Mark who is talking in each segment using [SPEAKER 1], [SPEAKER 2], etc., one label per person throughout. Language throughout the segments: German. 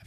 [SPEAKER 1] hab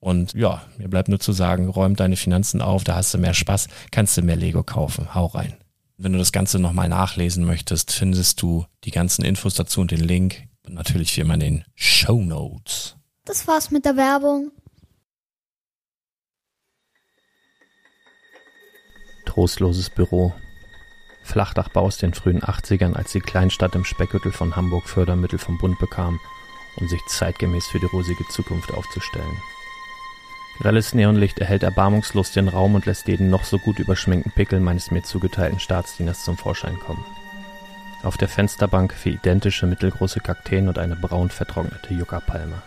[SPEAKER 1] Und ja, mir bleibt nur zu sagen, räum deine Finanzen auf, da hast du mehr Spaß, kannst du mehr Lego kaufen. Hau rein. Wenn du das Ganze nochmal nachlesen möchtest, findest du die ganzen Infos dazu und den Link und natürlich wie immer in den Show Notes.
[SPEAKER 2] Das war's mit der Werbung.
[SPEAKER 3] Trostloses Büro. Flachdachbau aus den frühen 80ern, als die Kleinstadt im Speckgürtel von Hamburg Fördermittel vom Bund bekam, um sich zeitgemäß für die rosige Zukunft aufzustellen. Grelles Neonlicht erhält erbarmungslos den Raum und lässt jeden noch so gut überschminkten Pickel meines mir zugeteilten Staatsdieners zum Vorschein kommen. Auf der Fensterbank vier identische mittelgroße Kakteen und eine braun vertrocknete Yucca-Palme.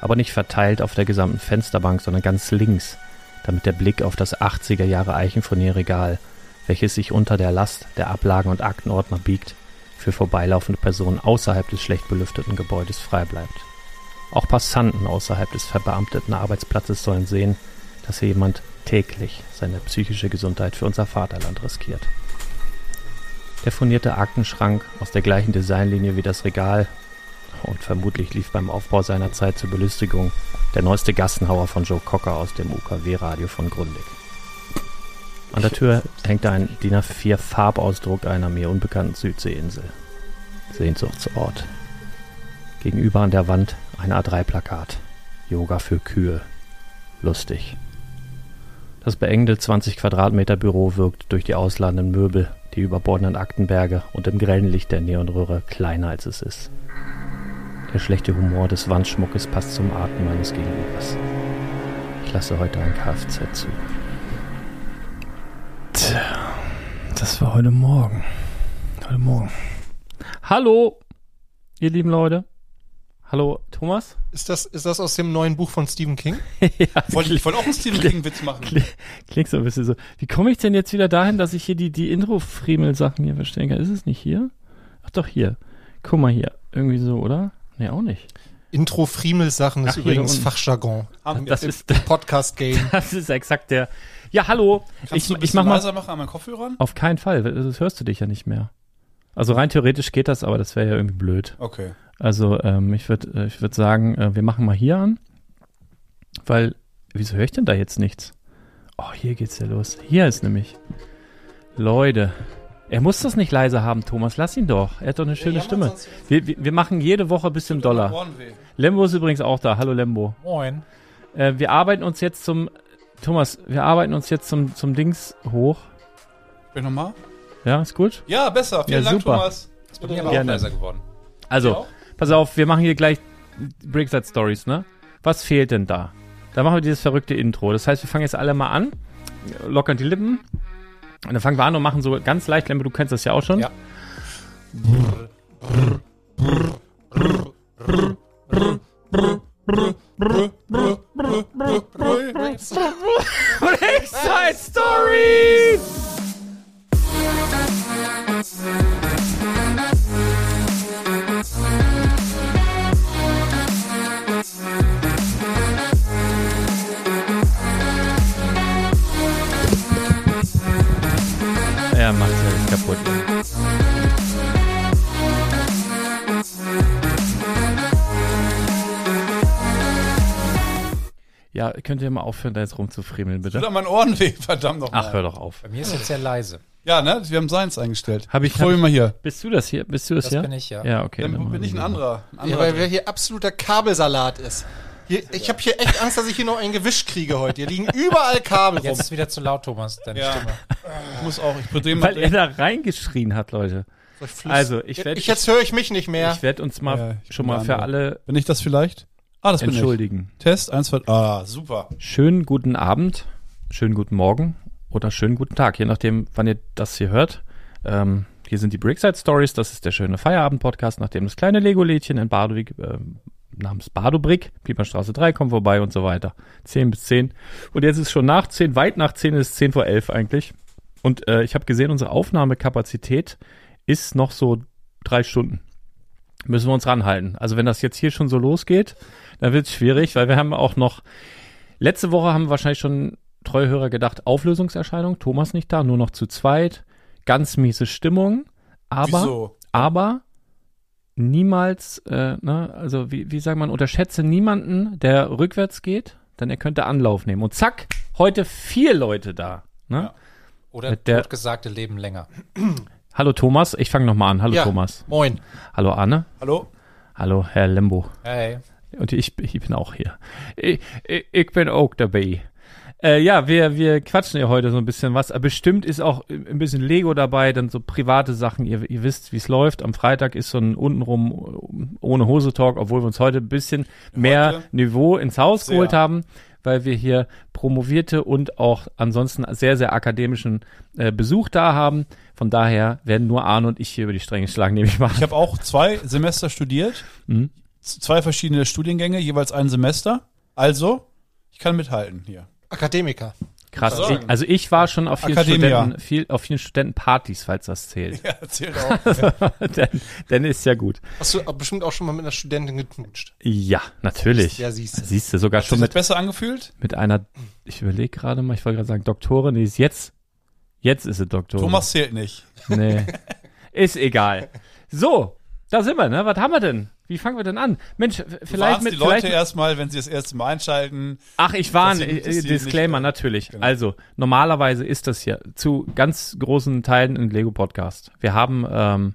[SPEAKER 3] Aber nicht verteilt auf der gesamten Fensterbank, sondern ganz links, damit der Blick auf das 80er Jahre Eichenfurnierregal, welches sich unter der Last der Ablagen und Aktenordner biegt, für vorbeilaufende Personen außerhalb des schlecht belüfteten Gebäudes frei bleibt. Auch Passanten außerhalb des verbeamteten Arbeitsplatzes sollen sehen, dass hier jemand täglich seine psychische Gesundheit für unser Vaterland riskiert. Der furnierte Aktenschrank aus der gleichen Designlinie wie das Regal und vermutlich lief beim Aufbau seiner Zeit zur Belustigung der neueste Gassenhauer von Joe Cocker aus dem UKW-Radio von Grundig. An der Tür hängt ein DIN A4 Farbausdruck einer mir unbekannten Südseeinsel. Sehnsuchtsort. Gegenüber an der Wand ein A3-Plakat. Yoga für Kühe. Lustig. Das beengte 20 Quadratmeter Büro wirkt durch die ausladenden Möbel, die überbordenden Aktenberge und im grellen Licht der Neonröhre kleiner als es ist. Der schlechte Humor des Wandschmuckes passt zum Atem meines Gegenübers. Ich lasse heute ein Kfz zu.
[SPEAKER 4] Tja, das war heute Morgen. Heute Morgen.
[SPEAKER 3] Hallo, ihr lieben Leute.
[SPEAKER 5] Hallo, Thomas?
[SPEAKER 6] Ist das, ist das aus dem neuen Buch von Stephen King?
[SPEAKER 5] ja,
[SPEAKER 6] Wollte ich wollte auch einen Stephen
[SPEAKER 5] Kling-
[SPEAKER 6] King-Witz machen.
[SPEAKER 5] kling, klingt so ein bisschen so. Wie komme ich denn jetzt wieder dahin, dass ich hier die, die Intro-Friemel-Sachen hier verstehen kann? Ist es nicht hier? Ach doch, hier. Guck mal hier. Irgendwie so, oder? Nee, auch nicht.
[SPEAKER 6] Intro-Friemel-Sachen
[SPEAKER 5] Ach,
[SPEAKER 6] ist
[SPEAKER 5] hier
[SPEAKER 6] übrigens
[SPEAKER 5] unten.
[SPEAKER 6] Fachjargon. Haben wir
[SPEAKER 5] Das
[SPEAKER 6] im
[SPEAKER 5] ist-
[SPEAKER 6] Podcast-Game.
[SPEAKER 5] Das ist exakt der. Ja, hallo. Ich, ich mach mal.
[SPEAKER 7] leiser machen an meinen Kopfhörern?
[SPEAKER 5] Auf keinen Fall. Das hörst du dich ja nicht mehr. Also rein theoretisch geht das, aber das wäre ja irgendwie blöd.
[SPEAKER 7] Okay.
[SPEAKER 5] Also ähm, ich würde ich würd sagen, äh, wir machen mal hier an, weil wieso höre ich denn da jetzt nichts? Oh, hier geht's ja los. Hier ist nämlich Leute. Er muss das nicht leise haben, Thomas. Lass ihn doch. Er hat doch eine schöne Stimme. Wir, wir, wir machen jede Woche bis zum Dollar. Lembo ist übrigens auch da. Hallo Lembo.
[SPEAKER 6] Moin.
[SPEAKER 5] Äh, wir arbeiten uns jetzt zum Thomas. Wir arbeiten uns jetzt zum zum Dings hoch.
[SPEAKER 7] Will nochmal?
[SPEAKER 5] Ja, ist gut.
[SPEAKER 7] Ja, besser. Vielen
[SPEAKER 5] Ja,
[SPEAKER 7] Dank,
[SPEAKER 5] super.
[SPEAKER 7] Thomas. Ist bei mir aber auch
[SPEAKER 5] Gerne.
[SPEAKER 7] leiser geworden. Genau.
[SPEAKER 5] Also,
[SPEAKER 7] auch?
[SPEAKER 5] pass auf, wir machen hier gleich Brickside Stories, ne? Was fehlt denn da? Da machen wir dieses verrückte Intro. Das heißt, wir fangen jetzt alle mal an, lockern die Lippen. Und dann fangen wir an und machen so ganz leicht, Lembe, du kennst das ja auch schon.
[SPEAKER 7] Ja.
[SPEAKER 5] Brickside Stories! Er macht ja nicht kaputt. Ja, könnt ihr mal aufhören, da jetzt rumzufriemeln, bitte?
[SPEAKER 7] Tut an meinen Ohren weh, verdammt nochmal.
[SPEAKER 5] Ach, hör doch auf.
[SPEAKER 8] Bei mir ist jetzt sehr leise.
[SPEAKER 7] Ja, ne? Wir haben seins eingestellt.
[SPEAKER 5] Hab ich-
[SPEAKER 7] ich probier mal hier.
[SPEAKER 5] Bist du das hier? Bist du das,
[SPEAKER 8] Das
[SPEAKER 5] hier?
[SPEAKER 8] bin ich, ja.
[SPEAKER 5] Ja, okay.
[SPEAKER 7] Dann
[SPEAKER 5] machen
[SPEAKER 7] bin
[SPEAKER 5] wir
[SPEAKER 7] ich ein
[SPEAKER 5] so.
[SPEAKER 7] anderer. Ein
[SPEAKER 6] Ja,
[SPEAKER 7] anderer.
[SPEAKER 6] weil wer hier absoluter Kabelsalat ist. Hier, ich habe hier echt Angst, dass ich hier noch einen gewischt kriege heute. Hier liegen überall Kabel
[SPEAKER 8] Jetzt
[SPEAKER 6] rum.
[SPEAKER 8] ist wieder zu laut, Thomas, deine
[SPEAKER 7] Ja.
[SPEAKER 8] Stimme.
[SPEAKER 7] ich muss auch. Ich dreh mal.
[SPEAKER 5] Weil er
[SPEAKER 7] durch.
[SPEAKER 5] da reingeschrien hat, Leute.
[SPEAKER 6] Soll ich flüstern?
[SPEAKER 5] Also, ich werde
[SPEAKER 6] ich,
[SPEAKER 5] ich,
[SPEAKER 6] jetzt höre ich mich nicht mehr.
[SPEAKER 5] werd uns mal
[SPEAKER 7] Ja, ich
[SPEAKER 5] schon mal
[SPEAKER 7] bin der
[SPEAKER 5] für
[SPEAKER 7] andere.
[SPEAKER 5] alle
[SPEAKER 7] Bin ich das vielleicht? Ah, das bin ich.
[SPEAKER 5] entschuldigen.
[SPEAKER 7] Test eins, zwei. Ah, super.
[SPEAKER 5] Schönen guten Abend, schönen guten Morgen oder schönen guten Tag, je nachdem, wann ihr das hier hört. Ähm, hier sind die Brickside Stories, das ist der schöne Feierabend-Podcast, nachdem das kleine Lego-Lädchen in Badowig ähm, namens Badobrick, Piepernstraße 3, kommt vorbei und so weiter. 10 bis 10. Und jetzt ist schon nach 10, weit nach 10 ist 10 vor 11 eigentlich. Und äh, ich habe gesehen, unsere Aufnahmekapazität ist noch so drei Stunden. Müssen wir uns ranhalten. Also wenn das jetzt hier schon so losgeht, dann wird es schwierig, weil wir haben auch noch Letzte Woche haben wahrscheinlich schon treue Hörer gedacht, Auflösungserscheinung, Thomas nicht da, nur noch zu zweit, ganz miese Stimmung, aber,
[SPEAKER 7] Wieso?
[SPEAKER 5] aber niemals, äh, ne, also wie, wie sagt man, unterschätze niemanden, der rückwärts geht, denn er könnte Anlauf nehmen. Und zack, heute vier Leute da. Ne?
[SPEAKER 7] Ja.
[SPEAKER 8] Oder
[SPEAKER 5] Mit der-
[SPEAKER 8] totgesagte Leben länger.
[SPEAKER 5] Hallo Thomas, ich fange nochmal an. Hallo
[SPEAKER 6] Ja.
[SPEAKER 5] Thomas.
[SPEAKER 6] Moin.
[SPEAKER 5] Hallo Anne.
[SPEAKER 7] Hallo?
[SPEAKER 5] Hallo Herr Lembo.
[SPEAKER 8] Hey,
[SPEAKER 5] Und ich, ich bin auch hier. Ich, ich, ich bin auch dabei. Äh, ja, wir, wir quatschen ja heute so ein bisschen was. Aber Bestimmt ist auch ein bisschen Lego dabei, dann so private Sachen. Ihr, ihr wisst, wie es läuft. Am Freitag ist so ein untenrum äh, ohne Hose Talk, obwohl wir uns heute ein bisschen mehr
[SPEAKER 7] Heute?
[SPEAKER 5] Niveau ins Haus
[SPEAKER 7] Sehr.
[SPEAKER 5] geholt haben, weil wir hier promovierte und auch ansonsten sehr, sehr akademischen äh, Besuch da haben. Von daher werden nur Arne und ich hier über die Stränge schlagen, nehme ich mal. an.
[SPEAKER 7] Ich habe auch zwei Semester studiert.
[SPEAKER 5] Mhm.
[SPEAKER 7] Z- Zwei verschiedene Studiengänge, jeweils ein Semester. Also, ich kann mithalten hier.
[SPEAKER 6] Akademiker.
[SPEAKER 5] Krass.
[SPEAKER 7] Sagen.
[SPEAKER 5] Ich, also ich war schon auf vielen,
[SPEAKER 7] Academia.
[SPEAKER 5] Studenten, viel, auf vielen Studentenpartys, falls das zählt.
[SPEAKER 7] Ja, erzählt auch.
[SPEAKER 5] dann, dann ist ja gut.
[SPEAKER 6] Hast du aber bestimmt auch schon mal mit einer Studentin geknutscht.
[SPEAKER 5] Ja, natürlich.
[SPEAKER 6] Ja, siehst du.
[SPEAKER 5] Siehst du, sogar
[SPEAKER 7] Hat
[SPEAKER 5] schon
[SPEAKER 7] sich das
[SPEAKER 5] mit,
[SPEAKER 7] besser angefühlt?
[SPEAKER 5] mit einer, ich überlege gerade mal, ich wollte gerade sagen, Doktorin, die ist jetzt, jetzt ist sie Doktorin.
[SPEAKER 7] Thomas zählt nicht.
[SPEAKER 5] Nee. ist egal. So, da sind wir, ne? Was haben wir denn? Wie fangen wir denn an? Mensch, v-
[SPEAKER 7] Du
[SPEAKER 5] vielleicht
[SPEAKER 7] warnst
[SPEAKER 5] mit,
[SPEAKER 7] die Leute
[SPEAKER 5] vielleicht,
[SPEAKER 7] erstmal, wenn sie das erste Mal einschalten.
[SPEAKER 5] Ach, ich warne.
[SPEAKER 7] Dass sie- dass
[SPEAKER 5] äh,
[SPEAKER 7] sie
[SPEAKER 5] Disclaimer,
[SPEAKER 7] nicht- genau.
[SPEAKER 5] natürlich. Also, normalerweise ist das hier zu ganz großen Teilen ein Lego-Podcast. Wir haben, ähm,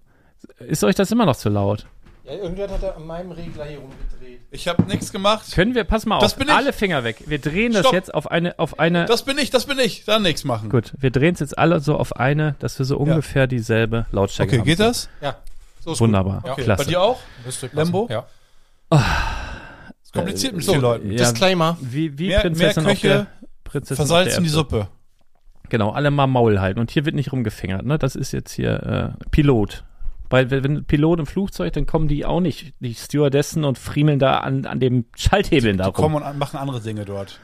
[SPEAKER 5] ist euch das immer noch zu laut?
[SPEAKER 6] Ja, irgendjemand hat da an meinem Regler hier rumgedreht.
[SPEAKER 7] Ich habe nichts gemacht.
[SPEAKER 5] Können wir, pass mal auf,
[SPEAKER 7] Das bin ich.
[SPEAKER 5] alle Finger weg. Wir drehen das
[SPEAKER 7] Stopp.
[SPEAKER 5] jetzt auf eine, auf eine,
[SPEAKER 7] Das bin ich, das bin ich. Dann nichts machen.
[SPEAKER 5] gut, wir drehen es jetzt alle so auf eine, dass wir so ungefähr dieselbe Lautstärke
[SPEAKER 7] Okay,
[SPEAKER 5] haben.
[SPEAKER 7] geht das?
[SPEAKER 6] Ja. So ist gut.
[SPEAKER 5] Wunderbar,
[SPEAKER 8] Ja.
[SPEAKER 7] Bei
[SPEAKER 5] klasse.
[SPEAKER 7] dir auch?
[SPEAKER 8] müsste passen.
[SPEAKER 7] Lembo?
[SPEAKER 8] Ja.
[SPEAKER 7] Ist kompliziert mit
[SPEAKER 5] so,
[SPEAKER 7] vielen Leuten.
[SPEAKER 5] Äh, Ja,
[SPEAKER 6] Disclaimer.
[SPEAKER 5] wie, wie
[SPEAKER 7] Mehr- mehr
[SPEAKER 5] Prinzessin auf
[SPEAKER 7] Köche
[SPEAKER 5] der, Prinzessin auf der
[SPEAKER 7] Versalzen die Suppe.
[SPEAKER 5] Genau, alle mal Maul halten. Und hier wird nicht rumgefingert, ne? Das ist jetzt hier äh, Pilot. Weil wenn- wenn Pilot im Flugzeug, dann kommen die auch nicht, die Stewardessen und friemeln da an, an dem Schalthebeln da rum.
[SPEAKER 7] Kommen und an- machen andere Dinge dort.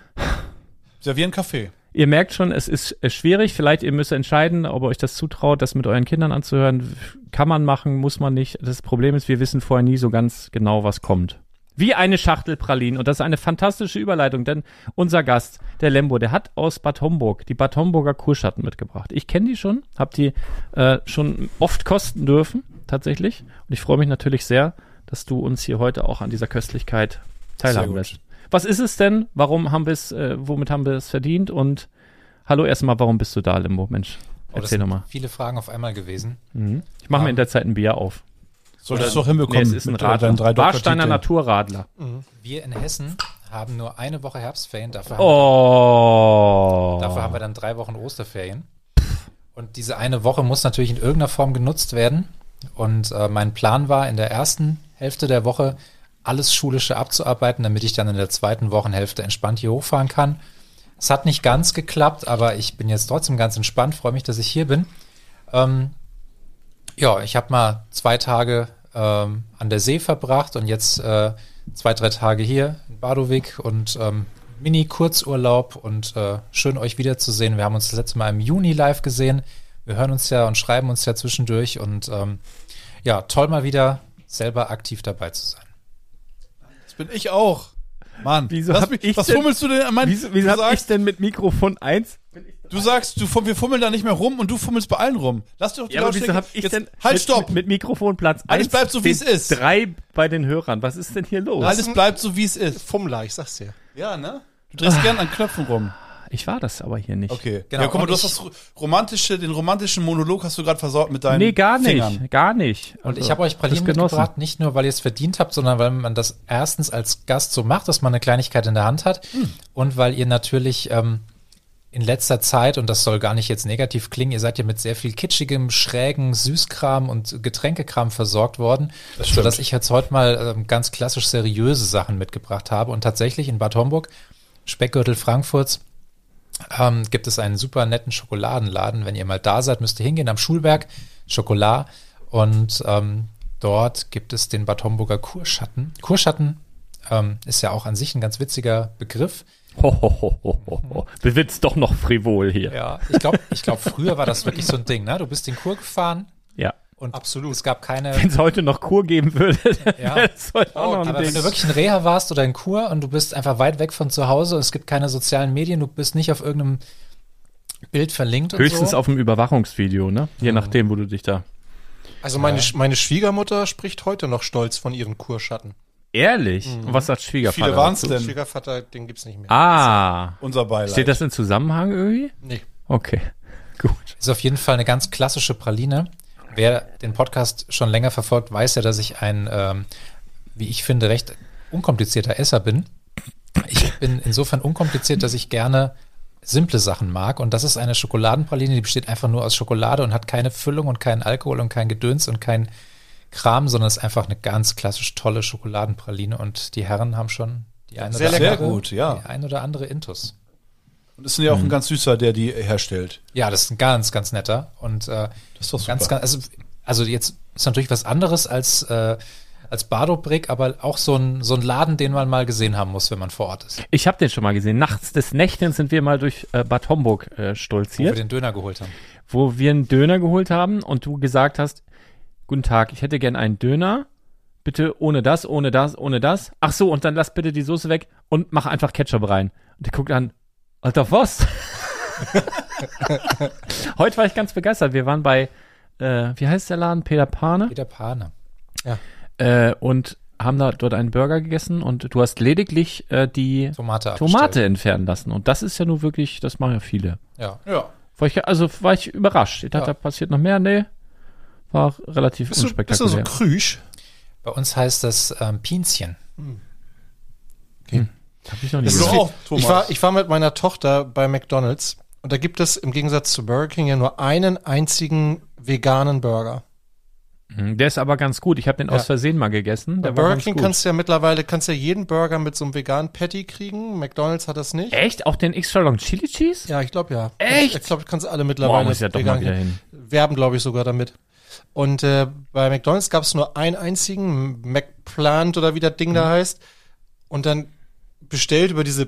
[SPEAKER 7] Servieren Kaffee.
[SPEAKER 5] Ihr merkt schon, es ist äh, schwierig. Vielleicht ihr müsst entscheiden, ob ihr euch das zutraut, das mit euren Kindern anzuhören. Kann man machen, muss man nicht. Das Problem ist, wir wissen vorher nie so ganz genau, was kommt. Wie eine Schachtel Pralinen. Und das ist eine fantastische Überleitung, denn unser Gast, der Lembo, der hat aus Bad Homburg die Bad Homburger Kurschatten mitgebracht. Ich kenne die schon, habe die äh, schon oft kosten dürfen, tatsächlich. Und ich freue mich natürlich sehr, dass du uns hier heute auch an dieser Köstlichkeit teilhaben
[SPEAKER 7] gut.
[SPEAKER 5] lässt. Was ist es denn? Warum haben wir es, äh, womit haben wir es verdient? Und hallo erstmal, warum bist du da, Limbo? Mensch,
[SPEAKER 8] Oh, das
[SPEAKER 5] erzähl doch
[SPEAKER 8] sind
[SPEAKER 5] mal.
[SPEAKER 8] viele Fragen auf einmal gewesen.
[SPEAKER 5] Ich mache mir
[SPEAKER 8] Ah.
[SPEAKER 5] in der Zeit ein Bier auf.
[SPEAKER 7] Solltest du doch
[SPEAKER 5] Nee,
[SPEAKER 7] hinbekommen.
[SPEAKER 5] es ist ein
[SPEAKER 7] mit deinen drei
[SPEAKER 5] Radler. Warsteiner
[SPEAKER 7] Doktortiteln.
[SPEAKER 5] Naturradler.
[SPEAKER 8] Wir in Hessen haben nur eine Woche Herbstferien, dafür, haben,
[SPEAKER 5] Oh.
[SPEAKER 8] dafür haben wir dann drei Wochen Osterferien. Und diese eine Woche muss natürlich in irgendeiner Form genutzt werden. Und äh, mein Plan war, in der ersten Hälfte der Woche alles Schulische abzuarbeiten, damit ich dann in der zweiten Wochenhälfte entspannt hier hochfahren kann. Es hat nicht ganz geklappt, aber ich bin jetzt trotzdem ganz entspannt, freue mich, dass ich hier bin. Ähm, ja, ich habe mal zwei Tage ähm, an der See verbracht und jetzt äh, zwei, drei Tage hier in Badowig und ähm, Mini-Kurzurlaub und äh, schön euch wiederzusehen. Wir haben uns das letzte Mal im Juni live gesehen. Wir hören uns ja und schreiben uns ja zwischendurch und ähm, ja, toll mal wieder selber aktiv dabei zu sein.
[SPEAKER 7] Das bin ich auch. Mann,
[SPEAKER 5] Wieso
[SPEAKER 7] was,
[SPEAKER 5] hab ich
[SPEAKER 7] was
[SPEAKER 5] denn-
[SPEAKER 7] fummelst du denn an meinen...
[SPEAKER 5] Wieso, wieso
[SPEAKER 7] du,
[SPEAKER 5] hab ich
[SPEAKER 7] sagst,
[SPEAKER 5] denn mit Mikrofon 1?
[SPEAKER 7] du sagst, du, fum- wir fummeln da nicht mehr rum und du fummelst bei allen rum. Lass dir doch die
[SPEAKER 5] Ja, aber wieso
[SPEAKER 7] Lautstärke-
[SPEAKER 5] hab ich
[SPEAKER 7] Jetzt-
[SPEAKER 5] denn
[SPEAKER 7] Halt,
[SPEAKER 5] mit,
[SPEAKER 7] stopp!
[SPEAKER 5] Mit, mit Mikrofon Platz 1?
[SPEAKER 7] Alles bleibt so, wie es ist.
[SPEAKER 5] Drei bei den Hörern. Was ist denn hier los?
[SPEAKER 7] Alles bleibt so, wie es ist.
[SPEAKER 6] Fummler, ich sag's dir.
[SPEAKER 7] Ja, ne? Du drehst gern an Knöpfen rum.
[SPEAKER 5] Ich war das aber hier nicht.
[SPEAKER 7] Okay.
[SPEAKER 8] Genau,
[SPEAKER 7] Ja, guck mal,
[SPEAKER 8] und
[SPEAKER 7] du hast
[SPEAKER 8] ich-
[SPEAKER 7] das ro- romantische, den romantischen Monolog hast du gerade versaut mit deinen
[SPEAKER 5] Nee, gar nicht.
[SPEAKER 7] Fingern.
[SPEAKER 5] Gar nicht.
[SPEAKER 8] Und
[SPEAKER 5] Also,
[SPEAKER 8] ich habe euch Pralinen
[SPEAKER 5] das genossen.
[SPEAKER 8] mitgebracht, nicht nur, weil ihr es verdient habt, sondern weil man das erstens als Gast so macht, dass man eine Kleinigkeit in der Hand hat
[SPEAKER 5] Hm.
[SPEAKER 8] und weil ihr natürlich ähm, in letzter Zeit, und das soll gar nicht jetzt negativ klingen, ihr seid ja mit sehr viel kitschigem, schrägen Süßkram und Getränkekram versorgt worden, sodass ich jetzt heute mal ähm, ganz klassisch seriöse Sachen mitgebracht habe. Und tatsächlich in Bad Homburg, Speckgürtel Frankfurts, ähm, gibt es einen super netten Schokoladenladen. Wenn ihr mal da seid, müsst ihr hingehen am Schulberg, Schokolade. Und ähm, dort gibt es den Bad Homburger Kurschatten. Kurschatten ähm, ist ja auch an sich ein ganz witziger Begriff.
[SPEAKER 5] Ho, ho, ho, ho, ho, ho. Du willst doch noch frivol hier.
[SPEAKER 8] Ja. Ich glaube, ich glaub, früher war das wirklich so ein Ding. Ne? Du bist in Kur gefahren
[SPEAKER 5] Ja.
[SPEAKER 8] und Absolut. es gab keine.
[SPEAKER 5] Wenn es heute noch Kur geben würde, dann
[SPEAKER 8] Ja. Oh,
[SPEAKER 5] wäre das heute auch noch
[SPEAKER 8] Aber
[SPEAKER 5] ein
[SPEAKER 8] wenn du
[SPEAKER 5] Ding.
[SPEAKER 8] wirklich in Reha warst oder in Kur und du bist einfach weit weg von zu Hause und es gibt keine sozialen Medien, du bist nicht auf irgendeinem Bild verlinkt und
[SPEAKER 5] Höchstens
[SPEAKER 8] so.
[SPEAKER 5] auf dem Überwachungsvideo, ne? Je nachdem, wo du dich da.
[SPEAKER 6] Also meine, Sch- meine Schwiegermutter spricht heute noch stolz von ihren Kurschatten.
[SPEAKER 5] Ehrlich?
[SPEAKER 8] Mhm.
[SPEAKER 5] Und was sagt Schwiegervater?
[SPEAKER 7] Viele waren's
[SPEAKER 5] dazu?
[SPEAKER 7] denn?
[SPEAKER 6] Schwiegervater, den gibt's nicht mehr.
[SPEAKER 5] Ah.
[SPEAKER 7] Unser Beileid.
[SPEAKER 5] Steht das in Zusammenhang irgendwie?
[SPEAKER 6] Nee.
[SPEAKER 5] Okay. Gut.
[SPEAKER 8] Ist auf jeden Fall eine ganz klassische Praline. Wer den Podcast schon länger verfolgt, weiß ja, dass ich ein, ähm, wie ich finde, recht unkomplizierter Esser bin. Ich bin insofern unkompliziert, dass ich gerne simple Sachen mag. Und das ist eine Schokoladenpraline, die besteht einfach nur aus Schokolade und hat keine Füllung und keinen Alkohol und kein Gedöns und kein Kram, sondern ist einfach eine ganz klassisch tolle Schokoladenpraline. Und die Herren haben schon die eine
[SPEAKER 6] Sehr
[SPEAKER 8] oder
[SPEAKER 6] lecker.
[SPEAKER 8] andere,
[SPEAKER 7] Sehr gut, ja.
[SPEAKER 8] die ein oder andere Intus.
[SPEAKER 7] Und ist ja auch
[SPEAKER 6] Mhm.
[SPEAKER 7] ein ganz süßer, der die herstellt.
[SPEAKER 8] Ja, das ist ein ganz, ganz netter. Und äh,
[SPEAKER 7] Das ist doch super.
[SPEAKER 8] Ganz, ganz, also, also jetzt ist natürlich was anderes als, äh, als Badobrick, aber auch so ein, so ein Laden, den man mal gesehen haben muss, wenn man vor Ort ist,
[SPEAKER 5] Ich habe den schon mal gesehen. Nachts des Nächtens sind wir mal durch äh, Bad Homburg äh,
[SPEAKER 8] wo wir
[SPEAKER 5] stolziert.
[SPEAKER 8] den Döner geholt haben.
[SPEAKER 5] wo wir einen Döner geholt haben und du gesagt hast, guten Tag, ich hätte gern einen Döner, bitte ohne das, ohne das, ohne das. Ach so, und dann lass bitte die Soße weg und mach einfach Ketchup rein. Und der guckt an, alter was? Heute war ich ganz begeistert. Wir waren bei, äh, wie heißt der Laden? Peter Pane.
[SPEAKER 8] Peter Pane.
[SPEAKER 5] Äh, und haben da dort einen Burger gegessen und du hast lediglich äh, die
[SPEAKER 8] Tomate
[SPEAKER 5] Tomate entfernen lassen. Und das ist ja nur wirklich, das machen ja viele.
[SPEAKER 8] abgestellt. Ja.
[SPEAKER 7] ja.
[SPEAKER 5] War ich, also war ich überrascht. Ich dachte,
[SPEAKER 8] Ja.
[SPEAKER 5] da passiert noch mehr. Nee, war relativ
[SPEAKER 6] Bist du, bist du so
[SPEAKER 5] unspektakulär.
[SPEAKER 6] krüsch?
[SPEAKER 8] Bei uns heißt das ähm, Pinzchen.
[SPEAKER 5] Hab ich noch nie
[SPEAKER 6] Das ist
[SPEAKER 5] gesehen.
[SPEAKER 6] wie-
[SPEAKER 7] auch, Thomas.
[SPEAKER 6] ich, war, ich war mit meiner Tochter bei McDonalds und da gibt es im Gegensatz zu Burger King ja nur einen einzigen veganen Burger.
[SPEAKER 5] Mhm, Der ist aber ganz gut. Ich habe den aus
[SPEAKER 6] Ja.
[SPEAKER 5] Versehen mal gegessen.
[SPEAKER 6] Bei
[SPEAKER 5] Der war
[SPEAKER 6] Burger
[SPEAKER 5] ganz
[SPEAKER 6] King
[SPEAKER 5] gut.
[SPEAKER 6] kannst du ja mittlerweile kannst ja jeden Burger mit so einem veganen Patty kriegen. McDonalds hat das nicht.
[SPEAKER 5] Echt? Auch den extra long Chili Cheese?
[SPEAKER 6] Ja, ich glaube ja.
[SPEAKER 5] Echt?
[SPEAKER 6] Ich glaube, du kannst alle
[SPEAKER 5] Boah,
[SPEAKER 6] mittlerweile
[SPEAKER 5] muss ich ja doch mal wieder hin.
[SPEAKER 6] Werben, glaube ich, sogar damit. Und äh, bei McDonalds gab es nur einen einzigen, McPlant oder wie das Ding da heißt. Und dann bestellt über diese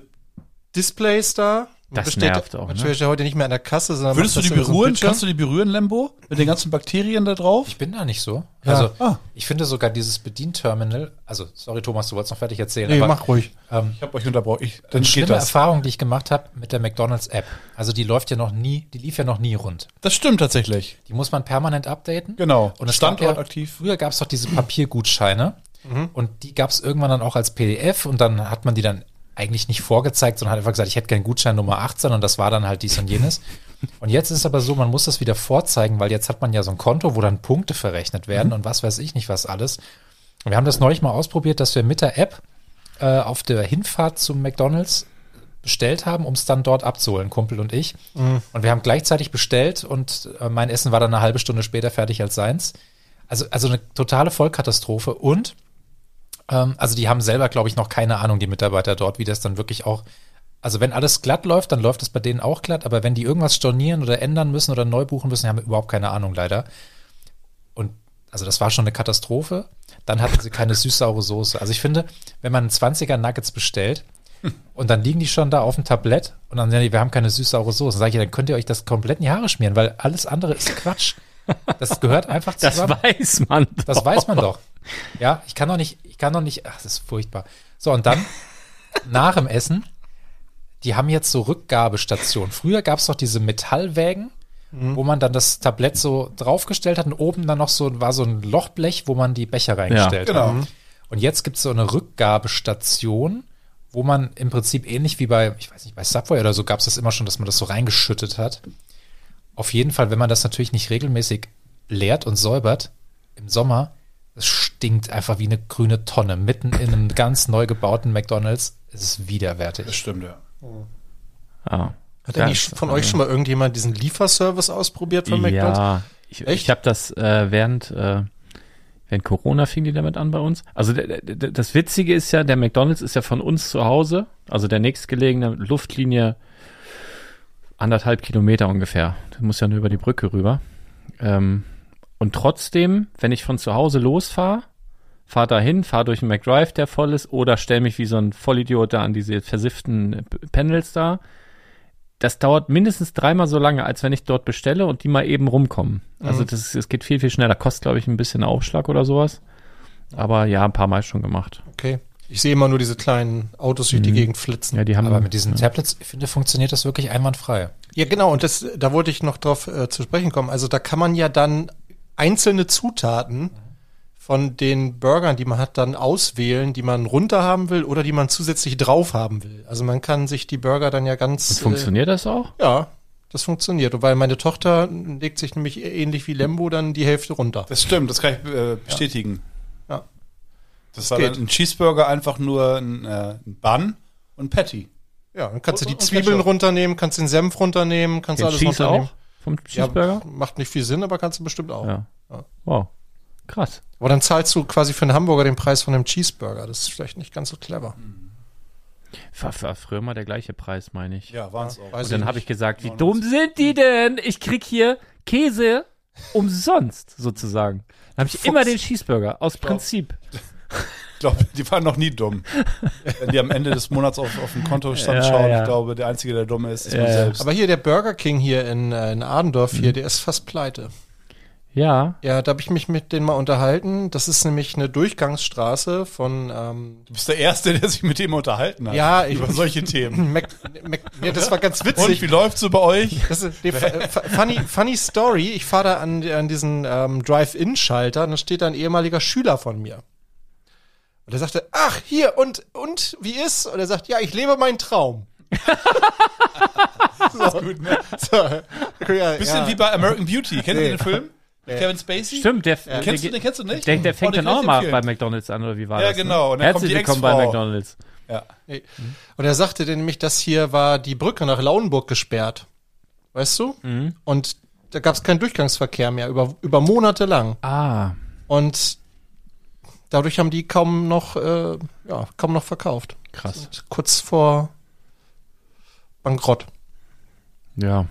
[SPEAKER 6] Displays da. Man
[SPEAKER 5] Das
[SPEAKER 6] bestellt,
[SPEAKER 5] nervt auch,
[SPEAKER 6] Man
[SPEAKER 5] ne?
[SPEAKER 6] bestellt ja heute nicht mehr an der Kasse, sondern
[SPEAKER 7] Würdest du
[SPEAKER 6] macht
[SPEAKER 7] die
[SPEAKER 6] das über so einen
[SPEAKER 7] berühren?
[SPEAKER 6] Bildschirm.
[SPEAKER 7] Kannst du die berühren, Lembo? Mit den ganzen Bakterien da drauf?
[SPEAKER 8] Ich bin da nicht so.
[SPEAKER 7] Ja.
[SPEAKER 8] Also
[SPEAKER 7] Ah.
[SPEAKER 8] ich finde sogar dieses Bedienterminal, also sorry Thomas, du wolltest noch fertig erzählen,
[SPEAKER 6] Nee,
[SPEAKER 8] aber
[SPEAKER 6] mach ruhig.
[SPEAKER 8] ähm,
[SPEAKER 7] Ich habe euch unterbrochen. Ich, dann
[SPEAKER 8] schlimme
[SPEAKER 7] geht das.
[SPEAKER 8] Erfahrung, die ich gemacht habe mit der McDonalds App. Also die läuft ja noch nie, die lief ja noch nie rund.
[SPEAKER 7] Das stimmt tatsächlich.
[SPEAKER 8] Die muss man permanent updaten.
[SPEAKER 7] Genau.
[SPEAKER 8] Und es
[SPEAKER 7] Standort
[SPEAKER 8] gab ja,
[SPEAKER 7] aktiv. Mhm.
[SPEAKER 8] Früher gab es doch diese Papiergutscheine und die gab es irgendwann dann auch als PDF und dann hat man die dann eigentlich nicht vorgezeigt, sondern hat einfach gesagt, ich hätte gern Gutschein Nummer 18 und das war dann halt dies und jenes. Und jetzt ist es aber so, man muss das wieder vorzeigen, weil jetzt hat man ja so ein Konto, wo dann Punkte verrechnet werden
[SPEAKER 7] Mhm.
[SPEAKER 8] und was weiß ich nicht was alles. Und wir haben das neulich mal ausprobiert, dass wir mit der App äh, auf der Hinfahrt zum McDonalds bestellt haben, um es dann dort abzuholen, Kumpel und ich. Und wir haben gleichzeitig bestellt und äh, mein Essen war dann eine halbe Stunde später fertig als seins. Also, also eine totale Vollkatastrophe. Und ähm, also die haben selber, glaube ich, noch keine Ahnung, die Mitarbeiter dort, wie das dann wirklich auch. Also wenn alles glatt läuft, dann läuft es bei denen auch glatt, aber wenn die irgendwas stornieren oder ändern müssen oder neu buchen müssen, die haben überhaupt keine Ahnung leider. Und also das war schon eine Katastrophe. Dann hatten sie keine süß-saure Soße. Also ich finde, wenn man einen 20er Nuggets bestellt und dann liegen die schon da auf dem Tablett und dann sagen die, wir haben keine süß-saure Soße, dann sage ich, dann könnt ihr euch das komplett in die Haare schmieren, weil alles andere ist Quatsch. Das gehört einfach
[SPEAKER 5] Das
[SPEAKER 8] zusammen.
[SPEAKER 5] weiß man.
[SPEAKER 8] Das weiß man doch. Ja, ich kann doch nicht, ich kann doch nicht, ach, das ist furchtbar. So, und dann nach dem Essen, die haben jetzt so Rückgabestationen. Früher gab es doch diese Metallwägen, wo man dann das Tablett so draufgestellt hat und oben dann noch so war so ein Lochblech, wo man die Becher reingestellt hat.
[SPEAKER 7] Genau.
[SPEAKER 8] Und jetzt gibt es so eine Rückgabestation, wo man im Prinzip ähnlich wie bei, ich weiß nicht, bei Subway oder so gab es das immer schon, dass man das so reingeschüttet hat. Auf jeden Fall, wenn man das natürlich nicht regelmäßig leert und säubert im Sommer, es stinkt einfach wie eine grüne Tonne mitten in einem ganz neu gebauten McDonalds. Es ist
[SPEAKER 7] Das
[SPEAKER 8] widerwärtig.
[SPEAKER 7] stimmt, ja.
[SPEAKER 5] Ah.
[SPEAKER 6] Hat denn
[SPEAKER 5] Das-
[SPEAKER 6] nicht von euch schon mal irgendjemand diesen Lieferservice ausprobiert von McDonalds?
[SPEAKER 5] Ja, ich,
[SPEAKER 6] Echt?
[SPEAKER 5] ich habe das äh, während, äh, während Corona fing die damit an bei uns. Also der, der, das Witzige ist ja, der McDonalds ist ja von uns zu Hause, also der nächstgelegene Luftlinie anderthalb Kilometer ungefähr. Du musst ja nur über die Brücke rüber. Ähm, und trotzdem, wenn ich von zu Hause losfahre, fahr dahin, fahr durch einen McDrive, der voll ist, oder stell mich wie so ein Vollidiot da an diese versifften äh, P- Panels da das dauert mindestens dreimal so lange, als wenn ich dort bestelle und die mal eben rumkommen. Also das, ist- es geht viel, viel schneller. Kostet, glaube ich, ein bisschen Aufschlag oder sowas. Aber ja, ein paar Mal schon gemacht.
[SPEAKER 6] Okay. Ich sehe immer nur diese kleinen Autos durch die Gegend flitzen.
[SPEAKER 5] Ja, die haben
[SPEAKER 8] Aber mit diesen Tablets, ich finde, funktioniert das wirklich einwandfrei.
[SPEAKER 6] Ja, genau, und das, da wollte ich noch drauf äh, zu sprechen kommen. Also da kann man ja dann einzelne Zutaten von den Burgern, die man hat, dann auswählen, die man runter haben will oder die man zusätzlich drauf haben will. Also man kann sich die Burger dann ja ganz.
[SPEAKER 5] funktioniert das auch?
[SPEAKER 6] Äh, ja, das funktioniert. Und weil meine Tochter legt sich nämlich e-, ähnlich wie Lembo dann die Hälfte runter.
[SPEAKER 7] Das stimmt, das kann ich äh, bestätigen.
[SPEAKER 6] Ja.
[SPEAKER 7] Das war
[SPEAKER 6] geht.
[SPEAKER 7] dann ein Cheeseburger, einfach nur ein, äh, ein Bun und Patty.
[SPEAKER 6] Ja, dann kannst du die
[SPEAKER 7] Und- und
[SPEAKER 6] Zwiebeln
[SPEAKER 7] Ketchup.
[SPEAKER 6] runternehmen, kannst den Senf runternehmen, kannst
[SPEAKER 5] Den
[SPEAKER 6] alles
[SPEAKER 5] Cheese
[SPEAKER 6] runternehmen.
[SPEAKER 5] auch? Vom
[SPEAKER 6] Ja,
[SPEAKER 5] Cheeseburger?
[SPEAKER 6] macht nicht viel Sinn, aber kannst du bestimmt auch.
[SPEAKER 5] Ja.
[SPEAKER 6] Ja.
[SPEAKER 5] Wow. Krass.
[SPEAKER 6] Aber dann zahlst du quasi für einen Hamburger den Preis von einem Cheeseburger. Das ist vielleicht nicht ganz so clever.
[SPEAKER 5] War, war früher mal der gleiche Preis, meine ich.
[SPEAKER 7] Ja, waren es auch.
[SPEAKER 6] Weiß
[SPEAKER 5] und dann
[SPEAKER 6] ich
[SPEAKER 5] habe ich
[SPEAKER 6] nicht.
[SPEAKER 5] gesagt, wie dumm sind die denn? Ich krieg hier Käse umsonst, sozusagen. Dann habe ich immer den Cheeseburger, aus Prinzip.
[SPEAKER 7] Ich glaube, die waren noch nie dumm. Wenn die am Ende des Monats auf, auf den
[SPEAKER 5] Ja,
[SPEAKER 7] Kontostand schauen,
[SPEAKER 5] ja.
[SPEAKER 7] ich glaube, der Einzige, der dumm ist, ist
[SPEAKER 5] Ja,
[SPEAKER 7] man
[SPEAKER 5] ja.
[SPEAKER 7] selbst.
[SPEAKER 6] Aber hier der Burger King hier in, äh, in Adendorf
[SPEAKER 7] Mhm.
[SPEAKER 6] hier, der ist fast pleite.
[SPEAKER 5] Ja,
[SPEAKER 6] Ja, da habe ich mich mit denen mal unterhalten. Das ist nämlich eine Durchgangsstraße von ähm,
[SPEAKER 7] du bist der Erste, der sich mit dem unterhalten hat.
[SPEAKER 6] Ja, ich-
[SPEAKER 7] über solche Themen.
[SPEAKER 6] Mac, Mac, ja, das war ganz
[SPEAKER 7] Und wie
[SPEAKER 6] witzig.
[SPEAKER 7] läuft's so bei euch?
[SPEAKER 6] Das ist die, äh, fu- funny, funny Story. Ich fahre da an, an diesen ähm, Drive-In-Schalter und da steht da ein ehemaliger Schüler von mir. Und er sagte, ach, hier, und, und, wie ist? Und er sagt, ja, ich lebe meinen Traum.
[SPEAKER 7] Das ist gut, ne?
[SPEAKER 6] So, ja,
[SPEAKER 7] Bisschen wie bei American Beauty. Kennt ihr
[SPEAKER 6] Nee.
[SPEAKER 7] den Film? Mit Kevin Spacey?
[SPEAKER 5] stimmt. Der, der
[SPEAKER 7] Kennst du
[SPEAKER 5] geht-
[SPEAKER 7] den, kennst du nicht?
[SPEAKER 5] Ich denke, der
[SPEAKER 7] Oh,
[SPEAKER 5] fängt
[SPEAKER 7] den
[SPEAKER 5] dann auch
[SPEAKER 7] kann ich
[SPEAKER 5] mal
[SPEAKER 7] empfehlen.
[SPEAKER 5] bei McDonalds an, oder wie war
[SPEAKER 7] Ja,
[SPEAKER 5] das? ne?
[SPEAKER 7] genau. Und dann kommt
[SPEAKER 5] Herzlich
[SPEAKER 7] die
[SPEAKER 5] willkommen bei
[SPEAKER 7] Ex-Frau.
[SPEAKER 5] McDonalds.
[SPEAKER 7] Ja.
[SPEAKER 6] Nee. Und er sagte denn nämlich, dass hier war die Brücke nach Lauenburg gesperrt. Weißt du? Und da gab es keinen Durchgangsverkehr mehr, über, über Monate lang.
[SPEAKER 5] Ah,
[SPEAKER 6] Und dadurch haben die kaum noch, äh, ja, kaum noch verkauft.
[SPEAKER 5] krass.
[SPEAKER 6] Und kurz vor Bankrott.
[SPEAKER 5] Ja.
[SPEAKER 6] Ja.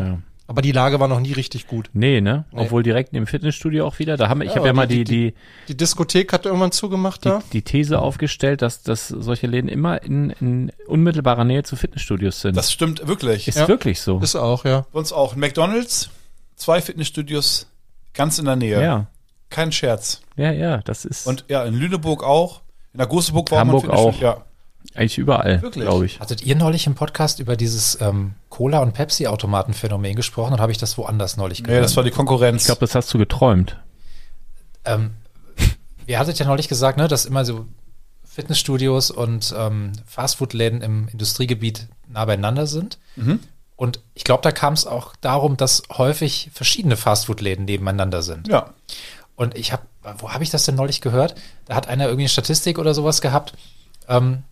[SPEAKER 5] Naja.
[SPEAKER 6] Aber die Lage war noch nie richtig gut.
[SPEAKER 5] Nee, ne?
[SPEAKER 6] Nee.
[SPEAKER 5] Obwohl direkt im Fitnessstudio auch wieder. Da haben, ich habe ja
[SPEAKER 6] aber
[SPEAKER 5] mal
[SPEAKER 6] die-
[SPEAKER 5] die, die,
[SPEAKER 6] Die Diskothek hat irgendwann zugemacht
[SPEAKER 5] die,
[SPEAKER 6] da.
[SPEAKER 5] die These aufgestellt, dass, dass solche Läden immer in, in unmittelbarer Nähe zu Fitnessstudios sind.
[SPEAKER 7] Das stimmt wirklich.
[SPEAKER 5] ist
[SPEAKER 6] ja.
[SPEAKER 5] wirklich so.
[SPEAKER 6] Ist auch, ja.
[SPEAKER 7] Sonst auch ein McDonalds, zwei Fitnessstudios ganz in der Nähe.
[SPEAKER 5] ja,
[SPEAKER 7] Kein Scherz.
[SPEAKER 5] ja, ja, das ist
[SPEAKER 7] Und ja, in Lüneburg auch. In der Großeburg war
[SPEAKER 5] Hamburg
[SPEAKER 7] man Fitnessstudio- Ja.
[SPEAKER 5] eigentlich überall,
[SPEAKER 7] Wirklich?
[SPEAKER 5] glaube ich.
[SPEAKER 8] Hattet ihr neulich im Podcast über dieses ähm, Cola- und Pepsi-Automaten-Phänomen gesprochen und habe ich das woanders neulich
[SPEAKER 7] Nee, das war die Konkurrenz.
[SPEAKER 5] Ich glaube, das hast du geträumt.
[SPEAKER 8] Ähm, ihr hattet ja neulich gesagt, ne, dass immer so Fitnessstudios und ähm, Fastfood-Läden im Industriegebiet nah beieinander sind.
[SPEAKER 7] Mhm.
[SPEAKER 8] Und ich glaube, da kam es auch darum, dass häufig verschiedene Fastfood-Läden nebeneinander sind.
[SPEAKER 7] ja.
[SPEAKER 8] Und ich habe, wo habe ich das denn neulich gehört? Da hat einer irgendwie eine Statistik oder sowas gehabt. Ähm,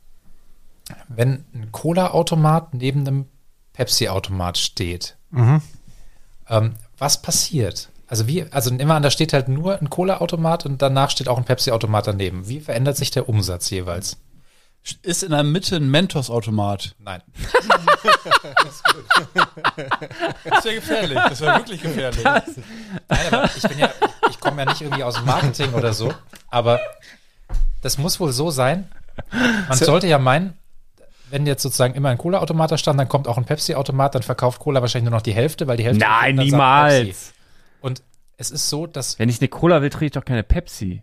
[SPEAKER 8] wenn ein Cola-Automat neben einem Pepsi-Automat steht, ähm, was passiert? Also wie, also immer an, da steht halt nur ein Cola-Automat und danach steht auch ein Pepsi-Automat daneben. Wie verändert sich der Umsatz jeweils?
[SPEAKER 7] Ist in der Mitte ein Mentos-Automat.
[SPEAKER 8] Nein.
[SPEAKER 7] Das wäre gefährlich. Das wäre wirklich gefährlich.
[SPEAKER 8] Nein, aber ich bin ja, ich komme ja nicht irgendwie aus dem Marketing oder so, aber das muss wohl so sein. Man sollte ja meinen, wenn jetzt sozusagen immer ein Cola-Automat da stand, dann kommt auch ein Pepsi-Automat, dann verkauft Cola wahrscheinlich nur noch die Hälfte, weil die Hälfte.
[SPEAKER 5] Nein,
[SPEAKER 8] dann sagt Pepsi.
[SPEAKER 5] niemals.
[SPEAKER 8] Und es ist so, dass
[SPEAKER 5] Wenn ich eine Cola will, trinke ich doch keine Pepsi.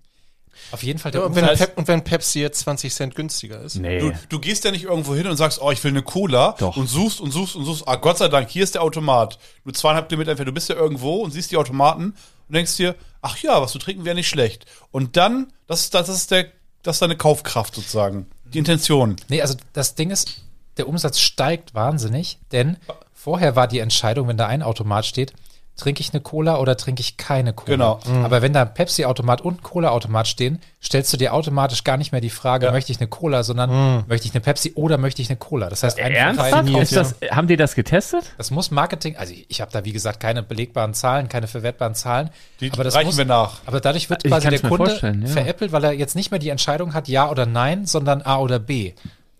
[SPEAKER 8] auf jeden Fall der
[SPEAKER 6] Ja, und, wenn
[SPEAKER 8] Umsatz,
[SPEAKER 6] Pep, und wenn Pepsi jetzt 20 Cent günstiger ist.
[SPEAKER 5] Nee.
[SPEAKER 7] Du, du gehst ja nicht irgendwo hin und sagst, oh, ich will eine Cola
[SPEAKER 5] Doch.
[SPEAKER 7] und suchst und suchst und suchst. Ah, Gott sei Dank, hier ist der Automat. Nur zweieinhalb Kilometer entfernt. Du bist ja irgendwo und siehst die Automaten und denkst dir, ach ja, was zu trinken wäre nicht schlecht. Und dann, das ist, das ist der, das ist deine Kaufkraft sozusagen. Die Intention.
[SPEAKER 8] Nee, also das Ding ist, der Umsatz steigt wahnsinnig, denn vorher war die Entscheidung, wenn da ein Automat steht, trinke ich eine Cola oder trinke ich keine Cola.
[SPEAKER 7] Genau.
[SPEAKER 8] Aber wenn da ein Pepsi-Automat und ein Cola-Automat stehen, stellst du dir automatisch gar nicht mehr die Frage, möchte ich eine Cola, sondern möchte ich eine Pepsi oder möchte ich eine Cola. Das heißt, ein
[SPEAKER 5] Äh, Ernsthaft?
[SPEAKER 8] Verteilen-
[SPEAKER 5] Ist das, haben die das getestet?
[SPEAKER 8] das muss Marketing, also ich, ich habe da wie gesagt keine belegbaren Zahlen, keine verwertbaren Zahlen.
[SPEAKER 7] Die
[SPEAKER 8] aber das
[SPEAKER 7] reichen
[SPEAKER 8] muss,
[SPEAKER 7] wir nach.
[SPEAKER 8] Aber dadurch wird
[SPEAKER 5] Ich
[SPEAKER 8] quasi der
[SPEAKER 5] kann's mir
[SPEAKER 8] Kunde
[SPEAKER 5] vorstellen, ja.
[SPEAKER 8] veräppelt, weil er jetzt nicht mehr die Entscheidung hat, ja oder nein, sondern A oder B.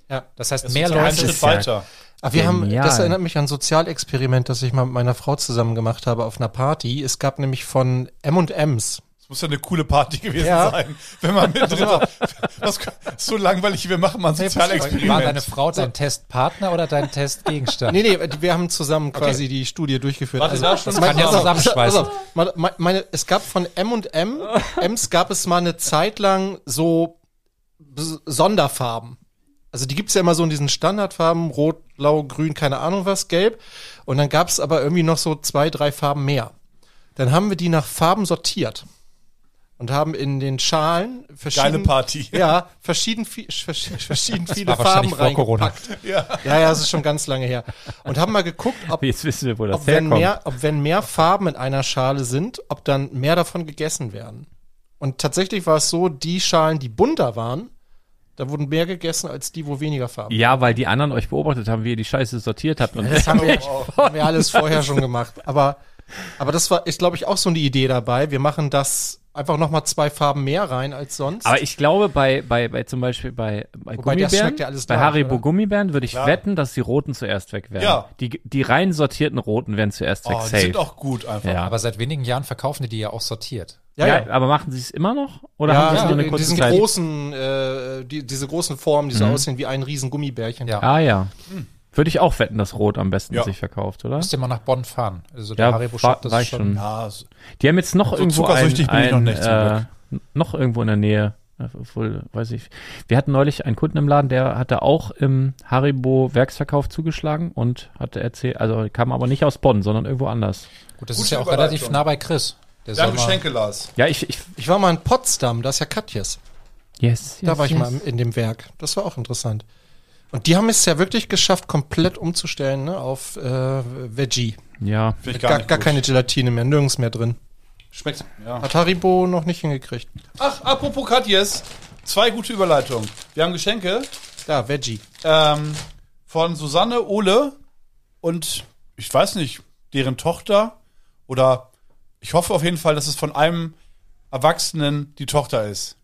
[SPEAKER 6] Ja.
[SPEAKER 8] Das heißt, mehr
[SPEAKER 7] Ein
[SPEAKER 8] Leute.
[SPEAKER 7] Schritt
[SPEAKER 5] ist ja-
[SPEAKER 7] weiter.
[SPEAKER 6] Aber Ah, wir haben,
[SPEAKER 5] Genial.
[SPEAKER 6] das erinnert mich an ein Sozialexperiment, das ich mal mit meiner Frau zusammen gemacht habe auf einer Party. Es gab nämlich von M&M's.
[SPEAKER 7] Das muss ja eine coole Party gewesen
[SPEAKER 6] Ja.
[SPEAKER 7] sein. Wenn man mit was, so langweilig, wir machen mal ein
[SPEAKER 8] War deine
[SPEAKER 7] Sozialexperiment.
[SPEAKER 8] Frau dein Testpartner oder dein Testgegenstand?
[SPEAKER 6] Nee, nee, wir haben zusammen quasi die Studie durchgeführt. Also,
[SPEAKER 7] Warte, da schon
[SPEAKER 8] das kann ja
[SPEAKER 6] Pass auf,
[SPEAKER 8] zusammenschweißen.
[SPEAKER 6] pass auf. Meine- meine- meine, es gab von M&M, M's gab es mal eine Zeit lang so Bes- Sonderfarben. Also die gibt's ja immer so in diesen Standardfarben, rot, blau, grün, keine Ahnung was, gelb. Und dann gab's aber irgendwie noch so zwei, drei Farben mehr. Dann haben wir die nach Farben sortiert und haben in den Schalen verschiedene
[SPEAKER 7] Geile Party.
[SPEAKER 6] Ja, verschieden, vi- versch- verschieden viele
[SPEAKER 8] war wahrscheinlich
[SPEAKER 6] Farben
[SPEAKER 8] vor Corona.
[SPEAKER 6] reingepackt. Ja, ja, es ist schon ganz lange her. Und haben mal geguckt, ob
[SPEAKER 5] Jetzt wissen wir, wo das
[SPEAKER 6] ob wenn,
[SPEAKER 5] herkommt.
[SPEAKER 6] mehr, ob wenn mehr Farben in einer Schale sind, ob dann mehr davon gegessen werden. Und tatsächlich war es so, die Schalen, die bunter waren, da wurden mehr gegessen als die, wo weniger Farben.
[SPEAKER 5] ja, weil die anderen euch beobachtet haben, wie ihr die Scheiße sortiert habt. Und
[SPEAKER 6] Das haben wir, haben wir alles vorher schon gemacht. Aber, aber das war, ist, glaube ich, auch so eine Idee dabei. Wir machen das einfach nochmal zwei Farben mehr rein als sonst.
[SPEAKER 5] Aber ich glaube, bei, bei, bei zum Beispiel bei, bei
[SPEAKER 6] Wobei, das
[SPEAKER 5] Gummibären,
[SPEAKER 6] schmeckt ja alles
[SPEAKER 5] bei
[SPEAKER 6] gleich,
[SPEAKER 5] Haribo
[SPEAKER 6] oder?
[SPEAKER 5] Gummibären würde ich wetten, dass die Roten zuerst weg werden.
[SPEAKER 7] Ja.
[SPEAKER 5] Die, die rein sortierten Roten werden zuerst weg.
[SPEAKER 7] Oh, die
[SPEAKER 5] safe.
[SPEAKER 7] sind auch gut einfach.
[SPEAKER 5] ja.
[SPEAKER 8] Aber seit wenigen Jahren verkaufen die die ja auch sortiert.
[SPEAKER 5] ja, aber machen sie es immer noch? Oder
[SPEAKER 6] ja,
[SPEAKER 5] haben sie
[SPEAKER 6] ja,
[SPEAKER 5] nur eine
[SPEAKER 6] in
[SPEAKER 5] kurze
[SPEAKER 6] diesen
[SPEAKER 5] Zeit?
[SPEAKER 6] großen, äh, die, diese großen Formen, die so aussehen wie ein riesen Gummibärchen.
[SPEAKER 8] Ja.
[SPEAKER 5] ah ja. Würde ich auch wetten, dass Rot am besten
[SPEAKER 7] Hm. Ja.
[SPEAKER 5] sich verkauft, oder?
[SPEAKER 8] Müsst ihr mal nach Bonn fahren. Also der
[SPEAKER 5] Ja,
[SPEAKER 8] Haribo
[SPEAKER 5] war,
[SPEAKER 8] Shop, das
[SPEAKER 5] war
[SPEAKER 8] ist
[SPEAKER 5] ich
[SPEAKER 8] schon.
[SPEAKER 5] schon.
[SPEAKER 7] Ja, so-
[SPEAKER 5] Die haben jetzt noch
[SPEAKER 7] So
[SPEAKER 5] irgendwo
[SPEAKER 7] Also zuckersüchtig
[SPEAKER 5] ein,
[SPEAKER 7] bin ich noch
[SPEAKER 5] ein,
[SPEAKER 7] nicht, zum
[SPEAKER 5] äh, noch irgendwo in der Nähe. äh, Obwohl, weiß ich. Wir hatten neulich einen Kunden im Laden, der hatte auch im Haribo Werksverkauf zugeschlagen und hatte erzählt, also kam aber nicht aus Bonn, sondern irgendwo anders.
[SPEAKER 8] Gut, das
[SPEAKER 7] Gute
[SPEAKER 8] ist ja auch
[SPEAKER 7] Überleitung.
[SPEAKER 8] relativ nah bei Chris. Der
[SPEAKER 7] Wir
[SPEAKER 8] soll
[SPEAKER 7] haben
[SPEAKER 8] mal,
[SPEAKER 7] Geschenke, Lars.
[SPEAKER 5] Ja, ich, ich,
[SPEAKER 6] Ich war mal in Potsdam, da ist ja Katjes.
[SPEAKER 5] yes, yes
[SPEAKER 6] Da war ich
[SPEAKER 5] yes.
[SPEAKER 6] mal im- in dem Werk. Das war auch interessant. Und die haben es ja wirklich geschafft, komplett umzustellen ne, auf äh, Veggie.
[SPEAKER 5] Ja,
[SPEAKER 7] Finde ich
[SPEAKER 6] Gar,
[SPEAKER 7] nicht
[SPEAKER 6] gar
[SPEAKER 7] gut.
[SPEAKER 6] keine Gelatine mehr, nirgends mehr drin.
[SPEAKER 7] Schmeckt. Ja.
[SPEAKER 6] Hat Haribo noch nicht hingekriegt.
[SPEAKER 7] Ach, apropos Katjes. Zwei gute Überleitungen. Wir haben Geschenke
[SPEAKER 6] Da, Veggie.
[SPEAKER 7] ähm, von Susanne, Ole und ich weiß nicht, deren Tochter oder ich hoffe auf jeden Fall, dass es von einem Erwachsenen die Tochter ist.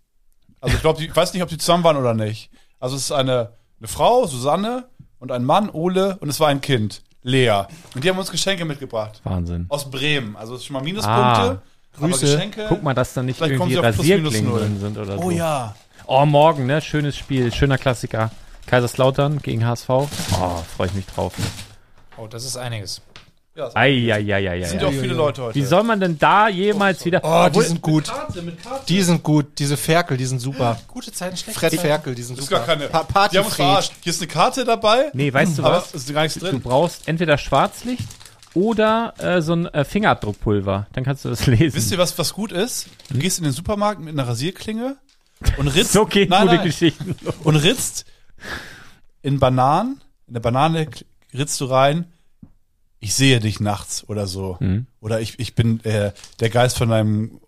[SPEAKER 7] Also ich glaube, ich weiß nicht, ob die zusammen waren oder nicht. Also es ist eine, eine Frau, Susanne und ein Mann, Ole und es war ein Kind. Lea. Und die haben uns Geschenke mitgebracht.
[SPEAKER 5] Wahnsinn.
[SPEAKER 7] Aus Bremen. Also es ist schon mal
[SPEAKER 5] Ah.
[SPEAKER 7] Minuspunkte. Aber Geschenke.
[SPEAKER 5] Guck mal, dass da nicht
[SPEAKER 7] Vielleicht kommen
[SPEAKER 5] irgendwie
[SPEAKER 7] sie auf plus, minus
[SPEAKER 5] Rasierklingen
[SPEAKER 7] null.
[SPEAKER 5] drin sind oder so.
[SPEAKER 7] Oh ja.
[SPEAKER 5] Oh, morgen, ne? Schönes Spiel, schöner Klassiker. Kaiserslautern gegen HSV. Oh, freue ich mich drauf.
[SPEAKER 8] Oh, das ist einiges.
[SPEAKER 7] ja es sind ja auch
[SPEAKER 5] Eieieiei.
[SPEAKER 7] viele Leute heute.
[SPEAKER 5] Wie soll man denn da jemals wieder.
[SPEAKER 6] Oh, die sind gut.
[SPEAKER 7] Karte mit Karte.
[SPEAKER 6] Die sind gut. Diese Ferkel, die sind super.
[SPEAKER 8] Gute Zeiten, schlechte
[SPEAKER 6] Fred Ferkel, die sind
[SPEAKER 7] Das ist
[SPEAKER 6] super.
[SPEAKER 7] gar keine.
[SPEAKER 6] Pa Party
[SPEAKER 7] die haben uns
[SPEAKER 6] Fred.
[SPEAKER 7] verarscht. Hier ist eine Karte dabei.
[SPEAKER 5] Nee, weißt du
[SPEAKER 7] aber
[SPEAKER 5] was?
[SPEAKER 7] es ist gar nichts
[SPEAKER 5] Du
[SPEAKER 7] drin.
[SPEAKER 5] brauchst entweder Schwarzlicht oder äh, so ein äh, Fingerabdruckpulver. Dann kannst du das lesen.
[SPEAKER 7] Wisst ihr, was, was gut ist?
[SPEAKER 6] Hm?
[SPEAKER 7] Du gehst in den Supermarkt mit einer Rasierklinge und ritzt,
[SPEAKER 5] so gehen
[SPEAKER 7] nein,
[SPEAKER 5] gute
[SPEAKER 7] nein,
[SPEAKER 5] Geschichten.
[SPEAKER 7] und ritzt in Bananen, in eine Banane kl- ritzt du rein, ich sehe dich nachts oder so.
[SPEAKER 6] Mhm.
[SPEAKER 7] Oder ich, ich bin äh, der Geist von deinem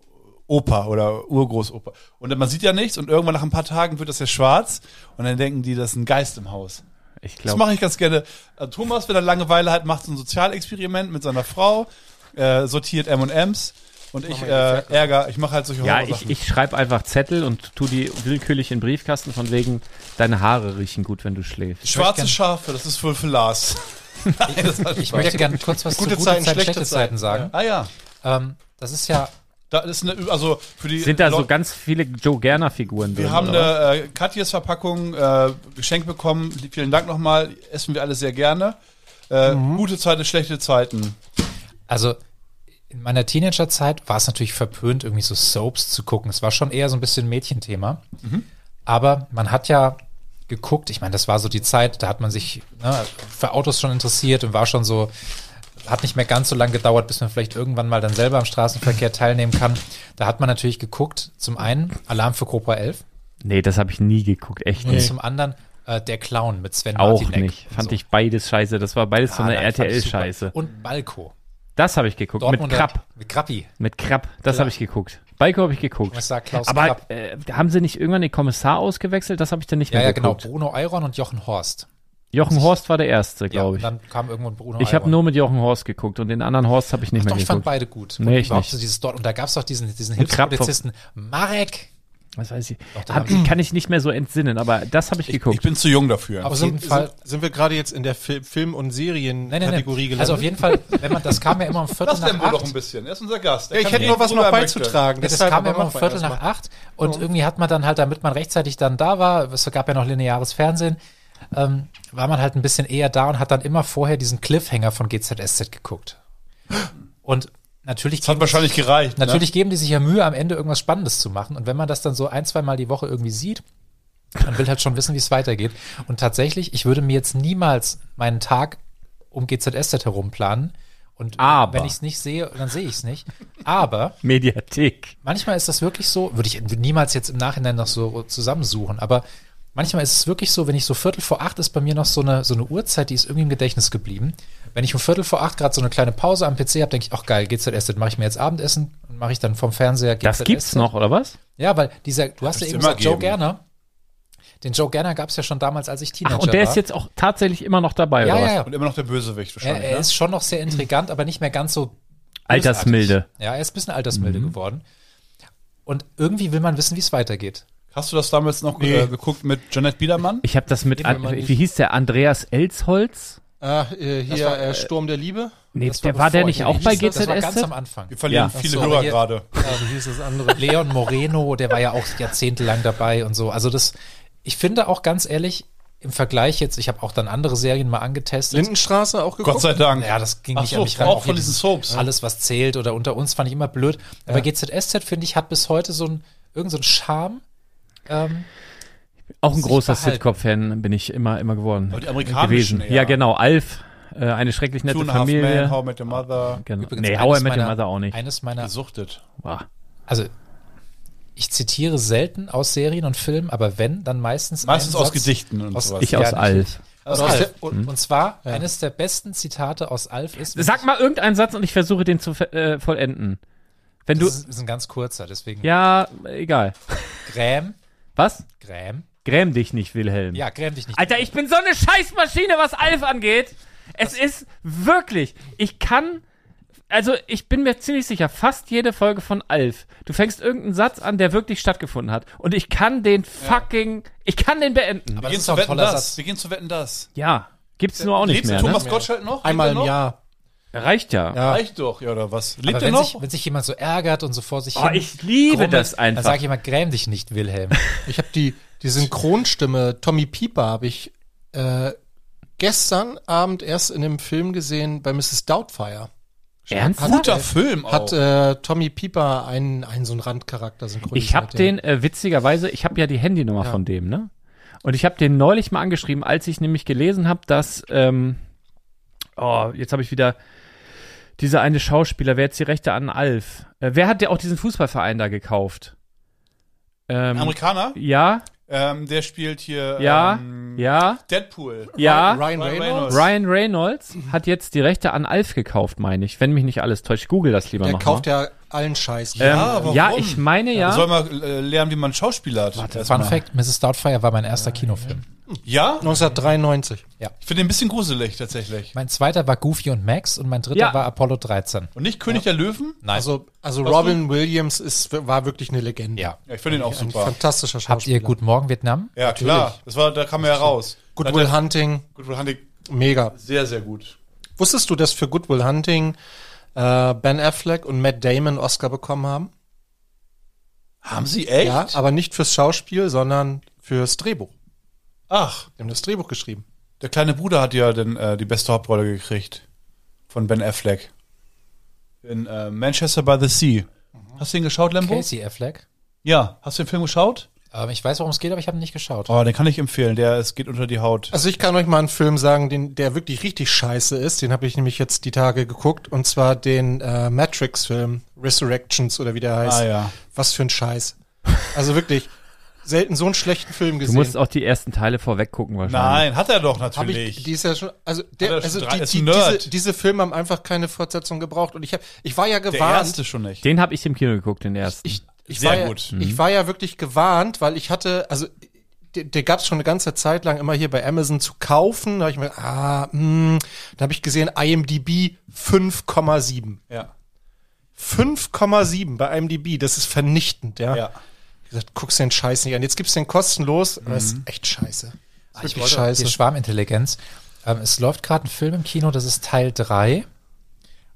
[SPEAKER 7] Opa oder Urgroßopa. Und man sieht ja nichts und irgendwann nach ein paar Tagen wird das ja schwarz und dann denken die, das ist ein Geist im Haus.
[SPEAKER 5] Ich
[SPEAKER 7] Das
[SPEAKER 5] glaube,
[SPEAKER 7] mache ich ganz gerne. Äh, Thomas, wenn er Langeweile hat, macht so ein Sozialexperiment mit seiner Frau, äh, sortiert M&M's und ich äh, ärger, ich mache halt solche
[SPEAKER 5] ja,
[SPEAKER 7] Horrorsachen.
[SPEAKER 5] ich, ich schreibe einfach Zettel und tu die willkürlich in den Briefkasten von wegen, deine Haare riechen gut, wenn du schläfst.
[SPEAKER 7] Schwarze
[SPEAKER 8] gern-
[SPEAKER 7] Schafe, das ist wohl für Lars. Nein, das war
[SPEAKER 8] Ich möchte gerne kurz was
[SPEAKER 6] Gute
[SPEAKER 8] zu gute
[SPEAKER 6] Zeiten,
[SPEAKER 8] Zeiten, Zeiten
[SPEAKER 6] schlechte
[SPEAKER 8] schlechte Zeiten sagen.
[SPEAKER 7] Ah ja,
[SPEAKER 8] Ähm, das ist ja
[SPEAKER 7] da ist eine, also für die
[SPEAKER 5] Sind da so
[SPEAKER 7] Leute-
[SPEAKER 5] ganz viele Joe Gerner-Figuren drin?
[SPEAKER 7] Wir haben
[SPEAKER 5] oder was?
[SPEAKER 7] eine äh, Katjes Verpackung äh, geschenkt bekommen. Vielen Dank nochmal. Essen wir alle sehr gerne. Äh,
[SPEAKER 6] Mhm.
[SPEAKER 7] Gute Zeiten, schlechte Zeiten.
[SPEAKER 8] Also in meiner Teenagerzeit war es natürlich verpönt, irgendwie so Soaps zu gucken. Es war schon eher so ein bisschen Mädchenthema.
[SPEAKER 5] Mhm.
[SPEAKER 8] Aber man hat ja geguckt, ich meine, das war so die Zeit, da hat man sich ne, für Autos schon interessiert und war schon so, hat nicht mehr ganz so lange gedauert, bis man vielleicht irgendwann mal dann selber am Straßenverkehr teilnehmen kann. Da hat man natürlich geguckt, zum einen Alarm für Cobra 11
[SPEAKER 5] Nee, das habe ich nie geguckt, echt
[SPEAKER 8] und
[SPEAKER 5] nicht.
[SPEAKER 8] zum anderen äh, Der Clown mit Sven
[SPEAKER 5] Auch
[SPEAKER 8] Martinek.
[SPEAKER 5] nicht. Fand
[SPEAKER 8] So.
[SPEAKER 5] ich beides scheiße. Das war beides so
[SPEAKER 8] Ah,
[SPEAKER 5] eine
[SPEAKER 8] nein, fand ich super.
[SPEAKER 5] RTL-Scheiße.
[SPEAKER 8] Und Balko.
[SPEAKER 5] Das habe ich geguckt. mit
[SPEAKER 8] Dortmunder-
[SPEAKER 5] Krapp.
[SPEAKER 8] Mit Krappi.
[SPEAKER 5] Mit Krapp. Das
[SPEAKER 8] Klar.
[SPEAKER 5] habe ich geguckt. Balko habe ich geguckt.
[SPEAKER 8] Kommissar Klaus
[SPEAKER 5] Aber
[SPEAKER 8] Krapp.
[SPEAKER 5] äh, haben sie nicht irgendwann den Kommissar ausgewechselt? Das habe ich dann nicht
[SPEAKER 8] Ja,
[SPEAKER 5] mehr
[SPEAKER 8] ja, genau.
[SPEAKER 5] geguckt.
[SPEAKER 8] Bruno Euron und Jochen Horst.
[SPEAKER 5] Jochen Horst war der Erste,
[SPEAKER 8] Ja,
[SPEAKER 5] glaube
[SPEAKER 8] und dann kam irgendwann Bruno
[SPEAKER 5] ich. Ich habe
[SPEAKER 8] Alban.
[SPEAKER 5] nur mit Jochen Horst geguckt und den anderen Horst habe ich nicht
[SPEAKER 8] Ach
[SPEAKER 5] mehr
[SPEAKER 8] doch, ich fand
[SPEAKER 5] geguckt.
[SPEAKER 8] beide gut.
[SPEAKER 5] Nee, ich
[SPEAKER 8] überhaupt
[SPEAKER 5] nicht.
[SPEAKER 8] so dieses dort, und da gab es doch diesen, diesen
[SPEAKER 5] Und Krapp vom-
[SPEAKER 8] Hilfspolizisten Marek.
[SPEAKER 5] Was weiß ich.
[SPEAKER 8] da
[SPEAKER 5] Hab, kann ich nicht mehr so entsinnen, aber das habe ich geguckt.
[SPEAKER 7] Ich bin zu jung dafür.
[SPEAKER 8] Auf jeden
[SPEAKER 6] Sind,
[SPEAKER 8] Fall.
[SPEAKER 6] sind, sind wir gerade jetzt in der Fil Film- und
[SPEAKER 8] Nein, nein,
[SPEAKER 6] Serienkategorie
[SPEAKER 8] nein.
[SPEAKER 6] gelandet?
[SPEAKER 8] Also auf jeden Fall, wenn man, das kam ja immer um Viertel
[SPEAKER 7] Lass
[SPEAKER 8] nach
[SPEAKER 7] Lembo doch
[SPEAKER 8] acht.
[SPEAKER 7] ein bisschen. Er ist unser Gast. Er
[SPEAKER 6] ja, ich
[SPEAKER 7] kann
[SPEAKER 6] hätte
[SPEAKER 7] reden,
[SPEAKER 6] nur was
[SPEAKER 7] worüber
[SPEAKER 6] noch
[SPEAKER 7] er möchte.
[SPEAKER 6] beizutragen.
[SPEAKER 8] Ja, das
[SPEAKER 6] Deshalb
[SPEAKER 8] kam ja
[SPEAKER 6] aber
[SPEAKER 8] immer um
[SPEAKER 6] mach
[SPEAKER 8] Viertel
[SPEAKER 6] erstmal.
[SPEAKER 8] nach acht und irgendwie hat man dann halt, damit man rechtzeitig dann da war, es gab ja noch lineares Fernsehen, ähm, war man halt ein bisschen eher da und hat dann immer vorher diesen Cliffhanger von GZSZ geguckt. Und natürlich
[SPEAKER 7] Das hat wahrscheinlich gereicht. ne?
[SPEAKER 8] Natürlich geben die sich ja Mühe, am Ende irgendwas Spannendes zu machen. Und wenn man das dann so ein, zwei Mal die Woche irgendwie sieht, man will halt schon wissen, wie es weitergeht. Und tatsächlich, ich würde mir jetzt niemals meinen Tag um GZSZ herum planen. Und
[SPEAKER 5] Aber.
[SPEAKER 8] wenn ich es nicht sehe, dann sehe ich es nicht. Aber
[SPEAKER 5] Mediathek.
[SPEAKER 8] manchmal ist das wirklich so, würde ich niemals jetzt im Nachhinein noch so zusammensuchen, aber manchmal ist es wirklich so, wenn ich so Viertel vor acht ist bei mir noch so eine, so eine Uhrzeit, die ist irgendwie im Gedächtnis geblieben. Wenn ich um Viertel vor acht gerade so eine kleine Pause am PC habe, denke ich, ach geil, halt GZS, das mache ich mir jetzt Abendessen und mache ich dann vom Fernseher GZS.
[SPEAKER 5] Das gibt's noch, oder was?
[SPEAKER 8] Ja, weil dieser, du hast ja
[SPEAKER 7] Kann's
[SPEAKER 8] eben
[SPEAKER 7] immer
[SPEAKER 8] gesagt, Joe
[SPEAKER 7] geben.
[SPEAKER 8] Gerner. Den Joe Gerner gab es ja schon damals, als ich Teenager
[SPEAKER 5] Ach,
[SPEAKER 8] war.
[SPEAKER 5] und der ist jetzt auch tatsächlich immer noch dabei,
[SPEAKER 8] Ja,
[SPEAKER 5] oder was?
[SPEAKER 8] ja, ja.
[SPEAKER 7] Und immer noch der Bösewicht
[SPEAKER 8] Er,
[SPEAKER 7] wahrscheinlich.
[SPEAKER 8] er
[SPEAKER 7] ne?
[SPEAKER 8] ist schon noch sehr intrigant, aber nicht mehr ganz so
[SPEAKER 5] Altersmilde. Mhm.
[SPEAKER 8] bösartig. Ja, er ist ein bisschen altersmilde geworden. Und irgendwie will man wissen, wie es weitergeht.
[SPEAKER 7] Hast du das damals noch äh, geguckt mit Janet Biedermann?
[SPEAKER 5] Ich habe das mit,
[SPEAKER 8] Nehmen wir mal
[SPEAKER 5] an,
[SPEAKER 8] nicht.
[SPEAKER 5] wie hieß der, Andreas Elsholz?
[SPEAKER 6] Ah, äh, hier äh, Sturm der Liebe.
[SPEAKER 5] Nee,
[SPEAKER 8] Das
[SPEAKER 5] der, war der
[SPEAKER 8] bevor-
[SPEAKER 5] nicht
[SPEAKER 8] nee,
[SPEAKER 5] auch
[SPEAKER 8] hieß
[SPEAKER 5] bei
[SPEAKER 8] das- Das war ganz am
[SPEAKER 5] GZSZ?
[SPEAKER 8] Anfang.
[SPEAKER 7] Wir verlieren
[SPEAKER 5] Ja.
[SPEAKER 7] viele
[SPEAKER 8] Ach so,
[SPEAKER 7] Hörer
[SPEAKER 8] hier-
[SPEAKER 7] gerade.
[SPEAKER 6] Wie hieß das andere?
[SPEAKER 8] Leon Moreno, der war ja auch jahrzehntelang dabei und so. Also das, ich finde auch ganz ehrlich, im Vergleich jetzt, ich habe auch dann andere Serien mal angetestet.
[SPEAKER 6] Lindenstraße auch geguckt?
[SPEAKER 7] Gott sei Dank.
[SPEAKER 8] ja, das ging
[SPEAKER 7] Ach
[SPEAKER 8] nicht
[SPEAKER 7] so,
[SPEAKER 8] an mich ran.
[SPEAKER 7] auch
[SPEAKER 8] Auf
[SPEAKER 7] von
[SPEAKER 8] jeden-
[SPEAKER 7] diesen Soaps.
[SPEAKER 8] Alles, was zählt oder unter uns, fand ich immer blöd. Aber GZSZ, finde ich, hat bis heute so ein, irgend so ein Charme. Ähm,
[SPEAKER 5] Auch ein
[SPEAKER 8] sich
[SPEAKER 5] großer
[SPEAKER 8] behalten.
[SPEAKER 5] Sitcom-Fan bin ich immer, immer geworden.
[SPEAKER 7] Aber die amerikanischen
[SPEAKER 5] gewesen.
[SPEAKER 7] eher.
[SPEAKER 5] Ja, genau. Alf, äh, eine schrecklich nette
[SPEAKER 7] Two and a half men,
[SPEAKER 5] Familie.
[SPEAKER 7] How I Met Your Mother.
[SPEAKER 5] Genau.
[SPEAKER 8] übrigens
[SPEAKER 5] Nee, How I
[SPEAKER 8] eines
[SPEAKER 5] Met Your
[SPEAKER 8] meiner-
[SPEAKER 5] Mother auch nicht.
[SPEAKER 8] Eines meiner
[SPEAKER 7] Gesuchtet.
[SPEAKER 5] Boah.
[SPEAKER 8] also ich zitiere selten aus Serien und Filmen, aber wenn, dann meistens
[SPEAKER 7] Meistens
[SPEAKER 8] einen
[SPEAKER 7] aus
[SPEAKER 8] Satz
[SPEAKER 7] Gedichten und
[SPEAKER 8] aus-
[SPEAKER 7] sowas.
[SPEAKER 5] Ich aus
[SPEAKER 8] Ja,
[SPEAKER 5] Alf.
[SPEAKER 8] Aus
[SPEAKER 6] Aus
[SPEAKER 8] Alf.
[SPEAKER 6] der-
[SPEAKER 8] Und, und zwar eines der besten Zitate aus Alf ist.
[SPEAKER 5] Sag mal irgendeinen Satz und ich versuche den zu ver- äh, vollenden. Wenn
[SPEAKER 8] du
[SPEAKER 5] du.
[SPEAKER 8] das ist, ist ein ganz kurzer, deswegen.
[SPEAKER 5] Ja, egal.
[SPEAKER 8] Gräm,
[SPEAKER 5] Was?
[SPEAKER 8] Gräm.
[SPEAKER 5] Gräm dich nicht, Wilhelm.
[SPEAKER 8] Ja, gräm dich nicht.
[SPEAKER 5] Alter, ich bin so eine Scheißmaschine, was Alf angeht. Es ist wirklich, ich kann, also ich bin mir ziemlich sicher, fast jede Folge von Alf, du fängst irgendeinen Satz an, der wirklich stattgefunden hat. Und ich kann den fucking, ich kann den beenden.
[SPEAKER 8] aber
[SPEAKER 7] Wir
[SPEAKER 8] das
[SPEAKER 7] gehen
[SPEAKER 8] ist
[SPEAKER 7] zu
[SPEAKER 8] doch ein
[SPEAKER 7] wetten
[SPEAKER 8] toller
[SPEAKER 7] das.
[SPEAKER 8] Satz.
[SPEAKER 7] Wir gehen zu wetten das.
[SPEAKER 5] ja. Gibt's nur auch nicht
[SPEAKER 7] Lebst
[SPEAKER 5] mehr,
[SPEAKER 7] du Thomas
[SPEAKER 5] ne?
[SPEAKER 7] Gottschalk noch? Lebt
[SPEAKER 6] Einmal
[SPEAKER 7] er
[SPEAKER 6] im
[SPEAKER 7] noch?
[SPEAKER 6] Jahr.
[SPEAKER 5] Reicht ja.
[SPEAKER 6] Ja.
[SPEAKER 7] Reicht doch, ja, oder was? Lebt
[SPEAKER 8] Aber
[SPEAKER 7] er
[SPEAKER 8] wenn sich,
[SPEAKER 7] noch?
[SPEAKER 8] wenn sich jemand so ärgert und so vor sich
[SPEAKER 5] Oh,
[SPEAKER 8] hin
[SPEAKER 5] ich liebe
[SPEAKER 8] grummelt,
[SPEAKER 5] das
[SPEAKER 8] Dann
[SPEAKER 5] einfach.
[SPEAKER 8] sage ich immer, gräm dich nicht, Wilhelm.
[SPEAKER 6] Ich habe die, die Synchronstimme Tommy Pieper habe ich äh, gestern Abend erst in dem Film gesehen bei Mrs. Doubtfire.
[SPEAKER 5] Ernsthaft?
[SPEAKER 7] Guter Film auch.
[SPEAKER 8] ähm,
[SPEAKER 6] Hat äh, Tommy Pieper einen, einen so einen Randcharakter synchronisiert.
[SPEAKER 5] Ich habe
[SPEAKER 6] ja.
[SPEAKER 5] den äh, witzigerweise, ich habe ja die Handynummer von dem, ne? Und ich habe den neulich mal angeschrieben, als ich nämlich gelesen habe, dass ähm, oh, jetzt habe ich wieder dieser eine Schauspieler, wer jetzt die Rechte an Alf? Äh, wer hat ja auch diesen Fußballverein da gekauft?
[SPEAKER 7] Ein
[SPEAKER 5] Ähm,
[SPEAKER 7] Amerikaner,
[SPEAKER 5] ja,
[SPEAKER 7] ähm, der spielt hier
[SPEAKER 5] ja,
[SPEAKER 7] ähm,
[SPEAKER 5] ja,
[SPEAKER 7] Deadpool.
[SPEAKER 5] ja.
[SPEAKER 6] Ryan
[SPEAKER 7] Ryan
[SPEAKER 6] Reynolds.
[SPEAKER 7] Reynolds.
[SPEAKER 5] Ryan Reynolds hat jetzt die Rechte an Alf gekauft, meine ich. Wenn mich nicht alles täuscht, google das lieber
[SPEAKER 6] Der
[SPEAKER 5] noch
[SPEAKER 6] kauft
[SPEAKER 5] mal.
[SPEAKER 6] ja allen Scheiß.
[SPEAKER 5] Ähm,
[SPEAKER 7] Ja, warum?
[SPEAKER 5] ja, ich meine ja.
[SPEAKER 7] Soll mal äh, lernen, wie man Schauspieler hat.
[SPEAKER 8] Fun
[SPEAKER 7] Erstmal.
[SPEAKER 8] Fact, Mrs. Doubtfire war mein erster Kinofilm.
[SPEAKER 7] Ja?
[SPEAKER 6] 1993.
[SPEAKER 7] Ich finde ihn ein bisschen gruselig tatsächlich.
[SPEAKER 8] Mein zweiter war Goofy und Max und mein dritter
[SPEAKER 5] Ja.
[SPEAKER 8] war Apollo 13.
[SPEAKER 7] Und nicht König der Löwen?
[SPEAKER 8] Nein.
[SPEAKER 6] Also, also
[SPEAKER 7] Was
[SPEAKER 6] Robin Williams ist, war wirklich eine Legende.
[SPEAKER 8] ja.
[SPEAKER 7] Ja, ich finde ihn auch
[SPEAKER 6] Ein
[SPEAKER 7] super.
[SPEAKER 6] fantastischer
[SPEAKER 8] Habt ihr
[SPEAKER 6] Schauspieler.
[SPEAKER 8] Good Morgen Vietnam?
[SPEAKER 7] Ja, klar. Das war, da kam er ja raus.
[SPEAKER 6] Good
[SPEAKER 7] Hat
[SPEAKER 6] Will
[SPEAKER 7] er-
[SPEAKER 6] Hunting,
[SPEAKER 7] Good Will Hunting.
[SPEAKER 6] mega.
[SPEAKER 7] Sehr, sehr gut.
[SPEAKER 6] Wusstest du, dass für Good Will Hunting äh, Ben Affleck und Matt Damon Oscar bekommen haben?
[SPEAKER 7] Haben sie echt?
[SPEAKER 6] Ja, aber nicht fürs Schauspiel, sondern fürs Drehbuch.
[SPEAKER 7] Ach,
[SPEAKER 6] Die haben das Drehbuch geschrieben.
[SPEAKER 7] der kleine Bruder hat ja dann äh, die beste Hauptrolle gekriegt. Von Ben Affleck. In äh, Manchester by the Sea.
[SPEAKER 6] Mhm.
[SPEAKER 7] Hast du ihn geschaut, Lembo?
[SPEAKER 8] Casey Affleck.
[SPEAKER 7] Ja. Hast du den Film geschaut?
[SPEAKER 8] Ähm, ich weiß, worum es geht, aber ich habe ihn nicht geschaut.
[SPEAKER 7] Oh, den kann ich empfehlen. Der, es geht unter die Haut.
[SPEAKER 6] Also ich kann euch mal einen Film sagen, den, der wirklich richtig scheiße ist. Den habe ich nämlich jetzt die Tage geguckt. Und zwar den äh, Matrix-Film, Resurrections oder wie der heißt.
[SPEAKER 7] Ah, ja.
[SPEAKER 6] Was für ein Scheiß. Also wirklich, selten so einen schlechten Film
[SPEAKER 5] Du
[SPEAKER 6] gesehen.
[SPEAKER 5] musst auch die ersten Teile vorweg gucken wahrscheinlich.
[SPEAKER 7] Nein, hat er doch
[SPEAKER 6] Hab ich,
[SPEAKER 7] natürlich.
[SPEAKER 6] die ist ja schon, also,
[SPEAKER 7] Hat
[SPEAKER 6] der,
[SPEAKER 7] er schon
[SPEAKER 6] also
[SPEAKER 7] drei-
[SPEAKER 6] die,
[SPEAKER 7] ist
[SPEAKER 6] die,
[SPEAKER 7] ein Nerd.
[SPEAKER 6] diese, diese Filme haben einfach keine Fortsetzung gebraucht und ich habe, ich war ja
[SPEAKER 7] der
[SPEAKER 6] gewarnt.
[SPEAKER 7] erste schon nicht.
[SPEAKER 5] Den habe ich im Kino geguckt, den ersten.
[SPEAKER 6] ich, ich
[SPEAKER 7] Sehr
[SPEAKER 6] war
[SPEAKER 7] gut.
[SPEAKER 6] Ja,
[SPEAKER 5] Mhm.
[SPEAKER 6] Ich war ja wirklich gewarnt, weil ich hatte, also der, der gab es schon eine ganze Zeit lang immer hier bei Amazon zu kaufen. Da habe ich mir, ah, mh, da habe ich gesehen, IMDb 5,7.
[SPEAKER 7] Ja.
[SPEAKER 6] 5,7 bei IMDb, das ist vernichtend, ja.
[SPEAKER 7] Ja.
[SPEAKER 6] Ich gesagt, guckst den Scheiß nicht an. Jetzt gibt's den kostenlos, aber das ist echt scheiße. Das ist
[SPEAKER 8] Ah, Ich
[SPEAKER 6] wirklich
[SPEAKER 8] wollte Die
[SPEAKER 6] scheiße.
[SPEAKER 8] Schwarmintelligenz. Ähm, es läuft gerade ein Film im Kino, das ist Teil 3.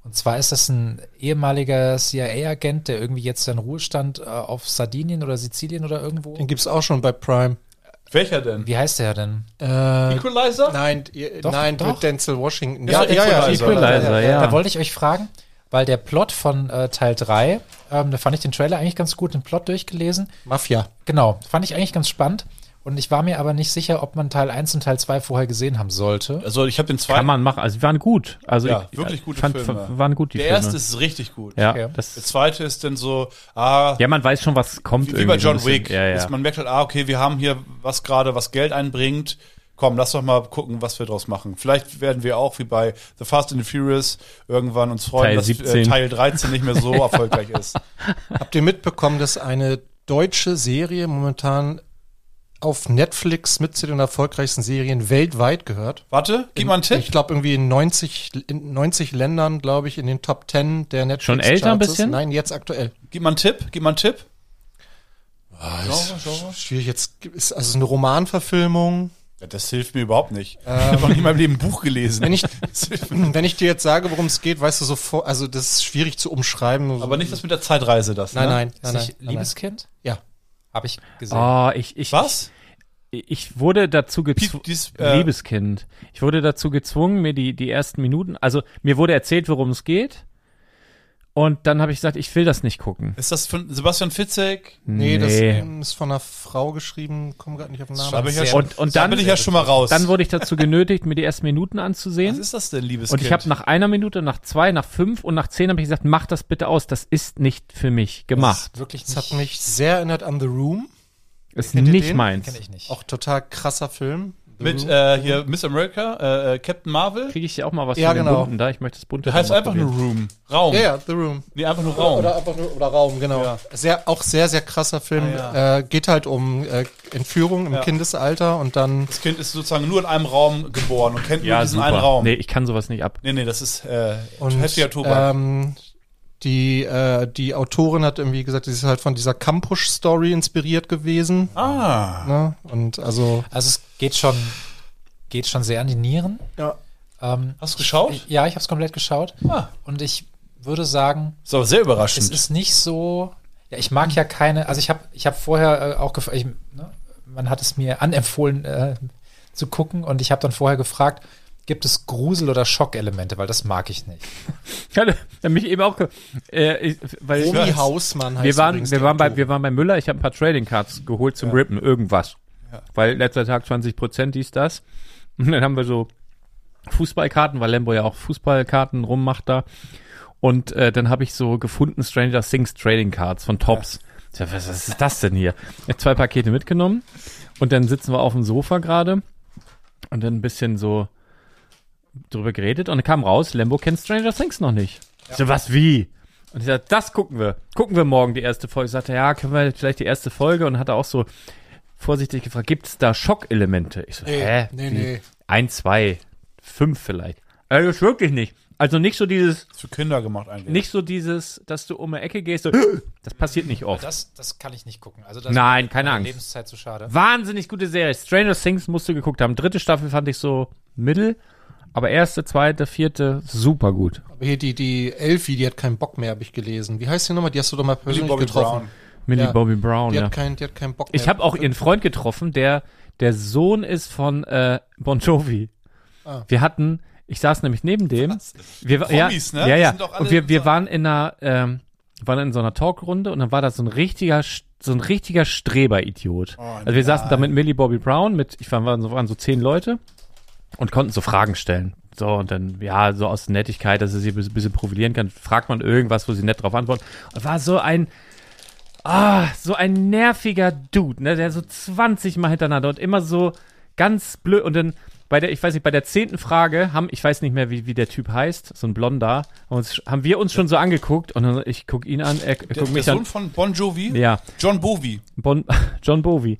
[SPEAKER 8] Und zwar ist das ein ehemaliger CIA-Agent, der irgendwie jetzt seinen Ruhestand äh, auf Sardinien oder Sizilien oder irgendwo.
[SPEAKER 6] Den gibt's auch schon bei Prime.
[SPEAKER 7] Welcher denn?
[SPEAKER 8] Wie heißt der denn?
[SPEAKER 6] Äh,
[SPEAKER 7] Equalizer?
[SPEAKER 6] Nein, ihr-
[SPEAKER 8] Doch,
[SPEAKER 6] nein,
[SPEAKER 8] doch.
[SPEAKER 6] mit Denzel Washington.
[SPEAKER 7] Ist doch Equalizer.
[SPEAKER 5] Equalizer, also, ja.
[SPEAKER 8] Da wollte ich euch fragen, weil der Plot von äh, Teil 3, ähm, da fand ich den Trailer eigentlich ganz gut, den Plot durchgelesen.
[SPEAKER 6] Mafia.
[SPEAKER 8] Genau, fand ich eigentlich ganz spannend. Und ich war mir aber nicht sicher, ob man Teil 1 und Teil 2 vorher gesehen haben sollte.
[SPEAKER 7] Also ich habe den
[SPEAKER 5] Kann
[SPEAKER 7] zweiten.
[SPEAKER 5] man machen. Also, die waren gut. Also,
[SPEAKER 7] Ja,
[SPEAKER 5] ich,
[SPEAKER 7] wirklich gute
[SPEAKER 5] fand,
[SPEAKER 7] Filme.
[SPEAKER 5] f- Waren gut, die
[SPEAKER 7] der
[SPEAKER 5] Filme.
[SPEAKER 7] erste ist richtig gut.
[SPEAKER 5] ja,
[SPEAKER 8] okay.
[SPEAKER 7] Der
[SPEAKER 5] das,
[SPEAKER 7] zweite ist dann so, ah,
[SPEAKER 5] ja, man weiß schon, was kommt.
[SPEAKER 7] wie bei
[SPEAKER 5] irgendwie so ein
[SPEAKER 7] John
[SPEAKER 5] bisschen.
[SPEAKER 7] Wick.
[SPEAKER 5] Ja, ja.
[SPEAKER 7] Dass man merkt halt, ah, okay, wir haben hier was gerade, was Geld einbringt. Komm, lass doch mal gucken, was wir draus machen. Vielleicht werden wir auch wie bei The Fast and the Furious irgendwann uns freuen,
[SPEAKER 5] Teil
[SPEAKER 7] dass äh,
[SPEAKER 5] 17.
[SPEAKER 7] Teil 13 nicht mehr so erfolgreich ist.
[SPEAKER 6] Habt ihr mitbekommen, dass eine deutsche Serie momentan auf Netflix mit zu den erfolgreichsten Serien weltweit gehört?
[SPEAKER 7] Warte, gib mal einen
[SPEAKER 6] Ich
[SPEAKER 7] Tipp.
[SPEAKER 6] glaube irgendwie in 90, in 90 Ländern, glaube ich, in den Top 10 der Netflix.
[SPEAKER 5] Schon älter ein
[SPEAKER 6] Charts ist.
[SPEAKER 5] bisschen?
[SPEAKER 6] Nein, jetzt aktuell.
[SPEAKER 7] Gib mal einen Tipp, gib mal einen Tipp.
[SPEAKER 6] Genre, Genre. Schwierig jetzt. Ist also eine Romanverfilmung.
[SPEAKER 7] Ja, das hilft mir überhaupt nicht. ich
[SPEAKER 6] Ähm,
[SPEAKER 7] habe noch nie in meinem Leben ein Buch gelesen.
[SPEAKER 6] Wenn ich,
[SPEAKER 7] Das hilft mir.
[SPEAKER 6] wenn ich dir jetzt sage, worum es geht, weißt du sofort, also das ist schwierig zu umschreiben.
[SPEAKER 7] Aber nicht das mit der Zeitreise, das.
[SPEAKER 6] Nein,
[SPEAKER 7] ne?
[SPEAKER 6] nein, nein,
[SPEAKER 8] Ist
[SPEAKER 6] nein,
[SPEAKER 8] nicht
[SPEAKER 6] nein. nein.
[SPEAKER 8] Liebeskind?
[SPEAKER 6] Ja.
[SPEAKER 8] Habe ich gesehen.
[SPEAKER 5] Oh, ich, ich,
[SPEAKER 7] Was?
[SPEAKER 5] Ich, ich wurde dazu
[SPEAKER 7] Piep,
[SPEAKER 5] gezwungen.
[SPEAKER 7] dies, äh,
[SPEAKER 5] Liebeskind. Ich wurde dazu gezwungen, mir die, die ersten Minuten. Also, mir wurde erzählt, worum es geht. Und dann habe ich gesagt, ich will das nicht gucken.
[SPEAKER 7] Ist das von Sebastian Fitzek?
[SPEAKER 5] Hm.
[SPEAKER 6] Nee, das
[SPEAKER 5] Nee.
[SPEAKER 6] ähm, ist von einer Frau geschrieben, komme gerade nicht auf den
[SPEAKER 7] Da
[SPEAKER 6] Namen.
[SPEAKER 7] bin ich ja
[SPEAKER 8] sehr-
[SPEAKER 7] schon,
[SPEAKER 5] Und, und
[SPEAKER 7] da
[SPEAKER 5] dann,
[SPEAKER 7] bin ich ja schon mal raus.
[SPEAKER 5] dann wurde ich dazu genötigt, mir die ersten Minuten
[SPEAKER 7] Was
[SPEAKER 5] anzusehen.
[SPEAKER 7] ist das denn, liebes
[SPEAKER 5] Und ich
[SPEAKER 7] Kind?
[SPEAKER 5] habe nach einer Minute, nach zwei, nach fünf und nach zehn habe ich gesagt, mach das bitte aus. Das ist nicht für mich gemacht.
[SPEAKER 8] Wirklich
[SPEAKER 6] Das
[SPEAKER 8] nicht.
[SPEAKER 6] hat mich sehr erinnert an The Room.
[SPEAKER 5] Ist
[SPEAKER 6] kennt ihr
[SPEAKER 5] nicht
[SPEAKER 6] den?
[SPEAKER 5] meins.
[SPEAKER 8] Kenne ich nicht.
[SPEAKER 6] Auch total krasser Film.
[SPEAKER 7] mit äh, hier Miss America, äh, äh, Captain Marvel.
[SPEAKER 5] Kriege ich ja auch mal was
[SPEAKER 6] Ja,
[SPEAKER 5] von dem
[SPEAKER 6] genau.
[SPEAKER 5] Bunten da. Ich möchte das Bunte.
[SPEAKER 7] Der heißt
[SPEAKER 5] mal
[SPEAKER 7] einfach nur
[SPEAKER 5] probieren.
[SPEAKER 7] Room. Raum.
[SPEAKER 6] Ja, ja, The Room.
[SPEAKER 7] Nee, einfach nur Raum.
[SPEAKER 6] Oder einfach nur oder Raum, genau.
[SPEAKER 7] Ja.
[SPEAKER 6] Sehr, auch sehr, sehr krasser Film.
[SPEAKER 7] Ah,
[SPEAKER 6] äh, geht halt um äh, Entführung im
[SPEAKER 7] Ja.
[SPEAKER 6] Kindesalter und dann.
[SPEAKER 7] das Kind ist sozusagen nur in einem Raum geboren und kennt nur
[SPEAKER 5] Ja,
[SPEAKER 7] diesen
[SPEAKER 5] super.
[SPEAKER 7] einen Raum.
[SPEAKER 5] Nee,
[SPEAKER 7] Nee,
[SPEAKER 5] ich kann sowas nicht ab.
[SPEAKER 7] nee, das ist äh,
[SPEAKER 6] Und,
[SPEAKER 7] heftiger Tobak.
[SPEAKER 6] Ähm, die, äh, die Autorin hat irgendwie gesagt, sie ist halt von dieser Campusch-Story inspiriert gewesen.
[SPEAKER 7] ah.
[SPEAKER 6] Ne? Und also
[SPEAKER 8] Also es geht schon, geht schon sehr an die Nieren.
[SPEAKER 6] Ja.
[SPEAKER 8] Ähm,
[SPEAKER 7] Hast du geschaut?
[SPEAKER 8] ja, ich habe es komplett geschaut.
[SPEAKER 7] Ah.
[SPEAKER 8] Und ich würde sagen,
[SPEAKER 7] So, sehr
[SPEAKER 8] es
[SPEAKER 7] überraschend.
[SPEAKER 8] ist nicht so. Ja, ich mag ja keine. Also ich habe ich hab vorher äh, auch gef- ich, ne, man hat es mir anempfohlen äh, zu gucken und ich habe dann vorher gefragt, gibt es Grusel oder Schockelemente, weil das mag ich nicht.
[SPEAKER 5] Ich hatte ich hab mich eben auch. ge- Äh, ich, weil ich,
[SPEAKER 6] Romy Hausmann heißt
[SPEAKER 5] wir, waren,
[SPEAKER 6] übrigens
[SPEAKER 5] wir,
[SPEAKER 6] der
[SPEAKER 5] waren bei,
[SPEAKER 6] Autor.
[SPEAKER 5] wir waren bei Müller. Ich habe ein paar Trading Cards geholt zum Rippen, irgendwas. Weil letzter Tag 20% dies, das. Und dann haben wir so Fußballkarten, weil Lembo ja auch Fußballkarten rummacht da. Und äh, dann habe ich so gefunden Stranger Things Trading Cards von Tops. Ich sag, Was, was ist das denn hier? Ich hab zwei Pakete mitgenommen und dann sitzen wir auf dem Sofa gerade und dann ein bisschen so drüber geredet und dann kam raus, Lembo kennt Stranger Things noch nicht. Ich so, was wie? Und ich sagte, das gucken wir. Gucken wir morgen die erste Folge. Ich sagte, ja, können wir vielleicht die erste Folge und hat auch so vorsichtig gefragt, gibt es da Schockelemente? Ich so,
[SPEAKER 6] Nee,
[SPEAKER 5] hä?
[SPEAKER 6] nee,
[SPEAKER 5] Wie?
[SPEAKER 6] nee.
[SPEAKER 5] Ein, zwei, fünf vielleicht. Also ist wirklich nicht. Also nicht so dieses,
[SPEAKER 7] für Kinder gemacht eigentlich.
[SPEAKER 5] nicht so dieses, dass du um die Ecke gehst. So, das passiert nicht oft.
[SPEAKER 8] Das, das kann ich nicht gucken. Also das
[SPEAKER 5] Nein, keine
[SPEAKER 8] meine
[SPEAKER 5] Angst.
[SPEAKER 8] Lebenszeit zu schade.
[SPEAKER 5] Wahnsinnig gute Serie. Stranger Things musst du geguckt haben. Dritte Staffel fand ich so mittel, aber erste, zweite, vierte super gut.
[SPEAKER 6] Aber hier die, die Elfie, die hat keinen Bock mehr, habe ich gelesen. Wie heißt die nochmal? Die hast du doch mal persönlich getroffen.
[SPEAKER 5] Millie
[SPEAKER 6] Ja.
[SPEAKER 5] Bobby Brown,
[SPEAKER 6] Die,
[SPEAKER 5] ja.
[SPEAKER 6] hat keinen, die hat keinen Bock mehr.
[SPEAKER 5] Ich habe auch ihren Freund getroffen, der der Sohn ist von äh, Bon Jovi.
[SPEAKER 7] Ah.
[SPEAKER 5] Wir hatten, ich saß nämlich neben dem. Wir, wa-
[SPEAKER 7] Promis,
[SPEAKER 5] ja,
[SPEAKER 7] ne?
[SPEAKER 5] Ja,
[SPEAKER 7] Die
[SPEAKER 5] ja.
[SPEAKER 7] sind doch alle
[SPEAKER 5] Und wir, wir
[SPEAKER 7] so-
[SPEAKER 5] waren in einer, ähm, waren in so einer Talkrunde und dann war da so ein richtiger, Sch- so ein richtiger Streber-Idiot.
[SPEAKER 7] Oh,
[SPEAKER 5] also wir saßen da mit Millie Bobby Brown, mit, ich waren, waren, so, waren so zehn Leute und konnten so Fragen stellen. So, und dann, ja, so aus Nettigkeit, dass er sie ein bisschen- bisschen profilieren kann, fragt man irgendwas, wo sie nett drauf antwortet. Und war so ein, Ah, so ein nerviger Dude, ne, der so 20 Mal hintereinander und immer so ganz blöd. Und dann bei der, ich weiß nicht, bei der zehnten Frage haben, ich weiß nicht mehr, wie, wie der Typ heißt, so ein Blonder, haben, uns, haben wir uns schon so angeguckt und dann, ich guck ihn an, er
[SPEAKER 7] Der,
[SPEAKER 5] guckt
[SPEAKER 7] der
[SPEAKER 5] mich an.
[SPEAKER 7] Sohn von Bon Jovi?
[SPEAKER 5] Ja,
[SPEAKER 7] John Bovi.
[SPEAKER 5] bon, John Bovi.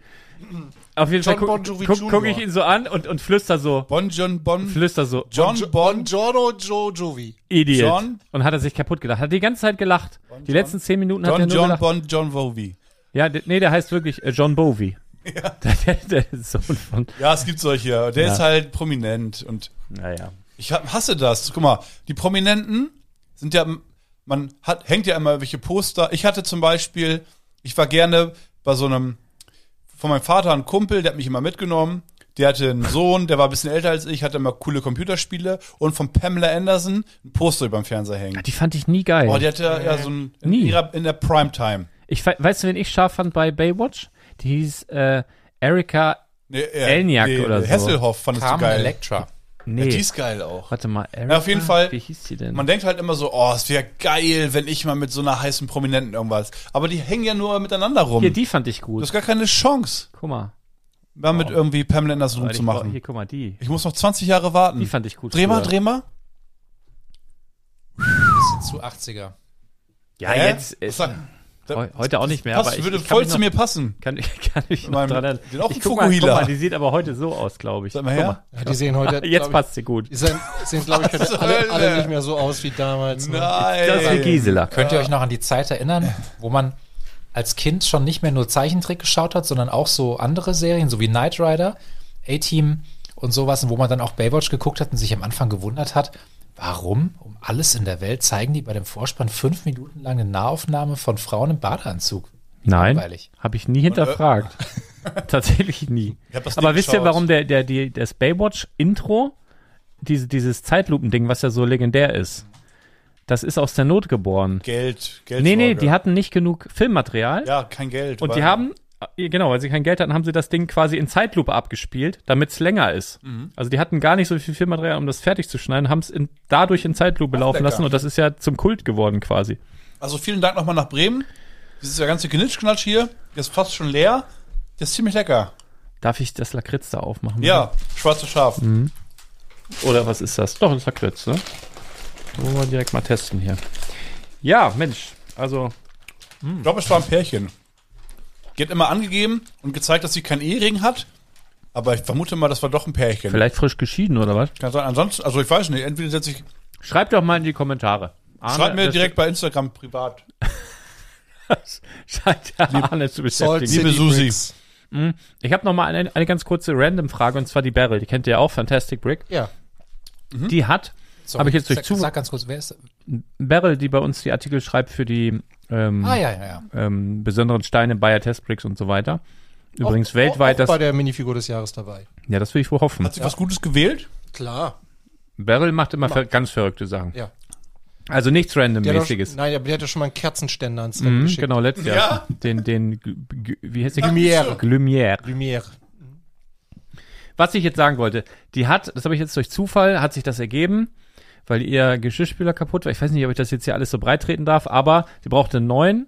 [SPEAKER 5] Auf jeden Fall
[SPEAKER 7] John
[SPEAKER 5] guck,
[SPEAKER 7] Bon Jovi
[SPEAKER 5] guck, guck ich
[SPEAKER 7] Junior.
[SPEAKER 5] ihn so an und, und flüster so,
[SPEAKER 7] Bon John Bon.
[SPEAKER 5] flüster so,
[SPEAKER 7] John Bon.
[SPEAKER 6] Giorno Joe Jovi.
[SPEAKER 5] Idiot.
[SPEAKER 7] John-
[SPEAKER 5] und hat er sich kaputt gedacht. Hat die ganze Zeit gelacht. die
[SPEAKER 7] John-
[SPEAKER 5] letzten zehn Minuten hat er
[SPEAKER 7] John
[SPEAKER 5] nur
[SPEAKER 7] John
[SPEAKER 5] gelacht.
[SPEAKER 7] Bon John Bovi.
[SPEAKER 5] ja, d- nee, der heißt wirklich äh, John Bovi. Der, der, der Sohn von,
[SPEAKER 7] Ja, es gibt solche. Der ist halt prominent und
[SPEAKER 5] naja.
[SPEAKER 7] Ich hab- hasse das. Guck mal, die Prominenten sind ja, man hat, hängt ja immer welche Poster. Ich hatte zum Beispiel, ich war gerne bei so einem, von meinem Vater ein Kumpel, der hat mich immer mitgenommen. Der hatte einen Sohn, der war ein bisschen älter als ich, hatte immer coole Computerspiele und von Pamela Anderson ein Poster über dem Fernseher hängen.
[SPEAKER 5] Die fand ich nie geil.
[SPEAKER 7] Oh, die hatte ja so ein, in,
[SPEAKER 5] Nie.
[SPEAKER 7] ihrer, in der Primetime.
[SPEAKER 5] ich, we- weißt du, wen ich scharf fand bei Baywatch? Die hieß äh, Erika.
[SPEAKER 7] Nee, äh,
[SPEAKER 5] Elniak oder so.
[SPEAKER 7] Hasselhoff fandest du
[SPEAKER 8] Carmen
[SPEAKER 7] geil.
[SPEAKER 8] Electra.
[SPEAKER 5] Nee.
[SPEAKER 7] Die ist geil auch.
[SPEAKER 5] Warte mal, Erika.
[SPEAKER 7] auf jeden Fall.
[SPEAKER 5] Wie hieß die denn?
[SPEAKER 7] Man denkt halt immer so, oh, es wäre geil, wenn ich mal mit so einer heißen Prominenten irgendwas. Aber die hängen ja nur miteinander rum.
[SPEAKER 5] hier, die fand ich gut.
[SPEAKER 7] Du hast gar keine Chance,
[SPEAKER 5] guck mal.
[SPEAKER 7] mal mit irgendwie Pamela Anderson
[SPEAKER 5] Warte, ich brauch-
[SPEAKER 7] rumzumachen.
[SPEAKER 5] Hier, guck mal, die.
[SPEAKER 7] Ich muss noch 20 Jahre warten.
[SPEAKER 5] Die fand ich gut.
[SPEAKER 7] Hm. dreh mal,
[SPEAKER 5] früher.
[SPEAKER 7] dreh mal.
[SPEAKER 8] Bisschen zu 80er.
[SPEAKER 5] Ja,
[SPEAKER 7] Hä?
[SPEAKER 5] jetzt. Äh,
[SPEAKER 7] Was sag- da-
[SPEAKER 5] heu- heute auch nicht mehr,
[SPEAKER 7] passt,
[SPEAKER 5] aber ich,
[SPEAKER 7] würde
[SPEAKER 5] ich kann
[SPEAKER 7] voll
[SPEAKER 5] mich
[SPEAKER 7] zu
[SPEAKER 5] noch,
[SPEAKER 7] mir passen.
[SPEAKER 5] Kann, kann ich noch
[SPEAKER 7] meinem-
[SPEAKER 5] dran erinnern.
[SPEAKER 7] den auch
[SPEAKER 5] ich
[SPEAKER 7] ein
[SPEAKER 5] guck mal, guck
[SPEAKER 7] Fukuhila.
[SPEAKER 5] mal, die sieht aber heute so aus, glaube ich.
[SPEAKER 7] Sag mal
[SPEAKER 5] Guck
[SPEAKER 7] her.
[SPEAKER 6] Ja, die sehen heute.
[SPEAKER 5] Jetzt
[SPEAKER 6] glaub
[SPEAKER 5] passt sie gut.
[SPEAKER 6] Ich, die sehen, sehen glaube ich, heute alle, alle nicht mehr so aus wie damals. ne?
[SPEAKER 7] Nein.
[SPEAKER 5] Das ist wie Gisela.
[SPEAKER 8] Könnt ihr euch noch an die Zeit erinnern, wo man als Kind schon nicht mehr nur Zeichentrick geschaut hat, sondern auch so andere Serien, so wie Knight Rider, A-Team und sowas, und wo man dann auch Baywatch geguckt hat und sich am Anfang gewundert hat, warum um alles in der Welt zeigen die bei dem Vorspann fünf Minuten lang eine Nahaufnahme von Frauen im Badeanzug?
[SPEAKER 5] Nein,
[SPEAKER 8] Langweilig.
[SPEAKER 5] habe ich nie hinterfragt. Tatsächlich nie.
[SPEAKER 7] Äh. Ich hab das
[SPEAKER 5] Aber
[SPEAKER 7] nie
[SPEAKER 5] wisst ihr,
[SPEAKER 7] geschaut.
[SPEAKER 5] warum der, der, die, das Baywatch-Intro, diese, dieses Zeitlupen-Ding, was ja so legendär ist, das ist aus der Not geboren.
[SPEAKER 7] Geld, Geld.
[SPEAKER 5] Nee, nee, die hatten nicht genug Filmmaterial
[SPEAKER 7] Ja, kein Geld.
[SPEAKER 5] und
[SPEAKER 7] weil-
[SPEAKER 5] die haben, äh, genau, weil sie kein Geld hatten, haben sie das Ding quasi in Zeitlupe abgespielt, damit es länger ist.
[SPEAKER 7] Mhm.
[SPEAKER 5] Also die hatten gar nicht so viel Filmmaterial, um das fertig zu schneiden, haben es in, dadurch in Zeitlupe laufen
[SPEAKER 7] lecker.
[SPEAKER 5] lassen und das ist ja zum Kult geworden quasi.
[SPEAKER 7] Also vielen Dank nochmal nach Bremen. Dieses ganze Knitschknatsch hier, das ist fast schon leer. Das ist ziemlich lecker.
[SPEAKER 5] Darf ich das Lakritz da aufmachen?
[SPEAKER 7] Ja, schwarze Schaf.
[SPEAKER 5] Oder was ist das? Doch, ein Lakritz, ne? Wollen wir direkt mal testen hier. Ja, Mensch, also
[SPEAKER 7] Ich glaube, es war ein Pärchen. Die hat immer angegeben und gezeigt, dass sie keinen Ehering hat. Aber ich vermute mal, das war doch ein Pärchen.
[SPEAKER 5] vielleicht frisch geschieden oder was?
[SPEAKER 7] Kann sein. Ansonsten, also ich weiß nicht, entweder setze ich.
[SPEAKER 5] Schreibt doch mal in die Kommentare. Arne,
[SPEAKER 7] Schreibt mir
[SPEAKER 5] das-
[SPEAKER 7] direkt bei Instagram privat.
[SPEAKER 5] scheint ja Arne zu
[SPEAKER 6] Salt
[SPEAKER 5] beschäftigen.
[SPEAKER 6] City
[SPEAKER 7] Liebe Susi.
[SPEAKER 6] Bricks.
[SPEAKER 5] Mm. Ich habe noch mal eine, eine ganz kurze Random-Frage und zwar die Beryl. Die kennt ihr ja auch, Fantastic Brick. Mhm.
[SPEAKER 6] Ja.
[SPEAKER 5] Die hat
[SPEAKER 8] Sorry,
[SPEAKER 5] Hab ich jetzt durch
[SPEAKER 8] sag,
[SPEAKER 5] Zufall-
[SPEAKER 8] sag ganz kurz, wer ist.
[SPEAKER 5] Beryl, die bei uns die Artikel schreibt für die ähm,
[SPEAKER 8] Ah, ja, ja, ja.
[SPEAKER 5] ähm, besonderen Steine, Bayer Testbricks und so weiter. Übrigens
[SPEAKER 6] Auch-
[SPEAKER 5] weltweit,
[SPEAKER 6] auch bei
[SPEAKER 5] das,
[SPEAKER 6] der Minifigur des Jahres dabei.
[SPEAKER 5] ja, das will ich wohl hoffen.
[SPEAKER 7] Hat sie was Gutes gewählt?
[SPEAKER 6] Klar.
[SPEAKER 5] Beryl macht immer ver ganz verrückte Sachen.
[SPEAKER 6] Ja.
[SPEAKER 5] Also nichts
[SPEAKER 6] Der hat doch,
[SPEAKER 5] Randommäßiges.
[SPEAKER 6] nein, aber der hat ja schon mal einen Kerzenständer ins Rennen
[SPEAKER 5] Mhm,
[SPEAKER 6] geschickt.
[SPEAKER 5] genau, letztes Jahr.
[SPEAKER 7] Ja.
[SPEAKER 5] Den, den, G- G- wie heißt der?
[SPEAKER 6] Lumière.
[SPEAKER 5] Glumière.
[SPEAKER 6] Lumière.
[SPEAKER 5] Was ich jetzt sagen wollte, die hat, das habe ich jetzt durch Zufall, hat sich das ergeben, weil ihr Geschirrspüler kaputt war. Ich weiß nicht, ob ich das jetzt hier alles so breit treten darf, aber sie brauchte einen neuen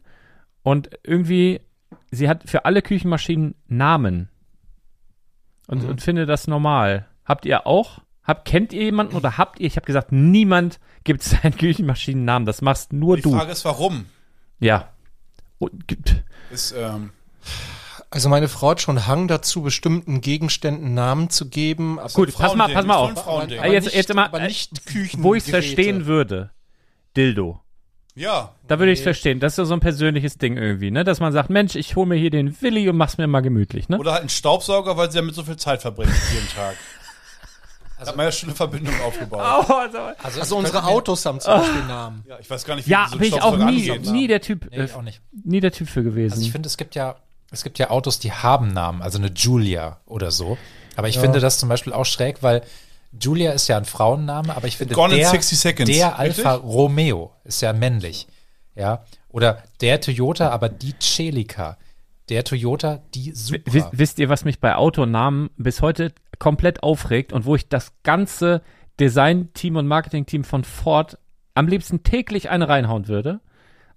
[SPEAKER 5] und irgendwie, sie hat für alle Küchenmaschinen Namen und,
[SPEAKER 6] Mhm.
[SPEAKER 5] und finde das normal. Habt ihr auch? Habt, kennt ihr jemanden oder habt ihr? Ich habe gesagt, niemand gibt seinen Küchenmaschinennamen. Das machst nur
[SPEAKER 7] Die
[SPEAKER 5] du.
[SPEAKER 7] Frage ist, warum?
[SPEAKER 5] Ja. Und, gibt-
[SPEAKER 7] Ist, ähm,
[SPEAKER 6] Also meine Frau hat schon Hang dazu, bestimmten Gegenständen Namen zu geben. Also Aber
[SPEAKER 5] Gut, pass mal,
[SPEAKER 7] Frauending,
[SPEAKER 5] pass mal
[SPEAKER 7] ist
[SPEAKER 5] auf.
[SPEAKER 7] so ein Frauending.
[SPEAKER 5] Äh, jetzt,
[SPEAKER 6] nicht-
[SPEAKER 5] jetzt immer,
[SPEAKER 6] aber
[SPEAKER 5] äh,
[SPEAKER 6] nicht Küchen-
[SPEAKER 5] wo ich es
[SPEAKER 6] Geräte.
[SPEAKER 5] verstehen würde. Dildo.
[SPEAKER 7] Ja.
[SPEAKER 5] Da würde ich es verstehen. Das ist ja so ein persönliches Ding irgendwie, ne? Dass man sagt, Mensch, ich hole mir hier den Willi und mach's mir mal gemütlich, ne?
[SPEAKER 7] Oder halt ein Staubsauger, weil sie damit so viel Zeit verbringt jeden Tag. Also, hat man ja schon eine Verbindung aufgebaut.
[SPEAKER 5] Oh, also-
[SPEAKER 8] Also,
[SPEAKER 6] also
[SPEAKER 8] ich
[SPEAKER 6] unsere
[SPEAKER 8] könnte mir-
[SPEAKER 6] Autos haben zum Beispiel Namen.
[SPEAKER 7] Ja, ich weiß gar nicht, wie
[SPEAKER 5] ja,
[SPEAKER 7] so ein
[SPEAKER 5] bin ich auch
[SPEAKER 7] Staubsauger
[SPEAKER 5] nie,
[SPEAKER 7] angeht.
[SPEAKER 5] nie der Typ,
[SPEAKER 8] Nee,
[SPEAKER 5] äh,
[SPEAKER 8] ich auch nicht.
[SPEAKER 5] nie der Typ für gewesen.
[SPEAKER 8] Also ich finde, es gibt ja, es gibt ja Autos, die haben Namen, also eine Julia oder so. Aber ich finde das zum Beispiel auch schräg, weil Julia ist ja ein Frauenname, aber ich finde
[SPEAKER 7] Gone in
[SPEAKER 8] der,
[SPEAKER 7] 60 Seconds,
[SPEAKER 8] der
[SPEAKER 7] richtig?
[SPEAKER 8] Alfa Romeo ist ja männlich. Ja. Oder der Toyota, aber die Celica. Der Toyota, die
[SPEAKER 5] Wis-
[SPEAKER 8] Supra.
[SPEAKER 5] Wisst ihr, was mich bei Autonamen bis heute komplett aufregt und wo ich das ganze Design-Team und Marketing-Team von Ford am liebsten täglich eine reinhauen würde?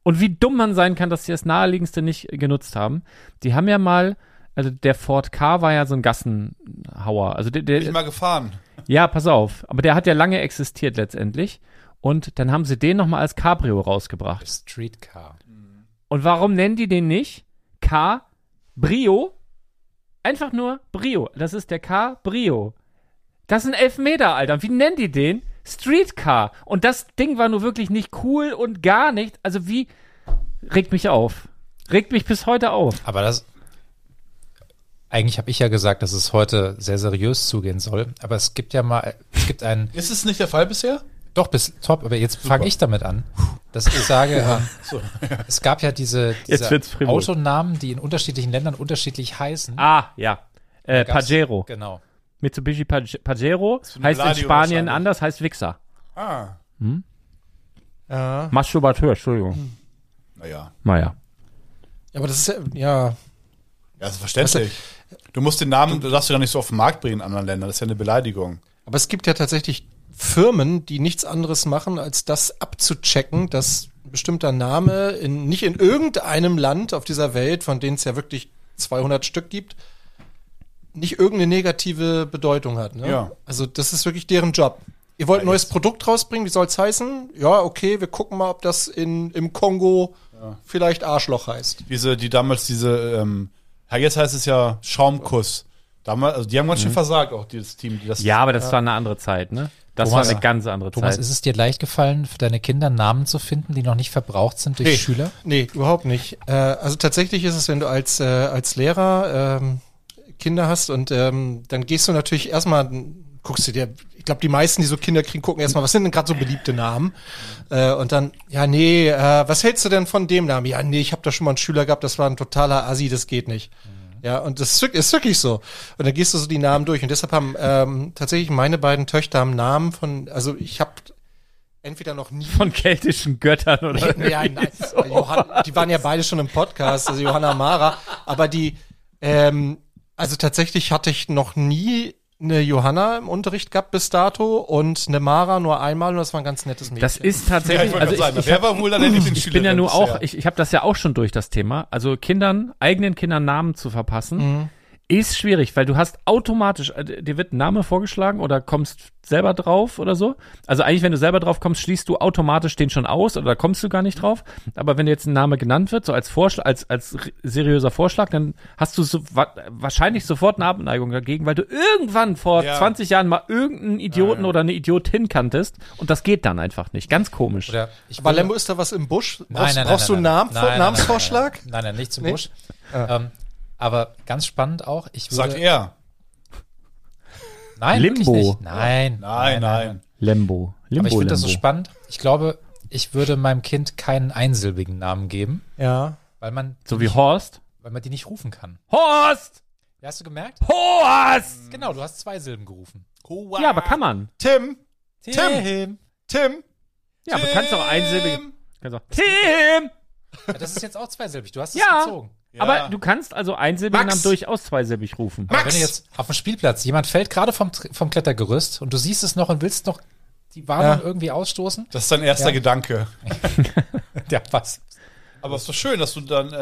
[SPEAKER 5] Und wie dumm man sein kann, dass sie das Naheliegendste nicht genutzt haben. Die haben ja mal, also der Ford K war ja so ein Gassenhauer. Also der,
[SPEAKER 7] Bin ich
[SPEAKER 5] der,
[SPEAKER 7] mal gefahren.
[SPEAKER 5] ja, pass auf. Aber der hat ja lange existiert letztendlich. Und dann haben sie den nochmal als Cabrio rausgebracht.
[SPEAKER 8] Streetcar.
[SPEAKER 5] Und warum nennen die den nicht K Brio? Einfach nur Brio. Das ist der K Brio. Das sind elf Meter, Alter. Wie nennen die den? Streetcar. Und das Ding war nur wirklich nicht cool und gar nicht. Also wie regt mich auf. Regt mich bis heute auf.
[SPEAKER 8] Aber das. Eigentlich habe ich ja gesagt, dass es heute sehr seriös zugehen soll. Aber es gibt ja mal, es gibt einen
[SPEAKER 7] Ist es nicht der Fall bisher?
[SPEAKER 8] Doch, bis top, aber jetzt fange ich damit an, dass ich sage, ähm, es gab ja diese,
[SPEAKER 5] Jetzt
[SPEAKER 8] diese
[SPEAKER 5] wird's frivol.
[SPEAKER 8] Autonamen, die in unterschiedlichen Ländern unterschiedlich heißen.
[SPEAKER 5] Ah, ja. Äh,
[SPEAKER 8] Gab's-
[SPEAKER 5] Pajero.
[SPEAKER 8] Genau.
[SPEAKER 5] Mitsubishi Paj Pajero
[SPEAKER 7] eine
[SPEAKER 5] heißt in
[SPEAKER 7] Gladio
[SPEAKER 5] Spanien
[SPEAKER 7] wahrscheinlich.
[SPEAKER 5] anders, heißt Wichser.
[SPEAKER 7] Ah.
[SPEAKER 6] Ja.
[SPEAKER 5] Masturbateur, Entschuldigung.
[SPEAKER 7] Naja.
[SPEAKER 5] Naja.
[SPEAKER 6] Aber das ist ja, ja.
[SPEAKER 7] Ja, ist verständlich. Du musst den Namen, du darfst du gar nicht so auf den Markt bringen in anderen Ländern. Das ist ja eine Beleidigung.
[SPEAKER 6] Aber es gibt ja tatsächlich Firmen, die nichts anderes machen, als das abzuchecken, dass ein bestimmter Name in, nicht in irgendeinem Land auf dieser Welt, von denen es ja wirklich 200 Stück gibt, nicht irgendeine negative Bedeutung hat. Ne?
[SPEAKER 7] Ja.
[SPEAKER 6] Also das ist wirklich deren Job. Ihr wollt ein neues Produkt rausbringen, wie soll es heißen? Ja, okay, wir gucken mal, ob das in, im Kongo vielleicht Arschloch heißt.
[SPEAKER 7] Diese, die damals diese, ähm, ja, jetzt heißt es ja Schaumkuss. Damals, also die haben ganz schön versagt, auch dieses Team, die das.
[SPEAKER 5] Mhm. Ja, aber das war eine andere Zeit, ne? Das
[SPEAKER 8] Thomas-
[SPEAKER 5] war eine ganz andere
[SPEAKER 8] Thomas,
[SPEAKER 5] Zeit.
[SPEAKER 8] ist es dir leicht gefallen, für deine Kinder Namen zu finden, die noch nicht verbraucht sind durch
[SPEAKER 6] Nee.
[SPEAKER 8] Schüler?
[SPEAKER 6] Nee, überhaupt nicht. Äh, also tatsächlich ist es, wenn du als, äh, als Lehrer ähm, Kinder hast und ähm, dann gehst du natürlich erstmal, guckst du dir, ich glaube, die meisten, die so Kinder kriegen, gucken erstmal, was sind denn gerade so beliebte Namen? Äh, und dann, ja, nee, äh, was hältst du denn von dem Namen? Ja, nee, ich habe da schon mal einen Schüler gehabt, das war ein totaler Assi, das geht nicht.
[SPEAKER 8] Mhm.
[SPEAKER 6] Ja, und das ist wirk- ist wirklich so. Und dann gehst du so die Namen durch. Und deshalb haben ähm, tatsächlich meine beiden Töchter haben Namen von, also ich habe entweder noch nie
[SPEAKER 5] Von keltischen Göttern oder
[SPEAKER 6] ja, nein. äh, Johann, die waren ja beide schon im Podcast, also Johanna Mara. Aber die, ähm, also tatsächlich hatte ich noch nie eine Johanna im Unterricht gehabt bis dato und eine Mara nur einmal und das war ein ganz nettes Mädchen.
[SPEAKER 5] Das ist
[SPEAKER 7] Ja, ich
[SPEAKER 5] tatsächlich,
[SPEAKER 7] wollte
[SPEAKER 5] also
[SPEAKER 7] also sagen,
[SPEAKER 5] ich, ich,
[SPEAKER 7] wer war wohl dann endlich den
[SPEAKER 5] ich bin ja nur auch,
[SPEAKER 7] Ich,
[SPEAKER 5] ich, ich habe das ja auch schon durch das Thema. Also Kindern, eigenen Kindern Namen zu verpassen, ist schwierig, weil du hast automatisch, äh, dir wird ein Name vorgeschlagen oder kommst selber drauf oder so. Also eigentlich, wenn du selber drauf kommst, schließt du automatisch den schon aus oder da kommst du gar nicht drauf. Aber wenn dir jetzt ein Name genannt wird, so als Vorschlag, als, als r- seriöser Vorschlag, dann hast du so, wa wahrscheinlich sofort eine Abneigung dagegen, weil du irgendwann vor
[SPEAKER 7] Ja.
[SPEAKER 5] 20 Jahren mal irgendeinen Idioten oder eine Idiotin kanntest und das geht dann einfach nicht. Ganz komisch.
[SPEAKER 8] Oder ich
[SPEAKER 6] aber
[SPEAKER 8] würde-
[SPEAKER 6] Lembo, ist da was im Busch?
[SPEAKER 8] Nein,
[SPEAKER 6] brauchst
[SPEAKER 8] nein, nein,
[SPEAKER 6] brauchst
[SPEAKER 8] nein,
[SPEAKER 6] du
[SPEAKER 8] nein.
[SPEAKER 6] einen Namen,
[SPEAKER 8] Nein, nein,
[SPEAKER 6] Namensvorschlag? Ah.
[SPEAKER 8] Nein, nein, nein, nein nicht zum
[SPEAKER 6] Nee?
[SPEAKER 8] Busch. Ähm, Aber ganz spannend auch, ich würde.
[SPEAKER 7] Sagt er.
[SPEAKER 8] nein, wirklich
[SPEAKER 5] Limbo.
[SPEAKER 8] Nicht. Nein,
[SPEAKER 7] Nein, nein.
[SPEAKER 5] Lembo. Limbo
[SPEAKER 8] Aber ich finde
[SPEAKER 5] Lembo.
[SPEAKER 8] das so spannend. Ich glaube, ich würde meinem Kind keinen einsilbigen Namen geben,
[SPEAKER 6] Ja.
[SPEAKER 8] weil man,
[SPEAKER 5] So wie Horst.
[SPEAKER 8] weil man die nicht rufen kann.
[SPEAKER 5] Horst!
[SPEAKER 8] Ja, Hast du gemerkt?
[SPEAKER 5] Horst!
[SPEAKER 8] Genau, du hast zwei Silben gerufen.
[SPEAKER 5] Ja, aber kann man.
[SPEAKER 7] Tim, Tim. Tim,
[SPEAKER 5] Ja, aber kannst auch einsilbig.
[SPEAKER 7] Tim.
[SPEAKER 5] Kannst auch Tim!
[SPEAKER 8] Ja, das ist jetzt auch zweisilbig. Du hast es
[SPEAKER 5] Ja.
[SPEAKER 8] gezogen.
[SPEAKER 7] Ja.
[SPEAKER 5] Aber du kannst also einsilbigen
[SPEAKER 7] Max.
[SPEAKER 5] Namen durchaus zweisilbig rufen.
[SPEAKER 8] Aber wenn du jetzt auf dem Spielplatz, jemand fällt gerade vom, Tr- vom Klettergerüst und du siehst es noch und willst noch die Warnung
[SPEAKER 6] Ja.
[SPEAKER 8] irgendwie ausstoßen,
[SPEAKER 7] Das ist dein erster
[SPEAKER 8] Ja.
[SPEAKER 7] Gedanke.
[SPEAKER 8] ja, was?
[SPEAKER 7] Aber es ist doch schön, dass du dann, äh,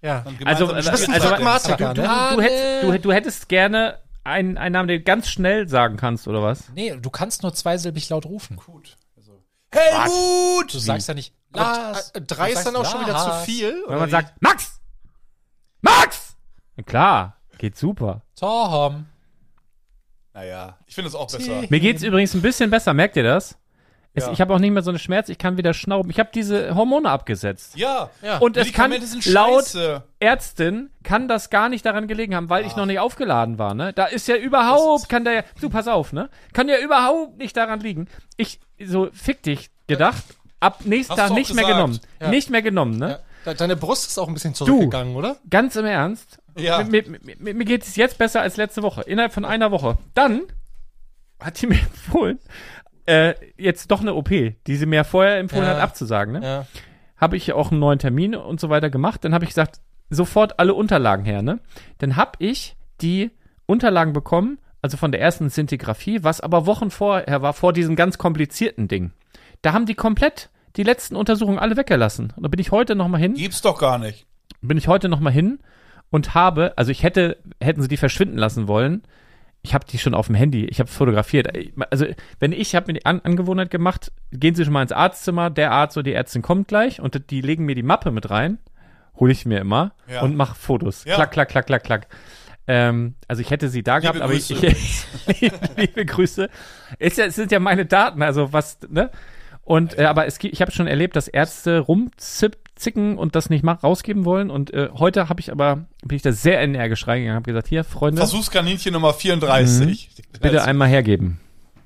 [SPEAKER 6] Ja.
[SPEAKER 7] dann
[SPEAKER 5] Also,
[SPEAKER 7] gemeinsam
[SPEAKER 5] also,
[SPEAKER 6] bist ein
[SPEAKER 5] also
[SPEAKER 6] Pragmatiker,
[SPEAKER 5] du, du,
[SPEAKER 8] ne?
[SPEAKER 5] du, hättest, du, du hättest gerne einen, einen Namen, den du ganz schnell sagen kannst, oder was?
[SPEAKER 8] Nee, du kannst nur zweisilbig laut rufen.
[SPEAKER 7] Gut. Also. Helmut!
[SPEAKER 8] Du sagst ja nicht
[SPEAKER 6] Gott,
[SPEAKER 8] Lars.
[SPEAKER 6] äh, drei
[SPEAKER 8] Du
[SPEAKER 6] ist dann auch
[SPEAKER 8] sagst
[SPEAKER 6] schon wieder zu
[SPEAKER 8] Lars.
[SPEAKER 6] viel.
[SPEAKER 5] Wenn man sagt, Max! Max! Na klar, geht super.
[SPEAKER 8] Tom.
[SPEAKER 7] Naja, ich finde es auch besser.
[SPEAKER 5] Mir geht's übrigens ein bisschen besser, merkt ihr das? Es,
[SPEAKER 7] Ja.
[SPEAKER 5] Ich habe auch nicht mehr so eine Schmerz, ich kann wieder schnauben. Ich habe diese Hormone abgesetzt.
[SPEAKER 7] Ja, ja.
[SPEAKER 5] Und es kann laut
[SPEAKER 7] scheiße.
[SPEAKER 5] Ärztin kann das gar nicht daran gelegen haben, weil ich noch nicht aufgeladen war, ne? Da ist ja überhaupt, kann der ja, du pass auf, ne? Kann ja überhaupt nicht daran liegen. Ich, so, fick dich, gedacht, ab nächsten
[SPEAKER 7] Hast du
[SPEAKER 5] Tag
[SPEAKER 7] auch
[SPEAKER 5] nicht mehr
[SPEAKER 7] gesagt.
[SPEAKER 5] genommen.
[SPEAKER 6] Ja.
[SPEAKER 5] Nicht mehr genommen, ne?
[SPEAKER 6] Äh, De- Deine Brust ist auch ein bisschen zurückgegangen, oder?
[SPEAKER 5] Ganz im Ernst,
[SPEAKER 7] Ja.
[SPEAKER 5] Mir, mir, mir, mir geht es jetzt besser als letzte Woche. Innerhalb von einer Woche. Dann hat die mir empfohlen, äh, jetzt doch eine OP, die sie mir vorher empfohlen
[SPEAKER 6] Ja.
[SPEAKER 5] hat, abzusagen. Ne?
[SPEAKER 6] Ja.
[SPEAKER 5] Habe ich auch einen neuen Termin und so weiter gemacht. Dann habe ich gesagt, sofort alle Unterlagen her. Ne? Dann habe ich die Unterlagen bekommen, also von der ersten Sintigraphie, was aber Wochen vorher war, vor diesem ganz komplizierten Ding. Da haben die komplett die letzten Untersuchungen alle weggelassen. Und da bin ich heute nochmal hin
[SPEAKER 7] Gibt's doch gar nicht.
[SPEAKER 5] bin ich heute noch mal hin und habe, also ich hätte, hätten sie die verschwinden lassen wollen. Ich habe die schon auf dem Handy, ich habe fotografiert. Also wenn ich, habe mir die An Angewohnheit gemacht, gehen Sie schon mal ins Arztzimmer, der Arzt oder die Ärztin kommt gleich und die legen mir die Mappe mit rein, hole ich mir immer
[SPEAKER 7] Ja.
[SPEAKER 5] und mache Fotos.
[SPEAKER 7] Ja.
[SPEAKER 5] Klack, klack, klack, klack, klack. Ähm, also ich hätte sie da gehabt, aber ich,
[SPEAKER 7] Grüße
[SPEAKER 5] ich liebe, liebe Grüße. Ist ja, es sind ja meine Daten, also was, ne? Und
[SPEAKER 7] Also-
[SPEAKER 5] äh, aber es, gi- ich habe schon erlebt, dass Ärzte rumzicken und das nicht mach, rausgeben wollen. Und äh, heute habe ich aber bin ich da sehr energisch reingegangen, habe gesagt, hier Freunde,
[SPEAKER 7] Versuchskaninchen Nummer 34.
[SPEAKER 5] Ne? Mhm. bitte
[SPEAKER 7] Das-
[SPEAKER 5] einmal hergeben.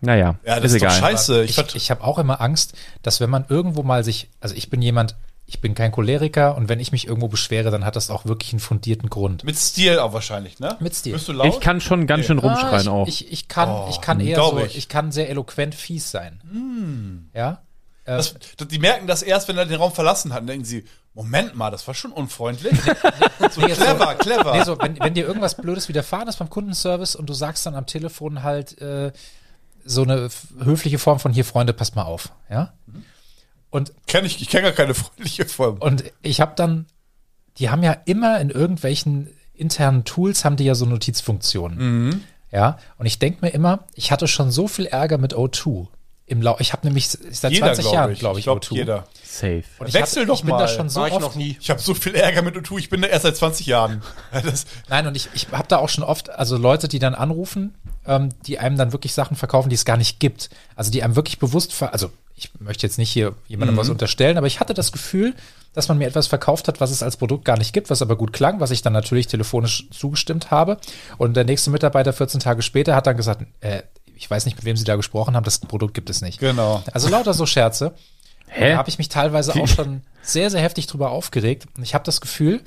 [SPEAKER 5] Naja,
[SPEAKER 7] ja, das ist, doch
[SPEAKER 5] egal.
[SPEAKER 7] scheiße. Ich,
[SPEAKER 8] Äh, Ich, ich, habe auch immer Angst, dass wenn man irgendwo mal sich, also ich bin jemand, ich bin kein Choleriker und wenn ich mich irgendwo beschwere, dann hat das auch wirklich einen fundierten Grund.
[SPEAKER 7] mit Stil auch wahrscheinlich, ne?
[SPEAKER 8] Mit Stil.
[SPEAKER 7] Bist du laut?
[SPEAKER 5] Ich kann schon ganz schön rumschreien
[SPEAKER 8] Ah,
[SPEAKER 5] auch.
[SPEAKER 8] ich, Ich, ich kann, ich kann eher
[SPEAKER 7] Oh, glaub
[SPEAKER 8] so,
[SPEAKER 7] ich. Hm.
[SPEAKER 8] ich. kann sehr eloquent fies sein. Ja? Äh,
[SPEAKER 7] das, das, die merken das erst, wenn er den Raum verlassen hat. Dann denken sie, Moment mal, das war schon unfreundlich. so
[SPEAKER 8] Nee, so-
[SPEAKER 7] clever, clever.
[SPEAKER 8] nee, so, wenn, wenn dir irgendwas Blödes widerfahren ist beim Kundenservice und du sagst dann am Telefon halt äh, so eine f- höfliche Form von hier, Freunde, passt mal auf. Ja? Und
[SPEAKER 7] Kenn ich ich kenne gar keine freundliche Form.
[SPEAKER 8] Und ich habe dann, die haben ja immer in irgendwelchen internen Tools, haben die ja so Notizfunktionen.
[SPEAKER 7] Mhm.
[SPEAKER 8] Ja, und ich denke mir immer, ich hatte schon so viel Ärger mit O2. Im Lau ich habe nämlich seit 20
[SPEAKER 7] glaub
[SPEAKER 8] Jahren, glaube ich,
[SPEAKER 7] glaub,
[SPEAKER 8] O2.
[SPEAKER 7] jeder.
[SPEAKER 5] Safe.
[SPEAKER 8] Und ich
[SPEAKER 7] Wechsel
[SPEAKER 8] hab,
[SPEAKER 7] doch
[SPEAKER 8] ich bin
[SPEAKER 7] mal.
[SPEAKER 8] Da schon so
[SPEAKER 6] War ich
[SPEAKER 8] oft,
[SPEAKER 6] noch nie.
[SPEAKER 7] Ich habe so viel Ärger mit U2, ich bin da erst seit 20 Jahren. Das,
[SPEAKER 8] Nein, und ich, ich habe da auch schon oft, also Leute, die dann anrufen, ähm, die einem dann wirklich Sachen verkaufen, die es gar nicht gibt. Also die einem wirklich bewusst, ver also ich möchte jetzt nicht hier jemandem was unterstellen, aber ich hatte das Gefühl, dass man mir etwas verkauft hat, was es als Produkt gar nicht gibt, was aber gut klang, was ich dann natürlich telefonisch zugestimmt habe. Und der nächste Mitarbeiter 14 Tage später hat dann gesagt, äh, ich weiß nicht, mit wem Sie da gesprochen haben, das Produkt gibt es nicht.
[SPEAKER 7] genau.
[SPEAKER 8] Also lauter so Scherze.
[SPEAKER 5] Hä?
[SPEAKER 8] Da habe ich mich teilweise auch schon sehr, sehr heftig drüber aufgeregt. Und ich habe das Gefühl,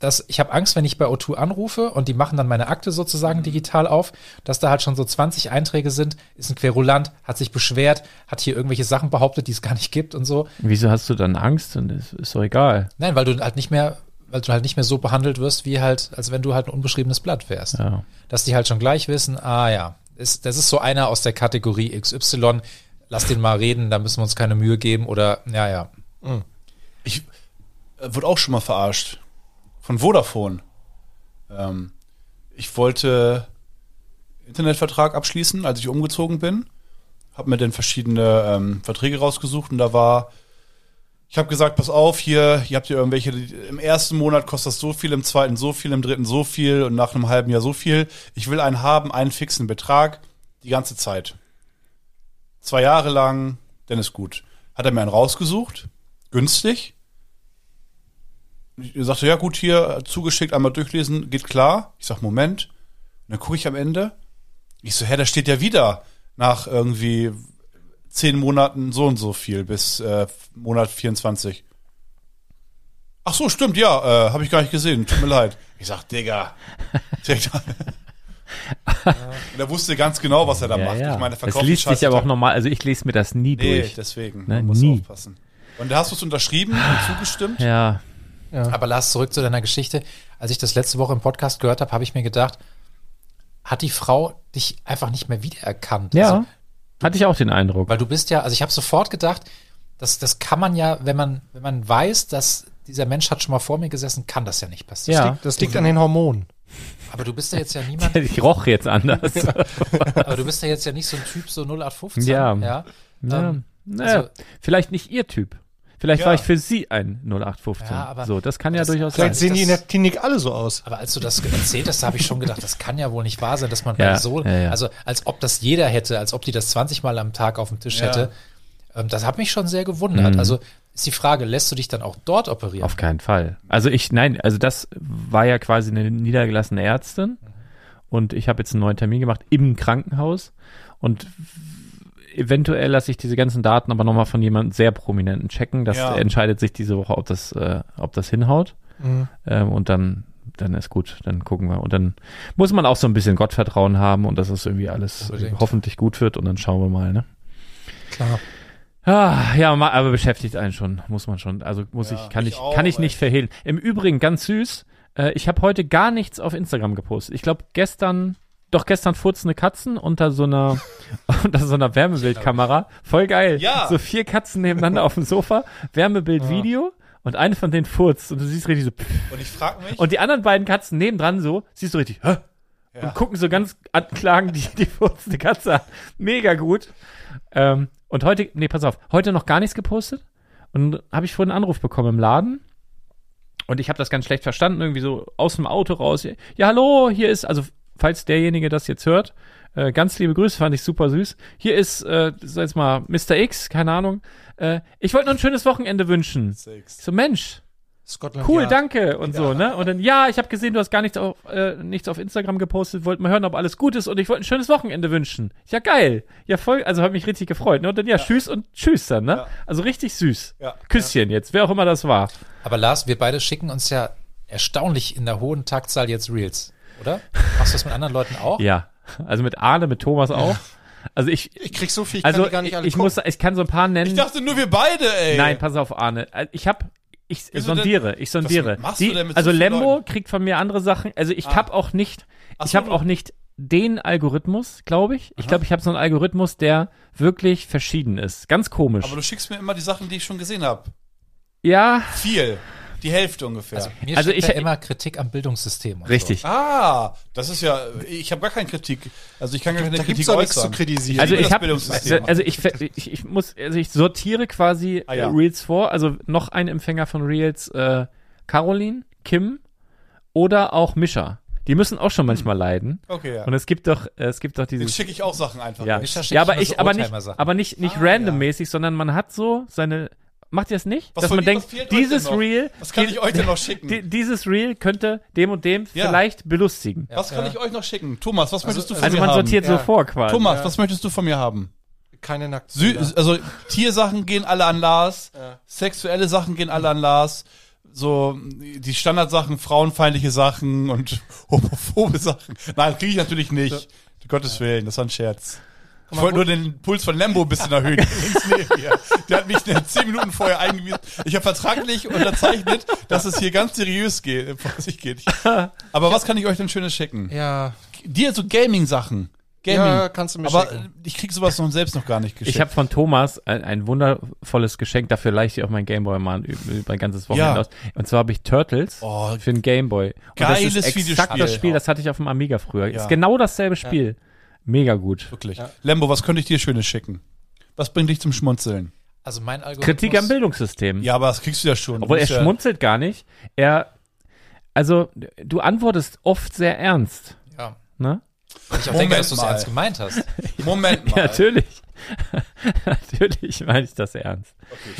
[SPEAKER 8] dass ich habe Angst, wenn ich bei O2 anrufe und die machen dann meine Akte sozusagen digital auf, dass da halt schon so 20 Einträge sind, ist ein Querulant, hat sich beschwert, hat hier irgendwelche Sachen behauptet, die es gar nicht gibt und so.
[SPEAKER 5] Wieso hast du dann Angst? Und ist, ist doch egal.
[SPEAKER 8] Nein, weil du halt nicht mehr, weil du halt nicht mehr so behandelt wirst, wie halt, als wenn du halt ein unbeschriebenes Blatt wärst.
[SPEAKER 5] Ja.
[SPEAKER 8] Dass die halt schon gleich wissen, ah ja, ist, das ist so einer aus der Kategorie XY, lass den mal reden, da müssen wir uns keine Mühe geben oder ja, ja.
[SPEAKER 7] Ich äh, wurde auch schon mal verarscht. Von Vodafone. Ähm, ich wollte Internetvertrag abschließen, als ich umgezogen bin. Hab mir dann verschiedene ähm, Verträge rausgesucht und da war. Ich habe gesagt, pass auf, hier, ihr habt hier irgendwelche, im ersten Monat kostet das so viel, im zweiten so viel, im dritten so viel und nach einem halben Jahr so viel. Ich will einen haben, einen fixen Betrag, die ganze Zeit. Zwei Jahre lang, dann ist gut. Hat er mir einen rausgesucht, günstig, Er sagte, ja gut, hier äh, zugeschickt, einmal durchlesen, geht klar. Ich sag, Moment. Und dann gucke ich am Ende. Ich so, hä, da steht ja wieder nach irgendwie zehn Monaten so und so viel bis äh, Monat 24. Ach so, stimmt, ja, äh, habe ich gar nicht gesehen. Tut mir leid. Ich sag, Digga. Direkt- Und er wusste ganz genau, was er da macht. Ich meine, er
[SPEAKER 5] das
[SPEAKER 7] verkauft
[SPEAKER 5] liest
[SPEAKER 7] die Scheiße
[SPEAKER 5] sich aber auch
[SPEAKER 7] dann-
[SPEAKER 5] normal, also ich lese mir das nie
[SPEAKER 7] Nee,
[SPEAKER 5] durch.
[SPEAKER 7] deswegen.
[SPEAKER 5] Ne,
[SPEAKER 7] Man muss
[SPEAKER 5] nie.
[SPEAKER 7] aufpassen. Und da hast du es unterschrieben und zugestimmt.
[SPEAKER 5] ja,
[SPEAKER 8] Aber Lars, zurück zu deiner Geschichte. Als ich das letzte Woche im Podcast gehört habe, habe ich mir gedacht, hat die Frau dich einfach nicht mehr wiedererkannt?
[SPEAKER 5] ja.
[SPEAKER 8] Also,
[SPEAKER 5] hatte ich auch den Eindruck.
[SPEAKER 8] weil du bist ja, also ich habe sofort gedacht, das, das kann man ja, wenn man, wenn man weiß, dass dieser Mensch hat schon mal vor mir gesessen, kann das ja nicht passieren.
[SPEAKER 5] ja,
[SPEAKER 6] Das liegt an den Hormonen.
[SPEAKER 8] Aber du bist ja jetzt ja niemand,
[SPEAKER 5] ich roch jetzt anders.
[SPEAKER 8] aber du bist ja jetzt ja nicht so ein Typ, so 0815.
[SPEAKER 5] Ja.
[SPEAKER 8] ja?
[SPEAKER 5] Ja.
[SPEAKER 8] Ähm,
[SPEAKER 5] naja,
[SPEAKER 8] also-
[SPEAKER 5] vielleicht nicht ihr Typ. Vielleicht
[SPEAKER 7] Ja.
[SPEAKER 5] war ich für sie ein 0815.
[SPEAKER 8] Ja, aber-
[SPEAKER 5] so, das kann ja
[SPEAKER 8] das-
[SPEAKER 5] durchaus sein.
[SPEAKER 6] Vielleicht
[SPEAKER 8] Als
[SPEAKER 6] sehen
[SPEAKER 8] ich
[SPEAKER 6] die in
[SPEAKER 8] das-
[SPEAKER 6] der Klinik alle so aus.
[SPEAKER 8] Aber als du das ge- erzählt hast, habe ich schon gedacht, das kann ja wohl nicht wahr sein, dass man bei
[SPEAKER 5] Ja,
[SPEAKER 8] so,
[SPEAKER 5] ja, ja.
[SPEAKER 8] also als ob das jeder hätte, als ob die das 20 Mal am Tag auf dem Tisch
[SPEAKER 7] Ja.
[SPEAKER 8] hätte. Ähm, das hat mich schon sehr gewundert. Also ist die Frage, lässt du dich dann auch dort operieren?
[SPEAKER 5] Mhm. Auf keinen Fall. Also ich, nein, also das war ja quasi eine niedergelassene Ärztin und ich habe jetzt einen neuen Termin gemacht im Krankenhaus und eventuell lasse ich diese ganzen Daten aber nochmal von jemandem sehr prominenten checken. Das
[SPEAKER 7] Ja.
[SPEAKER 5] entscheidet sich diese Woche, ob das, äh, ob das hinhaut ähm, und dann dann ist gut, dann gucken wir. Und dann muss man auch so ein bisschen Gottvertrauen haben und dass es irgendwie alles
[SPEAKER 8] Unbedingt.
[SPEAKER 5] hoffentlich gut wird und dann schauen wir mal, ne?
[SPEAKER 8] Klar.
[SPEAKER 5] Ah, ja, ma- aber beschäftigt einen schon, muss man schon. Also muss
[SPEAKER 7] Ja,
[SPEAKER 5] ich, kann
[SPEAKER 7] mich
[SPEAKER 5] ich, kann
[SPEAKER 7] auch,
[SPEAKER 5] ich nicht
[SPEAKER 7] ey.
[SPEAKER 5] verhehlen. Im Übrigen, ganz süß, äh, ich habe heute gar nichts auf Instagram gepostet. Ich glaube, gestern, doch gestern furzende Katzen unter so einer, unter so einer Wärmebildkamera. Voll geil.
[SPEAKER 7] Ja.
[SPEAKER 5] So vier Katzen nebeneinander auf dem Sofa, Wärmebild-Video und eine von denen furzt und du siehst richtig so, pff.
[SPEAKER 7] Und ich frage mich,
[SPEAKER 5] und die anderen beiden Katzen nebendran so, siehst du richtig, hä?
[SPEAKER 7] Ja.
[SPEAKER 5] Und gucken so ganz anklagend die, die furzende Katze an. Mega gut. Ähm, und heute, nee, pass auf, heute noch gar nichts gepostet. Und habe ich vorhin einen Anruf bekommen im Laden. Und ich habe das ganz schlecht verstanden, irgendwie so aus dem Auto raus. Ja, hallo, hier ist, also falls derjenige das jetzt hört, äh, ganz liebe Grüße, fand ich super süß. Hier ist, äh, sag jetzt mal, Mr. X, keine Ahnung. Äh, ich wollte nur ein schönes Wochenende wünschen. Ich So, Mensch,
[SPEAKER 6] Scotland
[SPEAKER 5] cool,
[SPEAKER 6] Yard.
[SPEAKER 5] danke und so, ne? Und dann, ja, ich habe gesehen, du hast gar nichts auf, äh, nichts auf Instagram gepostet, wollte mal hören, ob alles gut ist und ich wollte ein schönes Wochenende wünschen. Ja, geil. Ja, voll, also hat mich richtig gefreut, ne? Und dann, ja, tschüss und tschüss dann, ne? Also richtig süß.
[SPEAKER 7] Ja.
[SPEAKER 5] Küsschen jetzt, wer auch immer das war.
[SPEAKER 8] Aber Lars, wir beide schicken uns ja erstaunlich in der hohen Taktzahl jetzt Reels, oder? Machst du das mit anderen Leuten
[SPEAKER 6] Oh.
[SPEAKER 8] auch?
[SPEAKER 5] Ja. Also mit Arne, mit Thomas auch. Also ich,
[SPEAKER 6] Ich krieg so viel, ich kann
[SPEAKER 5] also
[SPEAKER 6] die gar nicht alle
[SPEAKER 5] ich
[SPEAKER 6] gucken.
[SPEAKER 5] muss, ich kann so ein paar nennen.
[SPEAKER 7] ich dachte nur wir beide, ey.
[SPEAKER 5] Nein, pass auf, Arne. Also Ich hab, ich
[SPEAKER 7] Äh, Wieso
[SPEAKER 5] sondiere,
[SPEAKER 7] denn-
[SPEAKER 5] ich sondiere.
[SPEAKER 7] Was machst du
[SPEAKER 5] Die,
[SPEAKER 7] denn mit so
[SPEAKER 5] also
[SPEAKER 7] vielen
[SPEAKER 5] Lembo
[SPEAKER 7] Leuten? Ah.
[SPEAKER 5] kriegt von mir andere Sachen. Also ich hab auch nicht,
[SPEAKER 7] Ach
[SPEAKER 5] ich
[SPEAKER 7] so,
[SPEAKER 5] hab
[SPEAKER 7] du-
[SPEAKER 5] auch nicht den Algorithmus, glaube ich. Ich glaube, ich habe so einen Algorithmus, der wirklich verschieden ist. Ganz komisch.
[SPEAKER 7] Aber du schickst mir immer die Sachen, die ich schon gesehen habe.
[SPEAKER 5] ja,
[SPEAKER 7] Viel. Die Hälfte ungefähr.
[SPEAKER 8] Mir
[SPEAKER 5] Also
[SPEAKER 8] also
[SPEAKER 5] ich-
[SPEAKER 8] ich ja immer Kritik am Bildungssystem. und
[SPEAKER 5] richtig.
[SPEAKER 7] ah, das ist ja. Ich habe gar keine Kritik. Also ich kann gar keine
[SPEAKER 6] da
[SPEAKER 7] Kritik
[SPEAKER 6] gibt's doch nichts zu
[SPEAKER 7] äußern.
[SPEAKER 6] kritisieren.
[SPEAKER 5] Also
[SPEAKER 7] liebe
[SPEAKER 5] ich
[SPEAKER 7] das
[SPEAKER 5] habe,
[SPEAKER 7] Bildungssystem.
[SPEAKER 5] also ich, ver- ich, ich muss, also ich sortiere quasi
[SPEAKER 7] Ah, ja.
[SPEAKER 5] äh, Reels vor. Also noch ein Empfänger von Reels, äh, Caroline, Kim oder auch Mischa. Die müssen auch schon manchmal leiden.
[SPEAKER 7] Okay, Hm. ja.
[SPEAKER 5] Und es gibt doch, äh, es gibt doch
[SPEAKER 7] Dann
[SPEAKER 5] dieses
[SPEAKER 7] schicke ich auch Sachen einfach.
[SPEAKER 5] Ja,
[SPEAKER 7] weg.
[SPEAKER 8] Mischa schickt
[SPEAKER 5] ja aber
[SPEAKER 8] immer
[SPEAKER 5] ich,
[SPEAKER 8] so
[SPEAKER 5] aber nicht,
[SPEAKER 8] Oldtimer-Sachen.
[SPEAKER 5] aber nicht, nicht
[SPEAKER 7] Ah,
[SPEAKER 5] randommäßig, sondern man hat so seine, macht ihr das nicht?
[SPEAKER 7] Was
[SPEAKER 5] Dass man
[SPEAKER 7] fehlt- was
[SPEAKER 5] denkt,
[SPEAKER 7] fehlt euch
[SPEAKER 5] dieses
[SPEAKER 7] denn noch?
[SPEAKER 5] Reel,
[SPEAKER 7] Was kann ich euch denn noch schicken?
[SPEAKER 5] di- dieses Reel könnte dem und dem
[SPEAKER 7] Ja.
[SPEAKER 5] vielleicht belustigen.
[SPEAKER 7] was kann ich euch noch schicken? Thomas, was möchtest du von
[SPEAKER 5] Also
[SPEAKER 7] mir
[SPEAKER 5] man
[SPEAKER 7] haben?
[SPEAKER 5] sortiert so
[SPEAKER 6] Ja.
[SPEAKER 5] vor quasi.
[SPEAKER 7] Thomas, was möchtest du von mir haben?
[SPEAKER 6] Keine
[SPEAKER 7] Sü
[SPEAKER 6] Nacktbilder.
[SPEAKER 7] Also Tiersachen gehen alle an Lars, sexuelle Sachen gehen alle an Lars, so die Standardsachen, frauenfeindliche Sachen und homophobe Sachen. Nein, kriege ich natürlich nicht. Um Gottes Willen, das war ein Scherz. Ich wollte nur den Puls von Lembo ein bisschen erhöhen. Links neben mir. Der hat mich zehn Minuten vorher eingewiesen. Ich habe vertraglich unterzeichnet, dass es hier ganz seriös geht, vor sich geht. Aber was kann ich euch denn Schönes schicken?
[SPEAKER 6] Ja,
[SPEAKER 7] Dir so Gaming-Sachen. Gaming.
[SPEAKER 6] ja, kannst du mir
[SPEAKER 7] Aber
[SPEAKER 5] äh,
[SPEAKER 6] schicken.
[SPEAKER 7] ich krieg sowas noch selbst noch gar nicht geschickt.
[SPEAKER 5] Ich habe von Thomas ein, ein wundervolles Geschenk, dafür leicht ich auch mein Gameboy mal üb- über ein ganzes Wochenende
[SPEAKER 7] Ja.
[SPEAKER 5] aus. Und zwar habe ich Turtles
[SPEAKER 7] Oh,
[SPEAKER 5] für den Gameboy. Und
[SPEAKER 7] Geiles
[SPEAKER 5] das ist exakt
[SPEAKER 7] Videospiel.
[SPEAKER 5] das Spiel, das hatte ich auf dem Amiga früher.
[SPEAKER 7] Ja.
[SPEAKER 5] Ist genau dasselbe Spiel. Mega gut.
[SPEAKER 7] Wirklich. Lembo, was könnte ich dir Schönes schicken? Was bringt dich zum Schmunzeln?
[SPEAKER 8] Also mein Algorithmus.
[SPEAKER 5] Kritik am Bildungssystem.
[SPEAKER 7] Ja, aber das kriegst du ja schon.
[SPEAKER 5] Obwohl
[SPEAKER 7] Du
[SPEAKER 5] er
[SPEAKER 7] bist ja,
[SPEAKER 5] schmunzelt gar nicht. Er, also du antwortest oft sehr ernst,
[SPEAKER 8] Ja.
[SPEAKER 5] ne?
[SPEAKER 8] Ich auch denke,
[SPEAKER 7] Moment
[SPEAKER 8] dass du es
[SPEAKER 7] mal.
[SPEAKER 8] ernst gemeint hast.
[SPEAKER 7] Moment mal.
[SPEAKER 5] Ja, natürlich. natürlich meine ich das ernst.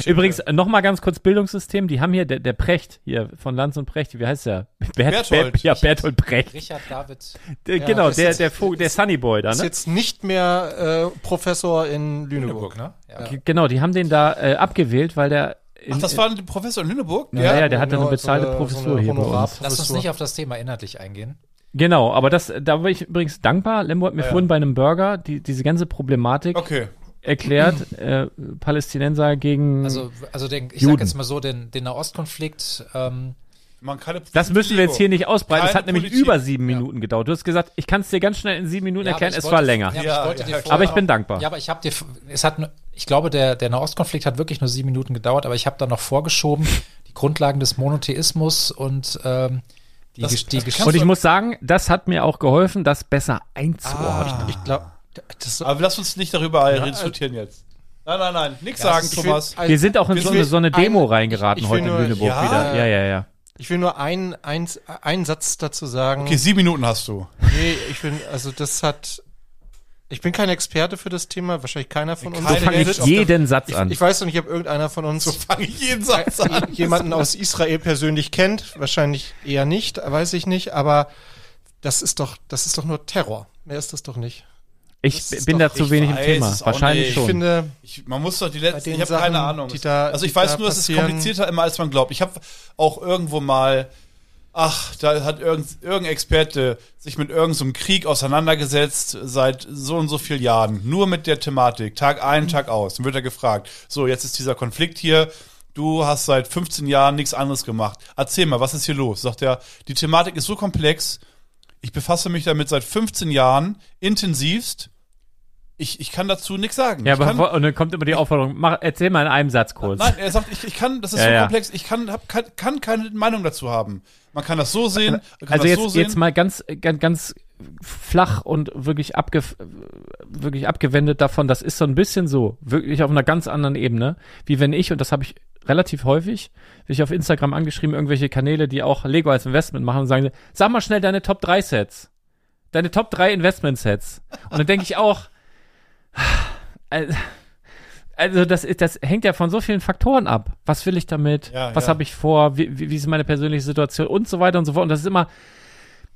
[SPEAKER 5] Übrigens, nochmal ganz kurz Bildungssystem. Die haben hier, der, der Precht hier von Lanz und Precht, wie heißt der? Bert-
[SPEAKER 7] Berthold.
[SPEAKER 5] Bert- ja, Berthold Precht.
[SPEAKER 8] Richard David.
[SPEAKER 5] Der,
[SPEAKER 6] Ja,
[SPEAKER 5] genau,
[SPEAKER 6] ist
[SPEAKER 5] der,
[SPEAKER 6] jetzt-
[SPEAKER 5] der, Vogel, der Sunny Boy da,
[SPEAKER 6] Ist
[SPEAKER 5] ne?
[SPEAKER 6] jetzt nicht mehr äh, Professor in Lüneburg.
[SPEAKER 8] Lüneburg, ne? Ja.
[SPEAKER 5] G- Genau, die haben den da äh, abgewählt, weil der. in-
[SPEAKER 7] Ach, das war der Professor in Lüneburg?
[SPEAKER 5] ja, ja, der hatte
[SPEAKER 6] Genau,
[SPEAKER 5] eine bezahlte
[SPEAKER 6] so eine-
[SPEAKER 5] Professur
[SPEAKER 6] so eine
[SPEAKER 5] hier bei uns.
[SPEAKER 6] Honorarprofessur.
[SPEAKER 8] Lass uns nicht auf das Thema inhaltlich eingehen.
[SPEAKER 5] Genau, aber das, da war ich übrigens dankbar. Lembo hat mir
[SPEAKER 7] Ja.
[SPEAKER 5] vorhin bei einem Burger die, diese ganze Problematik
[SPEAKER 7] Okay.
[SPEAKER 5] erklärt. Äh, Palästinenser gegen.
[SPEAKER 8] Also, also den, ich
[SPEAKER 5] Mhm. Juden.
[SPEAKER 8] sag jetzt mal so, den, den Nahostkonflikt, ähm,
[SPEAKER 7] Man kann eine
[SPEAKER 5] Das müssen wir jetzt hier nicht ausbreiten. Es
[SPEAKER 7] Keine
[SPEAKER 5] hat nämlich
[SPEAKER 7] Politik.
[SPEAKER 5] über sieben Minuten gedauert. Du hast gesagt, ich kann es dir ganz schnell in sieben Minuten
[SPEAKER 8] Ja, aber
[SPEAKER 5] erklären.
[SPEAKER 8] ich
[SPEAKER 5] Es
[SPEAKER 8] wollte-
[SPEAKER 5] war länger.
[SPEAKER 8] Ja, aber
[SPEAKER 7] Ja,
[SPEAKER 8] ich wollte
[SPEAKER 7] ja,
[SPEAKER 8] dir
[SPEAKER 7] klar.
[SPEAKER 5] aber ich
[SPEAKER 8] vorher-
[SPEAKER 5] bin dankbar.
[SPEAKER 8] Ja, aber ich habe dir, es hat, nur- ich glaube, der, der Nahostkonflikt hat wirklich nur sieben Minuten gedauert, aber ich habe da noch vorgeschoben, die Grundlagen des Monotheismus und ähm, die,
[SPEAKER 7] Das-
[SPEAKER 8] Gesch- die
[SPEAKER 7] das
[SPEAKER 8] Gesch-
[SPEAKER 7] kannst
[SPEAKER 5] Und ich
[SPEAKER 7] du-
[SPEAKER 5] muss sagen, das hat mir auch geholfen, das besser einzuordnen.
[SPEAKER 6] Ich glaube, das
[SPEAKER 7] Aber lass uns nicht darüber diskutieren jetzt. Nein, nein, nein. Nix sagen,
[SPEAKER 6] ich will-
[SPEAKER 7] Thomas.
[SPEAKER 6] also-
[SPEAKER 5] wir sind auch in so
[SPEAKER 6] will
[SPEAKER 5] eine, so eine Demo
[SPEAKER 6] ein-
[SPEAKER 5] reingeraten
[SPEAKER 6] ich will
[SPEAKER 5] heute in
[SPEAKER 6] nur-
[SPEAKER 5] Lüneburg
[SPEAKER 7] ja.
[SPEAKER 5] wieder. Ja, ja, ja.
[SPEAKER 6] Ich will nur einen, einen, einen Satz dazu sagen.
[SPEAKER 7] Okay, sieben Minuten hast du.
[SPEAKER 6] Nee, ich bin, also das hat. Ich bin kein Experte für das Thema, wahrscheinlich keiner von uns.
[SPEAKER 5] So
[SPEAKER 7] Keine
[SPEAKER 5] fange
[SPEAKER 7] Welt
[SPEAKER 5] ich
[SPEAKER 7] auf der-
[SPEAKER 5] jeden Satz an.
[SPEAKER 6] Ich weiß noch nicht, ob irgendeiner von uns
[SPEAKER 7] Fange ich jeden Satz an.
[SPEAKER 6] Äh, jemanden aus Israel persönlich kennt. Wahrscheinlich eher nicht, weiß ich nicht, aber das ist doch, das ist doch nur Terror. Mehr ist das doch nicht.
[SPEAKER 5] Ich,
[SPEAKER 6] das ist
[SPEAKER 5] bin
[SPEAKER 6] doch-
[SPEAKER 5] da zu
[SPEAKER 7] ich
[SPEAKER 5] wenig im
[SPEAKER 7] weiß
[SPEAKER 5] Thema.
[SPEAKER 7] es auch
[SPEAKER 5] Wahrscheinlich
[SPEAKER 7] nicht.
[SPEAKER 6] Ich
[SPEAKER 5] schon.
[SPEAKER 6] finde,
[SPEAKER 7] Ich, man muss doch die
[SPEAKER 6] Bei
[SPEAKER 7] letzten,
[SPEAKER 6] den
[SPEAKER 7] ich habe keine
[SPEAKER 6] Sachen,
[SPEAKER 7] Ahnung.
[SPEAKER 6] die da-
[SPEAKER 7] also ich
[SPEAKER 6] die
[SPEAKER 7] weiß
[SPEAKER 6] da
[SPEAKER 7] nur, es ist
[SPEAKER 6] passieren.
[SPEAKER 7] komplizierter immer, als man glaubt. Ich habe auch irgendwo mal, ach, da hat irgend, irgendein Experte sich mit irgendeinem Krieg auseinandergesetzt seit so und so vielen Jahren. Nur mit der Thematik. Tag
[SPEAKER 6] Mhm.
[SPEAKER 7] ein, Tag aus. Dann wird er gefragt, so, jetzt ist dieser Konflikt hier. Du hast seit 15 Jahren nichts anderes gemacht. Erzähl mal, was ist hier los? Sagt er, die Thematik ist so komplex. Ich befasse mich damit seit 15 Jahren intensivst. Ich, ich kann dazu nichts sagen.
[SPEAKER 5] ja,
[SPEAKER 7] ich kann,
[SPEAKER 5] aber, und dann kommt immer die Aufforderung, mach, erzähl mal in einem Satz kurz.
[SPEAKER 7] Nein, er sagt, ich, ich kann, das ist
[SPEAKER 5] Ja,
[SPEAKER 7] so
[SPEAKER 5] ja.
[SPEAKER 7] komplex, ich kann, hab, kann, kann keine Meinung dazu haben. Man kann das so sehen, kann
[SPEAKER 5] also
[SPEAKER 7] das
[SPEAKER 5] jetzt,
[SPEAKER 7] so sehen.
[SPEAKER 5] jetzt mal ganz, ganz, ganz flach und wirklich, abge, wirklich abgewendet davon, das ist so ein bisschen so, wirklich auf einer ganz anderen Ebene, wie wenn ich, und das habe ich relativ häufig, bin ich auf Instagram angeschrieben, irgendwelche Kanäle, die auch Lego als Investment machen und sagen, sag mal schnell deine Top 3 Sets. Deine Top 3 Investment Sets. Und dann denke ich auch, also- also das, ist- das hängt ja von so vielen Faktoren ab. Was will ich damit?
[SPEAKER 7] Ja,
[SPEAKER 5] Was
[SPEAKER 7] ja.
[SPEAKER 5] habe ich vor? Wie, wie, wie ist meine persönliche Situation? Und so weiter und so fort. Und das ist immer,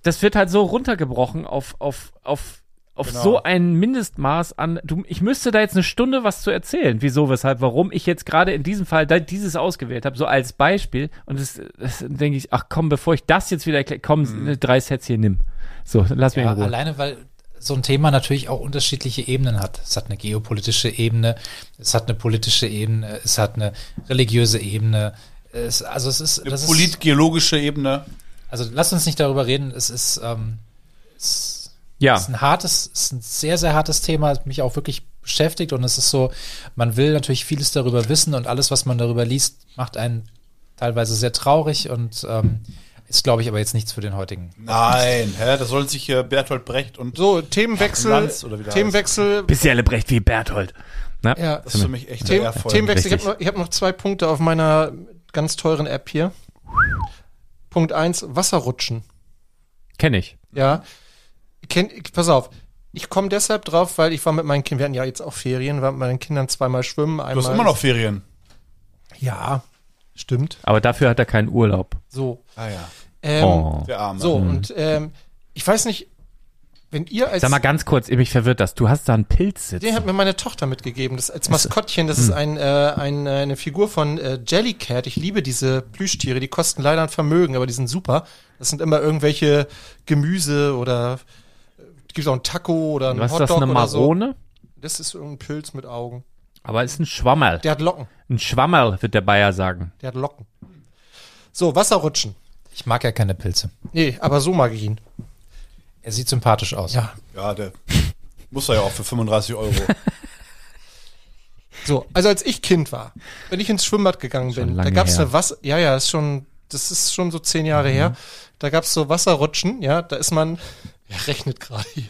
[SPEAKER 5] das wird halt so runtergebrochen auf, auf, auf, auf
[SPEAKER 7] Genau.
[SPEAKER 5] so ein Mindestmaß an, du, ich müsste da jetzt eine Stunde was zu erzählen, wieso, weshalb, warum ich jetzt gerade in diesem Fall da dieses ausgewählt habe, so als Beispiel. Und das, das denke ich, ach komm, bevor ich das jetzt wieder erkläre, komm,
[SPEAKER 7] Mhm.
[SPEAKER 5] ne, drei Sets hier nimm. So, lass mich
[SPEAKER 8] ja,
[SPEAKER 5] in Ruhe.
[SPEAKER 8] alleine weil so ein Thema natürlich auch unterschiedliche Ebenen hat. Es hat eine geopolitische Ebene, es hat eine politische Ebene, es hat eine religiöse Ebene. Es, also es ist, das ist,
[SPEAKER 7] Politgeologische Ebene.
[SPEAKER 8] also lass uns nicht darüber reden. Es ist, ähm, es
[SPEAKER 5] Ja,
[SPEAKER 8] ist ein hartes, ist ein sehr, sehr hartes Thema, hat mich auch wirklich beschäftigt und es ist so, man will natürlich vieles darüber wissen und alles, was man darüber liest, macht einen teilweise sehr traurig und ähm, ist, glaube ich, aber jetzt nichts für den heutigen.
[SPEAKER 7] Nein, hä, da sollen sich hier Bertolt Brecht und
[SPEAKER 6] so, Themenwechsel,
[SPEAKER 7] Lanz oder wie der
[SPEAKER 6] Themenwechsel,
[SPEAKER 5] bist ja alle Brecht wie Berthold. Na?
[SPEAKER 6] ja,
[SPEAKER 7] das ist für mich echt der
[SPEAKER 6] Themen,
[SPEAKER 7] Erfolg.
[SPEAKER 6] Themenwechsel. Ich
[SPEAKER 5] Richtig.
[SPEAKER 6] habe noch, ich hab noch zwei Punkte auf meiner ganz teuren App hier. Punkt eins: Wasserrutschen.
[SPEAKER 5] Kenn ich.
[SPEAKER 6] Ja. Kenn, ich- pass auf. Ich komme deshalb drauf, weil ich war mit meinen Kindern, wir hatten ja jetzt auch Ferien, war mit meinen Kindern zweimal schwimmen, einmal.
[SPEAKER 7] Du hast immer noch Ferien.
[SPEAKER 6] Ja, stimmt.
[SPEAKER 5] Aber dafür hat er keinen Urlaub.
[SPEAKER 6] So.
[SPEAKER 7] Ah ja,
[SPEAKER 6] Ähm,
[SPEAKER 5] oh.
[SPEAKER 7] der Arme.
[SPEAKER 6] So, und ähm, ich weiß nicht, wenn ihr als.
[SPEAKER 5] Sag mal ganz kurz, mich verwirrt das. Du hast da einen Pilz
[SPEAKER 6] den
[SPEAKER 5] sitzen.
[SPEAKER 6] hat mir meine Tochter mitgegeben, das als Maskottchen. Das
[SPEAKER 5] Mhm.
[SPEAKER 6] ist ein, äh, ein, äh, eine Figur von äh, Jellycat. Ich liebe diese Plüschtiere. Die kosten leider ein Vermögen, aber die sind super. Das sind immer irgendwelche Gemüse oder äh, gibt's auch einen Taco oder einen
[SPEAKER 5] Was ist
[SPEAKER 6] Hotdog
[SPEAKER 5] das, eine
[SPEAKER 6] oder so.
[SPEAKER 5] Marone?
[SPEAKER 6] Das ist irgendein Pilz mit Augen.
[SPEAKER 5] Aber ist ein Schwammerl.
[SPEAKER 6] Der hat Locken.
[SPEAKER 5] Ein Schwammerl, wird der Bayer sagen.
[SPEAKER 6] Der hat Locken. So, Wasserrutschen.
[SPEAKER 8] Ich mag ja keine Pilze.
[SPEAKER 6] Nee, aber so mag ich ihn.
[SPEAKER 8] Er sieht sympathisch aus.
[SPEAKER 6] Ja.
[SPEAKER 7] Ja, der muss er ja auch für 35 Euro.
[SPEAKER 6] So, also als ich Kind war, wenn ich ins Schwimmbad gegangen
[SPEAKER 5] Schon
[SPEAKER 6] bin, da
[SPEAKER 5] lange
[SPEAKER 6] gab's
[SPEAKER 5] her. Mhm.
[SPEAKER 6] eine Wasser, ja, ja, ist schon, das ist schon so zehn Jahre her, da gab's so Wasserrutschen, ja, da ist man, er rechnet gerade hier.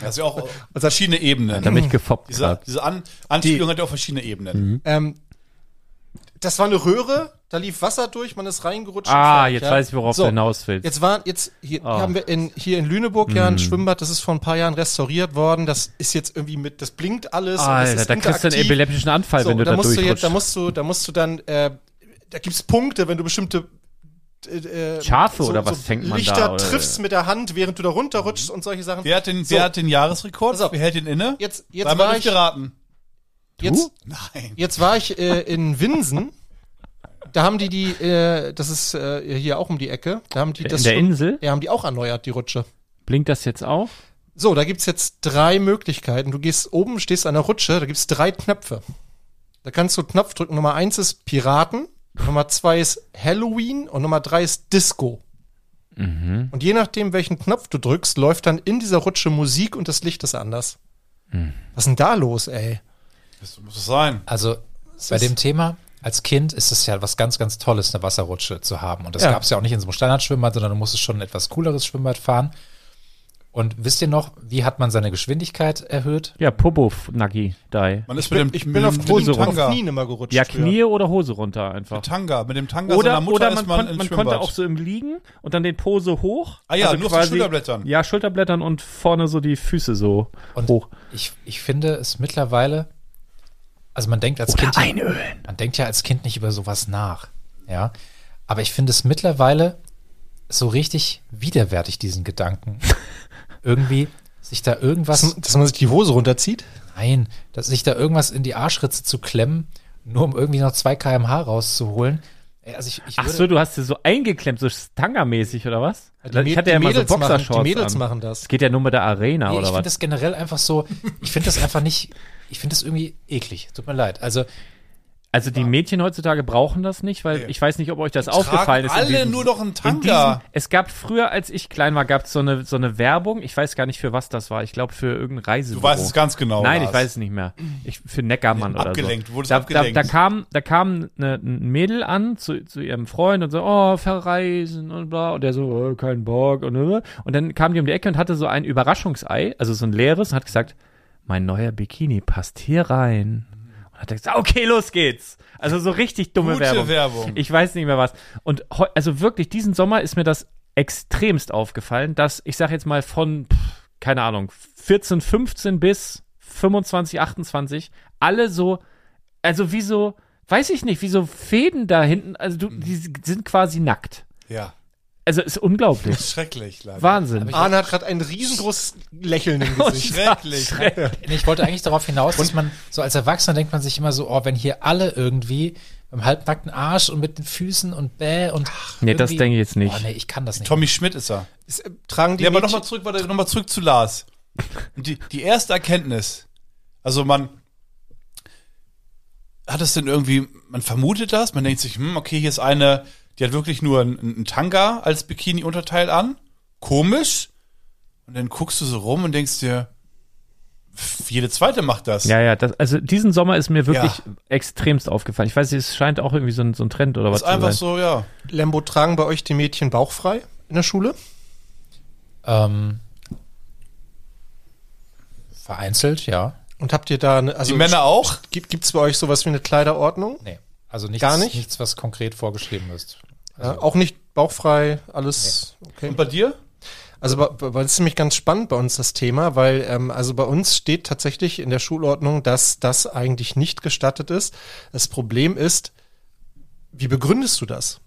[SPEAKER 7] Das ist ja
[SPEAKER 6] Also
[SPEAKER 7] auch verschiedene Ebenen.
[SPEAKER 6] Mhm.
[SPEAKER 5] Da bin ich Mhm. gefoppt
[SPEAKER 7] diese
[SPEAKER 5] grad.
[SPEAKER 7] diese An Anspielung hat ja auch verschiedene Ebenen.
[SPEAKER 6] Ähm, das war eine Röhre, da lief Wasser durch, man ist reingerutscht. und
[SPEAKER 5] Ah,
[SPEAKER 6] fertig,
[SPEAKER 5] jetzt
[SPEAKER 6] ja.
[SPEAKER 5] weiß ich, worauf
[SPEAKER 6] So.
[SPEAKER 5] du hinaus willst.
[SPEAKER 6] Jetzt waren, jetzt hier
[SPEAKER 5] Ah. Mhm.
[SPEAKER 6] haben wir in, hier in Lüneburg ja ein Schwimmbad, das ist vor ein paar Jahren restauriert worden. Das ist jetzt irgendwie mit, das blinkt alles. und das
[SPEAKER 5] Alter,
[SPEAKER 6] ist
[SPEAKER 5] da kriegst du einen
[SPEAKER 6] interaktiv.
[SPEAKER 5] epileptischen Anfall,
[SPEAKER 6] So,
[SPEAKER 5] wenn du
[SPEAKER 6] und
[SPEAKER 5] da,
[SPEAKER 6] da musst du
[SPEAKER 5] durchrutscht.
[SPEAKER 6] jetzt, da musst du, da musst du dann, äh, da gibt's Punkte, wenn du bestimmte äh, äh,
[SPEAKER 5] Schafe oder was fängt man da, äh,
[SPEAKER 6] Lichter
[SPEAKER 5] oder?
[SPEAKER 6] triffst mit der Hand, während du da runterrutschst und solche Sachen.
[SPEAKER 7] Wer hat den,
[SPEAKER 6] So.
[SPEAKER 7] wer hat den Jahresrekord?
[SPEAKER 6] Pass auf.
[SPEAKER 7] Wer hält ihn inne?
[SPEAKER 6] Jetzt,
[SPEAKER 7] Sei
[SPEAKER 6] jetzt
[SPEAKER 7] mal
[SPEAKER 6] war ich,
[SPEAKER 7] durchgeraten.
[SPEAKER 6] jetzt,
[SPEAKER 7] Nein.
[SPEAKER 6] jetzt war ich äh, in Winsen. Da haben die die, äh, das ist äh, hier auch um die Ecke. Da haben die
[SPEAKER 5] In
[SPEAKER 6] das
[SPEAKER 5] der
[SPEAKER 6] schon-
[SPEAKER 5] Insel?
[SPEAKER 6] Ja, haben die auch erneuert, die Rutsche.
[SPEAKER 5] Blinkt das jetzt auch?
[SPEAKER 6] So, da gibt's jetzt drei Möglichkeiten. Du gehst oben, stehst an der Rutsche, da gibt's drei Knöpfe. Da kannst du Knopf drücken. Nummer eins ist Piraten, Nummer zwei ist Halloween und Nummer drei ist Disco.
[SPEAKER 5] Mhm.
[SPEAKER 6] Und je nachdem, welchen Knopf du drückst, läuft dann in dieser Rutsche Musik und das Licht ist anders.
[SPEAKER 5] Mhm.
[SPEAKER 6] Was ist denn da los, ey?
[SPEAKER 7] Das muss es sein.
[SPEAKER 8] Also bei
[SPEAKER 6] ist-
[SPEAKER 8] dem Thema, als Kind ist es ja was ganz, ganz Tolles, eine Wasserrutsche zu haben. Und das
[SPEAKER 6] Ja.
[SPEAKER 8] gab es ja auch nicht in so einem Standardschwimmbad, sondern du musstest schon ein etwas cooleres Schwimmbad fahren. Und wisst ihr noch, wie hat man seine Geschwindigkeit erhöht?
[SPEAKER 5] Ja, Popo Nagi Dai.
[SPEAKER 7] Man ist
[SPEAKER 6] bin-
[SPEAKER 7] mit dem,
[SPEAKER 6] ich bin auf
[SPEAKER 7] mit
[SPEAKER 5] Hose
[SPEAKER 7] dem
[SPEAKER 5] runter.
[SPEAKER 6] Auf
[SPEAKER 7] Tanga.
[SPEAKER 6] Knien immer gerutscht.
[SPEAKER 5] Ja,
[SPEAKER 6] früher.
[SPEAKER 5] Knie oder Hose runter einfach.
[SPEAKER 7] Mit Tanga. Mit dem
[SPEAKER 6] also
[SPEAKER 7] Tanga seiner
[SPEAKER 5] Oder,
[SPEAKER 7] Mutter
[SPEAKER 5] oder
[SPEAKER 7] ist
[SPEAKER 5] man,
[SPEAKER 7] man
[SPEAKER 5] kon,
[SPEAKER 7] ins
[SPEAKER 5] man
[SPEAKER 7] Schwimmbad.
[SPEAKER 5] konnte auch so im Liegen und dann den Pose hoch. Also
[SPEAKER 7] Ah ja, nur auf die Schulterblättern.
[SPEAKER 5] Ja, Schulterblättern und vorne so die Füße so
[SPEAKER 8] Und
[SPEAKER 5] hoch.
[SPEAKER 8] ich, ich finde es mittlerweile, also man denkt als Kind. ja-
[SPEAKER 3] einölen.
[SPEAKER 8] Man denkt ja als Kind nicht über sowas nach. Ja. Aber ich finde es mittlerweile so richtig widerwärtig, diesen Gedanken. Irgendwie sich da
[SPEAKER 6] Dass,
[SPEAKER 8] irgendwas,
[SPEAKER 6] dass man sich die Hose runterzieht?
[SPEAKER 8] nein, dass sich da irgendwas in die Arschritze zu klemmen, nur um irgendwie noch 2 kmh rauszuholen. Ey, Also ich, ich
[SPEAKER 5] Ach
[SPEAKER 8] würde-
[SPEAKER 5] so, du hast sie so eingeklemmt, so Stanga-mäßig oder was?
[SPEAKER 6] Die
[SPEAKER 5] ich
[SPEAKER 6] Mäd-
[SPEAKER 5] hatte ja
[SPEAKER 6] die
[SPEAKER 5] immer so
[SPEAKER 6] Mädels
[SPEAKER 5] Boxershorts
[SPEAKER 6] machen, Die Mädels
[SPEAKER 5] an.
[SPEAKER 6] machen das.
[SPEAKER 5] Es geht ja nur mit der Arena
[SPEAKER 8] Nee, ich
[SPEAKER 5] oder
[SPEAKER 8] finde
[SPEAKER 5] was?
[SPEAKER 8] das generell einfach so, ich finde das einfach nicht, ich finde das irgendwie eklig. Tut mir leid. Also
[SPEAKER 5] Also die Mädchen heutzutage brauchen das nicht, weil ich weiß nicht, ob euch das aufgefallen
[SPEAKER 7] Tragen
[SPEAKER 5] ist. in
[SPEAKER 7] alle
[SPEAKER 5] diesem-
[SPEAKER 7] nur noch einen
[SPEAKER 5] in diesem,
[SPEAKER 7] Tanga.
[SPEAKER 5] es gab früher, als ich klein war, gab es so eine, so eine Werbung. Ich weiß gar nicht, für was das war. Ich glaube, für irgendein Reisebüro.
[SPEAKER 7] Du weißt es ganz genau.
[SPEAKER 5] Oh. Nein, ich
[SPEAKER 7] Lars.
[SPEAKER 5] weiß es nicht mehr. Ich, für Neckermann oder
[SPEAKER 7] Abgelenkt,
[SPEAKER 5] so.
[SPEAKER 7] du wurdest
[SPEAKER 5] da,
[SPEAKER 7] abgelenkt.
[SPEAKER 5] Da, da kam, da kam eine, ein Mädel an zu, zu ihrem Freund und so, oh, verreisen und bla. Und der so, äh, kein Bock. Und, äh. und dann kam die um die Ecke und hatte so ein Überraschungsei, also so ein leeres, und hat gesagt, mein neuer Bikini passt hier rein. Und hat er gesagt, okay, los geht's. Also so richtig dumme
[SPEAKER 7] Gute
[SPEAKER 5] Werbung.
[SPEAKER 7] Werbung.
[SPEAKER 5] Ich weiß nicht mehr was. Und heu- also wirklich, diesen Sommer ist mir das extremst aufgefallen, dass ich sag jetzt mal von, pff, keine Ahnung, 14, 15 bis 25, 28, alle so, also wie so, weiß ich nicht, wie so Fäden da hinten, also du, die sind quasi nackt.
[SPEAKER 7] Mhm. Ja.
[SPEAKER 5] Also ist unglaublich.
[SPEAKER 7] Schrecklich, leider.
[SPEAKER 5] Wahnsinn.
[SPEAKER 6] Arne hat gerade ein riesengroßes Lächeln im Gesicht.
[SPEAKER 5] Oh,
[SPEAKER 7] Schrecklich.
[SPEAKER 8] Nee, ich wollte eigentlich darauf hinaus, dass man so als Erwachsener denkt man sich immer so, oh, wenn hier alle irgendwie im halbnackten Arsch und mit den Füßen und bäh und
[SPEAKER 5] Nee, das
[SPEAKER 8] irgendwie-
[SPEAKER 5] denke ich jetzt nicht.
[SPEAKER 8] Oh, nee, ich kann das nicht.
[SPEAKER 7] Tommy Schmidt ist er.
[SPEAKER 6] Es, äh, Tragen die
[SPEAKER 7] Ja, aber
[SPEAKER 6] Mädchen-
[SPEAKER 7] nochmal zurück, warte, noch mal zurück zu Lars. Die, die erste Erkenntnis. Also man hat es denn irgendwie, man vermutet das, man denkt sich, hm, okay, hier ist eine, die hat wirklich nur einen, einen Tanga als Bikini-Unterteil an. Komisch. Und dann guckst du so rum und denkst dir, pff, jede zweite macht das.
[SPEAKER 5] Ja, ja, das, also diesen Sommer ist mir wirklich
[SPEAKER 7] Ja.
[SPEAKER 5] extremst aufgefallen. Ich weiß nicht, es scheint auch irgendwie so ein, so ein Trend oder was
[SPEAKER 7] das ist
[SPEAKER 5] zu sein.
[SPEAKER 7] einfach so, ja.
[SPEAKER 6] Lembo, tragen bei euch die Mädchen bauchfrei in der Schule?
[SPEAKER 8] Ähm, vereinzelt, ja.
[SPEAKER 6] Und habt ihr da, eine,
[SPEAKER 7] Die
[SPEAKER 6] also
[SPEAKER 7] Männer auch?
[SPEAKER 6] gibt gibt's bei euch sowas wie eine Kleiderordnung?
[SPEAKER 8] Nee. Also nichts,
[SPEAKER 6] Gar nicht?
[SPEAKER 8] nichts, was konkret vorgeschrieben ist.
[SPEAKER 6] Ja, auch nicht bauchfrei, alles
[SPEAKER 7] Also- Und
[SPEAKER 6] okay.
[SPEAKER 7] bei dir?
[SPEAKER 6] Also bei- bei- das ist nämlich ganz spannend bei uns das Thema, weil ähm, also bei uns steht tatsächlich in der Schulordnung, dass das eigentlich nicht gestattet ist. Das Problem ist, wie begründest du das?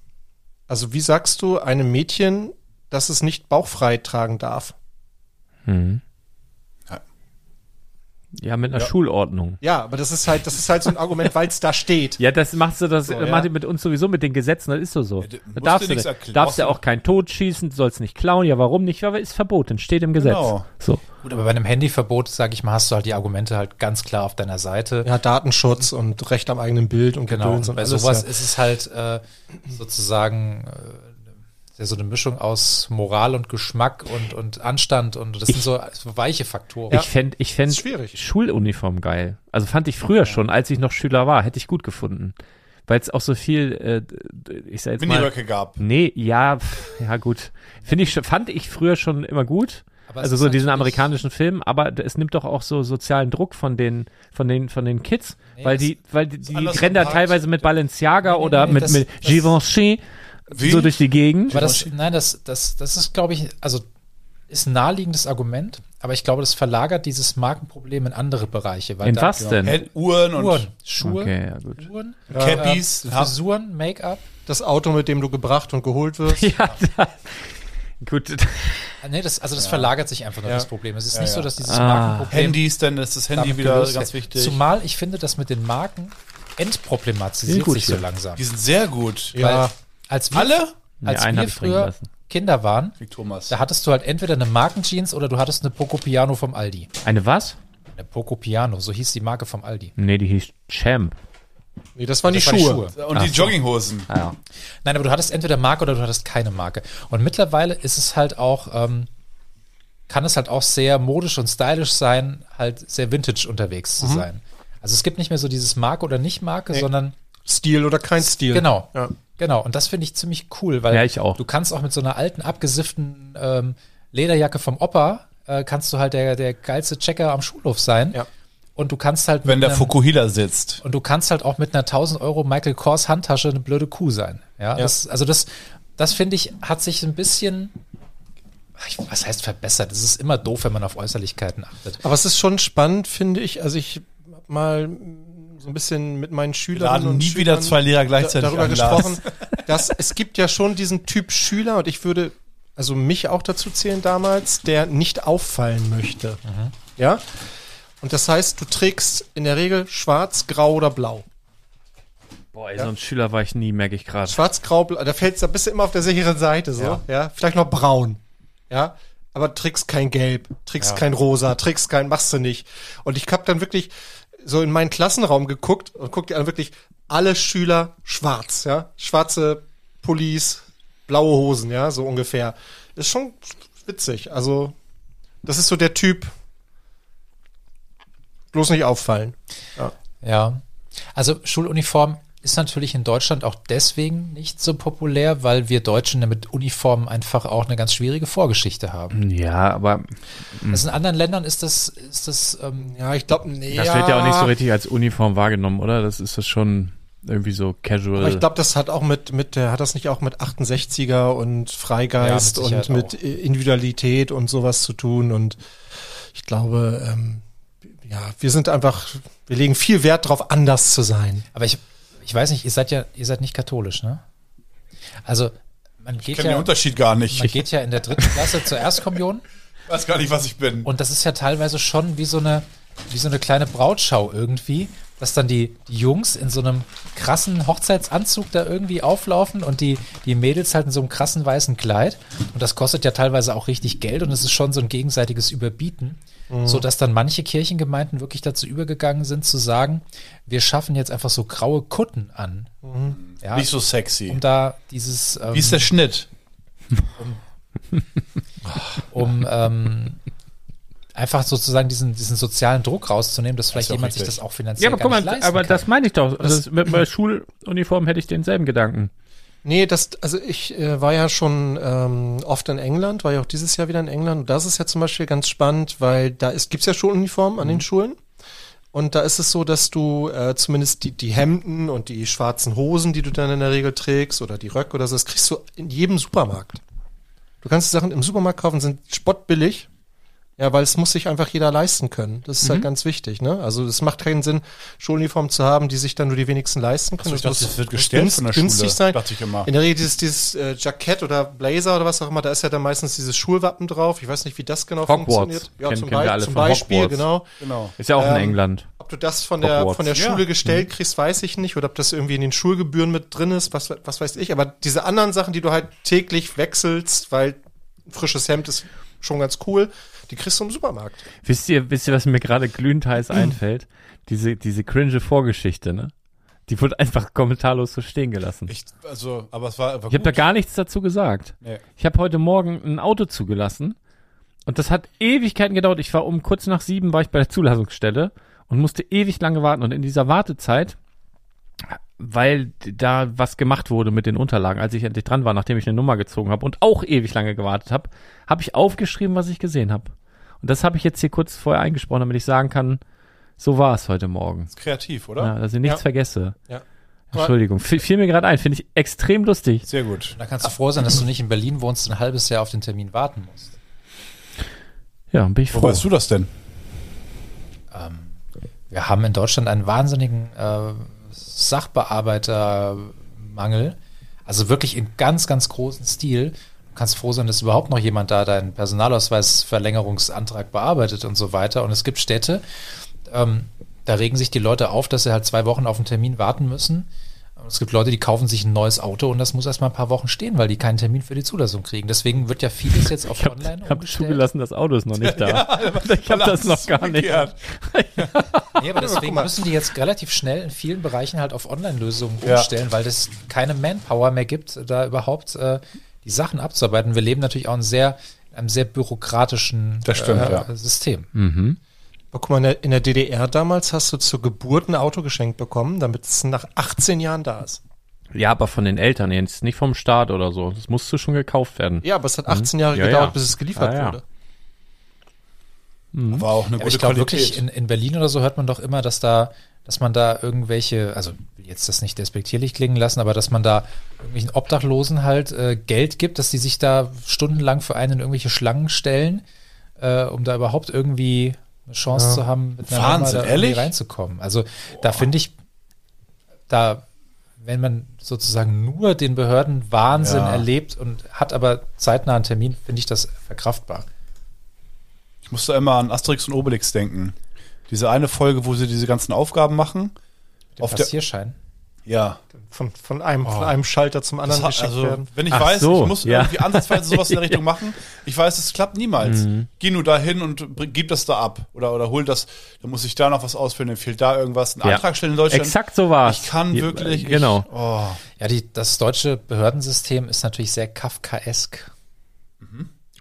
[SPEAKER 6] Also wie sagst du einem Mädchen, dass es nicht bauchfrei tragen darf?
[SPEAKER 5] Hm.
[SPEAKER 7] Ja.
[SPEAKER 5] Ja, mit einer Schulordnung.
[SPEAKER 6] Ja, aber das ist halt, das ist halt so ein Argument, weil es da steht.
[SPEAKER 5] Ja, das machst du das
[SPEAKER 7] So,
[SPEAKER 5] macht
[SPEAKER 7] ja.
[SPEAKER 5] ihr mit uns sowieso mit den Gesetzen, das ist so so.
[SPEAKER 7] du musst
[SPEAKER 5] Da darfst
[SPEAKER 7] dir
[SPEAKER 5] du nicht-
[SPEAKER 7] nichts erklären.
[SPEAKER 5] darfst ja auch keinen Tod schießen, du sollst nicht klauen. Ja, warum nicht? Ja, Aber ist verboten, steht im Gesetz.
[SPEAKER 7] Genau.
[SPEAKER 5] So.
[SPEAKER 8] Gut, aber bei einem Handyverbot, sage ich mal, hast du halt die Argumente halt ganz klar auf deiner Seite.
[SPEAKER 6] Ja, Datenschutz und Recht am eigenen Bild und
[SPEAKER 8] Genau,
[SPEAKER 6] Gedöns
[SPEAKER 8] und
[SPEAKER 6] und
[SPEAKER 8] bei
[SPEAKER 6] alles,
[SPEAKER 8] sowas
[SPEAKER 6] ja.
[SPEAKER 8] ist es halt äh, sozusagen äh, so eine Mischung aus Moral und Geschmack und, und Anstand und das sind so, so weiche Faktoren.
[SPEAKER 5] Ich fänd, ich fänd
[SPEAKER 6] Ist schwierig.
[SPEAKER 5] Schuluniform geil. Also fand ich früher schon, als ich noch Schüler war, hätte ich gut gefunden. Weil es auch so viel, äh, ich sag jetzt mal,
[SPEAKER 7] Miniröcke gab.
[SPEAKER 5] Nee, ja, pf, ja gut. Finde ich, schon- fand ich früher schon immer gut.
[SPEAKER 8] Aber es
[SPEAKER 5] also
[SPEAKER 8] ist
[SPEAKER 5] so
[SPEAKER 8] halt
[SPEAKER 5] diesen
[SPEAKER 8] natürlich-
[SPEAKER 5] amerikanischen Film, aber d- es nimmt doch auch so sozialen Druck von den, von den, von den Kids,
[SPEAKER 8] Nee,
[SPEAKER 5] weil
[SPEAKER 8] das-
[SPEAKER 5] die, weil die, die
[SPEAKER 7] anders
[SPEAKER 5] rennen da
[SPEAKER 7] verpackt.
[SPEAKER 5] teilweise mit Balenciaga
[SPEAKER 8] Nee, nee,
[SPEAKER 5] oder
[SPEAKER 8] nee,
[SPEAKER 5] mit,
[SPEAKER 8] das-
[SPEAKER 5] mit
[SPEAKER 8] das-
[SPEAKER 5] Givenchy
[SPEAKER 7] Wie?
[SPEAKER 5] so durch die Gegend.
[SPEAKER 8] Aber das, nein, das, das, das ist, glaube ich, also ist ein naheliegendes Argument, aber ich glaube, das verlagert dieses Markenproblem in andere Bereiche. Weil
[SPEAKER 5] In
[SPEAKER 8] da-
[SPEAKER 5] was denn?
[SPEAKER 7] Hä- Uhren und
[SPEAKER 8] Uhren, Schuhe,
[SPEAKER 5] Okay, ja gut.
[SPEAKER 8] Uhren,
[SPEAKER 7] Cappies.
[SPEAKER 8] äh,
[SPEAKER 7] Ja.
[SPEAKER 8] Frisuren, Make-up.
[SPEAKER 6] Das Auto, mit dem du gebracht und geholt wirst.
[SPEAKER 5] Ja, da, gut.
[SPEAKER 8] Ah, Nee, das, also das verlagert sich einfach nur das Problem. Es ist nicht
[SPEAKER 7] ja.
[SPEAKER 8] so, dass dieses
[SPEAKER 5] Ah.
[SPEAKER 8] Markenproblem
[SPEAKER 7] Handys, dann ist das Handy
[SPEAKER 8] damit
[SPEAKER 7] wieder
[SPEAKER 8] gelöst
[SPEAKER 7] ganz
[SPEAKER 8] wird.
[SPEAKER 7] wichtig.
[SPEAKER 8] Zumal ich finde, dass mit den Marken entproblematisiert
[SPEAKER 5] Gut
[SPEAKER 8] sich so
[SPEAKER 5] hier.
[SPEAKER 8] langsam.
[SPEAKER 7] die sind sehr gut.
[SPEAKER 8] Weil als wir,
[SPEAKER 7] Alle?
[SPEAKER 8] als
[SPEAKER 5] einen
[SPEAKER 8] wir
[SPEAKER 5] hab ich trinken
[SPEAKER 8] früher
[SPEAKER 5] lassen.
[SPEAKER 8] Kinder waren,
[SPEAKER 7] Krieg Thomas.
[SPEAKER 8] da hattest du halt entweder eine Markenjeans oder du hattest eine Poco Piano vom Aldi.
[SPEAKER 5] Eine was?
[SPEAKER 8] Eine Poco Piano, so hieß die Marke vom Aldi.
[SPEAKER 5] Nee, die hieß Champ.
[SPEAKER 6] Nee, das waren
[SPEAKER 8] Das
[SPEAKER 6] die
[SPEAKER 8] waren die
[SPEAKER 6] Schuhe.
[SPEAKER 8] Schuhe.
[SPEAKER 7] Und die Jogginghosen.
[SPEAKER 8] Ah. Nein, aber du hattest entweder Marke oder du hattest keine Marke. Und mittlerweile ist es halt auch, ähm, kann es halt auch sehr modisch und stylisch sein, halt sehr vintage unterwegs
[SPEAKER 6] Mhm.
[SPEAKER 8] zu sein. Also es gibt nicht mehr so dieses Marke oder nicht Marke, sondern
[SPEAKER 6] Stil oder kein Stil.
[SPEAKER 8] genau,
[SPEAKER 6] Ja.
[SPEAKER 8] genau. Und das finde ich ziemlich cool, weil
[SPEAKER 5] Ja, ich auch.
[SPEAKER 8] du kannst auch mit so einer alten, abgesifften ähm, Lederjacke vom Opa, äh, kannst du halt der, der geilste Checker am Schulhof sein.
[SPEAKER 6] Ja.
[SPEAKER 8] Und du kannst halt
[SPEAKER 7] Wenn
[SPEAKER 8] mit
[SPEAKER 7] der
[SPEAKER 8] einem-
[SPEAKER 7] Fukuhila sitzt.
[SPEAKER 8] und du kannst halt auch mit einer 1000 Euro Michael Kors Handtasche eine blöde Kuh sein. Ja, Das, also das, das finde ich, hat sich ein bisschen, ach, ich- was heißt verbessert? Es ist immer doof, wenn man auf Äußerlichkeiten achtet.
[SPEAKER 6] Aber es ist schon spannend, finde ich. Also ich hab mal so ein bisschen mit meinen
[SPEAKER 7] Da
[SPEAKER 6] Schülern
[SPEAKER 7] hatten
[SPEAKER 6] und
[SPEAKER 7] nie wieder
[SPEAKER 6] Schülern
[SPEAKER 7] zwei Lehrer
[SPEAKER 6] da-
[SPEAKER 7] gleichzeitig
[SPEAKER 6] darüber
[SPEAKER 7] angeladen.
[SPEAKER 6] gesprochen, dass es gibt ja schon diesen Typ Schüler und ich würde also mich auch dazu zählen damals, der nicht auffallen möchte. Ja? Und das heißt, du trägst in der Regel schwarz, grau oder blau.
[SPEAKER 5] Boah, ey, so ein Schüler war ich nie, merke ich gerade.
[SPEAKER 6] Schwarz, grau, blau, da fällst du, da bist du immer auf der sicheren Seite, so, ja. Vielleicht noch braun, ja. Aber trägst kein Gelb, trägst kein Rosa, trägst kein, machst du nicht. Und ich hab dann wirklich so in meinen Klassenraum geguckt und guckte an wirklich alle Schüler schwarz, ja. Schwarze Pullis, blaue Hosen, ja, so ungefähr. Ist schon witzig. Also, das ist so der Typ. Bloß nicht auffallen.
[SPEAKER 8] Ja. Also Schuluniform ist natürlich in Deutschland auch deswegen nicht so populär, weil wir Deutschen mit Uniformen einfach auch eine ganz schwierige Vorgeschichte haben.
[SPEAKER 5] Ja, aber
[SPEAKER 8] Also in anderen Ländern ist das, ist das ähm,
[SPEAKER 6] Ja, ich glaube, nee.
[SPEAKER 5] das wird ja auch nicht so richtig als Uniform wahrgenommen, oder? Das ist das schon irgendwie so casual.
[SPEAKER 8] Äh.
[SPEAKER 6] Aber ich glaube, das hat auch mit, mit der, hat das nicht auch mit 68er und Freigeist
[SPEAKER 8] Ja, mit Sicherheit
[SPEAKER 6] und mit Individualität und sowas zu tun. Und ich glaube, ähm, ja, wir sind einfach, wir legen viel Wert darauf, anders zu sein.
[SPEAKER 8] Aber ich, ich weiß nicht, ihr seid ja, ihr seid nicht katholisch, ne? Also man
[SPEAKER 7] Ich
[SPEAKER 8] geht
[SPEAKER 7] kenne den
[SPEAKER 8] ja,
[SPEAKER 7] Unterschied gar nicht.
[SPEAKER 8] man geht ja in der dritten Klasse zur Erstkommunion
[SPEAKER 7] Ich weiß gar nicht, was ich bin.
[SPEAKER 8] und das ist ja teilweise schon wie so eine, wie so eine kleine Brautschau irgendwie, dass dann die, die Jungs in so einem krassen Hochzeitsanzug da irgendwie auflaufen und die, die Mädels halt in so einem krassen weißen Kleid. Und das kostet ja teilweise auch richtig Geld und es ist schon so ein gegenseitiges Überbieten.
[SPEAKER 7] Mhm.
[SPEAKER 8] So dass dann manche Kirchengemeinden wirklich dazu übergegangen sind, zu sagen, wir schaffen jetzt einfach so graue Kutten an. Ja,
[SPEAKER 7] Mhm. Nicht so sexy.
[SPEAKER 8] um da dieses, ähm,
[SPEAKER 7] Wie ist der Schnitt?
[SPEAKER 8] um ähm, einfach sozusagen diesen, diesen sozialen Druck rauszunehmen, dass vielleicht
[SPEAKER 7] ja auch
[SPEAKER 8] jemand sich
[SPEAKER 7] richtig.
[SPEAKER 8] das auch
[SPEAKER 5] ja,
[SPEAKER 8] finanziell
[SPEAKER 5] aber
[SPEAKER 8] gar
[SPEAKER 5] guck mal,
[SPEAKER 8] nicht leisten
[SPEAKER 5] aber
[SPEAKER 8] kann.
[SPEAKER 5] das meine ich doch. Das, mit meiner Schuluniform hätte ich denselben Gedanken.
[SPEAKER 6] Nee, das, also ich äh, war ja schon ähm, oft in England, war ja auch dieses Jahr wieder in England. Und das ist ja zum Beispiel ganz spannend, weil da ist, gibt's ja Schuluniformen
[SPEAKER 8] Mhm.
[SPEAKER 6] an den Schulen. Und da ist es so, dass du äh, zumindest die, die Hemden und die schwarzen Hosen, die du dann in der Regel trägst, oder die Röcke oder so, das kriegst du in jedem Supermarkt. Du kannst die Sachen im Supermarkt kaufen, sind spottbillig. Ja, weil es muss sich einfach jeder leisten können. Das ist
[SPEAKER 7] Mhm.
[SPEAKER 6] halt ganz wichtig, ne? Also es macht keinen Sinn, Schuluniformen zu haben, die sich dann nur die wenigsten leisten können.
[SPEAKER 7] ich dachte,
[SPEAKER 6] muss-
[SPEAKER 7] das
[SPEAKER 6] muss
[SPEAKER 7] wird gestellt
[SPEAKER 6] günst-
[SPEAKER 7] von der
[SPEAKER 6] günstig
[SPEAKER 7] Schule.
[SPEAKER 6] Sein.
[SPEAKER 7] Dachte ich immer.
[SPEAKER 6] In der Regel dieses, dieses äh, Jackett oder Blazer oder was auch immer, da ist ja dann meistens dieses Schulwappen drauf. Ich weiß nicht, wie das genau
[SPEAKER 5] Hogwarts.
[SPEAKER 6] funktioniert. Ja,
[SPEAKER 5] Kennen-
[SPEAKER 6] zum,
[SPEAKER 5] kennen wir
[SPEAKER 6] Bei-
[SPEAKER 5] alle
[SPEAKER 6] zum
[SPEAKER 5] von
[SPEAKER 6] Beispiel,
[SPEAKER 5] Hogwarts.
[SPEAKER 6] genau.
[SPEAKER 7] Genau.
[SPEAKER 5] Ist ja auch in
[SPEAKER 6] Ähm,
[SPEAKER 5] England.
[SPEAKER 6] Ob du das von der,
[SPEAKER 5] Hogwarts.
[SPEAKER 6] von der
[SPEAKER 7] Ja.
[SPEAKER 6] Schule gestellt kriegst, weiß ich nicht. Oder ob das irgendwie in den Schulgebühren mit drin ist, was, was weiß ich. Aber diese anderen Sachen, die du halt täglich wechselst, weil ein frisches Hemd ist schon ganz cool, die kriegst du im Supermarkt.
[SPEAKER 5] Wisst ihr, wisst ihr, was mir gerade glühend heiß einfällt? Diese, diese cringe Vorgeschichte, ne? Die wurde einfach kommentarlos so stehen gelassen. Ich,
[SPEAKER 7] Ich, also, aber es war, war
[SPEAKER 5] ich habe da
[SPEAKER 7] gut.
[SPEAKER 5] gar nichts dazu gesagt.
[SPEAKER 7] Nee.
[SPEAKER 5] Ich habe heute Morgen ein Auto zugelassen und das hat Ewigkeiten gedauert. Ich war um kurz nach sieben war ich bei der Zulassungsstelle und musste ewig lange warten und in dieser Wartezeit weil da was gemacht wurde mit den Unterlagen, als ich endlich dran war, nachdem ich eine Nummer gezogen habe und auch ewig lange gewartet habe, habe ich aufgeschrieben, was ich gesehen habe. Und das habe ich jetzt hier kurz vorher eingesprochen, damit ich sagen kann, so war es heute Morgen.
[SPEAKER 7] Ist kreativ, oder?
[SPEAKER 5] Ja, dass ich nichts
[SPEAKER 6] Ja.
[SPEAKER 5] vergesse.
[SPEAKER 6] Ja.
[SPEAKER 5] Entschuldigung, fiel, fiel mir gerade ein, finde ich extrem lustig.
[SPEAKER 7] Sehr gut.
[SPEAKER 8] Da kannst du froh sein, dass du nicht in Berlin wohnst und ein halbes Jahr auf den Termin warten musst.
[SPEAKER 5] Ja, bin ich
[SPEAKER 7] Wo
[SPEAKER 5] froh.
[SPEAKER 7] weißt du das denn?
[SPEAKER 8] Ähm, wir haben in Deutschland einen wahnsinnigen äh, Sachbearbeitermangel. Also wirklich in ganz, ganz großen Stil. Du kannst froh sein, dass überhaupt noch jemand da deinen Personalausweisverlängerungsantrag bearbeitet und so weiter. Und es gibt Städte, ähm, da regen sich die Leute auf, dass sie halt zwei Wochen auf einen Termin warten müssen. Es gibt Leute, die kaufen sich ein neues Auto und das muss erstmal ein paar Wochen stehen, weil die keinen Termin für die Zulassung kriegen. Deswegen wird ja vieles jetzt auf
[SPEAKER 5] Ich habe
[SPEAKER 8] online
[SPEAKER 5] hab
[SPEAKER 8] umgestellt.
[SPEAKER 5] zugelassen, das Auto ist noch nicht da. ich habe das
[SPEAKER 7] Balance
[SPEAKER 5] noch gar nicht.
[SPEAKER 7] umgekehrt.
[SPEAKER 8] Ja, aber deswegen müssen die jetzt relativ schnell in vielen Bereichen halt auf Online-Lösungen
[SPEAKER 7] Ja.
[SPEAKER 8] umstellen, weil es keine Manpower mehr gibt, da überhaupt äh, die Sachen abzuarbeiten. Wir leben natürlich auch in sehr, in einem sehr bürokratischen
[SPEAKER 7] Das stimmt,
[SPEAKER 8] äh,
[SPEAKER 7] ja.
[SPEAKER 8] System.
[SPEAKER 5] Mhm.
[SPEAKER 6] Aber guck mal, in der, in der DDR damals hast du zur Geburt ein Auto geschenkt bekommen, damit es nach 18 Jahren da ist.
[SPEAKER 5] Ja, aber von den Eltern jetzt, nicht vom Staat oder so. Das musste schon gekauft werden.
[SPEAKER 6] Ja, aber es hat 18 Jahre
[SPEAKER 5] Mhm. Ja,
[SPEAKER 6] gedauert,
[SPEAKER 5] ja.
[SPEAKER 6] bis es geliefert
[SPEAKER 5] Ja, ja.
[SPEAKER 6] wurde.
[SPEAKER 7] War auch eine
[SPEAKER 8] Mhm. Ja, aber
[SPEAKER 7] gute
[SPEAKER 8] ich glaube
[SPEAKER 7] Qualität.
[SPEAKER 8] wirklich, in, in Berlin oder so hört man doch immer, dass da, dass man da irgendwelche, also will jetzt das nicht despektierlich klingen lassen, aber dass man da irgendwelchen Obdachlosen halt äh, Geld gibt, dass die sich da stundenlang für einen in irgendwelche Schlangen stellen, äh, um da überhaupt irgendwie eine Chance zu haben, mit einer
[SPEAKER 7] Wahnsinn,
[SPEAKER 8] da irgendwie
[SPEAKER 7] ehrlich?
[SPEAKER 8] reinzukommen. Also da finde ich, da wenn man sozusagen nur den Behörden Wahnsinn
[SPEAKER 7] Ja.
[SPEAKER 8] erlebt und hat aber zeitnah einen Termin, finde ich das verkraftbar.
[SPEAKER 7] Ich musste immer an Asterix und Obelix denken. Diese eine Folge, wo sie diese ganzen Aufgaben machen.
[SPEAKER 8] Den
[SPEAKER 7] Auf der-
[SPEAKER 8] Passierschein.
[SPEAKER 7] Ja.
[SPEAKER 6] Von, von, einem, von einem Schalter zum anderen
[SPEAKER 7] hat-
[SPEAKER 6] geschickt werden.
[SPEAKER 7] also, wenn ich
[SPEAKER 5] Ach
[SPEAKER 7] weiß,
[SPEAKER 5] so,
[SPEAKER 7] ich muss
[SPEAKER 5] ja.
[SPEAKER 7] irgendwie ansatzweise sowas in der Richtung machen, ich weiß, es klappt niemals.
[SPEAKER 5] Mhm.
[SPEAKER 7] Geh nur da hin und bring- gib das da ab. Oder, oder hol das, dann muss ich da noch was ausfüllen, dann fehlt da irgendwas. Einen
[SPEAKER 5] Ja.
[SPEAKER 7] Antrag stellen in Deutschland.
[SPEAKER 5] Exakt so war's.
[SPEAKER 7] Ich kann
[SPEAKER 5] Ja,
[SPEAKER 7] wirklich. Ich,
[SPEAKER 5] Genau.
[SPEAKER 7] oh,
[SPEAKER 8] Ja, die, das deutsche Behördensystem ist natürlich sehr kafkaesk.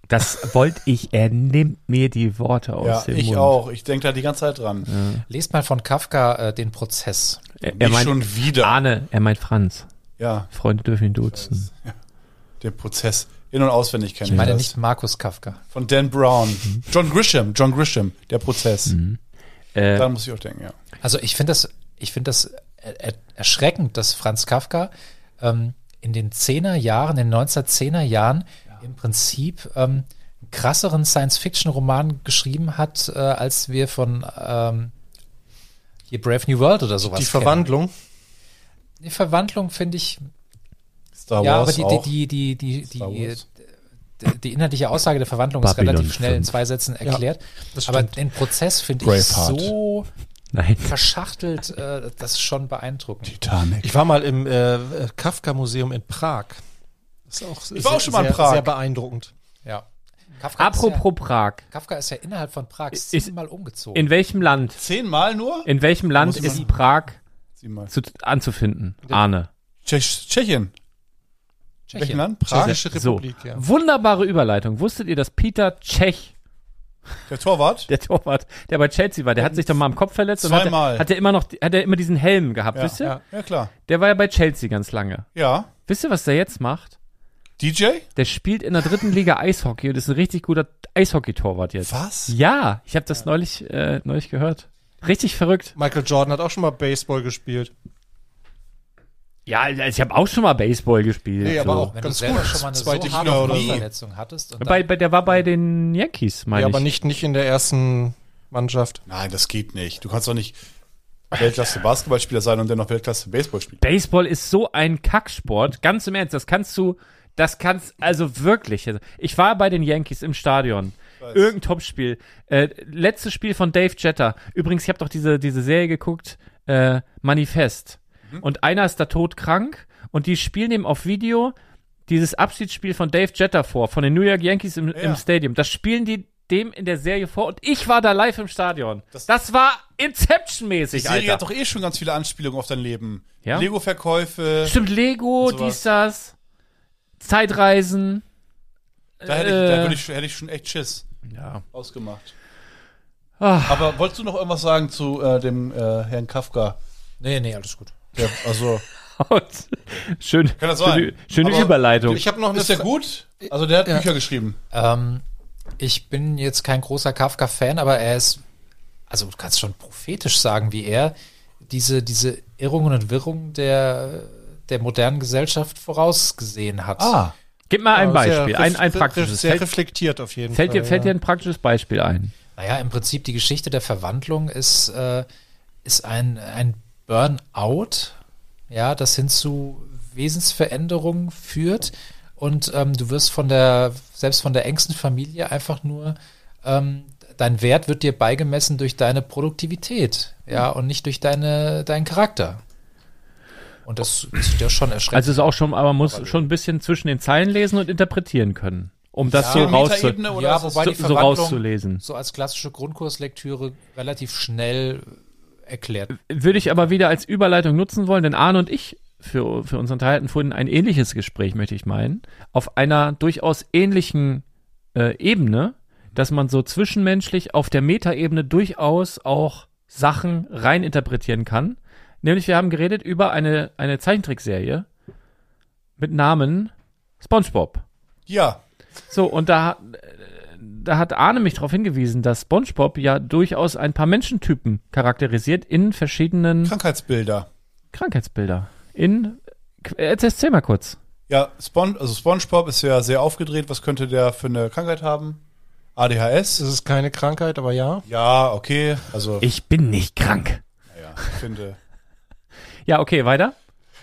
[SPEAKER 5] Das wollte ich. Er nimmt mir die Worte aus
[SPEAKER 7] ja,
[SPEAKER 5] dem
[SPEAKER 7] ich
[SPEAKER 5] Mund.
[SPEAKER 7] auch. Ich denke da die ganze Zeit dran.
[SPEAKER 8] Lest mal von Kafka äh, den Prozess.
[SPEAKER 5] Er, er
[SPEAKER 7] Nicht
[SPEAKER 5] meint ah.
[SPEAKER 7] schon wieder.
[SPEAKER 5] Arne, er meint Franz.
[SPEAKER 7] Ja,
[SPEAKER 5] Freunde dürfen ihn duzen.
[SPEAKER 7] der Prozess. In- und auswendig kenne
[SPEAKER 8] Ich
[SPEAKER 7] ich
[SPEAKER 8] meine
[SPEAKER 7] das.
[SPEAKER 8] nicht Markus Kafka.
[SPEAKER 7] Von Dan
[SPEAKER 5] Mhm.
[SPEAKER 7] Brown. John Grisham. John Grisham. Der Prozess.
[SPEAKER 5] Äh,
[SPEAKER 7] Daran muss ich auch denken, ja.
[SPEAKER 8] Also ich finde das, ich finde das er, er, erschreckend, dass Franz Kafka ähm, in den 10er Jahren, in den 1910er Jahren im Prinzip ähm, einen krasseren Science-Fiction-Roman geschrieben hat, äh, als wir von ähm, hier Brave New World oder sowas
[SPEAKER 6] Die
[SPEAKER 8] kennen.
[SPEAKER 6] Verwandlung.
[SPEAKER 8] Die Verwandlung finde ich
[SPEAKER 7] Star
[SPEAKER 8] ja,
[SPEAKER 7] Wars
[SPEAKER 8] aber
[SPEAKER 7] auch.
[SPEAKER 8] die, die, die, die,
[SPEAKER 7] Star
[SPEAKER 8] die,
[SPEAKER 7] Wars.
[SPEAKER 8] die, die inhaltliche Aussage der Verwandlung ist
[SPEAKER 5] Babylon
[SPEAKER 8] relativ schnell in
[SPEAKER 5] fünf.
[SPEAKER 8] zwei Sätzen erklärt.
[SPEAKER 6] das
[SPEAKER 8] aber
[SPEAKER 6] stimmt.
[SPEAKER 8] den Prozess finde ich
[SPEAKER 7] Braveheart.
[SPEAKER 8] so
[SPEAKER 5] nein.
[SPEAKER 8] verschachtelt, äh, das ist schon beeindruckend.
[SPEAKER 7] Titanic.
[SPEAKER 6] Ich war mal im äh, Kafka-Museum in Prag. Ist auch,
[SPEAKER 7] Ich war auch schon mal in
[SPEAKER 6] sehr,
[SPEAKER 7] Prag.
[SPEAKER 6] Sehr beeindruckend.
[SPEAKER 8] Ja. Kafka,
[SPEAKER 5] Apropos Prag.
[SPEAKER 8] Ist ja, Kafka ist ja innerhalb von Prag
[SPEAKER 5] Ist-
[SPEAKER 8] siebenmal umgezogen.
[SPEAKER 5] In welchem Land?
[SPEAKER 7] Zehnmal nur?
[SPEAKER 5] In welchem Land
[SPEAKER 7] Muss ich
[SPEAKER 5] ist
[SPEAKER 7] mal-
[SPEAKER 5] Prag
[SPEAKER 7] Siebenmal.
[SPEAKER 5] zu, anzufinden? Arne.
[SPEAKER 7] Tschech Tschechien. Welchen Land? Prag?
[SPEAKER 6] Tschechische
[SPEAKER 5] So.
[SPEAKER 6] Republik, ja.
[SPEAKER 5] Wunderbare Überleitung. Wusstet ihr, dass Peter Tschech
[SPEAKER 7] Der Torwart?
[SPEAKER 5] der Torwart, der bei Chelsea war, der hat sich doch mal am Kopf verletzt und
[SPEAKER 7] Zweimal.
[SPEAKER 5] hat, hat er immer noch, hat er immer diesen Helm gehabt, wisst ihr?
[SPEAKER 7] ja. ja, klar.
[SPEAKER 5] Der war ja bei Chelsea ganz lange.
[SPEAKER 7] Ja.
[SPEAKER 5] Wisst ihr, was der jetzt macht?
[SPEAKER 7] DJ?
[SPEAKER 5] Der spielt in der dritten Liga Eishockey und ist ein richtig guter Eishockey-Torwart jetzt.
[SPEAKER 7] Was?
[SPEAKER 5] Ja, ich habe das neulich, äh, neulich gehört. Richtig verrückt.
[SPEAKER 6] Michael Jordan hat auch schon mal Baseball gespielt.
[SPEAKER 5] Ja, also ich habe auch schon mal Baseball gespielt.
[SPEAKER 6] Nee, aber
[SPEAKER 5] so.
[SPEAKER 6] auch
[SPEAKER 8] Wenn du
[SPEAKER 6] ganz
[SPEAKER 8] selber
[SPEAKER 6] gut.
[SPEAKER 8] schon mal eine
[SPEAKER 6] Zweite
[SPEAKER 8] so harte
[SPEAKER 6] Liga oder so.
[SPEAKER 8] Verletzung hattest. Und
[SPEAKER 5] bei,
[SPEAKER 8] dann-
[SPEAKER 5] bei, der war bei den Yankees, meine
[SPEAKER 6] Ja,
[SPEAKER 5] ich.
[SPEAKER 6] aber nicht, nicht in der ersten Mannschaft.
[SPEAKER 7] Nein, das geht nicht. Du kannst doch nicht Weltklasse Basketballspieler sein und dennoch Weltklasse Baseball spielen.
[SPEAKER 5] Baseball ist so ein Kacksport. Ganz im Ernst, das kannst du, das kannst, also wirklich. Ich war bei den Yankees im Stadion. Irgendein Topspiel. Äh, letztes Spiel von Dave Jetter. Übrigens, ich habe doch diese, diese Serie geguckt, äh, Manifest.
[SPEAKER 7] Mhm.
[SPEAKER 5] Und einer ist da todkrank und die spielen ihm auf Video dieses Abschiedsspiel von Dave Jetter vor, von den New York Yankees im, im Stadium. Das spielen die dem in der Serie vor und ich war da live im Stadion. Das, war
[SPEAKER 7] Die
[SPEAKER 5] Inception-mäßig,
[SPEAKER 7] Serie
[SPEAKER 5] Alter.
[SPEAKER 7] hat doch eh schon ganz viele Anspielungen auf dein Leben.
[SPEAKER 5] Ja?
[SPEAKER 7] Lego-Verkäufe.
[SPEAKER 5] Stimmt, Lego,
[SPEAKER 7] Und sowas.
[SPEAKER 5] dies, das, Zeitreisen.
[SPEAKER 7] Da, hätte ich,
[SPEAKER 5] äh,
[SPEAKER 7] da würde ich, hätte ich schon echt Schiss
[SPEAKER 5] Ja.
[SPEAKER 7] ausgemacht.
[SPEAKER 5] Ah.
[SPEAKER 7] Aber wolltest du noch irgendwas sagen zu äh, dem äh, Herrn Kafka?
[SPEAKER 8] nee, nee, alles gut.
[SPEAKER 7] Der, also,
[SPEAKER 5] Schön,
[SPEAKER 7] kann das
[SPEAKER 5] schöne,
[SPEAKER 7] sein?
[SPEAKER 5] schöne
[SPEAKER 7] Aber
[SPEAKER 5] Überleitung.
[SPEAKER 6] Ich habe noch eine
[SPEAKER 7] Ist der
[SPEAKER 6] Fra-
[SPEAKER 7] gut? Also, der hat Bücher geschrieben.
[SPEAKER 8] Ähm, ich bin jetzt kein großer Kafka-Fan, aber er ist, also du kannst schon prophetisch sagen, wie er diese, diese Irrungen und Wirrungen der, der modernen Gesellschaft vorausgesehen hat.
[SPEAKER 6] Ah,
[SPEAKER 5] Gib mal ein
[SPEAKER 6] Ja, sehr
[SPEAKER 5] Beispiel, ein, ein
[SPEAKER 6] ref-
[SPEAKER 5] praktisches.
[SPEAKER 6] Sehr
[SPEAKER 5] Fällt,
[SPEAKER 6] reflektiert auf jeden
[SPEAKER 5] fällt,
[SPEAKER 6] Fall.
[SPEAKER 5] dir, fällt dir
[SPEAKER 6] ja.
[SPEAKER 5] ein praktisches Beispiel ein?
[SPEAKER 8] Naja, im Prinzip die Geschichte der Verwandlung ist, äh, ist ein, ein Burnout, ja, das hin zu Wesensveränderungen führt. Und ähm, du wirst von der, selbst von der engsten Familie einfach nur, ähm, dein Wert wird dir beigemessen durch deine Produktivität, ja, und nicht durch deine, deinen Charakter. Und das ist ja schon erschreckend.
[SPEAKER 5] Also es ist auch schon, aber man muss schon ein bisschen zwischen den Zeilen lesen und interpretieren können, um das so, rauszu
[SPEAKER 7] Metaebene oder
[SPEAKER 8] ja,
[SPEAKER 7] ist es-
[SPEAKER 8] wobei
[SPEAKER 5] so,
[SPEAKER 8] die
[SPEAKER 5] so
[SPEAKER 8] Verwandlung
[SPEAKER 5] rauszulesen.
[SPEAKER 8] so als klassische Grundkurslektüre relativ schnell erklärt
[SPEAKER 5] Würde ich aber wieder als Überleitung nutzen wollen, denn Arne und ich für, für unseren Teil hatten vorhin ein ähnliches Gespräch, möchte ich meinen, auf einer durchaus ähnlichen äh, Ebene, dass man so zwischenmenschlich auf der Metaebene durchaus auch Sachen reininterpretieren kann. Nämlich wir haben geredet über eine, eine Zeichentrickserie mit Namen SpongeBob.
[SPEAKER 7] Ja.
[SPEAKER 5] So, und da, da hat Arne mich darauf hingewiesen, dass SpongeBob ja durchaus ein paar Menschentypen charakterisiert in verschiedenen
[SPEAKER 7] Krankheitsbilder.
[SPEAKER 5] Krankheitsbilder. In jetzt erzähl mal kurz.
[SPEAKER 7] Ja, Spon also SpongeBob ist ja sehr aufgedreht. Was könnte der für eine Krankheit haben? ADHS?
[SPEAKER 6] Das ist keine Krankheit, aber ja.
[SPEAKER 7] Ja, okay. Also,
[SPEAKER 5] Ich bin nicht krank.
[SPEAKER 7] naja, ich finde.
[SPEAKER 5] Ja, okay, weiter.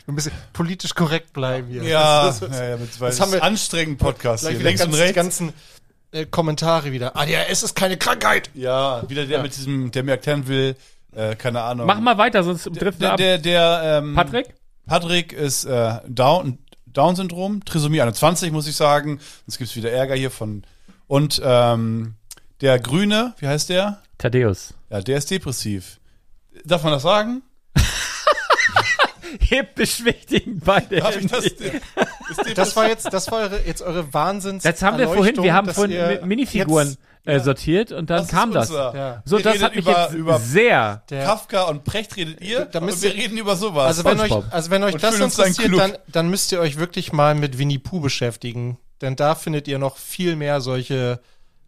[SPEAKER 6] Ein bisschen politisch korrekt bleiben hier.
[SPEAKER 7] Ja,
[SPEAKER 6] das, das, das,
[SPEAKER 7] naja, mit, weil
[SPEAKER 6] das
[SPEAKER 7] es
[SPEAKER 6] haben
[SPEAKER 7] ist
[SPEAKER 6] wir-
[SPEAKER 7] anstrengend Podcast
[SPEAKER 6] gleich
[SPEAKER 7] hier.
[SPEAKER 6] wieder
[SPEAKER 7] Links und
[SPEAKER 6] ganz, die
[SPEAKER 7] rechts.
[SPEAKER 6] ganzen äh, Kommentare wieder. ADHS ist keine Krankheit.
[SPEAKER 7] Ja, wieder der mit diesem, der mir erklären will, äh, keine Ahnung.
[SPEAKER 5] Mach mal weiter, sonst trifft er
[SPEAKER 7] Der,
[SPEAKER 5] ab.
[SPEAKER 7] der, der ähm,
[SPEAKER 5] Patrick?
[SPEAKER 7] Patrick ist äh, Down, Down-Syndrom, Trisomie 21, muss ich sagen. Sonst gibt's wieder Ärger hier von. Und ähm, der Grüne, wie heißt der?
[SPEAKER 5] Thaddeus.
[SPEAKER 7] Ja, der ist depressiv. Darf man das sagen?
[SPEAKER 5] Hebt beschwichtigen beide.
[SPEAKER 7] Darf ich das?
[SPEAKER 5] Hände.
[SPEAKER 7] Ist depressiv?
[SPEAKER 6] Das war jetzt, das war eure, jetzt eure Wahnsinns.
[SPEAKER 5] Das haben wir vorhin, wir haben vorhin Mi- Minifiguren
[SPEAKER 6] jetzt-
[SPEAKER 5] äh, sortiert und dann
[SPEAKER 7] Das
[SPEAKER 5] kam
[SPEAKER 7] ist
[SPEAKER 5] das.
[SPEAKER 7] unser-
[SPEAKER 6] Ja.
[SPEAKER 5] So,
[SPEAKER 7] Wir
[SPEAKER 5] das
[SPEAKER 7] reden
[SPEAKER 5] hat mich
[SPEAKER 7] über-
[SPEAKER 5] jetzt
[SPEAKER 7] über-
[SPEAKER 5] sehr.
[SPEAKER 6] Der,
[SPEAKER 7] Kafka und Precht redet ihr,
[SPEAKER 6] Da
[SPEAKER 7] und
[SPEAKER 6] müsst
[SPEAKER 7] wir
[SPEAKER 6] ihr-
[SPEAKER 7] reden über sowas.
[SPEAKER 6] also wenn euch,
[SPEAKER 5] SpongeBob.
[SPEAKER 6] also wenn euch
[SPEAKER 7] Und
[SPEAKER 6] das
[SPEAKER 7] füllen uns seinen
[SPEAKER 6] interessiert,
[SPEAKER 7] Club.
[SPEAKER 6] dann, dann müsst ihr euch wirklich mal mit Winnie Pooh beschäftigen. Denn da findet ihr noch viel mehr solche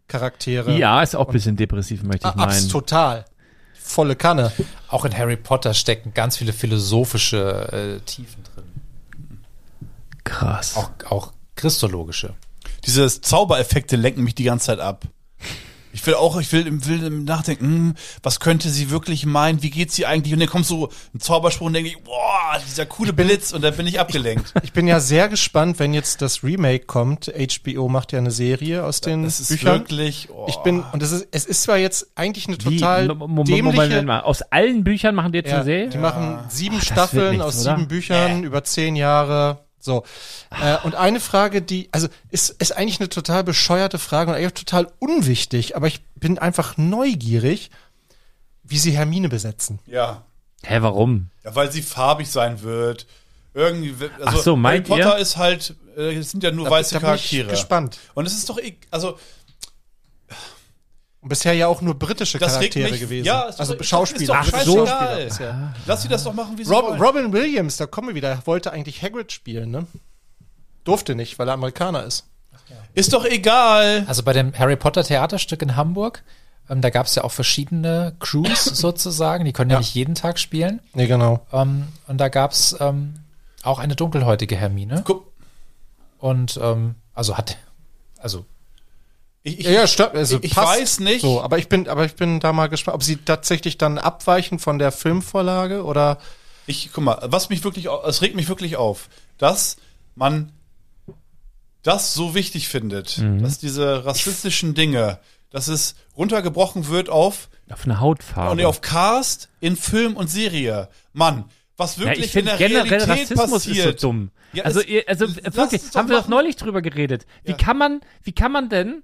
[SPEAKER 6] Charaktere.
[SPEAKER 5] Ja, ist auch ein bisschen depressiv, möchte ich
[SPEAKER 6] Ah, abs-
[SPEAKER 5] meinen.
[SPEAKER 6] total. Volle Kanne.
[SPEAKER 8] Auch in Harry Potter stecken ganz viele philosophische äh, Tiefen drin.
[SPEAKER 5] Krass.
[SPEAKER 8] Auch, auch christologische.
[SPEAKER 7] Diese Zaubereffekte lenken mich die ganze Zeit ab. Ich will auch, ich will, im- will im nachdenken, hm, was könnte sie wirklich meinen, wie geht sie eigentlich? Und dann kommt so ein Zauberspruch und denke ich, boah, dieser coole Blitz und dann bin ich abgelenkt.
[SPEAKER 6] Ich bin ja sehr gespannt, wenn jetzt das Remake kommt. HBO macht ja eine Serie aus den
[SPEAKER 7] Das ist
[SPEAKER 6] Büchern.
[SPEAKER 7] wirklich, oh.
[SPEAKER 6] Ich bin, und es ist, es ist zwar jetzt eigentlich eine
[SPEAKER 5] Wie,
[SPEAKER 6] total
[SPEAKER 5] Mo- Mo- Moment,
[SPEAKER 6] dämliche.
[SPEAKER 5] Moment mal. Aus allen Büchern machen die jetzt
[SPEAKER 6] ja,
[SPEAKER 5] eine
[SPEAKER 6] die
[SPEAKER 5] Serie?
[SPEAKER 6] machen sieben
[SPEAKER 5] das wird
[SPEAKER 6] Staffeln
[SPEAKER 5] nichts,
[SPEAKER 6] aus
[SPEAKER 5] oder? Ah.
[SPEAKER 6] sieben Büchern über zehn Jahre. So. Äh, und eine Frage, die, also ist, ist eigentlich eine total bescheuerte Frage und eigentlich auch total unwichtig, aber ich bin einfach neugierig, wie sie Hermine besetzen.
[SPEAKER 7] ja.
[SPEAKER 5] Hä, warum?
[SPEAKER 7] ja, weil sie farbig sein wird. Irgendwie, wird- also
[SPEAKER 5] Ach so,
[SPEAKER 7] Harry
[SPEAKER 5] meint
[SPEAKER 7] Potter
[SPEAKER 5] ihr?
[SPEAKER 7] ist halt, äh, es sind ja nur
[SPEAKER 6] Da-
[SPEAKER 7] weiße
[SPEAKER 6] da bin ich
[SPEAKER 7] Charaktere.
[SPEAKER 6] gespannt.
[SPEAKER 7] Und es ist doch, eh- also
[SPEAKER 6] Und bisher ja auch nur britische
[SPEAKER 7] das regt
[SPEAKER 6] Charaktere
[SPEAKER 7] mich,
[SPEAKER 6] gewesen.
[SPEAKER 7] ja, ist
[SPEAKER 6] also
[SPEAKER 7] doch,
[SPEAKER 6] Schauspieler.
[SPEAKER 7] Ist doch
[SPEAKER 6] britische
[SPEAKER 7] scheißegal.
[SPEAKER 6] Schauspieler. Ja.
[SPEAKER 7] Lass sie das doch machen, wie sie
[SPEAKER 6] Rob,
[SPEAKER 7] wollen.
[SPEAKER 6] Robin Williams, da kommen wir wieder, wollte eigentlich Hagrid spielen, ne? Durfte nicht, weil er Amerikaner ist.
[SPEAKER 7] Ist doch egal.
[SPEAKER 8] Also bei dem Harry Potter Theaterstück in Hamburg, ähm, da gab es ja auch verschiedene Crews sozusagen, die können ja, nicht jeden Tag spielen.
[SPEAKER 6] Ne, genau.
[SPEAKER 8] Ähm, und da gab es ähm, auch eine dunkelhäutige Hermine.
[SPEAKER 7] Guck,
[SPEAKER 8] Und ähm, also hat, also
[SPEAKER 7] ich, ich,
[SPEAKER 6] Ja, ja, stimmt. Also
[SPEAKER 7] ich
[SPEAKER 6] passt.
[SPEAKER 7] weiß nicht.
[SPEAKER 6] So, aber ich bin, aber ich bin da mal gespannt, ob sie tatsächlich dann abweichen von der Filmvorlage oder
[SPEAKER 7] Ich guck mal, was mich wirklich, au- es regt mich wirklich auf, dass man das so wichtig findet,
[SPEAKER 5] Mhm.
[SPEAKER 7] dass diese rassistischen Dinge, dass es runtergebrochen wird auf
[SPEAKER 5] Auf eine Hautfarbe.
[SPEAKER 7] und auf Cast in Film und Serie. Mann, was
[SPEAKER 5] Ja,
[SPEAKER 7] wirklich
[SPEAKER 5] ich
[SPEAKER 7] in
[SPEAKER 5] finde
[SPEAKER 7] der
[SPEAKER 5] generell
[SPEAKER 7] Realität
[SPEAKER 5] Rassismus
[SPEAKER 7] passiert.
[SPEAKER 5] ist so dumm.
[SPEAKER 7] Ja,
[SPEAKER 5] also,
[SPEAKER 7] es-
[SPEAKER 5] ihr, also
[SPEAKER 7] lass es
[SPEAKER 5] wirklich,
[SPEAKER 7] doch
[SPEAKER 5] haben wir doch
[SPEAKER 7] machen.
[SPEAKER 5] neulich drüber geredet. Wie kann man, wie kann man denn?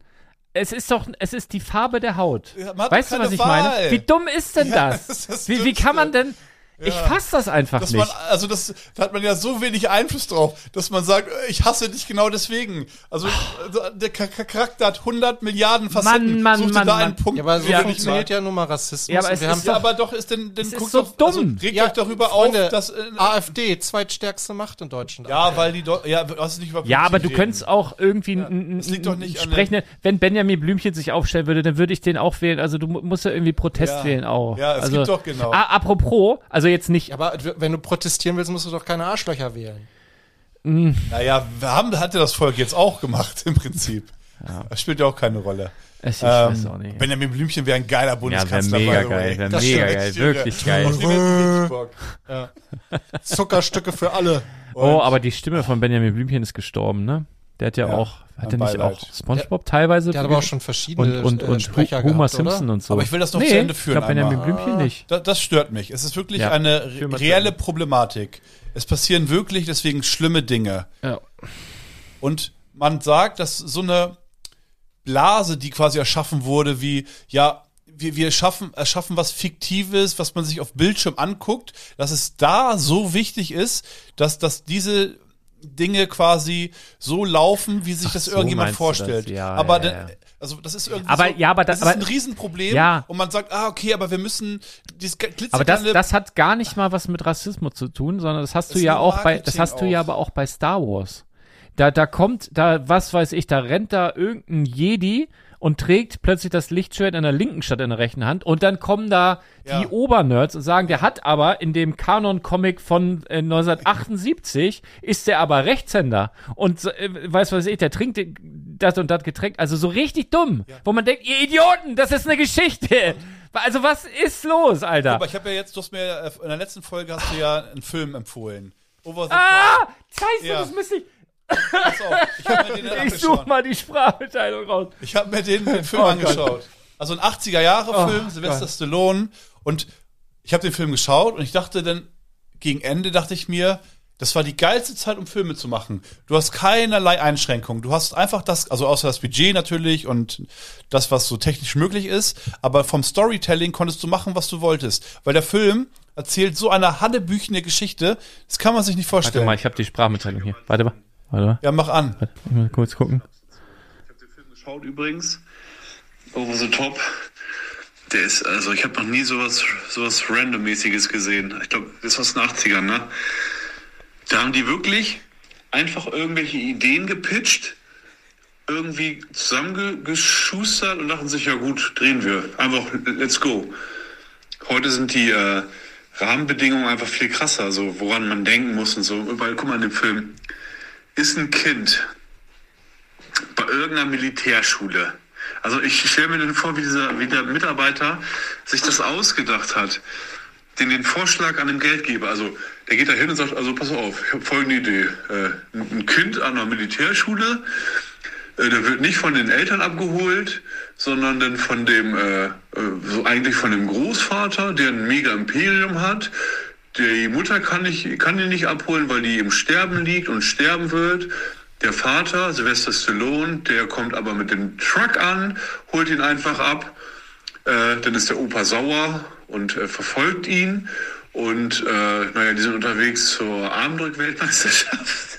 [SPEAKER 5] Es ist doch, es ist die Farbe der Haut.
[SPEAKER 7] Ja, man hat doch
[SPEAKER 5] weißt du,
[SPEAKER 7] keine
[SPEAKER 5] was ich
[SPEAKER 7] Wahl.
[SPEAKER 5] meine? Wie dumm ist denn
[SPEAKER 7] Ja,
[SPEAKER 5] das?
[SPEAKER 7] das ist das
[SPEAKER 5] wie, wie kann man denn? Ich fass das einfach
[SPEAKER 7] Dass man,
[SPEAKER 5] nicht.
[SPEAKER 7] also das, da hat man ja so wenig Einfluss drauf, dass man sagt, äh, ich hasse dich genau deswegen. Also äh, der Cha- Cha- Charakter hat 100 Milliarden Facetten.
[SPEAKER 5] Oh. Mann, Mann,
[SPEAKER 7] Such dir
[SPEAKER 5] Mann,
[SPEAKER 7] da
[SPEAKER 5] Mann.
[SPEAKER 7] einen Punkt.
[SPEAKER 6] Ja, aber so
[SPEAKER 7] den du nicht
[SPEAKER 6] funktioniert
[SPEAKER 7] magst.
[SPEAKER 6] ja nun mal Rassismus.
[SPEAKER 5] Ja, aber
[SPEAKER 6] und
[SPEAKER 5] es
[SPEAKER 6] wir
[SPEAKER 5] ist
[SPEAKER 6] haben
[SPEAKER 5] doch-
[SPEAKER 7] Ja, aber doch ist denn, dann
[SPEAKER 5] Es ist
[SPEAKER 7] guckt
[SPEAKER 5] so
[SPEAKER 7] doch, also
[SPEAKER 5] dumm.
[SPEAKER 7] regt
[SPEAKER 6] Ja,
[SPEAKER 7] euch darüber
[SPEAKER 6] Freunde,
[SPEAKER 7] auf, dass äh,
[SPEAKER 6] AfD, zweitstärkste Macht in Deutschland.
[SPEAKER 7] ja, weil die Deu- ja, hast du nicht über
[SPEAKER 5] Ja, aber du
[SPEAKER 7] Politik
[SPEAKER 5] könntest
[SPEAKER 7] reden.
[SPEAKER 5] auch irgendwie einen
[SPEAKER 7] das liegt doch nicht an
[SPEAKER 5] sprechenden, wenn Benjamin Blümchen sich aufstellen würde, dann würde ich den auch wählen. Also du mu- musst ja irgendwie Protest
[SPEAKER 7] Ja.
[SPEAKER 5] wählen auch.
[SPEAKER 7] Ja, es
[SPEAKER 5] also,
[SPEAKER 7] gibt doch genau.
[SPEAKER 5] Ah, apropos, also jetzt nicht,
[SPEAKER 6] Aber wenn du protestieren willst, musst du doch keine Arschlöcher wählen.
[SPEAKER 7] Naja, wir haben, hatte das Volk jetzt auch gemacht im Prinzip. Das spielt ja auch keine Rolle.
[SPEAKER 5] es-
[SPEAKER 7] Ähm,
[SPEAKER 5] ich weiß auch nicht.
[SPEAKER 7] Benjamin Blümchen wäre ein geiler
[SPEAKER 5] Ja, wäre
[SPEAKER 7] Bundeskanzler.
[SPEAKER 5] mega
[SPEAKER 7] by the way.
[SPEAKER 5] geil, wäre
[SPEAKER 7] Das
[SPEAKER 5] mega
[SPEAKER 7] stimmt.
[SPEAKER 5] geil, wirklich geil.
[SPEAKER 7] Ich hätte richtig Bock. Ja.
[SPEAKER 6] Zuckerstücke für alle.
[SPEAKER 5] Oh, aber die Stimme von Benjamin Blümchen ist gestorben, ne? Der hat ja,
[SPEAKER 7] Ja,
[SPEAKER 5] auch, hat er
[SPEAKER 7] ein
[SPEAKER 5] nicht
[SPEAKER 7] Beileid.
[SPEAKER 5] auch SpongeBob teilweise
[SPEAKER 6] Der hat aber auch schon verschiedene
[SPEAKER 5] und und
[SPEAKER 6] äh,
[SPEAKER 5] und
[SPEAKER 6] Sprecher
[SPEAKER 5] Homer
[SPEAKER 6] gehabt,
[SPEAKER 5] Simpson
[SPEAKER 6] oder?
[SPEAKER 5] und so.
[SPEAKER 7] Aber ich will das noch
[SPEAKER 5] nee,
[SPEAKER 7] zu Ende führen
[SPEAKER 5] Ich glaube Benjamin
[SPEAKER 7] einmal.
[SPEAKER 5] Blümchen nicht.
[SPEAKER 7] Da, das stört mich. Es ist wirklich
[SPEAKER 5] Ja.
[SPEAKER 7] eine
[SPEAKER 5] Fühl
[SPEAKER 7] re-
[SPEAKER 5] mal
[SPEAKER 7] reelle
[SPEAKER 5] drin.
[SPEAKER 7] Problematik. Es passieren wirklich deswegen schlimme Dinge.
[SPEAKER 5] Ja.
[SPEAKER 7] Und man sagt, dass so eine Blase, die quasi erschaffen wurde, wie, ja, wir, wir schaffen, erschaffen was Fiktives, was man sich auf Bildschirm anguckt, dass es da so wichtig ist, dass, dass diese Dinge quasi so laufen, wie sich das
[SPEAKER 5] so
[SPEAKER 7] irgendjemand
[SPEAKER 5] meinst du
[SPEAKER 7] vorstellt.
[SPEAKER 5] das. Ja,
[SPEAKER 7] aber
[SPEAKER 5] ja,
[SPEAKER 7] dann-
[SPEAKER 5] ja.
[SPEAKER 7] also das ist irgendwie
[SPEAKER 5] Aber-
[SPEAKER 7] so,
[SPEAKER 5] ja, aber
[SPEAKER 7] das,
[SPEAKER 5] das-
[SPEAKER 7] ist
[SPEAKER 5] aber-
[SPEAKER 7] ein Riesenproblem
[SPEAKER 5] Ja.
[SPEAKER 7] und man sagt, ah, okay, aber wir müssen dieses glitzernde
[SPEAKER 5] Aber das, das hat gar nicht mal was mit Rassismus zu tun, sondern das hast
[SPEAKER 7] Das
[SPEAKER 5] du
[SPEAKER 7] ist
[SPEAKER 5] ja
[SPEAKER 7] nur
[SPEAKER 5] auch bei, das
[SPEAKER 7] Marketing
[SPEAKER 5] hast du ja
[SPEAKER 7] auch.
[SPEAKER 5] aber auch bei Star Wars. Da, da kommt, da, was weiß ich, da rennt da irgendein Jedi und trägt plötzlich das Lichtschwert in der linken statt in der rechten Hand und dann kommen da die
[SPEAKER 7] Ja.
[SPEAKER 5] Obernerds und sagen, der hat aber in dem Kanon-Comic von äh, 1978 ist der aber Rechtshänder und so, äh, weiß weiß ich, der trinkt den- das und das Getränk, also so richtig dumm, wo man denkt, ihr Idioten, das ist eine Geschichte. Also was ist los, Alter?
[SPEAKER 7] Aber ich habe ja jetzt, du hast mir äh, in der letzten Folge hast du ja einen Film empfohlen. Over the
[SPEAKER 5] Ah, scheiße,
[SPEAKER 7] Ja.
[SPEAKER 5] das müsste ich.
[SPEAKER 7] Pass auf, ich habe mir den dann
[SPEAKER 5] Ich suche
[SPEAKER 7] angeschaut.
[SPEAKER 5] mal die Sprachbeteiligung raus.
[SPEAKER 7] Ich habe mir den, den Film angeschaut. Also ein 80er-Jahre-Film, Sylvester Stallone. Und ich habe den Film geschaut und ich dachte dann, gegen Ende dachte ich mir, das war die geilste Zeit, um Filme zu machen. Du hast keinerlei Einschränkungen. Du hast einfach das, also außer das Budget natürlich und das, was so technisch möglich ist. Aber vom Storytelling konntest du machen, was du wolltest. Weil der Film erzählt so eine hallebüchene Geschichte, das kann man sich nicht vorstellen.
[SPEAKER 5] ich habe die Sprachbeteiligung hier. Warte mal. Warte mal.
[SPEAKER 7] ja, mach an.
[SPEAKER 5] Ich muss kurz gucken.
[SPEAKER 8] geschaut übrigens. Over the Top. Der ist, also ich habe noch nie sowas, sowas Randommäßiges gesehen. Ich glaube, das war aus den 80ern, ne? Da haben die wirklich einfach irgendwelche Ideen gepitcht, irgendwie zusammengeschustert und dachten sich, ja gut, drehen wir. Einfach, let's go. Heute sind die äh, Rahmenbedingungen einfach viel krasser, so woran man denken muss und so. Überall, guck mal in dem Film. Ist ein Kind, bei irgendeiner Militärschule. Also ich stelle mir dann vor, wie, dieser, wie der Mitarbeiter sich das ausgedacht hat. Den, den Vorschlag an den Geldgeber. Also der geht da hin und sagt, also pass auf, ich habe folgende Idee. Äh, ein ein Kind an einer Militärschule, äh, der wird nicht von den Eltern abgeholt, sondern dann von dem, äh, äh, so eigentlich von dem Großvater, der ein mega Imperium hat. Die Mutter kann, nicht, kann ihn nicht abholen, weil die im Sterben liegt und sterben wird. Der Vater, Sylvester Stallone, der kommt aber mit dem Truck an, holt ihn einfach ab. Äh, dann ist der Opa sauer und äh, verfolgt ihn. Und äh, naja, die sind unterwegs zur Armdrück-Weltmeisterschaft.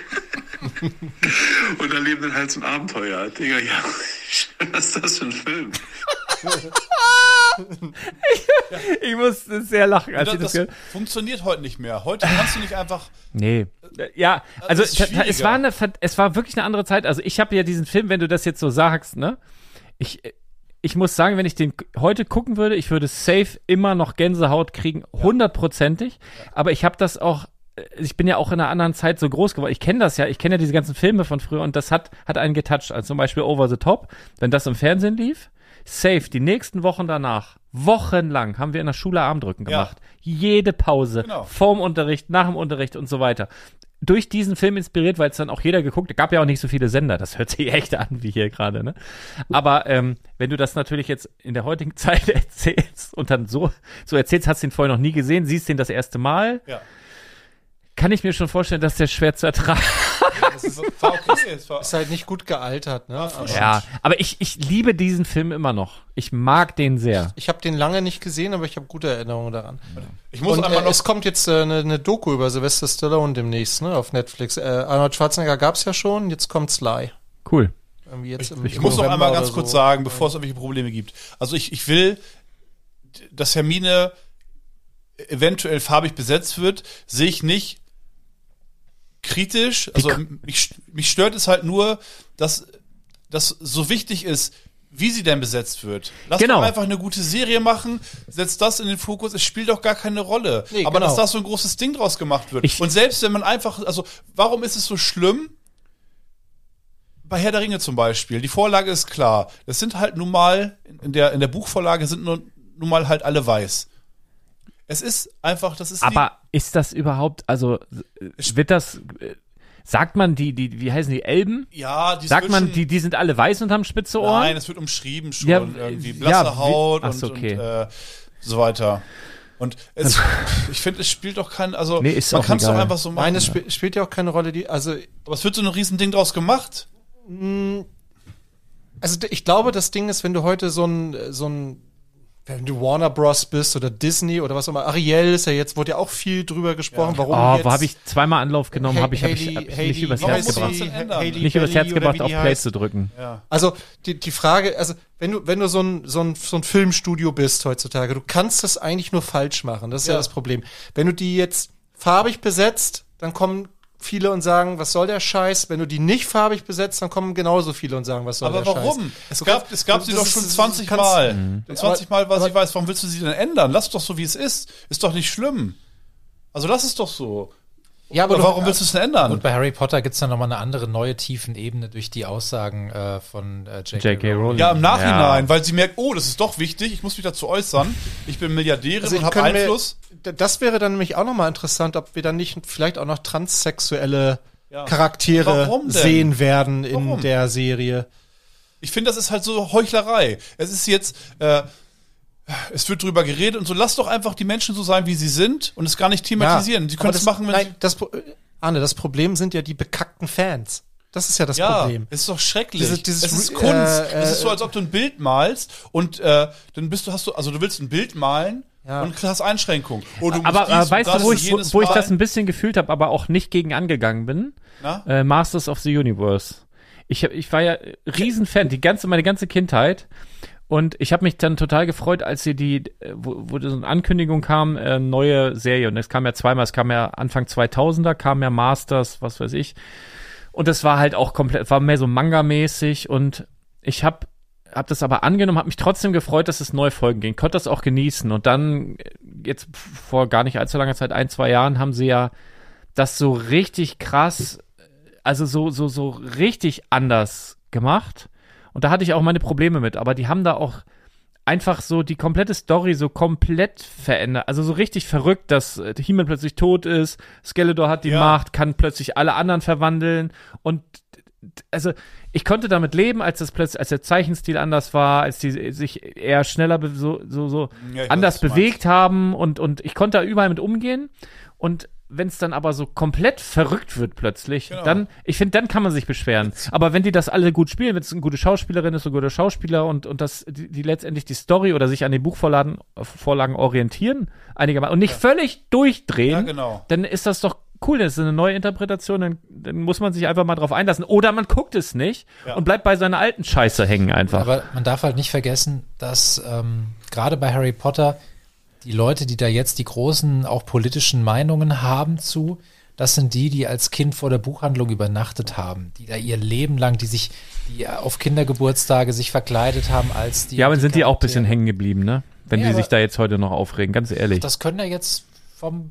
[SPEAKER 8] Und erleben dann halt so ein Abenteuer. Digga, ja, was ist das für ein Film?
[SPEAKER 5] Ich musste sehr lachen, als
[SPEAKER 7] Das,
[SPEAKER 5] ich das
[SPEAKER 7] das
[SPEAKER 5] gehört
[SPEAKER 7] funktioniert heute nicht mehr. Heute kannst du nicht einfach
[SPEAKER 5] Nee. Ja, also
[SPEAKER 7] ist
[SPEAKER 5] ta- ta- es
[SPEAKER 7] schwieriger.
[SPEAKER 5] war eine, ver- es war wirklich eine andere Zeit. Also ich habe ja diesen Film, wenn du das jetzt so sagst, ne? Ich, ich muss sagen, wenn ich den k- heute gucken würde, ich würde safe immer noch Gänsehaut kriegen, hundertprozentig. Aber ich habe das auch, äh, ich bin ja auch in einer anderen Zeit so groß geworden. Ich kenne das ja, ich kenne ja diese ganzen Filme von früher und das hat, hat einen getoucht. Also zum Beispiel Over the Top, wenn das im Fernsehen lief, safe, die nächsten Wochen danach, wochenlang haben wir in der Schule Armdrücken
[SPEAKER 7] Ja.
[SPEAKER 5] gemacht. Jede Pause,
[SPEAKER 7] Genau.
[SPEAKER 5] vorm Unterricht, nach dem Unterricht und so weiter. Durch diesen Film inspiriert, weil es dann auch jeder geguckt hat. Gab ja auch nicht so viele Sender. Das hört sich echt an wie hier gerade, ne? Aber ähm, wenn du das natürlich jetzt in der heutigen Zeit erzählst und dann so, so erzählst, hast du ihn vorher noch nie gesehen, siehst ihn das erste Mal,
[SPEAKER 7] Ja.
[SPEAKER 5] kann ich mir schon vorstellen, dass der schwer zu ertragen
[SPEAKER 7] Das ist, war okay. Es war,
[SPEAKER 6] Ist halt nicht gut gealtert, ne? Aber
[SPEAKER 5] Ja, aber ich, ich liebe diesen Film immer noch. Ich mag den sehr.
[SPEAKER 6] Ich habe den lange nicht gesehen, aber ich habe gute Erinnerungen daran.
[SPEAKER 7] ich muss
[SPEAKER 6] und
[SPEAKER 7] einmal
[SPEAKER 6] äh,
[SPEAKER 7] noch.
[SPEAKER 6] es kommt jetzt äh, eine, eine Doku über Sylvester Stallone demnächst, ne, auf Netflix. Äh, Arnold Schwarzenegger gab's ja schon, jetzt kommt Sly.
[SPEAKER 5] Cool.
[SPEAKER 6] Irgendwie jetzt im
[SPEAKER 7] Ich muss noch
[SPEAKER 6] November
[SPEAKER 7] einmal
[SPEAKER 6] oder
[SPEAKER 7] ganz
[SPEAKER 6] so.
[SPEAKER 7] kurz sagen, bevor es irgendwelche Probleme gibt. Also ich, ich will, dass Hermine eventuell farbig besetzt wird, sehe ich nicht kritisch. Also mich, mich stört es halt nur, dass das so wichtig ist, wie sie denn besetzt wird. Lass
[SPEAKER 5] Genau.
[SPEAKER 7] doch einfach eine gute Serie machen, setzt das in den Fokus, es spielt doch gar keine Rolle.
[SPEAKER 6] Nee,
[SPEAKER 7] Aber
[SPEAKER 6] genau.
[SPEAKER 7] dass da so ein großes Ding draus gemacht wird.
[SPEAKER 5] Ich-
[SPEAKER 7] Und selbst wenn man einfach, also warum ist es so schlimm, bei Herr der Ringe zum Beispiel, die Vorlage ist klar. Das sind halt nun mal, in der, in der Buchvorlage sind nun, nun mal halt alle weiß. Es ist einfach, das ist
[SPEAKER 5] Aber ist das überhaupt, also äh, wird das, äh, sagt man die, die, wie heißen die, Elben?
[SPEAKER 7] die, ja, die
[SPEAKER 5] Sagt man, die,
[SPEAKER 7] zwischen-
[SPEAKER 5] die sind alle weiß und haben spitze Ohren?
[SPEAKER 7] Nein, es wird umschrieben schon
[SPEAKER 5] Ja,
[SPEAKER 7] irgendwie.
[SPEAKER 5] äh, ja,
[SPEAKER 7] Blasse
[SPEAKER 5] wie-
[SPEAKER 7] Haut
[SPEAKER 5] Ach so,
[SPEAKER 7] und,
[SPEAKER 5] okay. Also-
[SPEAKER 7] und äh, so weiter. Und es, ich finde, es spielt doch kein, also
[SPEAKER 5] Nee, ist
[SPEAKER 7] man
[SPEAKER 5] auch
[SPEAKER 7] kann es doch
[SPEAKER 5] egal.
[SPEAKER 7] einfach so machen.
[SPEAKER 6] Nein, es spiel, spielt ja auch keine Rolle, die also
[SPEAKER 7] Aber es wird so ein Riesending draus gemacht.
[SPEAKER 6] Also d- ich glaube, das Ding ist, wenn du heute so ein, so ein, wenn du Warner Bros. bist oder Disney oder was auch immer, Ariel ist ja jetzt, wurde ja auch viel drüber gesprochen, warum
[SPEAKER 5] Oh,
[SPEAKER 6] jetzt
[SPEAKER 5] wo habe ich zweimal Anlauf genommen, habe ich, hab ich, hab ich nicht übers
[SPEAKER 7] warum
[SPEAKER 5] Herz
[SPEAKER 7] muss man
[SPEAKER 5] gebracht.
[SPEAKER 7] es denn ändern?
[SPEAKER 6] Hailey
[SPEAKER 5] Nicht übers Herz
[SPEAKER 6] Bailey oder
[SPEAKER 5] gebracht,
[SPEAKER 6] wie
[SPEAKER 5] auf
[SPEAKER 6] die
[SPEAKER 5] Play
[SPEAKER 6] heißt.
[SPEAKER 5] zu drücken.
[SPEAKER 6] Also die, die Frage, also wenn du, wenn du so ein, so, ein, so ein Filmstudio bist heutzutage, du kannst das eigentlich nur falsch machen. Das ist ja, das Problem. Wenn du die jetzt farbig besetzt, dann kommen viele und sagen, was soll der Scheiß? Wenn du die nicht farbig besetzt, dann kommen genauso viele und sagen, was soll
[SPEAKER 7] Aber
[SPEAKER 6] der Scheiß?
[SPEAKER 7] warum? Es
[SPEAKER 6] Du
[SPEAKER 7] gab,
[SPEAKER 6] kannst-
[SPEAKER 7] es gab
[SPEAKER 6] du-
[SPEAKER 7] sie
[SPEAKER 6] das
[SPEAKER 7] doch
[SPEAKER 6] ist-
[SPEAKER 7] schon
[SPEAKER 6] das ist-
[SPEAKER 7] 20
[SPEAKER 6] kannst- Mhm.
[SPEAKER 7] Mal. 20 Mal, was
[SPEAKER 6] aber-
[SPEAKER 7] ich weiß. Warum willst du sie denn ändern? Lass doch so, wie es ist. Ist doch nicht schlimm. Also lass es doch so.
[SPEAKER 6] Ja, aber
[SPEAKER 7] Oder
[SPEAKER 6] du,
[SPEAKER 7] warum willst du es denn ändern?
[SPEAKER 8] Und bei Harry Potter gibt es dann nochmal eine andere neue Tiefenebene durch die Aussagen äh, von äh, J.K.
[SPEAKER 5] J.K. Rowling.
[SPEAKER 7] Ja, im Nachhinein,
[SPEAKER 5] Ja.
[SPEAKER 7] weil sie merkt, oh, das ist doch wichtig, ich muss mich dazu äußern. Ich bin Milliardärin
[SPEAKER 6] Also ich
[SPEAKER 7] und habe
[SPEAKER 6] könnte mir-
[SPEAKER 7] Einfluss.
[SPEAKER 6] D- Das wäre dann nämlich auch nochmal interessant, ob wir dann nicht vielleicht auch noch transsexuelle
[SPEAKER 7] Ja.
[SPEAKER 6] Charaktere
[SPEAKER 7] Warum denn?
[SPEAKER 6] sehen werden in
[SPEAKER 7] Warum?
[SPEAKER 6] der Serie.
[SPEAKER 7] Ich finde, das ist halt so Heuchlerei. Es ist jetzt, äh, es wird drüber geredet und so, lass doch einfach die Menschen so sein, wie sie sind und es gar nicht thematisieren. sie können
[SPEAKER 6] aber
[SPEAKER 7] es machen, wenn
[SPEAKER 6] nein, das, Pro- äh, Arne, das Problem sind ja die bekackten Fans. Das ist ja das
[SPEAKER 7] sie, ja,
[SPEAKER 6] Problem.
[SPEAKER 7] es ist doch schrecklich.
[SPEAKER 6] Dieses- dieses
[SPEAKER 7] es ist
[SPEAKER 6] Re-
[SPEAKER 7] Kunst.
[SPEAKER 6] äh,
[SPEAKER 7] es ist so,
[SPEAKER 6] äh,
[SPEAKER 7] als ob du ein Bild malst und äh, dann bist du, hast du, also du willst ein Bild malen
[SPEAKER 6] Ja.
[SPEAKER 7] und hast Einschränkungen. Oh, du musst
[SPEAKER 5] Aber
[SPEAKER 7] dies
[SPEAKER 5] äh,
[SPEAKER 7] und
[SPEAKER 5] weißt
[SPEAKER 7] das
[SPEAKER 5] du, wo
[SPEAKER 7] und
[SPEAKER 5] ich, wo,
[SPEAKER 7] jenes
[SPEAKER 5] wo ich das
[SPEAKER 7] malen.
[SPEAKER 5] ein bisschen gefühlt habe, aber auch nicht gegen angegangen bin?
[SPEAKER 7] Na?
[SPEAKER 5] Äh, Masters of the Universe. Ich, hab, ich war ja äh, Riesenfan, die ganze, meine ganze Kindheit. Und ich habe mich dann total gefreut, als sie die, äh, wo, wo so eine Ankündigung kam, äh, neue Serie. Und es kam ja zweimal, es kam ja Anfang 2000er, kam ja Masters, was weiß ich. Und das war halt auch komplett, war mehr so Manga-mäßig. Und ich habe hab das aber angenommen, habe mich trotzdem gefreut, dass es neue Folgen ging, konnte das auch genießen. Und dann, äh, jetzt vor gar nicht allzu langer Zeit, ein, zwei Jahren, haben sie ja das so richtig krass also so, so, so richtig anders gemacht. Und da hatte ich auch meine Probleme mit, aber die haben da auch einfach so die komplette Story so komplett verändert. Also so richtig verrückt, dass äh, He-Man plötzlich tot ist, Skeletor hat die
[SPEAKER 7] Ja.
[SPEAKER 5] Macht, kann plötzlich alle anderen verwandeln und d- also ich konnte damit leben, als das plötzlich, als der Zeichenstil anders war, als die sich eher schneller be so, so, so
[SPEAKER 7] Ja, ich weiß,
[SPEAKER 5] anders
[SPEAKER 7] was du meinst.
[SPEAKER 5] bewegt haben und, und ich konnte da überall mit umgehen. Und wenn es dann aber so komplett verrückt wird plötzlich, dann, ich finde, dann kann man sich beschweren. Aber wenn die das alle gut spielen, wenn es eine gute Schauspielerin ist, ein guter Schauspieler und, und das, die, die letztendlich die Story oder sich an den Buchvorlagen Vorlagen orientieren, einigermaßen und nicht völlig durchdrehen,
[SPEAKER 7] Ja, genau.
[SPEAKER 5] dann ist das doch cool, das ist eine neue Interpretation, dann, dann muss man sich einfach mal drauf einlassen. Oder man guckt es nicht und bleibt bei seiner alten Scheiße hängen einfach.
[SPEAKER 8] Aber man darf halt nicht vergessen, dass ähm, gerade bei Harry Potter die Leute, die da jetzt die großen auch politischen Meinungen haben zu, das sind die, die als Kind vor der Buchhandlung übernachtet haben, die da ihr Leben lang, die sich, die auf Kindergeburtstage sich verkleidet haben als die.
[SPEAKER 5] ja, aber dann sind die auch ein bisschen
[SPEAKER 8] Charaktere.
[SPEAKER 5] hängen geblieben, ne? Wenn
[SPEAKER 8] Ja,
[SPEAKER 5] die sich
[SPEAKER 8] aber-
[SPEAKER 5] da jetzt heute noch aufregen, ganz ehrlich.
[SPEAKER 8] Das können ja jetzt vom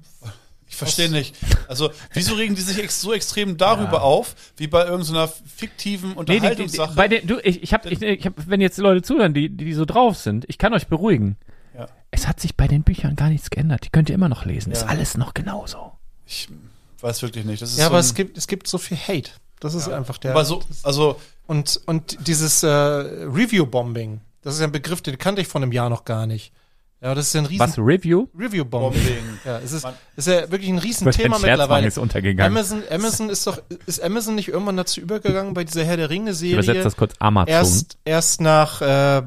[SPEAKER 7] Ich verstehe nicht. Also, wieso regen die sich ex so extrem darüber auf, wie bei irgendeiner fiktiven
[SPEAKER 5] Nee, die, die, die,
[SPEAKER 7] Unterhaltungssache?
[SPEAKER 5] bei den, du, ich, ich habe, ich, ich hab, wenn jetzt Leute zuhören, die, die so drauf sind, ich kann euch beruhigen.
[SPEAKER 7] Ja.
[SPEAKER 5] Es hat sich bei den Büchern gar nichts geändert. Die könnt ihr immer noch lesen. Ist alles noch genauso.
[SPEAKER 7] ich weiß wirklich nicht. Das ist
[SPEAKER 6] Ja,
[SPEAKER 7] so
[SPEAKER 6] aber
[SPEAKER 7] ein,
[SPEAKER 6] es gibt, es gibt so viel Hate. Das ist einfach der.
[SPEAKER 7] aber so, also,
[SPEAKER 6] und, und dieses äh, Review-Bombing, das ist ja ein Begriff, den kannte ich vor einem Jahr noch gar nicht. Ja, aber das ist ja ein riesen
[SPEAKER 5] Was, Review?
[SPEAKER 6] Review-Bombing.
[SPEAKER 7] Bombing.
[SPEAKER 6] Ja, es ist,
[SPEAKER 7] Man-
[SPEAKER 6] ist ja wirklich ein riesen
[SPEAKER 5] Mein
[SPEAKER 6] Thema
[SPEAKER 5] Scherzmann
[SPEAKER 6] mittlerweile.
[SPEAKER 5] ist untergegangen.
[SPEAKER 6] Amazon, Amazon ist doch, ist Amazon nicht irgendwann dazu übergegangen bei dieser Herr der
[SPEAKER 5] Ich übersetze
[SPEAKER 6] Ringe-Serie?
[SPEAKER 5] das kurz Amazon.
[SPEAKER 6] Erst, erst nach, äh,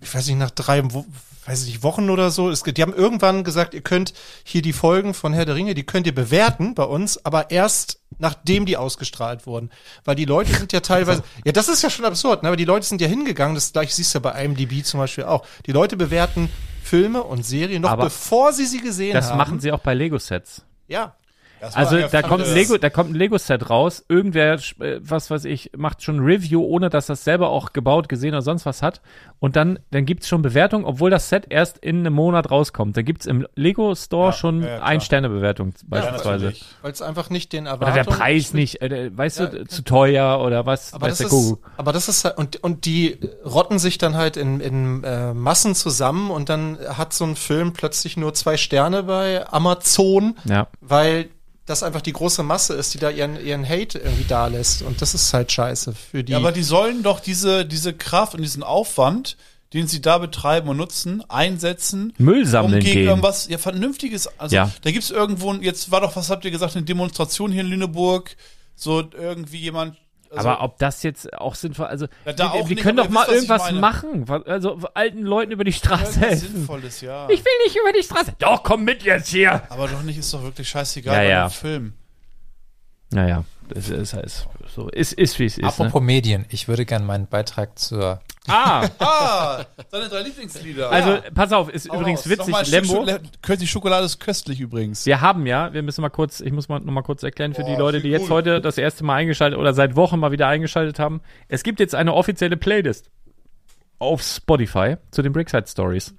[SPEAKER 6] ich weiß nicht, nach drei, Wo- weiß ich nicht, Wochen oder so. Es, die haben irgendwann gesagt, ihr könnt hier die Folgen von Herr der Ringe, die könnt ihr bewerten bei uns, aber erst nachdem die ausgestrahlt wurden. Weil die Leute sind ja teilweise, ja, das ist ja schon absurd, ne? aber die Leute sind ja hingegangen, das gleiche siehst du ja bei IMDb zum Beispiel auch. Die Leute bewerten Filme und Serien noch
[SPEAKER 5] Aber
[SPEAKER 6] bevor sie sie gesehen
[SPEAKER 5] das
[SPEAKER 6] haben.
[SPEAKER 5] machen sie auch bei Lego-Sets.
[SPEAKER 6] Ja.
[SPEAKER 7] Das war
[SPEAKER 5] Also
[SPEAKER 7] ja
[SPEAKER 5] da kommt, ein
[SPEAKER 7] verrückt.
[SPEAKER 5] Lego, da kommt ein Lego-Set raus, irgendwer, äh, was weiß ich, macht schon ein Review, ohne dass das selber auch gebaut, gesehen oder sonst was hat. Und dann, dann gibt's schon Bewertung, obwohl das Set erst in einem Monat rauskommt. Da gibt's im Lego-Store
[SPEAKER 7] Ja,
[SPEAKER 5] schon
[SPEAKER 7] ja, klar.
[SPEAKER 5] Ein-Sterne-Bewertung
[SPEAKER 7] Ja,
[SPEAKER 5] beispielsweise.
[SPEAKER 7] natürlich.
[SPEAKER 6] Weil es einfach nicht den
[SPEAKER 5] oder
[SPEAKER 6] Erwartungen
[SPEAKER 5] der Preis nicht, äh, weißt du, zu teuer oder was,
[SPEAKER 6] Aber das,
[SPEAKER 5] weiß der
[SPEAKER 6] ist,
[SPEAKER 5] Kuckuck.
[SPEAKER 6] aber das ist halt, und, und die rotten sich dann halt in, in äh, Massen zusammen und dann hat so ein Film plötzlich nur zwei Sterne bei Amazon,
[SPEAKER 5] Ja.
[SPEAKER 6] weil das einfach die große Masse ist, die da ihren, ihren Hate irgendwie da lässt. Und das ist halt scheiße für die.
[SPEAKER 7] Ja, aber die sollen doch diese, diese Kraft und diesen Aufwand, den sie da betreiben und nutzen, einsetzen.
[SPEAKER 5] Müll sammeln
[SPEAKER 7] um gegen
[SPEAKER 5] gehen.
[SPEAKER 7] irgendwas ja, Vernünftiges. Also
[SPEAKER 5] Ja.
[SPEAKER 7] da gibt's irgendwo, ein- jetzt war doch, was habt ihr gesagt, eine Demonstration hier in Lüneburg, so irgendwie jemand. also-
[SPEAKER 5] aber ob das jetzt auch sinnvoll, also
[SPEAKER 7] Ja, da
[SPEAKER 5] die,
[SPEAKER 7] auch
[SPEAKER 5] die
[SPEAKER 7] nicht,
[SPEAKER 5] können
[SPEAKER 7] aber
[SPEAKER 5] doch
[SPEAKER 7] ihr
[SPEAKER 5] mal
[SPEAKER 7] wisst, was ich
[SPEAKER 5] irgendwas
[SPEAKER 7] meine.
[SPEAKER 5] machen, was- also alten Leuten über die Straße
[SPEAKER 7] Irgendwas
[SPEAKER 5] helfen.
[SPEAKER 7] Sinnvolles, ja.
[SPEAKER 5] Ich will nicht über die Straße. Doch, komm mit jetzt hier.
[SPEAKER 7] aber doch nicht, ist doch wirklich scheißegal
[SPEAKER 5] Ja,
[SPEAKER 7] bei
[SPEAKER 5] ja.
[SPEAKER 7] einem Film.
[SPEAKER 5] Naja, das ist, das ist so. Ist, ist wie es ist.
[SPEAKER 6] ne?
[SPEAKER 8] Apropos Medien, ich würde gerne meinen Beitrag zur
[SPEAKER 5] Ne? Ah,
[SPEAKER 7] Ah, seine drei Lieblingslieder.
[SPEAKER 5] also
[SPEAKER 7] Ja.
[SPEAKER 5] pass auf, ist
[SPEAKER 7] Hau
[SPEAKER 5] übrigens
[SPEAKER 7] raus.
[SPEAKER 5] witzig.
[SPEAKER 7] Nochmal ein Stück
[SPEAKER 5] Lembo,
[SPEAKER 7] Schokol- Kö- Die Schokolade ist köstlich übrigens.
[SPEAKER 5] wir haben ja, wir müssen mal kurz, ich muss mal noch mal kurz erklären für die
[SPEAKER 7] Boah,
[SPEAKER 5] Leute,
[SPEAKER 7] viel
[SPEAKER 5] die jetzt
[SPEAKER 7] cool.
[SPEAKER 5] heute das erste Mal eingeschaltet oder seit Wochen mal wieder eingeschaltet haben. Es gibt jetzt eine offizielle Playlist auf Spotify zu den Brickside Stories.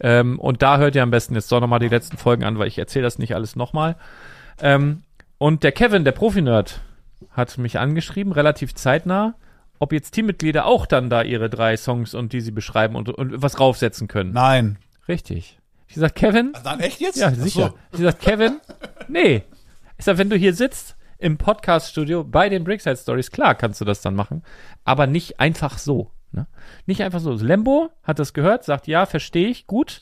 [SPEAKER 5] Ähm, und da hört ihr am besten jetzt doch nochmal die letzten Folgen an, weil ich erzähle das nicht alles nochmal. Ähm, und der Kevin, der Profi-Nerd, hat mich angeschrieben, relativ zeitnah, ob jetzt Teammitglieder auch dann da ihre drei Songs und die sie beschreiben und, und was raufsetzen können.
[SPEAKER 7] Nein.
[SPEAKER 5] Richtig. Ich gesagt, Kevin?
[SPEAKER 7] Nein, echt jetzt?
[SPEAKER 5] Ja,
[SPEAKER 7] Ach so.
[SPEAKER 5] sicher. Ich gesagt, Kevin? Nee. Ich sag, wenn du hier sitzt im Podcast-Studio bei den Brickside Stories, klar kannst du das dann machen, aber nicht einfach so. Ne? Nicht einfach so. Lembo hat das gehört, sagt, ja, verstehe ich, gut,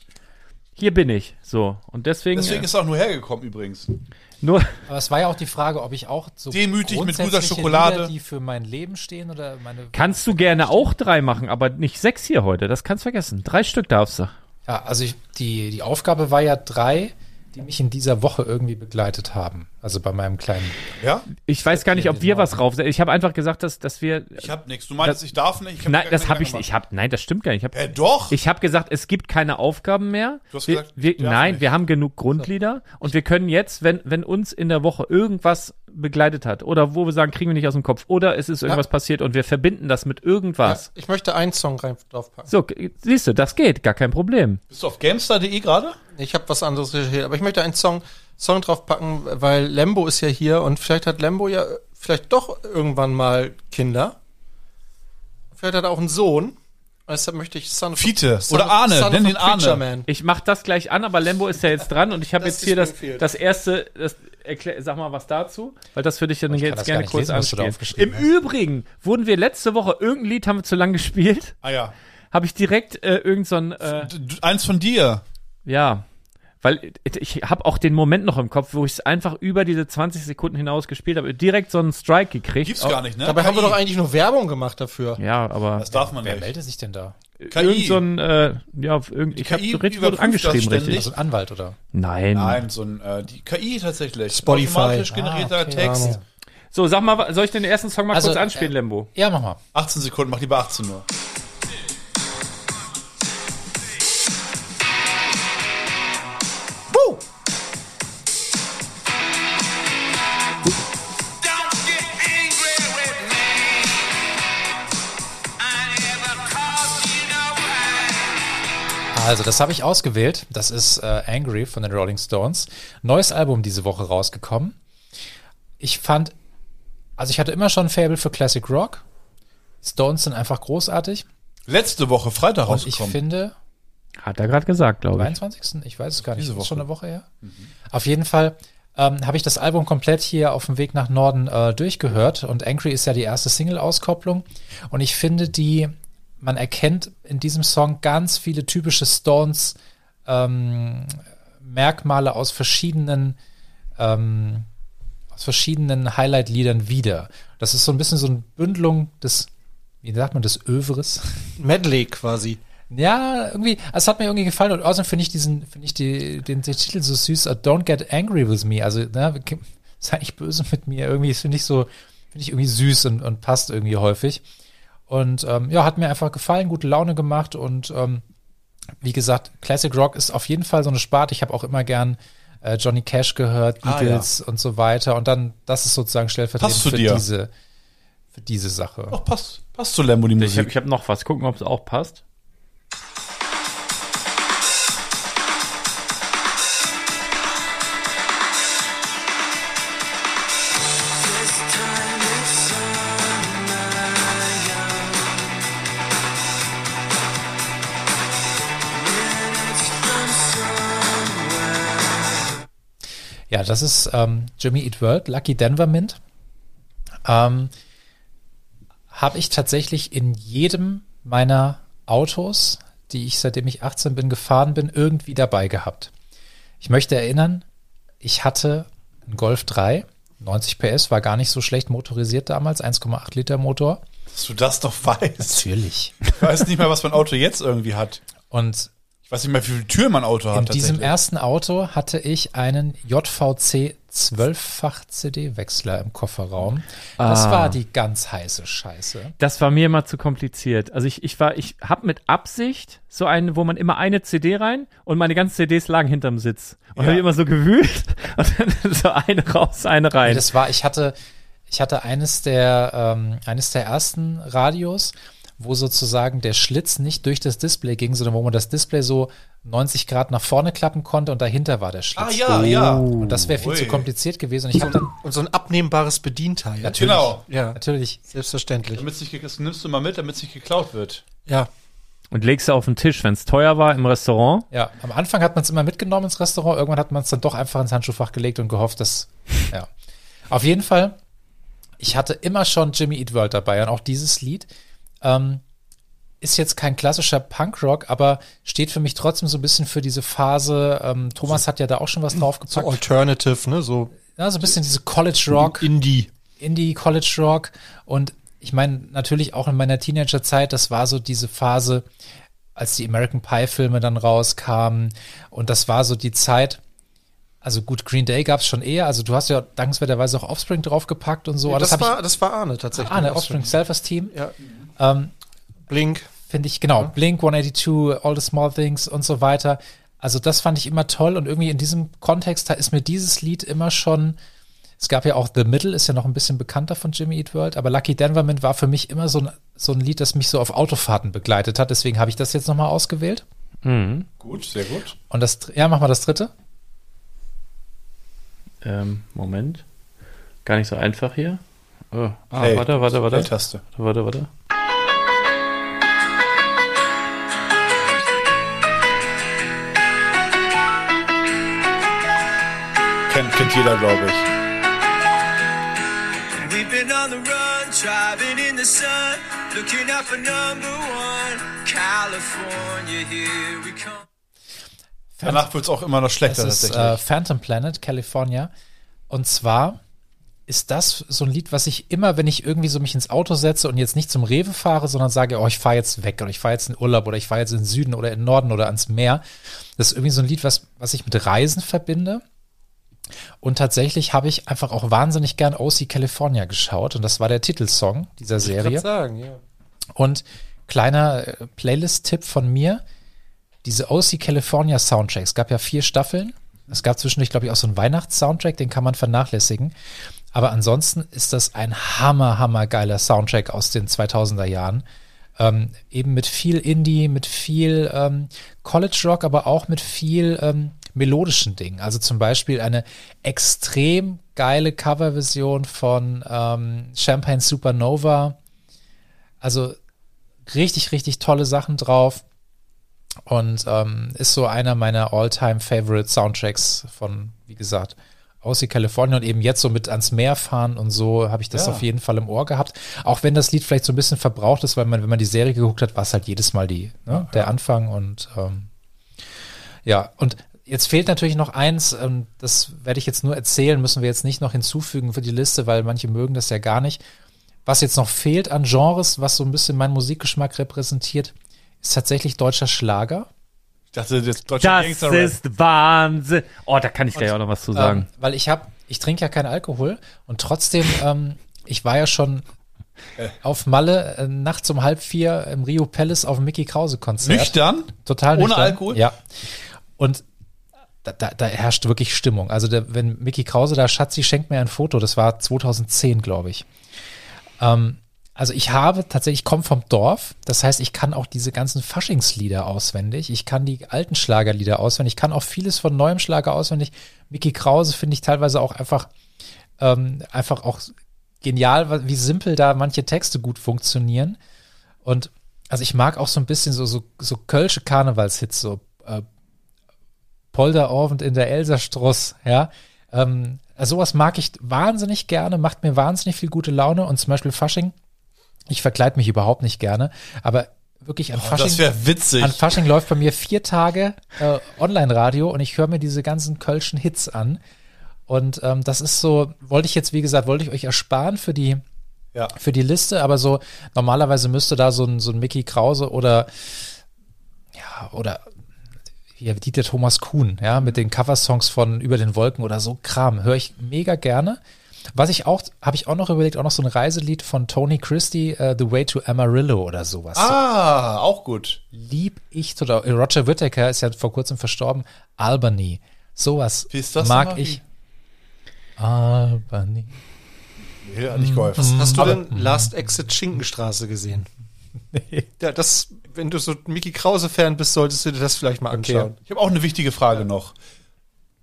[SPEAKER 5] hier bin ich. So. Und deswegen,
[SPEAKER 7] Deswegen
[SPEAKER 5] äh,
[SPEAKER 7] ist er auch nur hergekommen übrigens.
[SPEAKER 5] nur,
[SPEAKER 8] Aber es war ja auch die Frage, ob ich auch so
[SPEAKER 7] Demütig mit guter
[SPEAKER 8] grundsätzliche
[SPEAKER 7] Schokolade.
[SPEAKER 8] Lieder, die für mein Leben stehen oder meine
[SPEAKER 5] kannst du gerne auch drei machen, aber nicht sechs hier heute, das kannst vergessen. Drei Stück darfst du.
[SPEAKER 8] Ja, also ich, die die Aufgabe war ja drei, die mich in dieser Woche irgendwie begleitet haben. Also bei meinem kleinen
[SPEAKER 7] Ja?
[SPEAKER 5] Ich weiß gar nicht, ob wir
[SPEAKER 8] genau.
[SPEAKER 5] was raufsetzen. Ich habe einfach gesagt, dass, dass wir.
[SPEAKER 7] Ich hab nichts. Du meinst, ich darf nicht. Ich hab
[SPEAKER 5] nein,
[SPEAKER 7] gar
[SPEAKER 5] das
[SPEAKER 7] keine
[SPEAKER 5] habe ich nicht. Ich
[SPEAKER 7] gemacht.
[SPEAKER 5] hab, nein, das stimmt gar nicht. Ich hab,
[SPEAKER 7] Äh, doch.
[SPEAKER 5] Ich habe gesagt, es gibt keine Aufgaben mehr.
[SPEAKER 7] Du hast
[SPEAKER 5] wir,
[SPEAKER 7] gesagt,
[SPEAKER 5] wir,
[SPEAKER 7] darf
[SPEAKER 5] nein,
[SPEAKER 7] nicht.
[SPEAKER 5] wir haben genug Grundlieder und wir können jetzt, wenn, wenn uns in der Woche irgendwas begleitet hat oder wo wir sagen, kriegen wir nicht aus dem Kopf oder es ist irgendwas passiert und wir verbinden das mit
[SPEAKER 6] ja,
[SPEAKER 5] irgendwas.
[SPEAKER 6] ich möchte einen Song rein draufpacken.
[SPEAKER 5] So, g- siehst du, das geht, gar kein Problem.
[SPEAKER 7] Bist du auf gamestar.de gerade?
[SPEAKER 6] Ich habe was anderes recherchiert, aber ich möchte einen Song, Song draufpacken, weil Lembo ist ja hier und vielleicht hat Lembo ja äh, vielleicht doch irgendwann mal Kinder. Vielleicht hat er auch einen Sohn. Und deshalb möchte ich Son of a-
[SPEAKER 7] Fiete
[SPEAKER 6] Son
[SPEAKER 7] oder
[SPEAKER 6] of-
[SPEAKER 7] Arne,
[SPEAKER 6] Son of
[SPEAKER 7] nenn
[SPEAKER 6] a
[SPEAKER 7] ihn Arne.
[SPEAKER 6] Preacher Man.
[SPEAKER 5] Ich mach das gleich an, aber Lembo ist ja jetzt dran und ich habe
[SPEAKER 6] Das
[SPEAKER 5] jetzt hier das,
[SPEAKER 6] Springfield.
[SPEAKER 5] das erste, das, erklär, sag mal was dazu, weil das würde ich dann
[SPEAKER 8] Ich kann
[SPEAKER 5] jetzt
[SPEAKER 8] das
[SPEAKER 5] gerne
[SPEAKER 8] gar nicht
[SPEAKER 5] kurz
[SPEAKER 8] lesen, was du da
[SPEAKER 5] anspielen. Im
[SPEAKER 8] aufgeschrieben hast.
[SPEAKER 5] Übrigen wurden wir letzte Woche, irgendein Lied haben wir zu lang gespielt,
[SPEAKER 7] Ah ja.
[SPEAKER 5] habe ich direkt äh, irgend so ein... Äh,
[SPEAKER 7] Du, du, eins von dir.
[SPEAKER 5] Ja, weil ich habe auch den Moment noch im Kopf, wo ich es einfach über diese 20 Sekunden hinaus gespielt habe, direkt so einen Strike gekriegt.
[SPEAKER 7] Gibt's gar nicht, ne?
[SPEAKER 6] Dabei haben wir
[SPEAKER 7] KI.
[SPEAKER 6] doch eigentlich nur Werbung gemacht dafür.
[SPEAKER 5] Ja, aber
[SPEAKER 7] Das darf man
[SPEAKER 8] Wer
[SPEAKER 7] nicht.
[SPEAKER 8] meldet sich denn da?
[SPEAKER 5] irgend so ein, äh, ja, irgend, ich habe richtig
[SPEAKER 7] KI überprüft
[SPEAKER 5] wurde
[SPEAKER 7] das
[SPEAKER 5] angeschrieben,
[SPEAKER 7] ständig.
[SPEAKER 5] richtig.
[SPEAKER 8] Also ein Anwalt oder?
[SPEAKER 5] Nein.
[SPEAKER 7] Nein, so ein äh, die KI tatsächlich.
[SPEAKER 6] Spotify.
[SPEAKER 7] Automatisch generierter
[SPEAKER 8] Ah, okay.
[SPEAKER 7] Text.
[SPEAKER 8] Ja.
[SPEAKER 5] So, sag mal, wa- soll ich den ersten Song mal
[SPEAKER 8] Also,
[SPEAKER 5] kurz anspielen,
[SPEAKER 8] äh,
[SPEAKER 5] Lembo?
[SPEAKER 8] Ja, mach mal.
[SPEAKER 7] 18 Sekunden, mach lieber 18 Uhr.
[SPEAKER 9] Don't get angry with me. I never caused you no harm.
[SPEAKER 8] Also, das habe ich ausgewählt. Das ist äh, Angry von den Rolling Stones. Neues Album diese Woche rausgekommen. Ich fand, also ich hatte immer schon ein Fable für Classic Rock. Stones sind einfach großartig.
[SPEAKER 7] Letzte Woche, Freitag
[SPEAKER 8] Und ich
[SPEAKER 7] rausgekommen.
[SPEAKER 8] finde,
[SPEAKER 5] Hat er gerade gesagt, glaube ich.
[SPEAKER 8] 23. Ich weiß es gar nicht.
[SPEAKER 7] Diese
[SPEAKER 8] Ist
[SPEAKER 7] Woche. Mhm.
[SPEAKER 8] schon eine Woche her. Auf jeden Fall ähm, habe ich das Album komplett hier auf dem Weg nach Norden äh, durchgehört und Angry ist ja die erste Single-Auskopplung und ich finde die, man erkennt in diesem Song ganz viele typische Stones äh, ähm, Merkmale aus verschiedenen ähm, aus verschiedenen Highlight-Liedern wieder. Das ist so ein bisschen so eine Bündelung des, wie sagt man, des Övres.
[SPEAKER 6] Medley quasi.
[SPEAKER 8] Ja, irgendwie, es hat mir irgendwie gefallen und außerdem finde ich diesen, finde ich die, den, den Titel so süß, uh, Don't Get Angry With Me, also, ne, sei nicht böse mit mir, irgendwie, das finde ich so, finde ich irgendwie süß und, und passt irgendwie häufig. Und, ähm, ja, hat mir einfach gefallen, gute Laune gemacht und, ähm, wie gesagt, Classic Rock ist auf jeden Fall so eine Sparte, ich habe auch immer gern äh, Johnny Cash gehört,
[SPEAKER 6] Ah,
[SPEAKER 8] Beatles und so weiter und dann, das ist sozusagen stellvertretend
[SPEAKER 7] Passt zu
[SPEAKER 8] für
[SPEAKER 7] dir.
[SPEAKER 8] diese, für diese Sache.
[SPEAKER 7] Doch, passt, passt zu Lembo die
[SPEAKER 5] Ich habe
[SPEAKER 7] Musik.
[SPEAKER 5] ich hab noch was. Gucken, ob es auch passt.
[SPEAKER 8] Ja, das ist ähm, Jimmy Eat World, Lucky Denver Mint. Ähm, Habe ich tatsächlich in jedem meiner Autos, die ich seitdem ich 18 bin, gefahren bin, irgendwie dabei gehabt. Ich möchte erinnern, ich hatte einen Golf 3, 90 PS, war gar nicht so schlecht motorisiert damals, 1,8 Liter Motor.
[SPEAKER 7] Dass du das doch weißt.
[SPEAKER 8] Natürlich.
[SPEAKER 7] Ich weiß nicht mehr, was mein Auto jetzt irgendwie hat.
[SPEAKER 8] Und
[SPEAKER 7] Ich weiß nicht mehr, wie viele Türen mein Auto
[SPEAKER 8] in
[SPEAKER 7] hat.
[SPEAKER 8] diesem
[SPEAKER 7] tatsächlich.
[SPEAKER 8] ersten Auto hatte ich einen JVC 12-fach CD-Wechsler im Kofferraum. Das
[SPEAKER 5] Ah.
[SPEAKER 8] war die ganz heiße Scheiße.
[SPEAKER 5] Das war mir immer zu kompliziert. Also ich, ich war, ich habe mit Absicht so einen, wo man immer eine CD rein und meine ganzen CDs lagen hinterm Sitz. Und
[SPEAKER 7] Ja.
[SPEAKER 5] habe immer so gewühlt und dann so eine raus, eine rein.
[SPEAKER 8] Das war, ich hatte, ich hatte eines der, ähm, eines der ersten Radios, wo sozusagen der Schlitz nicht durch das Display ging, sondern wo man das Display so 90 Grad nach vorne klappen konnte und dahinter war der Schlitz.
[SPEAKER 7] Ah, ja, ja.
[SPEAKER 8] Oh. Und das wäre viel
[SPEAKER 7] Ui.
[SPEAKER 8] zu kompliziert gewesen. Und ich habe dann
[SPEAKER 6] Und so ein abnehmbares Bedienteil.
[SPEAKER 8] Natürlich.
[SPEAKER 7] Genau.
[SPEAKER 6] Ja,
[SPEAKER 8] natürlich
[SPEAKER 6] selbstverständlich.
[SPEAKER 7] Damit es nicht, ge- das nimmst du mal mit, damit es nicht geklaut wird.
[SPEAKER 6] Ja.
[SPEAKER 5] Und legst du auf den Tisch, wenn es teuer war im Restaurant.
[SPEAKER 8] Ja, am Anfang hat man es immer mitgenommen ins Restaurant, irgendwann hat man es dann doch einfach ins Handschuhfach gelegt und gehofft, dass. Ja. Auf jeden Fall, ich hatte immer schon Jimmy Eat World dabei und auch dieses Lied ähm, ist jetzt kein klassischer Punkrock, aber steht für mich trotzdem so ein bisschen für diese Phase. Ähm, Thomas hat ja da auch schon was
[SPEAKER 6] So
[SPEAKER 8] draufgepackt.
[SPEAKER 6] Alternative, ne? So
[SPEAKER 8] ja, so ein bisschen diese College Rock.
[SPEAKER 6] Indie.
[SPEAKER 8] Indie, College Rock und ich meine natürlich auch in meiner Teenagerzeit, das war so diese Phase, als die American Pie Filme dann rauskamen und das war so die Zeit, also gut, Green Day gab es schon eher, also du hast ja dankenswerterweise auch Offspring draufgepackt und so, aber das,
[SPEAKER 6] das,
[SPEAKER 8] habe
[SPEAKER 6] war, das war Arne tatsächlich.
[SPEAKER 8] ich, ah, ne, Offspring Self-Esteem,
[SPEAKER 6] Ja.
[SPEAKER 8] ähm,
[SPEAKER 6] Blink.
[SPEAKER 8] finde ich, genau, Blink 182, All the Small Things und so weiter. Also das fand ich immer toll und irgendwie in diesem Kontext da ist mir dieses Lied immer schon, es gab ja auch The Middle, ist ja noch ein bisschen bekannter von Jimmy Eat World, aber Lucky Denverman war für mich immer so ein, so ein Lied, das mich so auf Autofahrten begleitet hat. Deswegen habe ich das jetzt nochmal ausgewählt.
[SPEAKER 5] Mhm.
[SPEAKER 7] Gut, sehr gut.
[SPEAKER 8] Und das, dr- ja, mach mal das dritte.
[SPEAKER 5] Ähm, Moment. Gar nicht so einfach hier. Oh. Ah,
[SPEAKER 7] Hey.
[SPEAKER 5] warte, warte, warte. Warte,
[SPEAKER 7] Taste.
[SPEAKER 5] warte, warte.
[SPEAKER 7] Kennt, kennt jeder, glaube ich.
[SPEAKER 9] We've been on the run, driving in the sun, looking out for number one. California, here we come.
[SPEAKER 7] Danach wird es auch immer noch
[SPEAKER 8] Es
[SPEAKER 7] schlechter
[SPEAKER 8] ist äh,
[SPEAKER 7] tatsächlich.
[SPEAKER 8] Phantom Planet, California. Und zwar ist das so ein Lied, was ich immer, wenn ich irgendwie so mich ins Auto setze und jetzt nicht zum Rewe fahre, sondern sage, oh, ich fahre jetzt weg oder ich fahre jetzt in Urlaub oder ich fahre jetzt in den Süden oder in den Norden oder ans Meer. Das ist irgendwie so ein Lied, was, was ich mit Reisen verbinde. Und tatsächlich habe ich einfach auch wahnsinnig gern OC California geschaut und das war der Titelsong dieser Serie.
[SPEAKER 6] sagen, ja.
[SPEAKER 8] Und kleiner äh, Playlist-Tipp von mir: Diese OC California Soundtracks. Es gab ja vier Staffeln. Es gab zwischendurch, glaube ich, auch so einen Weihnachts-Soundtrack, den kann man vernachlässigen. Aber ansonsten ist das ein hammer, hammer geiler Soundtrack aus den 2000er Jahren. Ähm, eben mit viel Indie, mit viel ähm, College Rock, aber auch mit viel ähm, melodischen Dingen. Also zum Beispiel eine extrem geile Coverversion von ähm, Champagne Supernova. Also richtig, richtig tolle Sachen drauf. Und ähm, ist so einer meiner all-time-favorite Soundtracks von, wie gesagt, aus Kalifornien und eben jetzt so mit ans Meer fahren und so habe ich das
[SPEAKER 7] Ja.
[SPEAKER 8] auf jeden Fall im Ohr gehabt. Auch wenn das Lied vielleicht so ein bisschen verbraucht ist, weil man, wenn man die Serie geguckt hat, war es halt jedes Mal die, ne? der Anfang und ähm, Ja, und jetzt fehlt natürlich noch eins, ähm, das werde ich jetzt nur erzählen, müssen wir jetzt nicht noch hinzufügen für die Liste, weil manche mögen das ja gar nicht. Was jetzt noch fehlt an Genres, was so ein bisschen meinen Musikgeschmack repräsentiert, ist tatsächlich deutscher Schlager. äh,
[SPEAKER 7] Ich dachte, das deutsche
[SPEAKER 5] Das
[SPEAKER 7] Gangster-Rap.
[SPEAKER 5] ist Wahnsinn. Oh, da kann ich gleich auch noch was zu sagen.
[SPEAKER 8] Ähm, weil ich habe, ich trinke ja keinen Alkohol und trotzdem, ähm, ich war ja schon auf Malle äh, nachts um halb vier im Rio Palace auf dem Mickey Krause Konzert.
[SPEAKER 7] Nüchtern?
[SPEAKER 8] Total
[SPEAKER 7] Ohne
[SPEAKER 8] nüchtern.
[SPEAKER 7] Alkohol?
[SPEAKER 8] Ja. Und da, da, da herrscht wirklich Stimmung. Also der, wenn Mickey Krause da Schatzi schenkt mir ein Foto, das war 2010, glaube ich. Ähm, also ich habe tatsächlich, ich komme vom Dorf, das heißt, ich kann auch diese ganzen Faschingslieder auswendig, ich kann die alten Schlagerlieder auswendig, ich kann auch vieles von neuem Schlager auswendig. Mickey Krause finde ich teilweise auch einfach, ähm, einfach auch genial, wa- wie simpel da manche Texte gut funktionieren. Und also ich mag auch so ein bisschen so, so, so kölsche Karnevalshits, so äh, Polderorvend in der Elserstruss, ja. Ähm, also sowas mag ich wahnsinnig gerne, macht mir wahnsinnig viel gute Laune und zum Beispiel Fasching, ich verkleide mich überhaupt nicht gerne, aber wirklich an Fasching.
[SPEAKER 7] Oh, Das wäre witzig.
[SPEAKER 8] An Fasching läuft bei mir vier Tage äh, Online-Radio und ich höre mir diese ganzen kölschen Hits an. Und ähm, das ist so, wollte ich jetzt, wie gesagt, wollte ich euch ersparen für die,
[SPEAKER 7] Ja.
[SPEAKER 8] für die Liste, aber so normalerweise müsste da so ein, so ein Mickey Krause oder ja, oder hier Dieter Thomas Kuhn, ja, mit den Coversongs von Über den Wolken oder so Kram, höre ich mega gerne. Was ich auch, habe ich auch noch überlegt, auch noch so ein Reiselied von Tony Christie, äh, The Way to Amarillo oder sowas. So
[SPEAKER 7] Ah, auch gut.
[SPEAKER 8] lieb ich total. Roger Whittaker ist ja vor kurzem verstorben. Albany. Sowas
[SPEAKER 7] Wie ist das
[SPEAKER 8] mag
[SPEAKER 7] nochmal?
[SPEAKER 8] ich. Albany.
[SPEAKER 7] Nee, hat nicht
[SPEAKER 8] Mm.
[SPEAKER 7] geholfen.
[SPEAKER 6] Hast du denn Last Exit Schinkenstraße gesehen? Ja, das, wenn du so ein Mickey Krause-Fan bist, solltest du dir das vielleicht mal anschauen.
[SPEAKER 7] Ich habe auch eine wichtige Frage noch.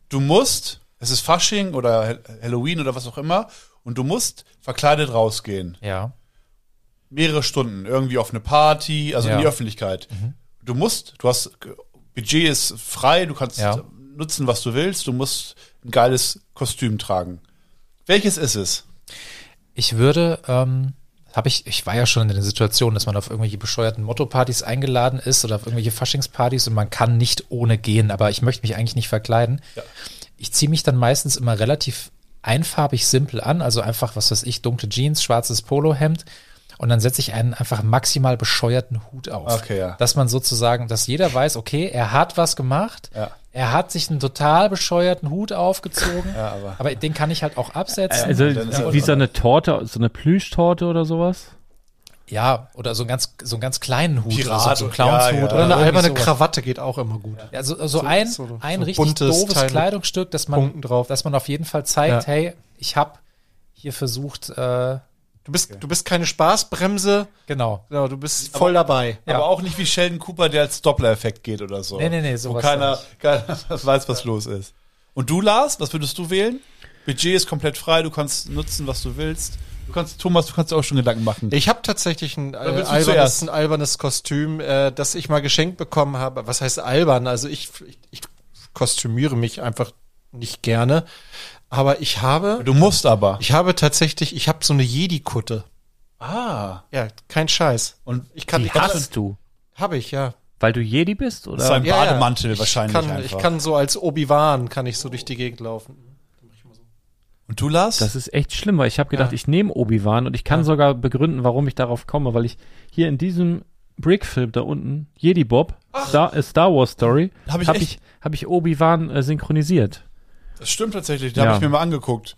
[SPEAKER 7] Du musst, es ist Fasching oder Hel- Halloween oder was auch immer, und du musst verkleidet rausgehen.
[SPEAKER 8] Ja.
[SPEAKER 7] Mehrere Stunden, irgendwie auf eine Party, also in
[SPEAKER 8] Ja. Mhm.
[SPEAKER 7] die Öffentlichkeit. Du musst, du hast, Budget ist frei, du kannst
[SPEAKER 8] Ja.
[SPEAKER 7] nutzen, was du willst, du musst ein geiles Kostüm tragen. Welches ist es?
[SPEAKER 8] Ich würde, ähm, habe ich, ich war ja schon in der Situation, dass man auf irgendwelche bescheuerten Motto-Partys eingeladen ist oder auf irgendwelche Faschingspartys und man kann nicht ohne gehen, aber ich möchte mich eigentlich nicht verkleiden. Ich ziehe mich dann meistens immer relativ einfarbig simpel an, also einfach, was weiß ich, dunkle Jeans, schwarzes Polohemd und dann setze ich einen einfach maximal bescheuerten Hut auf.
[SPEAKER 7] Okay, ja.
[SPEAKER 8] Dass man sozusagen, dass jeder weiß, okay, er hat was gemacht,
[SPEAKER 7] Ja.
[SPEAKER 8] er hat sich einen total bescheuerten Hut aufgezogen,
[SPEAKER 7] aber-
[SPEAKER 8] den kann ich halt auch absetzen.
[SPEAKER 5] Also
[SPEAKER 7] dann ist ja
[SPEAKER 5] wie so eine Torte, so eine Plüschtorte oder sowas.
[SPEAKER 8] Ja, oder so einen ganz, so einen ganz kleinen Hut.
[SPEAKER 7] Pirat
[SPEAKER 8] oder so einen
[SPEAKER 7] und- ja,
[SPEAKER 8] Clownshut.
[SPEAKER 7] ja.
[SPEAKER 6] Oder eine
[SPEAKER 8] irgendwie
[SPEAKER 6] alberne
[SPEAKER 8] sowas.
[SPEAKER 6] Krawatte geht auch immer gut.
[SPEAKER 8] Ja, so, so, ein,
[SPEAKER 6] so- so
[SPEAKER 8] ein
[SPEAKER 6] ein
[SPEAKER 8] richtig
[SPEAKER 6] buntes
[SPEAKER 8] doofes
[SPEAKER 6] Teil mit
[SPEAKER 8] Kleidungsstück, dass man,
[SPEAKER 6] Punkten drauf.
[SPEAKER 8] dass man auf jeden Fall zeigt,
[SPEAKER 6] Ja.
[SPEAKER 8] hey, ich habe hier versucht, äh,
[SPEAKER 6] Du bist, du bist keine Spaßbremse,
[SPEAKER 8] genau.
[SPEAKER 6] genau, du bist voll dabei.
[SPEAKER 8] Ja.
[SPEAKER 7] Aber auch nicht wie Sheldon Cooper, der als Doppler-Effekt geht oder so.
[SPEAKER 8] Nee, nee, nee,
[SPEAKER 7] Wo
[SPEAKER 8] sowas.
[SPEAKER 7] keiner,
[SPEAKER 8] nicht.
[SPEAKER 7] keiner weiß, was los ist. Und du, Lars, was würdest du wählen? Budget ist komplett frei, du kannst nutzen, was du willst. Du kannst, Thomas, du kannst dir auch schon Gedanken machen.
[SPEAKER 6] Ich habe tatsächlich ein, äh,
[SPEAKER 7] willst du
[SPEAKER 6] albernes,
[SPEAKER 7] zuerst?
[SPEAKER 6] ein albernes Kostüm, äh, das ich mal geschenkt bekommen habe. Was heißt albern? Also ich, ich, ich kostümiere mich einfach nicht gerne. Aber ich habe,
[SPEAKER 7] Du musst aber.
[SPEAKER 6] ich habe tatsächlich, ich habe so eine Jedi-Kutte.
[SPEAKER 7] ah.
[SPEAKER 6] Ja, kein Scheiß.
[SPEAKER 7] Und
[SPEAKER 6] Ich kann,
[SPEAKER 5] Die
[SPEAKER 6] ich kann
[SPEAKER 5] hast du,
[SPEAKER 6] habe ich ja.
[SPEAKER 5] weil du Jedi bist
[SPEAKER 7] das ist ein
[SPEAKER 5] oder?
[SPEAKER 6] Ja, ja.
[SPEAKER 7] Bademantel
[SPEAKER 6] ich
[SPEAKER 7] wahrscheinlich
[SPEAKER 6] Kann,
[SPEAKER 7] einfach.
[SPEAKER 6] ich kann so als Obi Wan kann ich so durch die Gegend laufen.
[SPEAKER 7] Und du, Lars?
[SPEAKER 5] Das ist echt schlimm, weil ich habe gedacht, ich nehme Obi Wan und ich kann sogar begründen, warum ich darauf komme, weil ich hier in diesem Brick-Film da unten Jedi Bob Star, äh, Star Wars Story
[SPEAKER 7] Hab
[SPEAKER 5] habe
[SPEAKER 7] ich
[SPEAKER 5] ich, hab
[SPEAKER 7] echt-
[SPEAKER 5] ich, hab ich Obi Wan äh, synchronisiert.
[SPEAKER 7] Das stimmt tatsächlich, da
[SPEAKER 5] Ja.
[SPEAKER 7] habe ich mir mal angeguckt.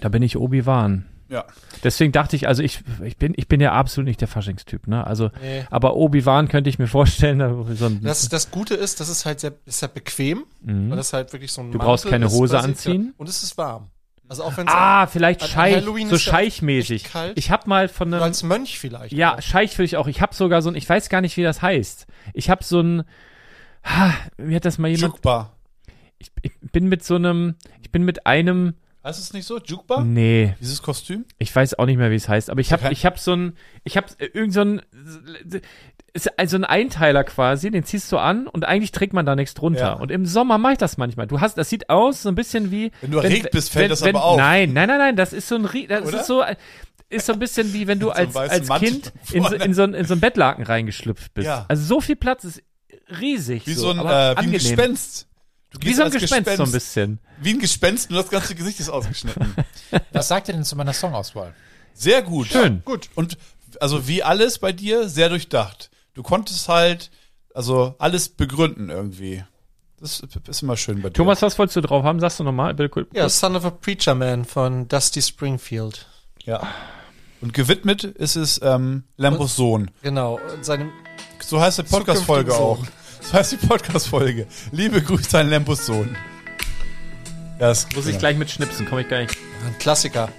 [SPEAKER 5] Da bin ich Obi Wan.
[SPEAKER 7] Ja.
[SPEAKER 5] Deswegen dachte ich, also ich, ich bin, ich bin ja absolut nicht der Faschingstyp, ne? Also, aber Obi-Wan könnte ich mir vorstellen, da so ein, Mhm.
[SPEAKER 6] Das, das Gute ist, das ist halt sehr, ist ja bequem, weil das halt wirklich so ein
[SPEAKER 5] Du brauchst keine
[SPEAKER 6] ist,
[SPEAKER 5] Hose
[SPEAKER 6] was ich-
[SPEAKER 5] anziehen?
[SPEAKER 6] und es ist warm. Also auch wenn es
[SPEAKER 5] ah, vielleicht
[SPEAKER 6] an
[SPEAKER 5] Scheich,
[SPEAKER 6] Halloween
[SPEAKER 5] so
[SPEAKER 6] ist ja
[SPEAKER 5] Scheichmäßig.
[SPEAKER 6] echt kalt.
[SPEAKER 5] Ich habe mal von einem,
[SPEAKER 6] als Mönch vielleicht.
[SPEAKER 5] ähm, ja, Scheich will ich auch. Ich habe sogar so ein, ich weiß gar nicht, wie das heißt. Ich habe so ein, ha, wie hat das mal jemand?
[SPEAKER 7] Jukba.
[SPEAKER 5] Ich, ich bin mit so einem, ich bin mit einem,
[SPEAKER 7] Heißt es nicht so? Jukba?
[SPEAKER 5] nee,
[SPEAKER 7] Dieses Kostüm?
[SPEAKER 5] ich weiß auch nicht mehr, wie es heißt. Aber ich habe,
[SPEAKER 7] Okay.
[SPEAKER 5] ich habe so ein, ich habe irgend so ein, ist also ein Einteiler quasi, den ziehst du an und eigentlich trägt man da nichts drunter.
[SPEAKER 7] Ja.
[SPEAKER 5] Und im Sommer mache ich das manchmal. Du hast, das sieht aus so ein bisschen wie.
[SPEAKER 7] Wenn du erregt bist, fällt das aber auf.
[SPEAKER 5] Nein, nein, nein, nein, das ist so ein, Rie- das
[SPEAKER 7] Oder?
[SPEAKER 5] ist so, ist so ein bisschen wie wenn du
[SPEAKER 7] so einem
[SPEAKER 5] als,
[SPEAKER 7] weißen
[SPEAKER 5] als
[SPEAKER 7] Mantel
[SPEAKER 5] Kind in so,
[SPEAKER 7] vorne.
[SPEAKER 5] in, so ein, in so ein Bettlaken reingeschlüpft bist.
[SPEAKER 7] Ja.
[SPEAKER 5] Also so viel Platz ist riesig.
[SPEAKER 7] Wie
[SPEAKER 5] so,
[SPEAKER 7] so ein,
[SPEAKER 5] aber
[SPEAKER 7] äh, wie ein
[SPEAKER 5] angenehm.
[SPEAKER 7] Gespenst. Du
[SPEAKER 5] Wie
[SPEAKER 7] gehst
[SPEAKER 5] so ein
[SPEAKER 7] als
[SPEAKER 5] Gespenst, so ein bisschen.
[SPEAKER 7] Wie ein Gespenst, nur das ganze Gesicht ist ausgeschnitten.
[SPEAKER 8] Was sagt ihr denn zu meiner Songauswahl?
[SPEAKER 7] Sehr gut.
[SPEAKER 5] Schön.
[SPEAKER 7] Ja, gut. Und also wie alles bei dir, sehr durchdacht. Du konntest halt, also alles begründen irgendwie. Das ist immer schön bei dir.
[SPEAKER 5] Thomas, was wolltest du drauf haben? Sagst du nochmal? Bitte kurz.
[SPEAKER 6] Ja, Son of a Preacher Man von Dusty Springfield.
[SPEAKER 7] Ja. Und gewidmet ist es ähm, Lambos Sohn.
[SPEAKER 6] Genau, und seinem
[SPEAKER 7] So heißt die Podcast-Folge auch.
[SPEAKER 6] Zukünftigen
[SPEAKER 7] So heißt die Podcast-Folge. Liebe Grüße an Lambos Sohn. Ja, das
[SPEAKER 5] Muss ich gleich mit schnipsen, komme ich gar nicht.
[SPEAKER 6] ein Klassiker.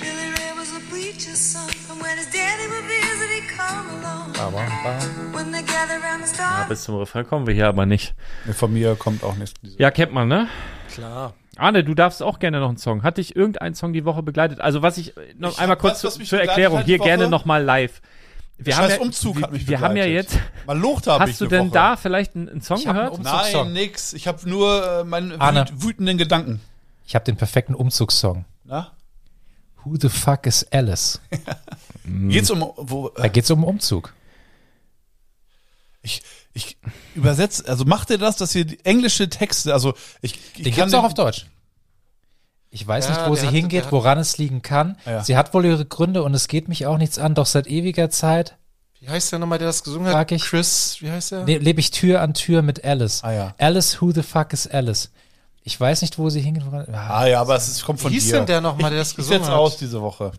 [SPEAKER 9] Billy Ray was a preacher's son, and when his daddy would visit, he'd come along. When they gather round and start
[SPEAKER 5] Bis zum Refrain kommen wir hier aber nicht.
[SPEAKER 7] Nee, von mir kommt auch nicht. Diese.
[SPEAKER 5] Ja, kennt man, ne?
[SPEAKER 6] Klar.
[SPEAKER 5] Arne, du darfst auch gerne noch einen Song. Hat dich irgendein Song die Woche begleitet? Also was ich äh, noch
[SPEAKER 7] Ich
[SPEAKER 5] einmal
[SPEAKER 7] hab
[SPEAKER 5] kurz
[SPEAKER 7] was, was
[SPEAKER 5] zu-
[SPEAKER 7] mich
[SPEAKER 5] zur
[SPEAKER 7] begleitet
[SPEAKER 5] Erklärung
[SPEAKER 7] hat die
[SPEAKER 5] hier
[SPEAKER 7] Woche.
[SPEAKER 5] gerne nochmal live. Wir
[SPEAKER 7] Scheiß
[SPEAKER 5] haben ja,
[SPEAKER 7] Umzug
[SPEAKER 5] wir,
[SPEAKER 7] hat mich
[SPEAKER 5] Wir haben ja
[SPEAKER 7] begleitet.
[SPEAKER 5] jetzt.
[SPEAKER 7] Mal Locht habe ich
[SPEAKER 5] Hast du
[SPEAKER 7] eine
[SPEAKER 5] denn
[SPEAKER 7] Woche.
[SPEAKER 5] da vielleicht einen, einen Song
[SPEAKER 8] Ich hab einen
[SPEAKER 5] gehört?
[SPEAKER 8] Umzug-
[SPEAKER 7] Nein,
[SPEAKER 8] Song.
[SPEAKER 7] nix. Ich habe nur äh, meinen
[SPEAKER 8] Arne.
[SPEAKER 7] wüt wütenden Gedanken.
[SPEAKER 8] Ich habe den perfekten Umzugssong.
[SPEAKER 7] Na?
[SPEAKER 8] Who the fuck is Alice?
[SPEAKER 7] Geht's um wo,
[SPEAKER 8] Da
[SPEAKER 7] äh,
[SPEAKER 8] geht's um Umzug.
[SPEAKER 7] ich ich übersetze, also macht ihr das, dass ihr die englische Texte, also ich, ich
[SPEAKER 8] Den gibt's
[SPEAKER 7] den-
[SPEAKER 8] auch auf Deutsch. Ich weiß
[SPEAKER 6] Ja,
[SPEAKER 8] nicht, wo
[SPEAKER 6] der
[SPEAKER 8] sie
[SPEAKER 6] hat- der
[SPEAKER 8] hingeht,
[SPEAKER 6] hat-
[SPEAKER 8] woran es liegen kann.
[SPEAKER 7] Ah, ja.
[SPEAKER 8] Sie hat wohl ihre Gründe und es geht mich auch nichts an, doch seit ewiger Zeit
[SPEAKER 6] Wie heißt der nochmal, der das gesungen hat?
[SPEAKER 8] Frag ich.
[SPEAKER 6] Chris, wie heißt der?
[SPEAKER 8] le lebe ich Tür an Tür mit Alice.
[SPEAKER 7] Ah, ja.
[SPEAKER 8] Alice, who the fuck is Alice? Ich weiß nicht, wo sie hingeht. Woran, ah,
[SPEAKER 7] Ah ja, aber es ist, kommt von
[SPEAKER 6] Wie hieß
[SPEAKER 7] dir.
[SPEAKER 6] denn der nochmal, der
[SPEAKER 7] Ich-
[SPEAKER 6] das
[SPEAKER 7] ich
[SPEAKER 6] gesungen
[SPEAKER 7] setz
[SPEAKER 6] hat?
[SPEAKER 7] raus diese Woche.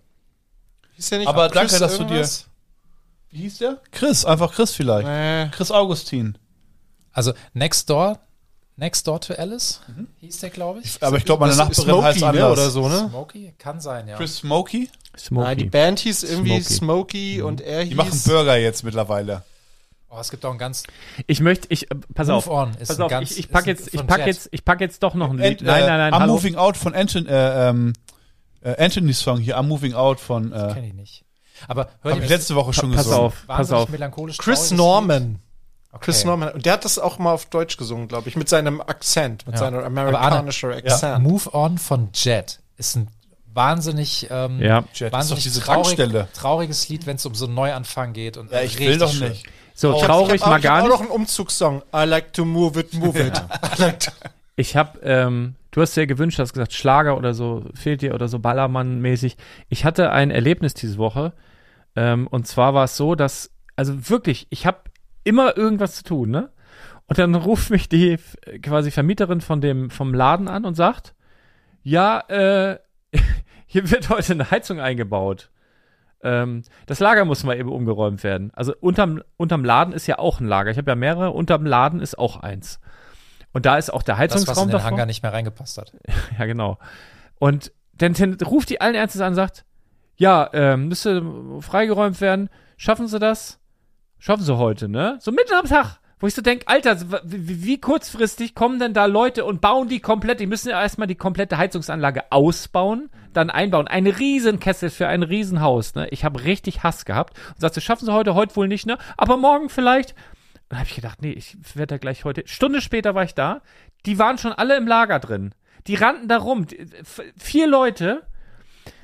[SPEAKER 6] Hieß der nicht
[SPEAKER 7] Aber danke,
[SPEAKER 6] Chris
[SPEAKER 7] dass du dir-
[SPEAKER 6] irgendwas?
[SPEAKER 7] Wie hieß der? Chris, einfach Chris vielleicht.
[SPEAKER 6] Nee.
[SPEAKER 7] Chris Augustin.
[SPEAKER 8] Also Next Door, Next Door to Alice hieß der, glaube ich.
[SPEAKER 7] Aber ich glaube, meine
[SPEAKER 6] Das
[SPEAKER 7] Nachbarin
[SPEAKER 6] ist Smokey,
[SPEAKER 7] heißt
[SPEAKER 6] ne,
[SPEAKER 7] anders.
[SPEAKER 6] oder so, ne?
[SPEAKER 8] Smokey? Kann sein, ja.
[SPEAKER 7] Chris Smokey?
[SPEAKER 6] Nein, die
[SPEAKER 5] Smokey.
[SPEAKER 6] Band hieß irgendwie
[SPEAKER 5] Smokey.
[SPEAKER 6] Smokey, und er hieß.
[SPEAKER 7] Die machen Burger jetzt mittlerweile.
[SPEAKER 8] Oh, es gibt auch einen ganz
[SPEAKER 5] Ich möchte, ich äh, pass
[SPEAKER 8] Move
[SPEAKER 5] auf,
[SPEAKER 8] On ist
[SPEAKER 5] pass
[SPEAKER 8] ein
[SPEAKER 5] auf,
[SPEAKER 8] ganz-
[SPEAKER 5] ich, ich
[SPEAKER 8] ist
[SPEAKER 5] pack
[SPEAKER 8] ein-
[SPEAKER 5] jetzt, ich
[SPEAKER 8] von
[SPEAKER 5] pack
[SPEAKER 8] Jet.
[SPEAKER 5] jetzt, ich pack jetzt doch noch ein Lied.
[SPEAKER 7] And,
[SPEAKER 5] nein,
[SPEAKER 7] äh,
[SPEAKER 5] nein, nein,
[SPEAKER 7] I'm
[SPEAKER 5] hallo.
[SPEAKER 7] Moving Out von Anton, äh, ähm, äh, Anthony's Song hier, I'm Moving Out von, äh,
[SPEAKER 8] kenne ich nicht. Aber hör
[SPEAKER 7] habe ich letzte Woche schon
[SPEAKER 5] Pass
[SPEAKER 7] gesungen.
[SPEAKER 5] auf, pass auf.
[SPEAKER 8] melancholisch.
[SPEAKER 6] Chris
[SPEAKER 8] trauriges Lied.
[SPEAKER 6] Norman. Chris
[SPEAKER 8] Okay.
[SPEAKER 6] Norman. Und der hat das auch mal auf Deutsch gesungen, glaube ich, mit seinem Akzent, mit
[SPEAKER 8] Ja.
[SPEAKER 6] seinem
[SPEAKER 8] Aber
[SPEAKER 6] amerikanischen Akzent.
[SPEAKER 8] Move On von Jet ist ein wahnsinnig, ähm,
[SPEAKER 5] Ja.
[SPEAKER 7] Jet, ist doch
[SPEAKER 8] wahnsinnig
[SPEAKER 7] diese
[SPEAKER 8] traurig,
[SPEAKER 7] Tankstelle.
[SPEAKER 8] trauriges Lied, wenn es um so einen Neuanfang geht. Und
[SPEAKER 7] Ja, ich
[SPEAKER 8] richtig
[SPEAKER 7] will doch
[SPEAKER 8] schön.
[SPEAKER 7] nicht.
[SPEAKER 5] So
[SPEAKER 6] Ich hab-
[SPEAKER 5] traurig
[SPEAKER 6] ich hab,
[SPEAKER 5] mal
[SPEAKER 6] ich hab
[SPEAKER 5] gar
[SPEAKER 6] auch
[SPEAKER 5] nicht.
[SPEAKER 6] noch einen Umzugssong. I like to move it, move it. I like to,
[SPEAKER 5] Ich habe, ähm, du hast ja gewünscht, hast gesagt, Schlager oder so fehlt dir oder so Ballermann-mäßig. Ich hatte ein Erlebnis diese Woche ähm, und zwar war es so, dass, also wirklich, ich habe immer irgendwas zu tun, ne? Und dann ruft mich die äh, quasi Vermieterin von dem, vom Laden an und sagt, ja, äh, hier wird heute eine Heizung eingebaut. Ähm, das Lager muss mal eben umgeräumt werden. Also unterm, unterm Laden ist ja auch ein Lager. Ich habe ja mehrere, unterm Laden ist auch eins. Und da ist auch der
[SPEAKER 8] Das, was in
[SPEAKER 5] Heizungsraum
[SPEAKER 8] den
[SPEAKER 5] davor.
[SPEAKER 8] Hangar nicht mehr reingepasst hat.
[SPEAKER 5] Ja, genau. Und dann, dann ruft die allen Ernstes an und sagt, ja, ähm, müsste freigeräumt werden. Schaffen sie das? Schaffen sie heute, ne? So mitten am Tag. Wo ich so denke, Alter, w- wie, wie kurzfristig kommen denn da Leute und bauen die komplett? Die müssen ja erstmal die komplette Heizungsanlage ausbauen, dann einbauen. Ein Riesenkessel für ein Riesenhaus, ne? Ich habe richtig Hass gehabt. Und sagte, schaffen sie heute, heute wohl nicht, ne? Aber morgen vielleicht. Dann habe ich gedacht, nee, ich werde da gleich heute. Stunde später war ich da. Die waren schon alle im Lager drin. Die rannten da rum. Die- f- Vier Leute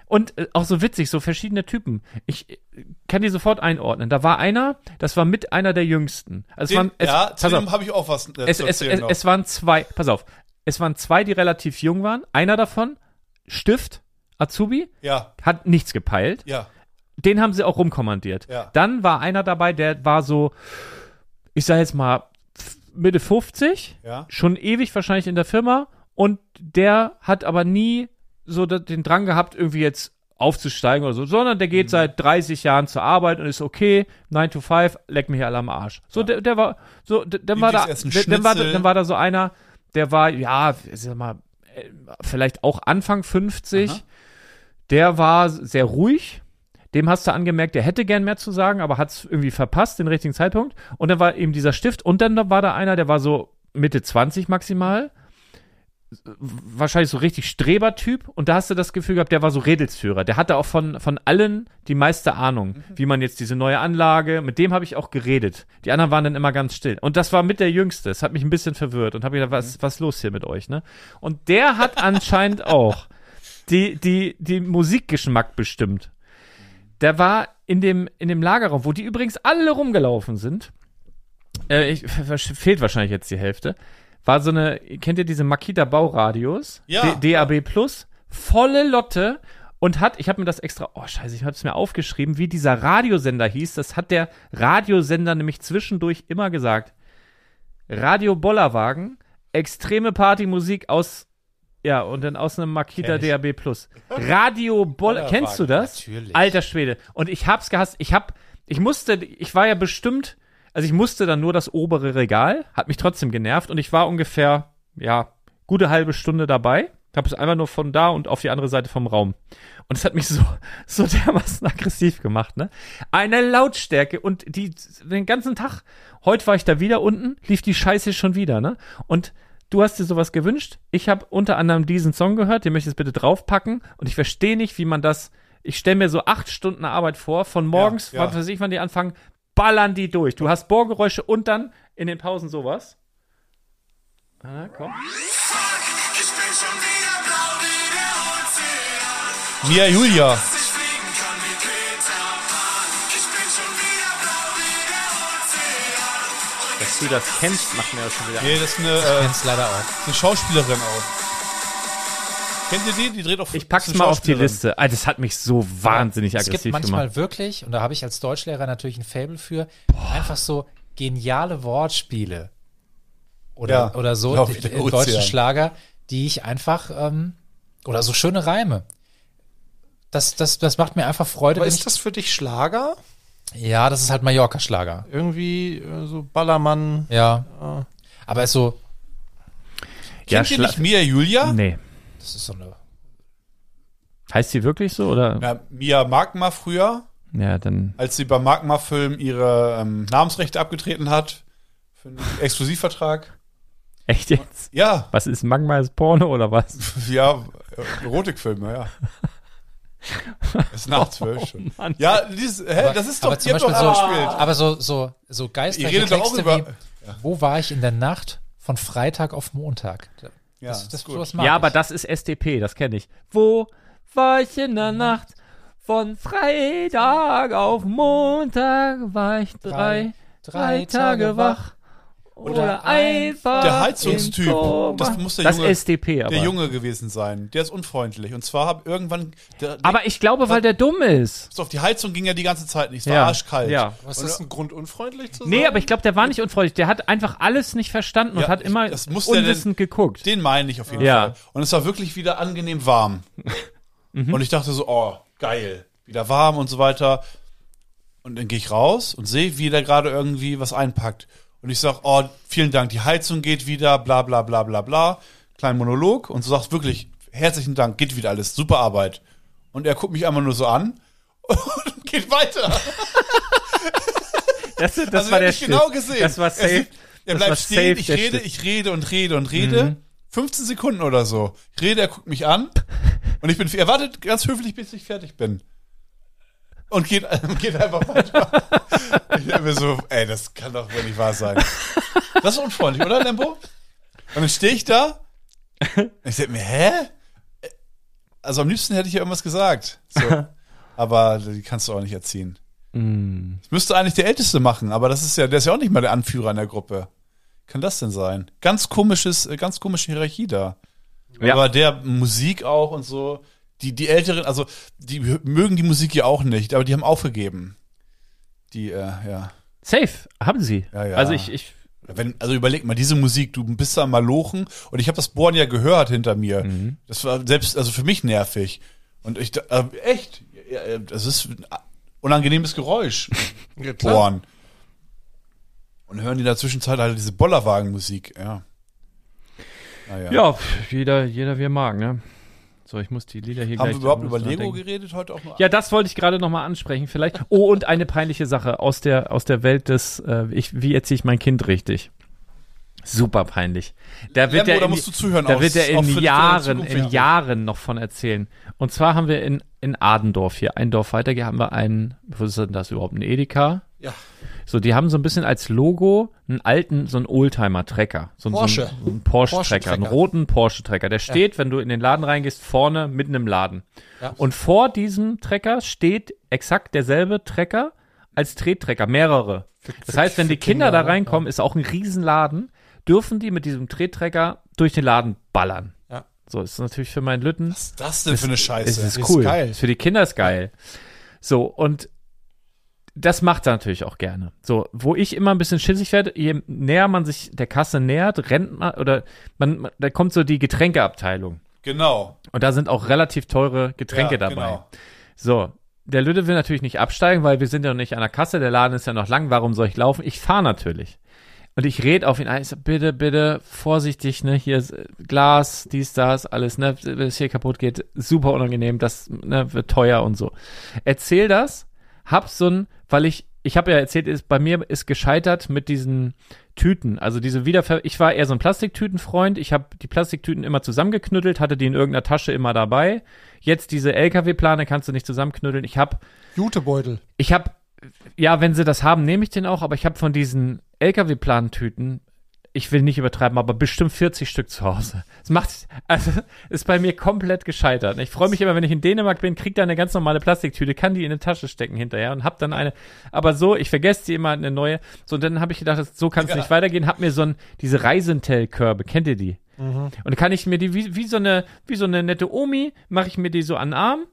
[SPEAKER 5] und äh, auch so witzig, so verschiedene Typen. Ich äh, kann die sofort einordnen. Da war einer, das war mit einer der jüngsten. Also es
[SPEAKER 7] Den,
[SPEAKER 5] waren, es,
[SPEAKER 7] ja, zu
[SPEAKER 5] pass auf,
[SPEAKER 7] dem habe ich auch was äh,
[SPEAKER 5] es,
[SPEAKER 7] zu
[SPEAKER 5] es,
[SPEAKER 7] erzählen
[SPEAKER 5] es, es waren zwei, pass auf, es waren zwei, die relativ jung waren. Einer davon, Stift, Azubi,
[SPEAKER 7] noch. Ja,
[SPEAKER 5] hat nichts gepeilt
[SPEAKER 7] ja.
[SPEAKER 5] den haben sie auch rumkommandiert.
[SPEAKER 7] Ja.
[SPEAKER 5] Dann war einer dabei, der war so, ich sag jetzt mal, f- Mitte 50,
[SPEAKER 7] Ja.
[SPEAKER 5] schon ewig wahrscheinlich in der Firma und der hat aber nie so da- den Drang gehabt, irgendwie jetzt aufzusteigen oder so, sondern der geht seit 30 Jahren zur Arbeit und ist okay, 9 to 5, leck mich alle am Arsch. So, der, der war, so, d- dann war da,
[SPEAKER 7] Lieblingsessen,
[SPEAKER 5] d- dann war, da-
[SPEAKER 7] Schnitzel.
[SPEAKER 5] dann war da so einer, der war, ja, ich sag mal, äh, vielleicht auch Anfang 50, der war sehr ruhig. Dem hast du angemerkt, der hätte gern mehr zu sagen, aber hat es irgendwie verpasst, den richtigen Zeitpunkt. Und dann war eben dieser Stift und dann war da einer, der war so Mitte 20 maximal. Wahrscheinlich so richtig Strebertyp. Und da hast du das Gefühl gehabt, der war so Redelsführer. Der hatte auch von, von allen die meiste Ahnung, wie man jetzt diese neue Anlage, mit dem habe ich auch geredet. Die anderen waren dann immer ganz still. Und das war mit der Jüngste. Das hat mich ein bisschen verwirrt und habe gedacht, was, was ist los hier mit euch, ne? Und der hat anscheinend auch die, die, die Musikgeschmack bestimmt. Der war in dem, in dem Lagerraum, wo die übrigens alle rumgelaufen sind. äh, ich, fehlt wahrscheinlich jetzt die Hälfte, war so eine, kennt ihr diese Makita Bauradios?
[SPEAKER 7] Ja.
[SPEAKER 5] D DAB Plus, volle Lotte und hat, ich habe mir das extra, oh scheiße, ich habe es mir aufgeschrieben, wie dieser Radiosender hieß, das hat der Radiosender nämlich zwischendurch immer gesagt. Radio Bollerwagen, extreme Partymusik aus, ja, und dann aus einem Makita DAB Plus. Radio Boller, kennst du das?
[SPEAKER 8] Natürlich.
[SPEAKER 5] Alter Schwede. Und ich hab's gehasst. Ich hab, ich musste, ich war ja bestimmt, also ich musste dann nur das obere Regal, hat mich trotzdem genervt und ich war ungefähr, ja, gute halbe Stunde dabei. Ich habe es einfach nur von da und auf die andere Seite vom Raum. Und es hat mich so, so dermaßen aggressiv gemacht, ne? Eine Lautstärke und die, den ganzen Tag, heute war ich da wieder unten, lief die Scheiße schon wieder, ne? Und du hast dir sowas gewünscht. Ich habe unter anderem diesen Song gehört, den möchte ich jetzt bitte draufpacken und ich verstehe nicht, wie man das, ich stelle mir so acht Stunden Arbeit vor, von morgens,
[SPEAKER 7] Ja, ja.
[SPEAKER 5] was weiß ich, wann die anfangen, ballern die durch. Du hast Bohrgeräusche und dann in den Pausen sowas. Ah, komm.
[SPEAKER 9] Ich bin schon wieder blau wie der Ozean.
[SPEAKER 7] Mia Julia.
[SPEAKER 9] Ich fliegen kann wie Peter Pan. Ich bin schon wieder blau wie der Ozean.
[SPEAKER 5] Dass du das kennst, macht mir auch schon wieder.
[SPEAKER 7] Nee, das ist eine, äh,
[SPEAKER 8] Kennst leider auch.
[SPEAKER 7] eine Schauspielerin auch. Kennt ihr die? Die dreht auf.
[SPEAKER 5] Ich pack's
[SPEAKER 7] ist eine
[SPEAKER 5] mal auf die
[SPEAKER 7] Schauspielerin.
[SPEAKER 5] Liste. Alter, das hat mich so wahnsinnig
[SPEAKER 8] Es gibt
[SPEAKER 5] aggressiv
[SPEAKER 8] manchmal
[SPEAKER 5] gemacht.
[SPEAKER 8] wirklich, und da habe ich als Deutschlehrer natürlich ein Faible für, einfach so geniale Wortspiele oder,
[SPEAKER 7] Ja,
[SPEAKER 8] oder so
[SPEAKER 7] glaub
[SPEAKER 8] in
[SPEAKER 7] ich, der
[SPEAKER 8] in deutschen
[SPEAKER 7] Ozean.
[SPEAKER 8] Schlager, die ich einfach, ähm, oder so schöne Reime. Das, das, das macht mir einfach Freude.
[SPEAKER 6] Aber
[SPEAKER 8] wenn
[SPEAKER 6] ist das für dich Schlager?
[SPEAKER 8] ich, ja, das ist halt Mallorca-Schlager.
[SPEAKER 6] Irgendwie äh, so Ballermann.
[SPEAKER 8] Ja.
[SPEAKER 7] Ah.
[SPEAKER 8] Aber ist so,
[SPEAKER 5] Ja,
[SPEAKER 7] Kennt ihr
[SPEAKER 5] Schla- Hm.
[SPEAKER 7] nicht Mia Julia?
[SPEAKER 5] Nee.
[SPEAKER 8] das ist so eine.
[SPEAKER 5] Heißt die wirklich so oder?
[SPEAKER 7] Ja, Mia Magma früher,
[SPEAKER 5] Ja, dann.
[SPEAKER 7] als sie beim Magma-Film ihre ähm, Namensrechte abgetreten hat. Für einen Exklusivvertrag.
[SPEAKER 5] Echt jetzt?
[SPEAKER 7] Ja,
[SPEAKER 5] Was ist Magma ist Porno oder was?
[SPEAKER 7] ja, äh, Erotikfilme, ja. Es ist nach zwölf schon.
[SPEAKER 5] Oh, Mann.
[SPEAKER 7] Ja, dieses, hä, das ist doch,
[SPEAKER 8] aber
[SPEAKER 7] ihr
[SPEAKER 8] zum
[SPEAKER 7] habt doch
[SPEAKER 8] Beispiel
[SPEAKER 7] alle
[SPEAKER 8] so,
[SPEAKER 7] gespielt.
[SPEAKER 8] aber so, so, so geistreiche
[SPEAKER 7] Ihr redet doch auch
[SPEAKER 8] Texte
[SPEAKER 7] über-
[SPEAKER 8] wie, wo war ich in der Nacht von Freitag auf Montag?
[SPEAKER 7] Ja,
[SPEAKER 8] das, das,
[SPEAKER 7] ist gut.
[SPEAKER 8] sowas mag
[SPEAKER 5] Ja, aber
[SPEAKER 8] ich.
[SPEAKER 5] das ist SDP, das kenne ich. Wo war ich in
[SPEAKER 7] Mhm.
[SPEAKER 5] der Nacht? Von Freitag auf Montag war ich drei, drei Tage wach. Oder
[SPEAKER 8] Oder
[SPEAKER 5] einfach.
[SPEAKER 7] Der Heizungstyp,
[SPEAKER 5] im Koma.
[SPEAKER 7] das muss der
[SPEAKER 5] das
[SPEAKER 7] Junge-
[SPEAKER 5] SDP, aber.
[SPEAKER 7] der Junge gewesen sein. Der ist unfreundlich. Und zwar hab irgendwann. Der,
[SPEAKER 5] aber ich glaube, weil der dumm ist.
[SPEAKER 7] auf die Heizung ging ja die ganze Zeit nicht. Es war
[SPEAKER 5] Ja,
[SPEAKER 7] arschkalt.
[SPEAKER 5] ja.
[SPEAKER 6] Was ist das ein Grund, unfreundlich zu sein?
[SPEAKER 5] Nee, aber ich glaube, der war nicht unfreundlich. Der hat einfach alles nicht verstanden und
[SPEAKER 7] Ja,
[SPEAKER 5] hat
[SPEAKER 7] ich-
[SPEAKER 5] immer
[SPEAKER 7] das muss der denn-
[SPEAKER 5] unwissend geguckt.
[SPEAKER 7] Den meine ich auf jeden
[SPEAKER 5] Ja.
[SPEAKER 7] Fall. Und es war wirklich wieder angenehm warm.
[SPEAKER 5] Mhm.
[SPEAKER 7] Und ich dachte so, oh, geil. Wieder warm und so weiter. Und dann gehe ich raus und sehe, wie der gerade irgendwie was einpackt. Und ich sage, oh, vielen Dank, die Heizung geht wieder, bla bla bla bla bla. Kleinen Monolog. Und du sagst wirklich, herzlichen Dank, geht wieder alles, super Arbeit. Und er guckt mich einmal nur so an und geht weiter.
[SPEAKER 5] Das, das
[SPEAKER 7] Also, er hat mich genau gesehen.
[SPEAKER 5] Das war
[SPEAKER 7] Er
[SPEAKER 5] safe.
[SPEAKER 7] sieht- Er
[SPEAKER 5] das
[SPEAKER 7] bleibt
[SPEAKER 5] war
[SPEAKER 7] stehen,
[SPEAKER 5] safe
[SPEAKER 7] ich
[SPEAKER 5] der
[SPEAKER 7] rede,
[SPEAKER 5] Shit. Mhm.
[SPEAKER 7] ich rede und rede und rede. 15 Sekunden oder so. Ich rede, er guckt mich an und ich bin, er wartet ganz höflich, bis ich fertig bin. Und geht, geht einfach weiter. ich bin mir so, ey, das kann doch wohl nicht wahr sein. Das ist unfreundlich, oder, Lembo? Und dann stehe ich da und ich denke mir, hä? Also am liebsten hätte ich ja irgendwas gesagt. So. Aber die kannst du auch nicht erziehen. Das müsste eigentlich der Älteste machen, aber das ist ja, der ist ja auch nicht mal der Anführer in der Gruppe. Kann das denn sein? Ganz komisches, äh, ganz komische Hierarchie da.
[SPEAKER 5] Ja.
[SPEAKER 7] Aber der Musik auch und so. Die, die Älteren, also die hö- mögen die Musik ja auch nicht, aber die haben aufgegeben. Die, äh, ja.
[SPEAKER 5] Safe, haben sie.
[SPEAKER 7] Ja, ja.
[SPEAKER 5] Also ich, ich
[SPEAKER 7] Wenn, also überleg mal, diese Musik, du bist da am Malochen und ich habe das Bohren ja gehört hinter mir. Das war selbst, also für mich nervig. Und ich, da- äh, echt, ja, äh, das ist ein unangenehmes Geräusch.
[SPEAKER 6] Ja, klar.
[SPEAKER 7] Bohren. Und hören die in der Zwischenzeit halt diese Bollerwagenmusik, ja. Naja.
[SPEAKER 5] ja, pf, jeder, jeder wie er mag, ne? So, ich muss die Lieder hier
[SPEAKER 7] Haben
[SPEAKER 5] gleich
[SPEAKER 7] wir überhaupt
[SPEAKER 5] dran
[SPEAKER 7] über Lego
[SPEAKER 5] denken.
[SPEAKER 7] geredet heute auch nur?
[SPEAKER 5] Ja, das wollte ich gerade nochmal ansprechen. Vielleicht. Oh, und eine peinliche Sache aus der, aus der Welt des, äh, ich, wie erziehe ich mein Kind richtig? Super peinlich. Da wird
[SPEAKER 7] Lembo,
[SPEAKER 5] der
[SPEAKER 7] da
[SPEAKER 5] in
[SPEAKER 7] musst
[SPEAKER 5] die-
[SPEAKER 7] du zuhören,
[SPEAKER 5] Da
[SPEAKER 7] auch-
[SPEAKER 5] wird er
[SPEAKER 7] auch
[SPEAKER 5] in
[SPEAKER 7] für- für
[SPEAKER 5] Jahren,
[SPEAKER 7] Zukunft,
[SPEAKER 5] in
[SPEAKER 7] ja.
[SPEAKER 5] Jahren noch von erzählen. Und zwar haben wir in, in Adendorf hier, ein Dorf weiter, hier haben wir einen, was ist denn das überhaupt, ein Edeka?
[SPEAKER 6] Ja.
[SPEAKER 5] So, die haben so ein bisschen als Logo einen alten, so einen Oldtimer-Trecker. So, einen-
[SPEAKER 6] Porsche.
[SPEAKER 5] So einen Porsche-Trecker,
[SPEAKER 6] Porsche-Trecker.
[SPEAKER 5] einen roten Porsche-Trecker. Der steht, wenn du in den Laden reingehst, vorne mitten im Laden.
[SPEAKER 6] Ja.
[SPEAKER 5] Und vor diesem Trecker steht exakt derselbe Trecker als Trettrecker, mehrere. Das heißt, wenn die Kinder da reinkommen, ist auch ein Riesenladen, dürfen die mit diesem Trettrecker durch den Laden ballern.
[SPEAKER 6] Ja.
[SPEAKER 5] So, das ist natürlich für meinen Lütten.
[SPEAKER 7] Was ist das denn für eine Scheiße?
[SPEAKER 5] Es ist cool.
[SPEAKER 7] geil.
[SPEAKER 5] Ist für die Kinder ist geil. So, und das macht er natürlich auch gerne. So, wo ich immer ein bisschen schissig werde, je näher man sich der Kasse nähert, rennt man, oder man, man- da kommt so die Getränkeabteilung.
[SPEAKER 7] Genau.
[SPEAKER 5] Und da sind auch relativ teure Getränke
[SPEAKER 7] Ja,
[SPEAKER 5] dabei.
[SPEAKER 7] genau.
[SPEAKER 5] So, der Lütte will natürlich nicht absteigen, weil wir sind ja noch nicht an der Kasse, der Laden ist ja noch lang, warum soll ich laufen? Ich fahre natürlich. Und ich rede auf ihn ein, ich so, bitte, bitte, vorsichtig, ne, hier ist äh, Glas, dies, das, alles, ne, wenn es hier kaputt geht, super unangenehm, das ne, wird teuer und so. Erzähl das, hab so ein, weil ich, ich habe ja erzählt, ist, bei mir ist gescheitert mit diesen Tüten, also diese Wiederver... Ich war eher so ein Plastiktütenfreund, ich habe die Plastiktüten immer zusammengeknüttelt, hatte die in irgendeiner Tasche immer dabei. Jetzt diese LKW-Plane kannst du nicht zusammenknütteln. Ich habe
[SPEAKER 6] Jutebeutel.
[SPEAKER 5] ich habe, ja, wenn sie das haben, nehme ich den auch, aber ich habe von diesen LKW-Plantüten, ich will nicht übertreiben, aber bestimmt 40 Stück zu Hause. Es macht, also ist bei mir komplett gescheitert. Ich freue mich immer, wenn ich in Dänemark bin, krieg da eine ganz normale Plastiktüte, kann die in eine Tasche stecken hinterher und hab dann eine. Aber so, ich vergesse die immer eine neue. So, und dann habe ich gedacht, das- so kann es nicht weitergehen. Hab mir so ein, diese Reisentel-Körbe, kennt ihr die? Und kann ich mir die wie, wie so eine wie so eine nette Omi mache ich mir die so an den Arm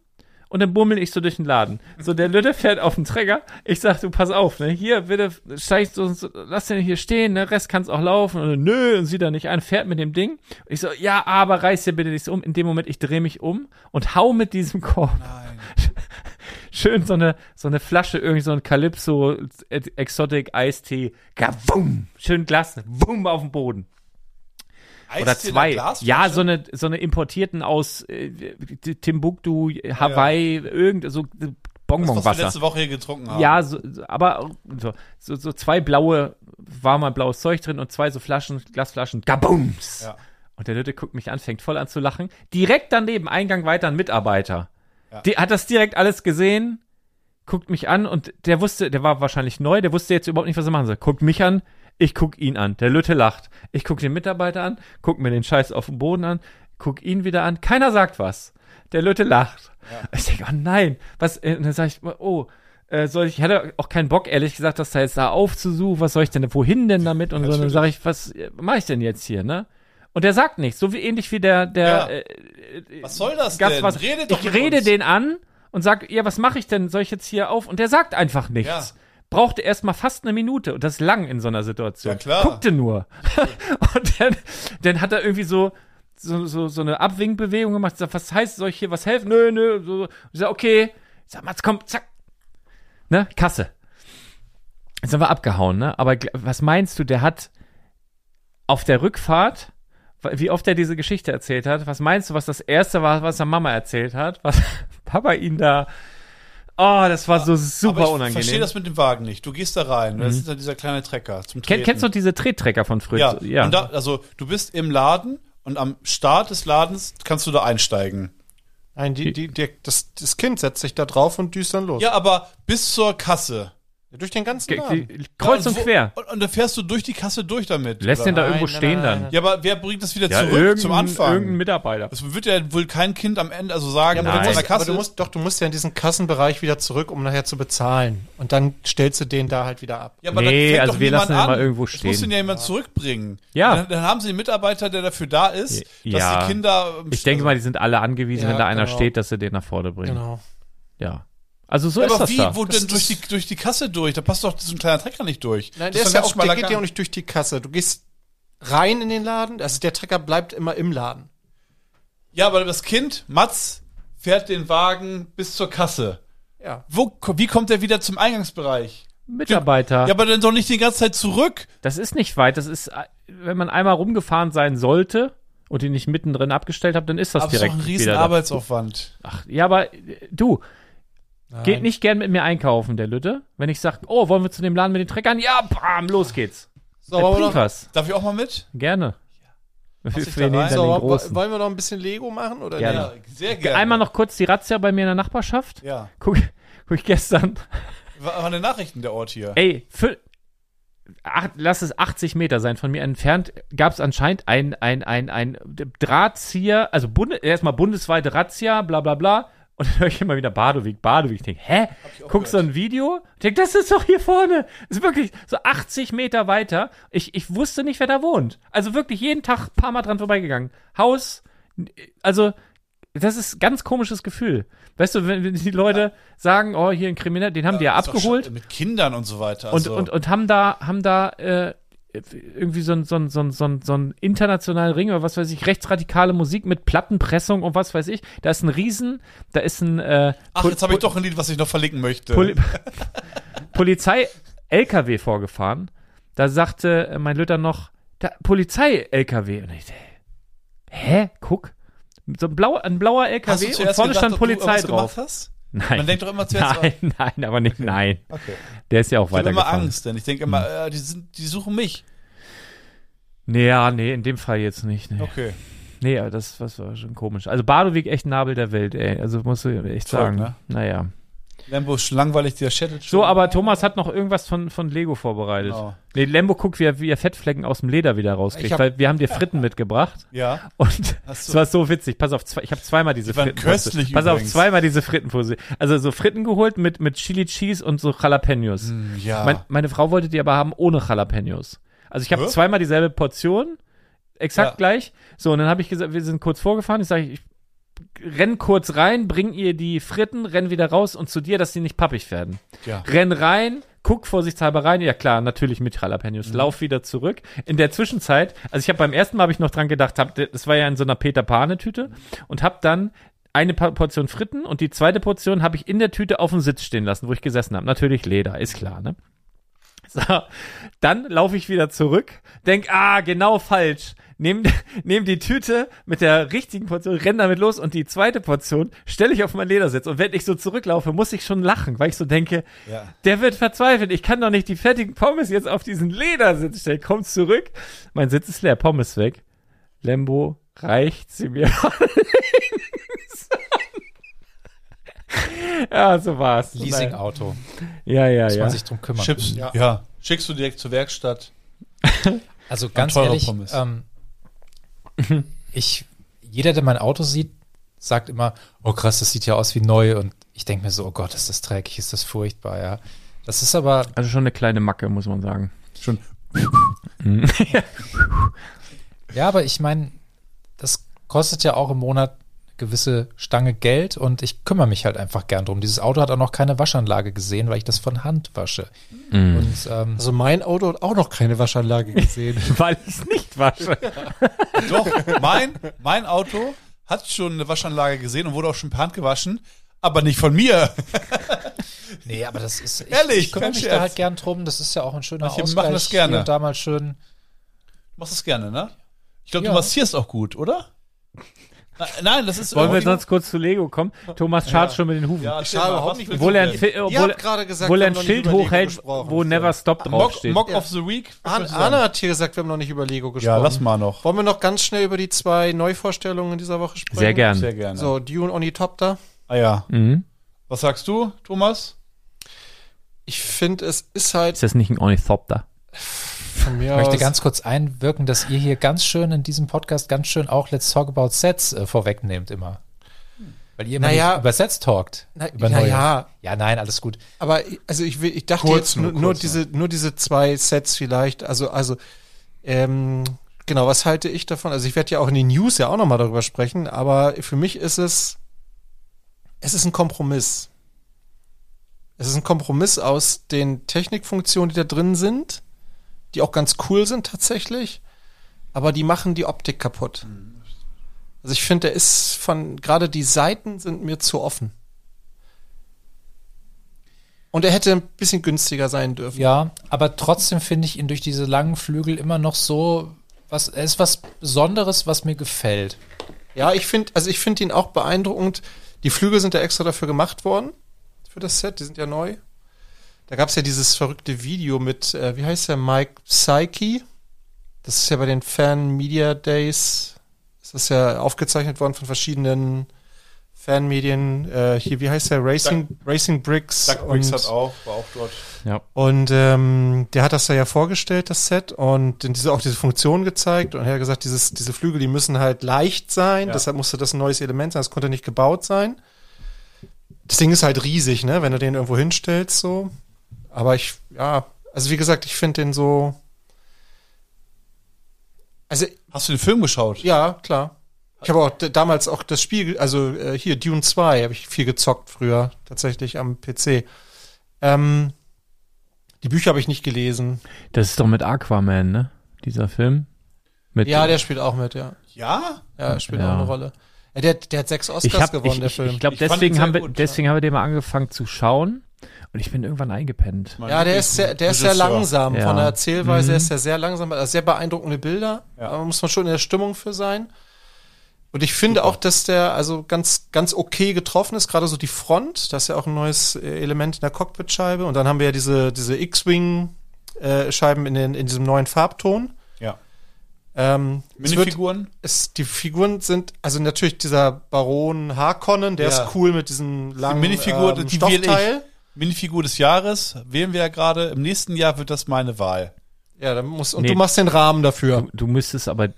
[SPEAKER 5] und dann bummel ich so durch den Laden. So der Lütte fährt auf den Träger. Ich sag, du pass auf, ne? Hier bitte steigst du uns, lass den hier stehen, ne? Rest kann's auch laufen. Und er, nö, und sieht er nicht ein, fährt mit dem Ding. Und ich so, ja, aber reiß dir bitte nichts um. In dem Moment ich drehe mich um und hau mit diesem Korb. Schön so eine so eine Flasche irgendwie so ein Calypso äh, Exotic Eistee. Kabum! Schön Glas, wumm auf den Boden oder
[SPEAKER 7] Eistee in der
[SPEAKER 5] zwei.
[SPEAKER 7] Glasflasche?
[SPEAKER 5] Ja, so eine, so eine importierten aus äh, Timbuktu, Hawaii, irgend so äh,
[SPEAKER 7] Das, was wir
[SPEAKER 5] Bonbonwasser.
[SPEAKER 7] letzte Woche hier getrunken haben.
[SPEAKER 5] Ja, so, so- aber so, so, so zwei blaue, war mal blaues Zeug drin und zwei so Flaschen, Glasflaschen, Gabums.
[SPEAKER 7] Ja.
[SPEAKER 5] Und der Lütte guckt mich an, fängt voll an zu lachen. Direkt daneben, Eingang weiter, ein Mitarbeiter. Die, hat das direkt alles gesehen, guckt mich an und der wusste, der war wahrscheinlich neu, der wusste jetzt überhaupt nicht, was er machen soll. Guckt mich an, ich guck ihn an. Der Lütte lacht. Ich guck den Mitarbeiter an, guck mir den Scheiß auf dem Boden an, guck ihn wieder an. Keiner sagt was. Der Lütte lacht. Ich denke, oh nein, was? äh, Und dann sage ich, oh, äh, soll ich, ich hatte auch keinen Bock, ehrlich gesagt, das da jetzt da aufzusuchen, was soll ich denn, wohin denn damit? Und so, dann sage ich, was äh, mache ich denn jetzt hier, ne? Und der sagt nichts, so wie ähnlich wie der, der
[SPEAKER 7] Ja.
[SPEAKER 5] äh,
[SPEAKER 7] Was soll das
[SPEAKER 5] Gast
[SPEAKER 7] denn?
[SPEAKER 5] was.
[SPEAKER 7] Redet doch
[SPEAKER 5] ich
[SPEAKER 7] mit
[SPEAKER 5] rede
[SPEAKER 7] uns.
[SPEAKER 5] den an und sag, ja, was mache ich denn? Soll ich jetzt hier auf? Und der sagt einfach nichts.
[SPEAKER 7] Ja.
[SPEAKER 5] Brauchte erst mal fast eine Minute und das ist lang in so einer Situation.
[SPEAKER 7] Ja, klar.
[SPEAKER 5] Guckte nur. und dann, dann hat er irgendwie so, so, so, so eine Abwinkbewegung gemacht. Sagt, was heißt, soll ich hier was helfen? Nö, nö. So, so. ich sag, okay. Ich sag, Mats, komm, zack. Ne? Kasse. Jetzt sind wir abgehauen, ne? Aber gl- was meinst du, der hat auf der Rückfahrt, wie oft er diese Geschichte erzählt hat, was meinst du, was das erste war, was er Mama erzählt hat, was Papa ihn da, oh, das war so super
[SPEAKER 7] Aber ich
[SPEAKER 5] unangenehm. Mhm.
[SPEAKER 7] verstehe das mit dem Wagen nicht. Du gehst da rein. Das ist dann dieser kleine Trecker zum
[SPEAKER 5] Ken,
[SPEAKER 7] Treten.
[SPEAKER 5] kennst du diese Trettrecker von früher?
[SPEAKER 7] Ja, Und da, also du bist im Laden und am Start des Ladens kannst du da einsteigen.
[SPEAKER 6] Nein, die, die, die, das, das Kind setzt sich da drauf und düst dann los.
[SPEAKER 7] Ja, aber bis zur Kasse.
[SPEAKER 6] Durch den ganzen
[SPEAKER 5] Ge-
[SPEAKER 6] Laden.
[SPEAKER 5] die- kreuz
[SPEAKER 7] Ja,
[SPEAKER 5] und
[SPEAKER 7] wo-
[SPEAKER 5] quer.
[SPEAKER 7] Und, und dann fährst du durch die Kasse durch damit.
[SPEAKER 5] Lässt den da
[SPEAKER 6] Nein,
[SPEAKER 5] irgendwo
[SPEAKER 6] nein,
[SPEAKER 5] stehen
[SPEAKER 6] nein,
[SPEAKER 5] dann.
[SPEAKER 6] nein.
[SPEAKER 7] ja, aber wer bringt das wieder
[SPEAKER 5] Ja,
[SPEAKER 7] zurück
[SPEAKER 5] irgendein
[SPEAKER 7] zum Anfang?
[SPEAKER 5] Mitarbeiter.
[SPEAKER 7] Das wird ja wohl kein Kind am Ende also sagen,
[SPEAKER 5] Ja, aber
[SPEAKER 7] wenn
[SPEAKER 5] du
[SPEAKER 7] es an
[SPEAKER 5] musst-
[SPEAKER 7] der
[SPEAKER 6] Aber
[SPEAKER 7] Kasse
[SPEAKER 6] du
[SPEAKER 7] ist.
[SPEAKER 6] musst, doch, du musst ja in diesen Kassenbereich wieder zurück, um nachher zu bezahlen. Und dann stellst du den da halt wieder ab.
[SPEAKER 7] Ja,
[SPEAKER 5] Nee,
[SPEAKER 7] fängt
[SPEAKER 5] also wir
[SPEAKER 7] niemand
[SPEAKER 5] lassen den mal irgendwo
[SPEAKER 7] Es muss
[SPEAKER 5] stehen.
[SPEAKER 7] den ja jemand zurückbringen.
[SPEAKER 5] Ja.
[SPEAKER 7] Und Dann, dann haben sie einen Mitarbeiter, der dafür da ist, dass
[SPEAKER 5] Ja.
[SPEAKER 7] die Kinder. also,
[SPEAKER 5] Ich denke mal, die sind alle angewiesen,
[SPEAKER 6] Ja,
[SPEAKER 5] wenn da einer
[SPEAKER 6] genau.
[SPEAKER 5] steht, dass sie den nach vorne bringen.
[SPEAKER 6] Genau.
[SPEAKER 5] Ja. Also so
[SPEAKER 7] Ja,
[SPEAKER 5] ist
[SPEAKER 7] aber
[SPEAKER 5] das
[SPEAKER 7] wie,
[SPEAKER 5] da.
[SPEAKER 7] wo
[SPEAKER 6] Das-
[SPEAKER 7] denn durch die, durch die Kasse durch? Da passt doch so ein kleiner Trecker nicht durch.
[SPEAKER 6] Nein,
[SPEAKER 7] Das
[SPEAKER 6] der, ist ja
[SPEAKER 7] doch ein ganz
[SPEAKER 6] auch, der
[SPEAKER 7] schmaler
[SPEAKER 6] geht ja
[SPEAKER 7] Gang.
[SPEAKER 6] auch nicht durch die Kasse. Du gehst rein in den Laden, also der Trecker bleibt immer im Laden.
[SPEAKER 7] Ja, aber das Kind, Mats, fährt den Wagen bis zur Kasse.
[SPEAKER 6] Ja.
[SPEAKER 7] Wo, ko- wie kommt er wieder zum Eingangsbereich?
[SPEAKER 5] Mitarbeiter.
[SPEAKER 7] Ja, aber dann doch nicht die ganze Zeit zurück.
[SPEAKER 5] Das ist nicht weit. Das ist, äh, wenn man einmal rumgefahren sein sollte und ihn nicht mittendrin abgestellt hat, dann ist das
[SPEAKER 7] Aber es ist
[SPEAKER 5] direkt
[SPEAKER 7] doch ein riesen
[SPEAKER 5] wieder da.
[SPEAKER 7] Arbeitsaufwand.
[SPEAKER 5] Ach, ja, aber äh, du, geht nicht gern mit mir einkaufen, der Lütte. Wenn ich sage, oh, wollen wir zu dem Laden mit den Treckern? Ja, bam, los geht's.
[SPEAKER 7] So,
[SPEAKER 5] Der
[SPEAKER 7] wollen wir noch,
[SPEAKER 5] Prikas,
[SPEAKER 7] darf ich auch mal mit?
[SPEAKER 5] gerne. Wir,
[SPEAKER 7] ich da
[SPEAKER 5] wir nehmen
[SPEAKER 7] rein?
[SPEAKER 5] dann
[SPEAKER 6] So,
[SPEAKER 5] den
[SPEAKER 6] wa-
[SPEAKER 5] großen.
[SPEAKER 6] wollen wir noch ein bisschen Lego machen? Oder
[SPEAKER 5] Gerne.
[SPEAKER 6] nicht?
[SPEAKER 7] sehr gerne.
[SPEAKER 5] Einmal noch kurz die Razzia bei mir in der Nachbarschaft.
[SPEAKER 7] Ja,
[SPEAKER 5] Guck, guck ich gestern.
[SPEAKER 7] war, war eine Nachrichten der Ort hier.
[SPEAKER 5] Ey, fü- ach, lass es 80 Meter sein von mir entfernt, gab es anscheinend ein, ein, ein, ein Drahtzieher, also Bunde, erstmal bundesweite Razzia, bla bla bla, Und dann höre ich immer wieder Badewig, Badewig. Ich denke, hä? Guckst du ein Video? Ich denke, das ist doch hier vorne. Das ist wirklich so 80 Meter weiter. Ich, ich wusste nicht, wer da wohnt. Also wirklich jeden Tag ein paar Mal dran vorbeigegangen. Haus, also das ist ein ganz komisches Gefühl. Weißt du, wenn, wenn die Leute sagen, oh, hier ein Krimineller, den haben die ja
[SPEAKER 7] Ist doch
[SPEAKER 5] abgeholt.
[SPEAKER 7] schon Mit Kindern und so weiter.
[SPEAKER 5] Und,
[SPEAKER 7] also,
[SPEAKER 5] und, und haben da, haben da äh, irgendwie so einen so ein- so ein- so ein- so ein internationalen Ring oder was weiß ich, rechtsradikale Musik mit Plattenpressung und was weiß ich. Da ist ein Riesen, da ist ein äh,
[SPEAKER 7] Ach,
[SPEAKER 5] Pol-
[SPEAKER 7] jetzt habe ich doch ein Lied, was ich noch verlinken möchte.
[SPEAKER 5] Poli Polizei-LKW vorgefahren. Da sagte äh, mein Lütter noch, da, Polizei-LKW. Und ich, hä, guck. So ein blauer, ein blauer
[SPEAKER 7] Hast
[SPEAKER 5] LKW
[SPEAKER 7] du
[SPEAKER 5] und
[SPEAKER 7] zuerst
[SPEAKER 5] vorne
[SPEAKER 7] gedacht,
[SPEAKER 5] stand
[SPEAKER 7] ob du
[SPEAKER 5] Polizei
[SPEAKER 7] irgendwas
[SPEAKER 5] drauf.
[SPEAKER 7] gemacht hast?
[SPEAKER 5] Nein.
[SPEAKER 7] Man denkt doch immer zuerst,
[SPEAKER 5] nein, nein, aber nicht nein. Der ist ja auch
[SPEAKER 7] Ich habe immer
[SPEAKER 5] weitergefahren.
[SPEAKER 7] Angst, denn ich denke immer, äh, die, sind, die suchen mich.
[SPEAKER 5] Nee, ja, nee, in dem Fall jetzt nicht. Nee.
[SPEAKER 7] Okay.
[SPEAKER 5] Nee, aber das, das war schon komisch. Also Badowig echt Nabel der Welt, ey. Also musst du echt
[SPEAKER 7] Toll,
[SPEAKER 5] sagen.
[SPEAKER 7] ne?
[SPEAKER 5] Naja.
[SPEAKER 7] Lembo ist schon langweilig, der chattet schon.
[SPEAKER 5] So, aber Thomas hat noch irgendwas von, von Lego vorbereitet.
[SPEAKER 7] Genau.
[SPEAKER 5] Nee, Lembo guckt, wie er, wie er Fettflecken aus dem Leder wieder rauskriegt,
[SPEAKER 6] Ich hab-
[SPEAKER 5] weil wir haben dir Fritten mitgebracht
[SPEAKER 7] Ja.
[SPEAKER 5] und
[SPEAKER 7] Ach
[SPEAKER 5] es
[SPEAKER 7] so.
[SPEAKER 5] war so witzig. Pass auf, zwei, ich habe zweimal diese
[SPEAKER 7] Die waren
[SPEAKER 5] Frittenpose.
[SPEAKER 7] köstlich
[SPEAKER 5] Pass auf,
[SPEAKER 7] übrigens.
[SPEAKER 5] zweimal diese Frittenpose. Also so Fritten geholt mit, mit Chili Cheese und so Jalapenos.
[SPEAKER 7] Ja.
[SPEAKER 5] Hm, Mein, meine Frau wollte die aber haben ohne Jalapenos. Also ich habe
[SPEAKER 7] Hä?
[SPEAKER 5] zweimal dieselbe Portion, exakt
[SPEAKER 7] Ja.
[SPEAKER 5] gleich. So, und dann habe ich gesagt, wir sind kurz vorgefahren. Ich sage, ich renn kurz rein, bring ihr die Fritten, renn wieder raus und zu dir, dass sie nicht pappig werden.
[SPEAKER 7] Ja.
[SPEAKER 5] Renn rein, guck vorsichtshalber rein. Ja klar, natürlich mit Jalapenos.
[SPEAKER 7] Mhm.
[SPEAKER 5] Lauf wieder zurück. In der Zwischenzeit, also ich habe beim ersten Mal habe ich noch dran gedacht, hab, das war ja in so einer Peter Pane Tüte und habe dann eine Pa- Portion Fritten und die zweite Portion habe ich in der Tüte auf dem Sitz stehen lassen, wo ich gesessen habe. Natürlich Leder, ist klar, ne? So, dann laufe ich wieder zurück, denk, ah, genau falsch. Nehm, nehm die Tüte mit der richtigen Portion, renn damit los und die zweite Portion stelle ich auf meinen Ledersitz. Und wenn ich so zurücklaufe, muss ich schon lachen, weil ich so denke,
[SPEAKER 7] Ja.
[SPEAKER 5] der wird verzweifelt. Ich kann doch nicht die fertigen Pommes jetzt auf diesen Ledersitz stellen. Kommt zurück. Mein Sitz ist leer, Pommes weg. Lembo reicht sie mir. ja, so war's.
[SPEAKER 8] Leasing-Auto.
[SPEAKER 5] Ja, ja,
[SPEAKER 8] Muss
[SPEAKER 5] ja.
[SPEAKER 8] man sich drum kümmern.
[SPEAKER 7] Chips. Ja. Schickst du direkt zur Werkstatt.
[SPEAKER 8] Also ganz
[SPEAKER 7] teure
[SPEAKER 8] ehrlich,
[SPEAKER 7] Pommes.
[SPEAKER 8] ähm, ich, jeder, der mein Auto sieht, sagt immer, oh krass, das sieht ja aus wie neu. Und ich denke mir so, oh Gott, ist das dreckig, ist das furchtbar, ja. Das ist aber,
[SPEAKER 5] Also schon eine kleine Macke, muss man sagen.
[SPEAKER 7] Schon.
[SPEAKER 8] ja, aber ich meine, das kostet ja auch im Monat eine gewisse Stange Geld und ich kümmere mich halt einfach gern drum. Dieses Auto hat auch noch keine Waschanlage gesehen, weil ich das von Hand wasche. Und ähm,
[SPEAKER 6] Also mein Auto hat auch noch keine Waschanlage gesehen.
[SPEAKER 5] Weil ich es nicht wasche.
[SPEAKER 7] Doch, mein, mein Auto hat schon eine Waschanlage gesehen und wurde auch schon per Hand gewaschen, aber nicht von mir.
[SPEAKER 8] Nee, aber das ist. Ich,
[SPEAKER 7] Ehrlich,
[SPEAKER 8] ich kümmere
[SPEAKER 7] kein
[SPEAKER 8] mich
[SPEAKER 7] Scherz.
[SPEAKER 8] da halt gern drum. Das ist ja auch ein schöner
[SPEAKER 7] Manche
[SPEAKER 8] Ausgleich.
[SPEAKER 7] machen das gerne.
[SPEAKER 8] Hier und da mal schön.
[SPEAKER 7] Du machst das gerne, ne? Ich glaube,
[SPEAKER 8] Ja.
[SPEAKER 7] du massierst auch gut, oder? Na, nein, das ist
[SPEAKER 5] Wollen wir
[SPEAKER 7] irgendwie-
[SPEAKER 5] sonst kurz zu Lego kommen? Thomas schaut schon mit den Hufen.
[SPEAKER 7] Ja,
[SPEAKER 6] Ich
[SPEAKER 7] erzähl
[SPEAKER 6] habe
[SPEAKER 7] mal,
[SPEAKER 6] überhaupt
[SPEAKER 7] was
[SPEAKER 6] nicht
[SPEAKER 7] willst
[SPEAKER 5] Obwohl
[SPEAKER 7] du
[SPEAKER 5] er ein,
[SPEAKER 7] denn?
[SPEAKER 5] Fi-
[SPEAKER 6] Ihr
[SPEAKER 5] obwohl,
[SPEAKER 6] habt gerade gesagt,
[SPEAKER 5] obwohl
[SPEAKER 6] wir
[SPEAKER 5] er
[SPEAKER 6] haben
[SPEAKER 5] ein
[SPEAKER 6] noch nicht
[SPEAKER 5] Schild
[SPEAKER 6] über Lego
[SPEAKER 5] hochhält,
[SPEAKER 6] gesprochen.
[SPEAKER 5] wo Never Stop
[SPEAKER 7] Mock,
[SPEAKER 5] draufsteht.
[SPEAKER 7] Mock
[SPEAKER 6] Ja.
[SPEAKER 7] of the Week.
[SPEAKER 6] An, Anna hat hier gesagt, wir haben noch nicht über Lego gesprochen.
[SPEAKER 7] Ja, lass mal noch.
[SPEAKER 6] Wollen wir noch ganz schnell über die zwei Neuvorstellungen in dieser Woche sprechen?
[SPEAKER 5] Sehr gern.
[SPEAKER 7] Sehr gerne.
[SPEAKER 6] So, Dune Onitopter.
[SPEAKER 7] Ah ja.
[SPEAKER 5] Mhm.
[SPEAKER 7] Was sagst du, Thomas?
[SPEAKER 6] Ich finde, es ist halt
[SPEAKER 5] Ist das nicht ein Ornithopter?
[SPEAKER 6] von mir
[SPEAKER 8] Ich möchte
[SPEAKER 6] aus-
[SPEAKER 8] ganz kurz einwirken, dass ihr hier ganz schön in diesem Podcast ganz schön auch Let's Talk About Sets äh, vorwegnehmt immer. Weil ihr immer
[SPEAKER 6] Naja.
[SPEAKER 8] nicht über Sets talkt.
[SPEAKER 6] Na,
[SPEAKER 8] über
[SPEAKER 6] ja,
[SPEAKER 8] neue.
[SPEAKER 6] ja.
[SPEAKER 8] ja, nein, alles gut.
[SPEAKER 6] Aber ich- also ich, will, ich dachte
[SPEAKER 7] Kurz
[SPEAKER 6] jetzt
[SPEAKER 7] nur,
[SPEAKER 6] nur, nur,
[SPEAKER 7] kurz
[SPEAKER 6] diese, nur diese zwei Sets vielleicht. Also, also ähm, genau, was halte ich davon? Also ich werde ja auch in den News ja auch nochmal darüber sprechen, aber für mich ist es, es ist ein Kompromiss. Es ist ein Kompromiss aus den Technikfunktionen, die da drin sind, die auch ganz cool sind tatsächlich, aber die machen die Optik kaputt.
[SPEAKER 7] Mhm.
[SPEAKER 6] Also ich finde, der ist von, gerade die Seiten sind mir zu offen. Und er hätte ein bisschen günstiger sein dürfen.
[SPEAKER 8] Ja, aber trotzdem finde ich ihn durch diese langen Flügel immer noch so. Was, er ist was Besonderes, was mir gefällt.
[SPEAKER 6] Ja, ich finde, also ich finde ihn auch beeindruckend. Die Flügel sind ja extra dafür gemacht worden, für das Set, die sind ja neu. Da gab's ja dieses verrückte Video mit, äh, wie heißt der, Mike Psyche. Das ist ja bei den Fan Media Days, das ist ja aufgezeichnet worden von verschiedenen Fanmedien. Äh, hier, wie heißt der, Racing, Racing Bricks.
[SPEAKER 7] Doug Briggs
[SPEAKER 6] und-
[SPEAKER 7] hat auch, war auch dort.
[SPEAKER 6] und ähm, der hat das da ja vorgestellt, das Set, und in diese, auch diese Funktion gezeigt. Und er hat gesagt, dieses, diese Flügel, die müssen halt leicht sein,
[SPEAKER 7] Ja.
[SPEAKER 6] deshalb musste das ein neues Element sein, das konnte nicht gebaut sein. Das Ding ist halt riesig, ne, wenn du den irgendwo hinstellst, so. Aber ich, ja, also wie gesagt, ich finde den so. Also,
[SPEAKER 7] Hast du den Film geschaut?
[SPEAKER 6] ja, klar. Ich habe auch d- damals auch das Spiel, also äh, hier, Dune 2, habe ich viel gezockt früher, tatsächlich am PC. Ähm, die Bücher habe ich nicht gelesen.
[SPEAKER 5] Das ist doch mit Aquaman, ne? Dieser Film. Mit
[SPEAKER 6] Ja, der spielt auch mit, ja.
[SPEAKER 7] Ja?
[SPEAKER 6] Ja, spielt
[SPEAKER 5] Ja.
[SPEAKER 6] auch eine Rolle. Ja, der, der hat sechs Oscars
[SPEAKER 5] ich hab,
[SPEAKER 6] gewonnen,
[SPEAKER 5] ich,
[SPEAKER 6] der
[SPEAKER 5] ich,
[SPEAKER 6] Film.
[SPEAKER 5] ich glaube,
[SPEAKER 7] Ich fand ihn
[SPEAKER 5] deswegen,
[SPEAKER 7] sehr
[SPEAKER 5] haben wir,
[SPEAKER 7] gut, ja.
[SPEAKER 5] deswegen haben wir den mal angefangen zu schauen und ich bin irgendwann eingepennt.
[SPEAKER 7] Mein
[SPEAKER 6] ja, der ist sehr, der ist sehr
[SPEAKER 7] Regisseur.
[SPEAKER 6] langsam.
[SPEAKER 5] Ja. Mhm.
[SPEAKER 6] Von der Erzählweise her ist er sehr langsam, also sehr beeindruckende Bilder.
[SPEAKER 7] Ja.
[SPEAKER 6] Aber muss man schon in der Stimmung für sein. Und ich finde auch, dass der also ganz, ganz okay getroffen ist, gerade so die Front, das ist ja auch ein neues äh, Element in der Cockpitscheibe. Und dann haben wir ja diese, diese X-Wing-Scheiben in, den- in diesem neuen Farbton.
[SPEAKER 7] Ja.
[SPEAKER 6] Ähm, es wird-
[SPEAKER 7] Minifiguren?
[SPEAKER 6] es, die Figuren sind, also natürlich dieser Baron Harkonnen, der
[SPEAKER 7] Ja.
[SPEAKER 6] ist cool mit diesem langen
[SPEAKER 7] Minifigur,
[SPEAKER 6] ähm,
[SPEAKER 7] die wähle ich.
[SPEAKER 6] Stoffteil.
[SPEAKER 7] Minifigur des Jahres wählen wir ja gerade. Im nächsten Jahr wird das meine Wahl.
[SPEAKER 6] Ja, dann muss, und
[SPEAKER 5] Nee.
[SPEAKER 6] du machst den Rahmen dafür.
[SPEAKER 5] Du, du müsstest aber,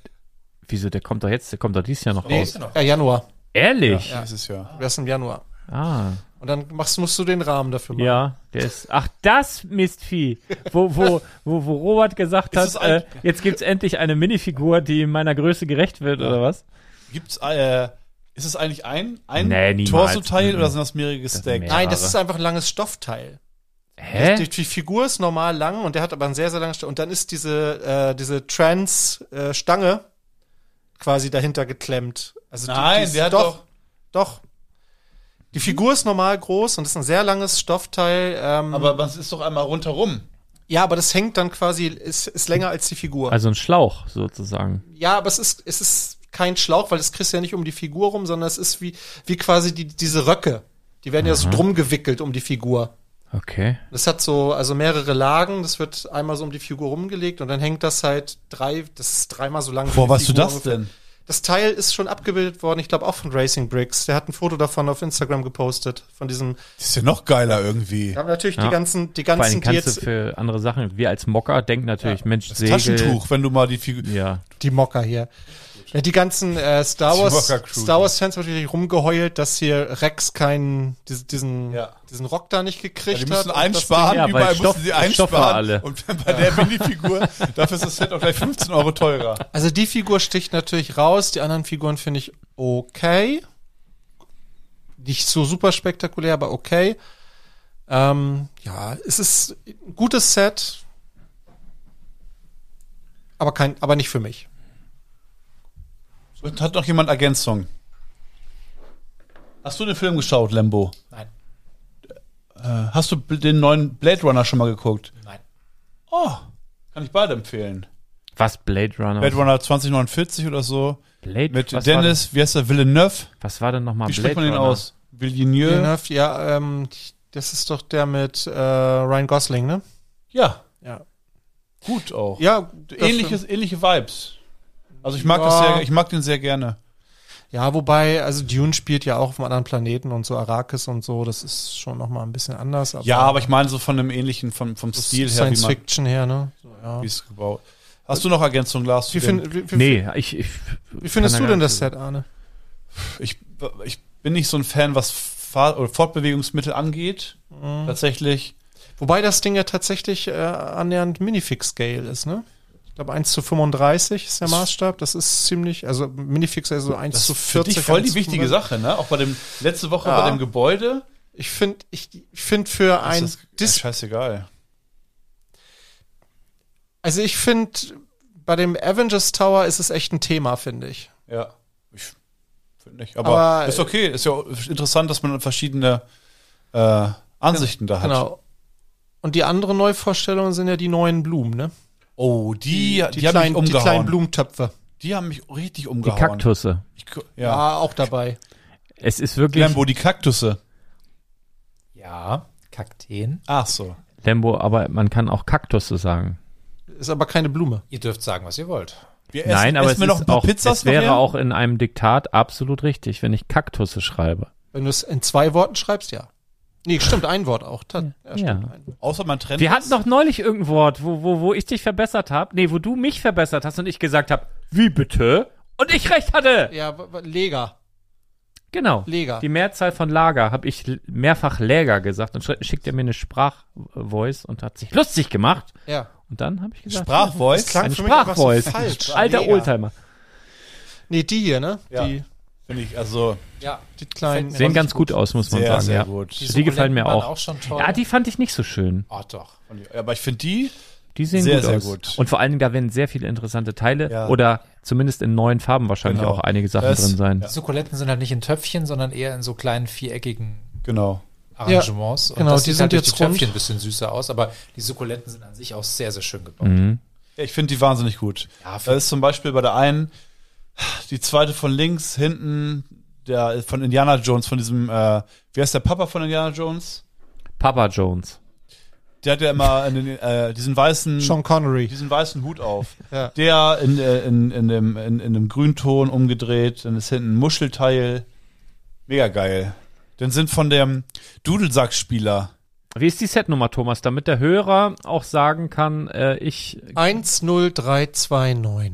[SPEAKER 5] wieso, der kommt doch jetzt, der kommt doch dieses Jahr noch raus.
[SPEAKER 6] Ja, Äh, Januar.
[SPEAKER 5] Ehrlich?
[SPEAKER 7] Ja. Dieses Jahr.
[SPEAKER 6] Das ist im Januar.
[SPEAKER 5] Ah,
[SPEAKER 6] Und dann machst, musst du den Rahmen dafür machen.
[SPEAKER 5] ja, der ist, ach, das Mistvieh, wo, wo, wo, wo Robert gesagt
[SPEAKER 7] Ist es
[SPEAKER 5] hat, äh,
[SPEAKER 7] alt?
[SPEAKER 5] jetzt gibt's endlich eine Minifigur, die meiner Größe gerecht wird, oder was?
[SPEAKER 7] Gibt's, äh, ist es eigentlich ein, ein
[SPEAKER 5] Nee, niemals.
[SPEAKER 7] Torso-Teil
[SPEAKER 5] Mhm.
[SPEAKER 7] oder sind das mehrere gestackt?
[SPEAKER 5] sind
[SPEAKER 6] Nein, das
[SPEAKER 5] Jahre.
[SPEAKER 6] ist einfach ein langes Stoffteil. Die,
[SPEAKER 5] Hä?
[SPEAKER 6] die Figur ist normal lang und der hat aber ein sehr, sehr langes Stoffteil. Und dann ist diese, äh, diese Trans-Stange quasi dahinter geklemmt. Also die- die
[SPEAKER 7] Nein,
[SPEAKER 6] ist-
[SPEAKER 7] der hat
[SPEAKER 6] doch,
[SPEAKER 7] doch. Hm?
[SPEAKER 6] doch. Die Figur ist normal groß und ist ein sehr langes Stoffteil. Ähm,
[SPEAKER 7] Aber was ist doch einmal rundherum?
[SPEAKER 6] ja, aber das hängt dann quasi, ist, ist länger als die Figur.
[SPEAKER 5] Also ein Schlauch, sozusagen.
[SPEAKER 6] Ja, aber es ist, es ist kein Schlauch, weil das kriegst du ja nicht um die Figur rum, sondern es ist wie, wie quasi die, diese Röcke. Die werden ja
[SPEAKER 7] Mhm.
[SPEAKER 6] so drum gewickelt um die Figur.
[SPEAKER 5] Okay.
[SPEAKER 6] Das hat so, also mehrere Lagen, das wird einmal so um die Figur rumgelegt und dann hängt das halt drei, das ist dreimal so lang. wie
[SPEAKER 7] Boah,
[SPEAKER 6] die
[SPEAKER 7] was du
[SPEAKER 6] Figur
[SPEAKER 7] das
[SPEAKER 6] ungefähr.
[SPEAKER 7] denn?
[SPEAKER 6] Das Teil ist schon abgebildet worden, ich glaube auch von Racing Bricks. Der hat ein Foto davon auf Instagram gepostet, von diesem.
[SPEAKER 7] Das ist ja noch geiler irgendwie.
[SPEAKER 6] Wir haben natürlich
[SPEAKER 5] Ja.
[SPEAKER 6] die ganzen, die
[SPEAKER 5] Vor allem
[SPEAKER 6] ganzen, die
[SPEAKER 5] kannst du
[SPEAKER 6] jetzt,
[SPEAKER 5] für andere Sachen, wir als Mocker denken natürlich, Mensch,
[SPEAKER 7] Das
[SPEAKER 5] Segel.
[SPEAKER 7] Taschentuch, wenn du mal die Figur.
[SPEAKER 5] Ja.
[SPEAKER 6] die Mocker hier. Ja, die ganzen äh, Star
[SPEAKER 7] Die
[SPEAKER 6] Wars,
[SPEAKER 7] Mocker-Crew.
[SPEAKER 6] Star Wars Fans haben natürlich rumgeheult, dass hier Rex keinen, diesen, diesen,
[SPEAKER 7] Ja.
[SPEAKER 6] diesen Rock da nicht gekriegt
[SPEAKER 7] Ja, die
[SPEAKER 6] hat.
[SPEAKER 7] müssen
[SPEAKER 6] und das
[SPEAKER 7] einsparen,
[SPEAKER 5] Ja, weil
[SPEAKER 7] überall
[SPEAKER 5] Stoff-
[SPEAKER 7] müssen sie
[SPEAKER 5] Stoffe
[SPEAKER 7] einsparen.
[SPEAKER 5] alle.
[SPEAKER 7] Und wenn bei der Minifigur, dafür ist das Set auch gleich 15 Euro teurer.
[SPEAKER 6] Also die Figur sticht natürlich raus, die anderen Figuren finde ich okay. Nicht so super spektakulär, aber okay. Ähm, ja, es ist ein gutes Set, aber kein, aber nicht für mich.
[SPEAKER 7] Und hat noch jemand Ergänzung? Hast du den Film geschaut, Lembo?
[SPEAKER 8] Nein.
[SPEAKER 7] Äh, hast du bl- den neuen Blade Runner schon mal geguckt?
[SPEAKER 8] Nein.
[SPEAKER 7] Oh, kann ich beide empfehlen.
[SPEAKER 5] Was, Blade Runner?
[SPEAKER 7] Blade Runner 2049 oder so.
[SPEAKER 5] Blade, was
[SPEAKER 7] Mit
[SPEAKER 5] War
[SPEAKER 7] Dennis, wie heißt der, Villeneuve?
[SPEAKER 5] denn, was war denn nochmal
[SPEAKER 7] Wie
[SPEAKER 5] Blade
[SPEAKER 7] spricht man den
[SPEAKER 5] Runner?
[SPEAKER 7] aus? Villeneuve?
[SPEAKER 6] Ja, ja ähm, das ist doch der mit äh, Ryan Gosling, ne?
[SPEAKER 7] Ja.
[SPEAKER 6] Ja.
[SPEAKER 7] Gut auch.
[SPEAKER 6] Ja, das-
[SPEAKER 7] Ähnliches, ähnliche Vibes. Also ich mag das
[SPEAKER 6] Ja.
[SPEAKER 7] sehr, ich mag den sehr gerne.
[SPEAKER 6] Ja, wobei, also Dune spielt ja auch auf einem anderen Planeten und so Arrakis und so, das ist schon nochmal ein bisschen anders.
[SPEAKER 7] Ja, aber ich meine so von einem ähnlichen, vom, vom Stil her, wie
[SPEAKER 6] Science
[SPEAKER 7] man
[SPEAKER 6] Fiction her, ne? So, ja.
[SPEAKER 7] wie es gebaut. Hast du noch Ergänzung, Lars? zu
[SPEAKER 6] Wie,
[SPEAKER 7] dem?
[SPEAKER 6] find, wie, wie,
[SPEAKER 5] Nee, ich, ich
[SPEAKER 6] wie findest
[SPEAKER 5] kann
[SPEAKER 6] du
[SPEAKER 5] da
[SPEAKER 6] denn
[SPEAKER 5] gar
[SPEAKER 6] das Set, Arne?
[SPEAKER 7] ich, ich bin nicht so ein Fan, was Fahr oder Fortbewegungsmittel angeht. Tatsächlich.
[SPEAKER 6] Wobei das Ding ja tatsächlich äh, annähernd Minifix-Scale ist, ne? Ich glaube 1 zu 35 ist der Maßstab. Das ist ziemlich, also Minifix also 1
[SPEAKER 7] Das
[SPEAKER 6] zu
[SPEAKER 7] ist für
[SPEAKER 6] 40.
[SPEAKER 7] dich voll
[SPEAKER 6] 1
[SPEAKER 7] die
[SPEAKER 6] zu
[SPEAKER 7] wichtige
[SPEAKER 6] 35.
[SPEAKER 7] Sache, ne? Auch bei dem, letzte Woche
[SPEAKER 6] Ja.
[SPEAKER 7] bei dem Gebäude.
[SPEAKER 6] Ich finde, ich, ich finde für ein
[SPEAKER 7] ist das,
[SPEAKER 6] Dis
[SPEAKER 7] scheißegal.
[SPEAKER 6] also ich finde, bei dem Avengers Tower ist es echt ein Thema, finde ich.
[SPEAKER 7] Ja. Ich finde nicht. Aber,
[SPEAKER 6] Aber-
[SPEAKER 7] ist okay. Ist ja interessant, dass man verschiedene äh, Ansichten da hat.
[SPEAKER 6] Genau. Und die anderen Neuvorstellungen sind ja die neuen Blumen, ne?
[SPEAKER 7] Oh, die, die,
[SPEAKER 6] kleinen,
[SPEAKER 7] haben mich
[SPEAKER 6] die kleinen
[SPEAKER 7] umgehauen. Die,
[SPEAKER 6] Blumentöpfe.
[SPEAKER 7] haben mich richtig
[SPEAKER 5] Die
[SPEAKER 7] umgehauen.
[SPEAKER 5] Kaktusse.
[SPEAKER 7] Ich,
[SPEAKER 6] Ja.
[SPEAKER 7] ja.
[SPEAKER 6] auch dabei.
[SPEAKER 5] Es ist wirklich Lembo.
[SPEAKER 7] Lambo, die Kaktusse.
[SPEAKER 8] Ja, Kakteen.
[SPEAKER 7] Ach so.
[SPEAKER 5] aber man kann auch Kaktusse sagen.
[SPEAKER 6] Ist aber keine Blume.
[SPEAKER 8] Ihr dürft sagen, was ihr wollt.
[SPEAKER 7] Wir
[SPEAKER 5] Nein, aber es,
[SPEAKER 7] wir noch ein
[SPEAKER 5] ist
[SPEAKER 7] paar
[SPEAKER 5] auch,
[SPEAKER 7] Pizzas
[SPEAKER 5] es wäre
[SPEAKER 7] nachher?
[SPEAKER 5] auch in einem Diktat absolut richtig, wenn ich Kaktusse schreibe.
[SPEAKER 6] Wenn du es in zwei Worten schreibst, ja. Nee, stimmt, ein Wort auch. Ta- Ja, stimmt,
[SPEAKER 5] Ja.
[SPEAKER 6] ein Wort.
[SPEAKER 7] Außer man trennt
[SPEAKER 5] Wir
[SPEAKER 7] es.
[SPEAKER 5] hatten doch neulich irgendein Wort, wo, wo, wo ich dich verbessert habe. Nee, wo du mich verbessert hast und ich gesagt habe, wie bitte? Und ich recht hatte.
[SPEAKER 6] Ja, w- w- Lega.
[SPEAKER 5] Genau.
[SPEAKER 6] Lager.
[SPEAKER 5] Die Mehrzahl von Lager habe ich l- mehrfach Läger gesagt. Dann schre- schickt er mir eine Sprachvoice und hat sich lustig gemacht.
[SPEAKER 6] Ja.
[SPEAKER 5] Und dann habe ich gesagt,
[SPEAKER 7] Sprachvoice?
[SPEAKER 6] klang
[SPEAKER 5] eine
[SPEAKER 6] für mich einfach so
[SPEAKER 5] Sprachvoice.
[SPEAKER 6] falsch.
[SPEAKER 5] Alter
[SPEAKER 6] Lager.
[SPEAKER 5] Oldtimer.
[SPEAKER 6] Nee, die hier, ne?
[SPEAKER 7] Ja.
[SPEAKER 6] Die,
[SPEAKER 7] Finde ich, also
[SPEAKER 8] Ja,
[SPEAKER 6] die kleinen.
[SPEAKER 5] Sehen ganz gut aus, muss man
[SPEAKER 7] sehr,
[SPEAKER 5] sagen.
[SPEAKER 7] sehr
[SPEAKER 5] ja.
[SPEAKER 7] gut.
[SPEAKER 5] Die gefallen mir
[SPEAKER 8] waren
[SPEAKER 5] auch.
[SPEAKER 8] auch schon toll.
[SPEAKER 5] ja, die fand ich nicht so schön.
[SPEAKER 8] oh, doch.
[SPEAKER 7] Aber ich finde die,
[SPEAKER 5] Die sehen
[SPEAKER 7] Sehr,
[SPEAKER 5] gut
[SPEAKER 7] sehr
[SPEAKER 5] aus.
[SPEAKER 7] gut.
[SPEAKER 5] Und vor allen Dingen, da werden sehr viele interessante Teile
[SPEAKER 7] Ja.
[SPEAKER 5] oder zumindest in neuen Farben wahrscheinlich
[SPEAKER 7] Genau.
[SPEAKER 5] auch einige Sachen
[SPEAKER 7] Das-
[SPEAKER 5] drin sein.
[SPEAKER 8] Die Sukkulenten sind halt nicht in Töpfchen, sondern eher in so kleinen viereckigen
[SPEAKER 7] genau.
[SPEAKER 8] Arrangements.
[SPEAKER 6] genau, die
[SPEAKER 8] sieht halt
[SPEAKER 6] sind
[SPEAKER 8] durch
[SPEAKER 6] jetzt
[SPEAKER 8] die Töpfchen
[SPEAKER 6] rund.
[SPEAKER 8] ein bisschen süßer aus, aber die Sukkulenten sind an sich auch sehr, sehr schön gebaut.
[SPEAKER 5] Mhm.
[SPEAKER 7] Ja, Ich finde die wahnsinnig gut.
[SPEAKER 8] Ja,
[SPEAKER 7] Da ist zum Beispiel bei der einen, die zweite von links, hinten, der von Indiana Jones, von diesem, äh, wie heißt der Papa von Indiana Jones?
[SPEAKER 5] Papa Jones.
[SPEAKER 7] Der hat ja immer einen, äh, diesen weißen
[SPEAKER 6] Sean Connery.
[SPEAKER 7] diesen weißen Hut auf.
[SPEAKER 6] Ja.
[SPEAKER 7] Der in, äh, in, in, dem, in, in dem Grünton umgedreht, dann ist hinten ein Muschelteil. Mega geil. Dann sind von dem Dudelsackspieler.
[SPEAKER 5] Wie ist die Setnummer, Thomas, damit der Hörer auch sagen kann, äh, ich
[SPEAKER 6] 10329.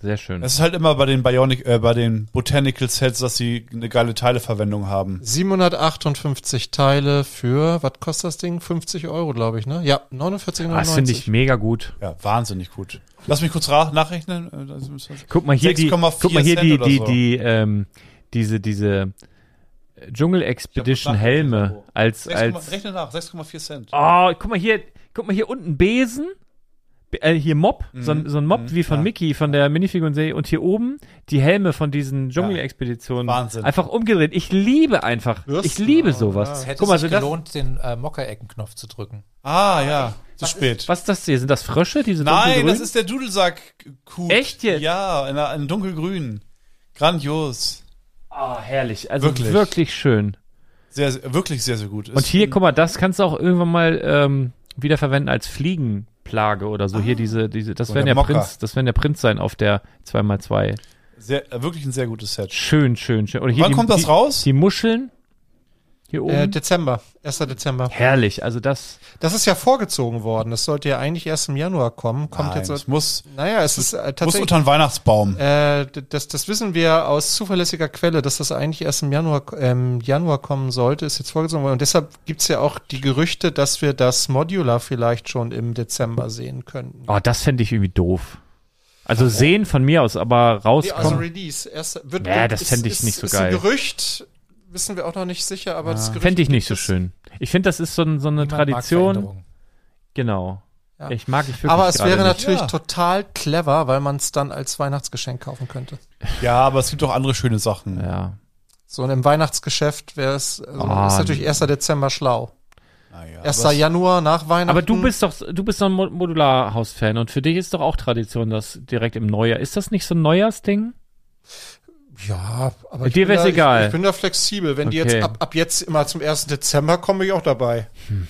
[SPEAKER 5] sehr schön.
[SPEAKER 7] Das ist halt immer bei den Bionic, äh, bei den Botanical Sets, dass sie eine geile Teileverwendung haben.
[SPEAKER 6] 758 Teile für, was kostet das Ding? 50 Euro, glaube ich, ne? Ja, 49,99.
[SPEAKER 5] Ah, das finde ich mega gut.
[SPEAKER 7] Ja, wahnsinnig gut. Lass mich kurz ra- nachrechnen. Äh, das ist-
[SPEAKER 5] Guck mal hier die,
[SPEAKER 7] 6,4
[SPEAKER 5] guck mal hier
[SPEAKER 7] Cent
[SPEAKER 5] die,
[SPEAKER 7] oder
[SPEAKER 5] die,
[SPEAKER 7] so.
[SPEAKER 5] die, ähm, diese, diese Dschungel Expedition
[SPEAKER 7] Ich hab
[SPEAKER 5] Helme
[SPEAKER 7] nachgerechnet,
[SPEAKER 5] als,
[SPEAKER 7] 6,
[SPEAKER 5] als,
[SPEAKER 7] rechne nach, 6,4 Cent.
[SPEAKER 5] oh, guck mal hier, guck mal hier unten Besen, Be- äh, hier Mob,
[SPEAKER 7] Mhm.
[SPEAKER 5] so, ein- so ein Mob wie von
[SPEAKER 7] ja.
[SPEAKER 5] Mickey von der Minifigurenserie und hier oben die Helme von diesen Dschungel-Expeditionen.
[SPEAKER 7] Wahnsinn.
[SPEAKER 5] Einfach umgedreht. Ich liebe einfach,
[SPEAKER 6] Würsten,
[SPEAKER 5] ich liebe
[SPEAKER 8] Es
[SPEAKER 5] sowas.
[SPEAKER 8] hätte
[SPEAKER 5] Guck mal,
[SPEAKER 8] sich
[SPEAKER 5] sind das,
[SPEAKER 8] gelohnt, den äh, Mockereckenknopf zu drücken.
[SPEAKER 7] Ah, ja. Zu spät.
[SPEAKER 5] was ist das hier? Sind das Frösche, diese
[SPEAKER 7] Nein,
[SPEAKER 5] dunkelgrünen?
[SPEAKER 7] das ist der Dudelsack-Kut.
[SPEAKER 5] Echt jetzt?
[SPEAKER 7] Ja, in, einer- in dunkelgrün. Grandios.
[SPEAKER 5] Ah, herrlich. Also
[SPEAKER 7] Wirklich.
[SPEAKER 5] wirklich, schön.
[SPEAKER 7] Sehr, sehr, wirklich sehr, sehr gut.
[SPEAKER 5] Und hier, guck mal, das kannst du auch irgendwann mal ähm, wiederverwenden als Fliegenplage oder so.
[SPEAKER 7] Ah.
[SPEAKER 5] Hier diese, diese, das
[SPEAKER 7] So
[SPEAKER 5] werden
[SPEAKER 7] der
[SPEAKER 5] der
[SPEAKER 7] Mocker.
[SPEAKER 5] Prinz, das werden der Prinz sein auf der 2x2.
[SPEAKER 7] sehr, äh, wirklich ein sehr gutes Set.
[SPEAKER 5] Schön, schön, schön. Oder hier
[SPEAKER 7] Wann
[SPEAKER 5] die,
[SPEAKER 7] kommt das
[SPEAKER 5] die,
[SPEAKER 7] raus?
[SPEAKER 5] Die Muscheln. Hier oben.
[SPEAKER 6] Äh, Dezember, 1. Dezember.
[SPEAKER 5] herrlich. Also das,
[SPEAKER 6] Das ist ja vorgezogen worden. Das sollte ja eigentlich erst im Januar kommen. Kommt
[SPEAKER 7] Nein,
[SPEAKER 6] jetzt.
[SPEAKER 7] es
[SPEAKER 6] so-
[SPEAKER 7] muss,
[SPEAKER 6] Naja, es ist äh,
[SPEAKER 7] muss
[SPEAKER 6] tatsächlich.
[SPEAKER 7] unter den Weihnachtsbaum.
[SPEAKER 6] Äh, d- das, das wissen wir aus zuverlässiger Quelle, dass das eigentlich erst im Januar, ähm, Januar kommen sollte, ist jetzt vorgezogen worden. Und deshalb gibt's ja auch die Gerüchte, dass wir das Modular vielleicht schon im Dezember sehen könnten.
[SPEAKER 5] Oh, das fände ich irgendwie doof. Also sehen von mir aus,
[SPEAKER 6] Nee,
[SPEAKER 5] aber
[SPEAKER 6] also
[SPEAKER 5] rauskommen.
[SPEAKER 6] Release. Erst, wird,
[SPEAKER 5] Ja, das
[SPEAKER 6] ist-
[SPEAKER 5] fänd ich
[SPEAKER 6] ist-
[SPEAKER 5] nicht so
[SPEAKER 6] ist
[SPEAKER 5] geil.
[SPEAKER 6] Ein Gerücht wissen wir auch noch nicht sicher, aber das Gerücht.
[SPEAKER 5] fände ich
[SPEAKER 6] gibt
[SPEAKER 5] nicht so
[SPEAKER 6] es.
[SPEAKER 5] schön. Ich finde, das ist so, ein, so eine
[SPEAKER 8] Niemand mag
[SPEAKER 5] Tradition.
[SPEAKER 8] Veränderungen.
[SPEAKER 5] Genau.
[SPEAKER 6] Ja.
[SPEAKER 5] Ich mag ich wirklich
[SPEAKER 6] Aber es
[SPEAKER 5] gerade
[SPEAKER 6] wäre
[SPEAKER 5] nicht.
[SPEAKER 6] natürlich
[SPEAKER 7] Ja.
[SPEAKER 6] total clever, weil man es dann als Weihnachtsgeschenk kaufen könnte.
[SPEAKER 7] Ja, aber es gibt auch andere schöne Sachen.
[SPEAKER 5] Ja.
[SPEAKER 6] So und im Weihnachtsgeschäft wäre es, also
[SPEAKER 5] Ah,
[SPEAKER 6] ist natürlich 1. Dezember schlau.
[SPEAKER 7] Naja,
[SPEAKER 6] 1.
[SPEAKER 7] aber es-
[SPEAKER 6] Januar nach Weihnachten.
[SPEAKER 5] Aber du bist doch, du bist doch ein Mo- Modularhaus-Fan und für dich ist doch auch Tradition, das direkt im Neujahr. Ist das nicht so ein Neujahrsding?
[SPEAKER 6] Ja, aber
[SPEAKER 5] Dir
[SPEAKER 6] bin
[SPEAKER 5] wär's
[SPEAKER 6] da,
[SPEAKER 5] egal.
[SPEAKER 6] Ich, ich bin da flexibel. Wenn die
[SPEAKER 5] Okay.
[SPEAKER 6] jetzt ab, ab jetzt immer zum 1. Dezember kommen, bin ich auch dabei.
[SPEAKER 7] Hm.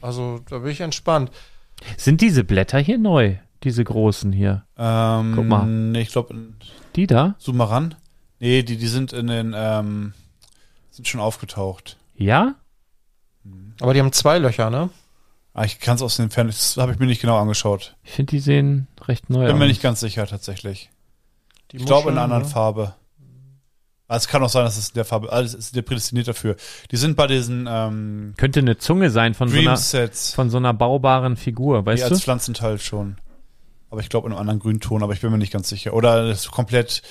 [SPEAKER 6] Also da bin ich entspannt.
[SPEAKER 5] Sind diese Blätter hier neu? Diese großen hier?
[SPEAKER 7] Ähm,
[SPEAKER 5] Guck mal.
[SPEAKER 7] Nee, ich glaube,
[SPEAKER 5] Die da?
[SPEAKER 7] zoom mal ran. Nee, die, die sind in den, ähm, sind schon aufgetaucht.
[SPEAKER 5] Ja?
[SPEAKER 6] Aber die haben zwei Löcher, ne?
[SPEAKER 7] Ah, ich kann es aus den Fern, das habe ich mir nicht genau angeschaut.
[SPEAKER 5] Ich finde, die sehen recht neu
[SPEAKER 7] Bin
[SPEAKER 5] aus.
[SPEAKER 7] mir nicht ganz sicher tatsächlich.
[SPEAKER 6] Die
[SPEAKER 7] Ich glaube in
[SPEAKER 6] Muscheln,
[SPEAKER 7] einer anderen
[SPEAKER 6] ne?
[SPEAKER 7] Farbe. Aber es kann auch sein, dass es in der Farbe, alles ist der prädestiniert dafür. Die sind bei diesen ähm,
[SPEAKER 5] Könnte eine Zunge sein von so
[SPEAKER 7] Dream
[SPEAKER 5] einer,
[SPEAKER 7] Sets,
[SPEAKER 5] von so einer baubaren Figur,
[SPEAKER 7] die
[SPEAKER 5] weißt du?
[SPEAKER 7] als Pflanzenteil schon. Aber ich glaube in einem anderen Grünton, aber ich bin mir nicht ganz sicher. Oder das ist komplett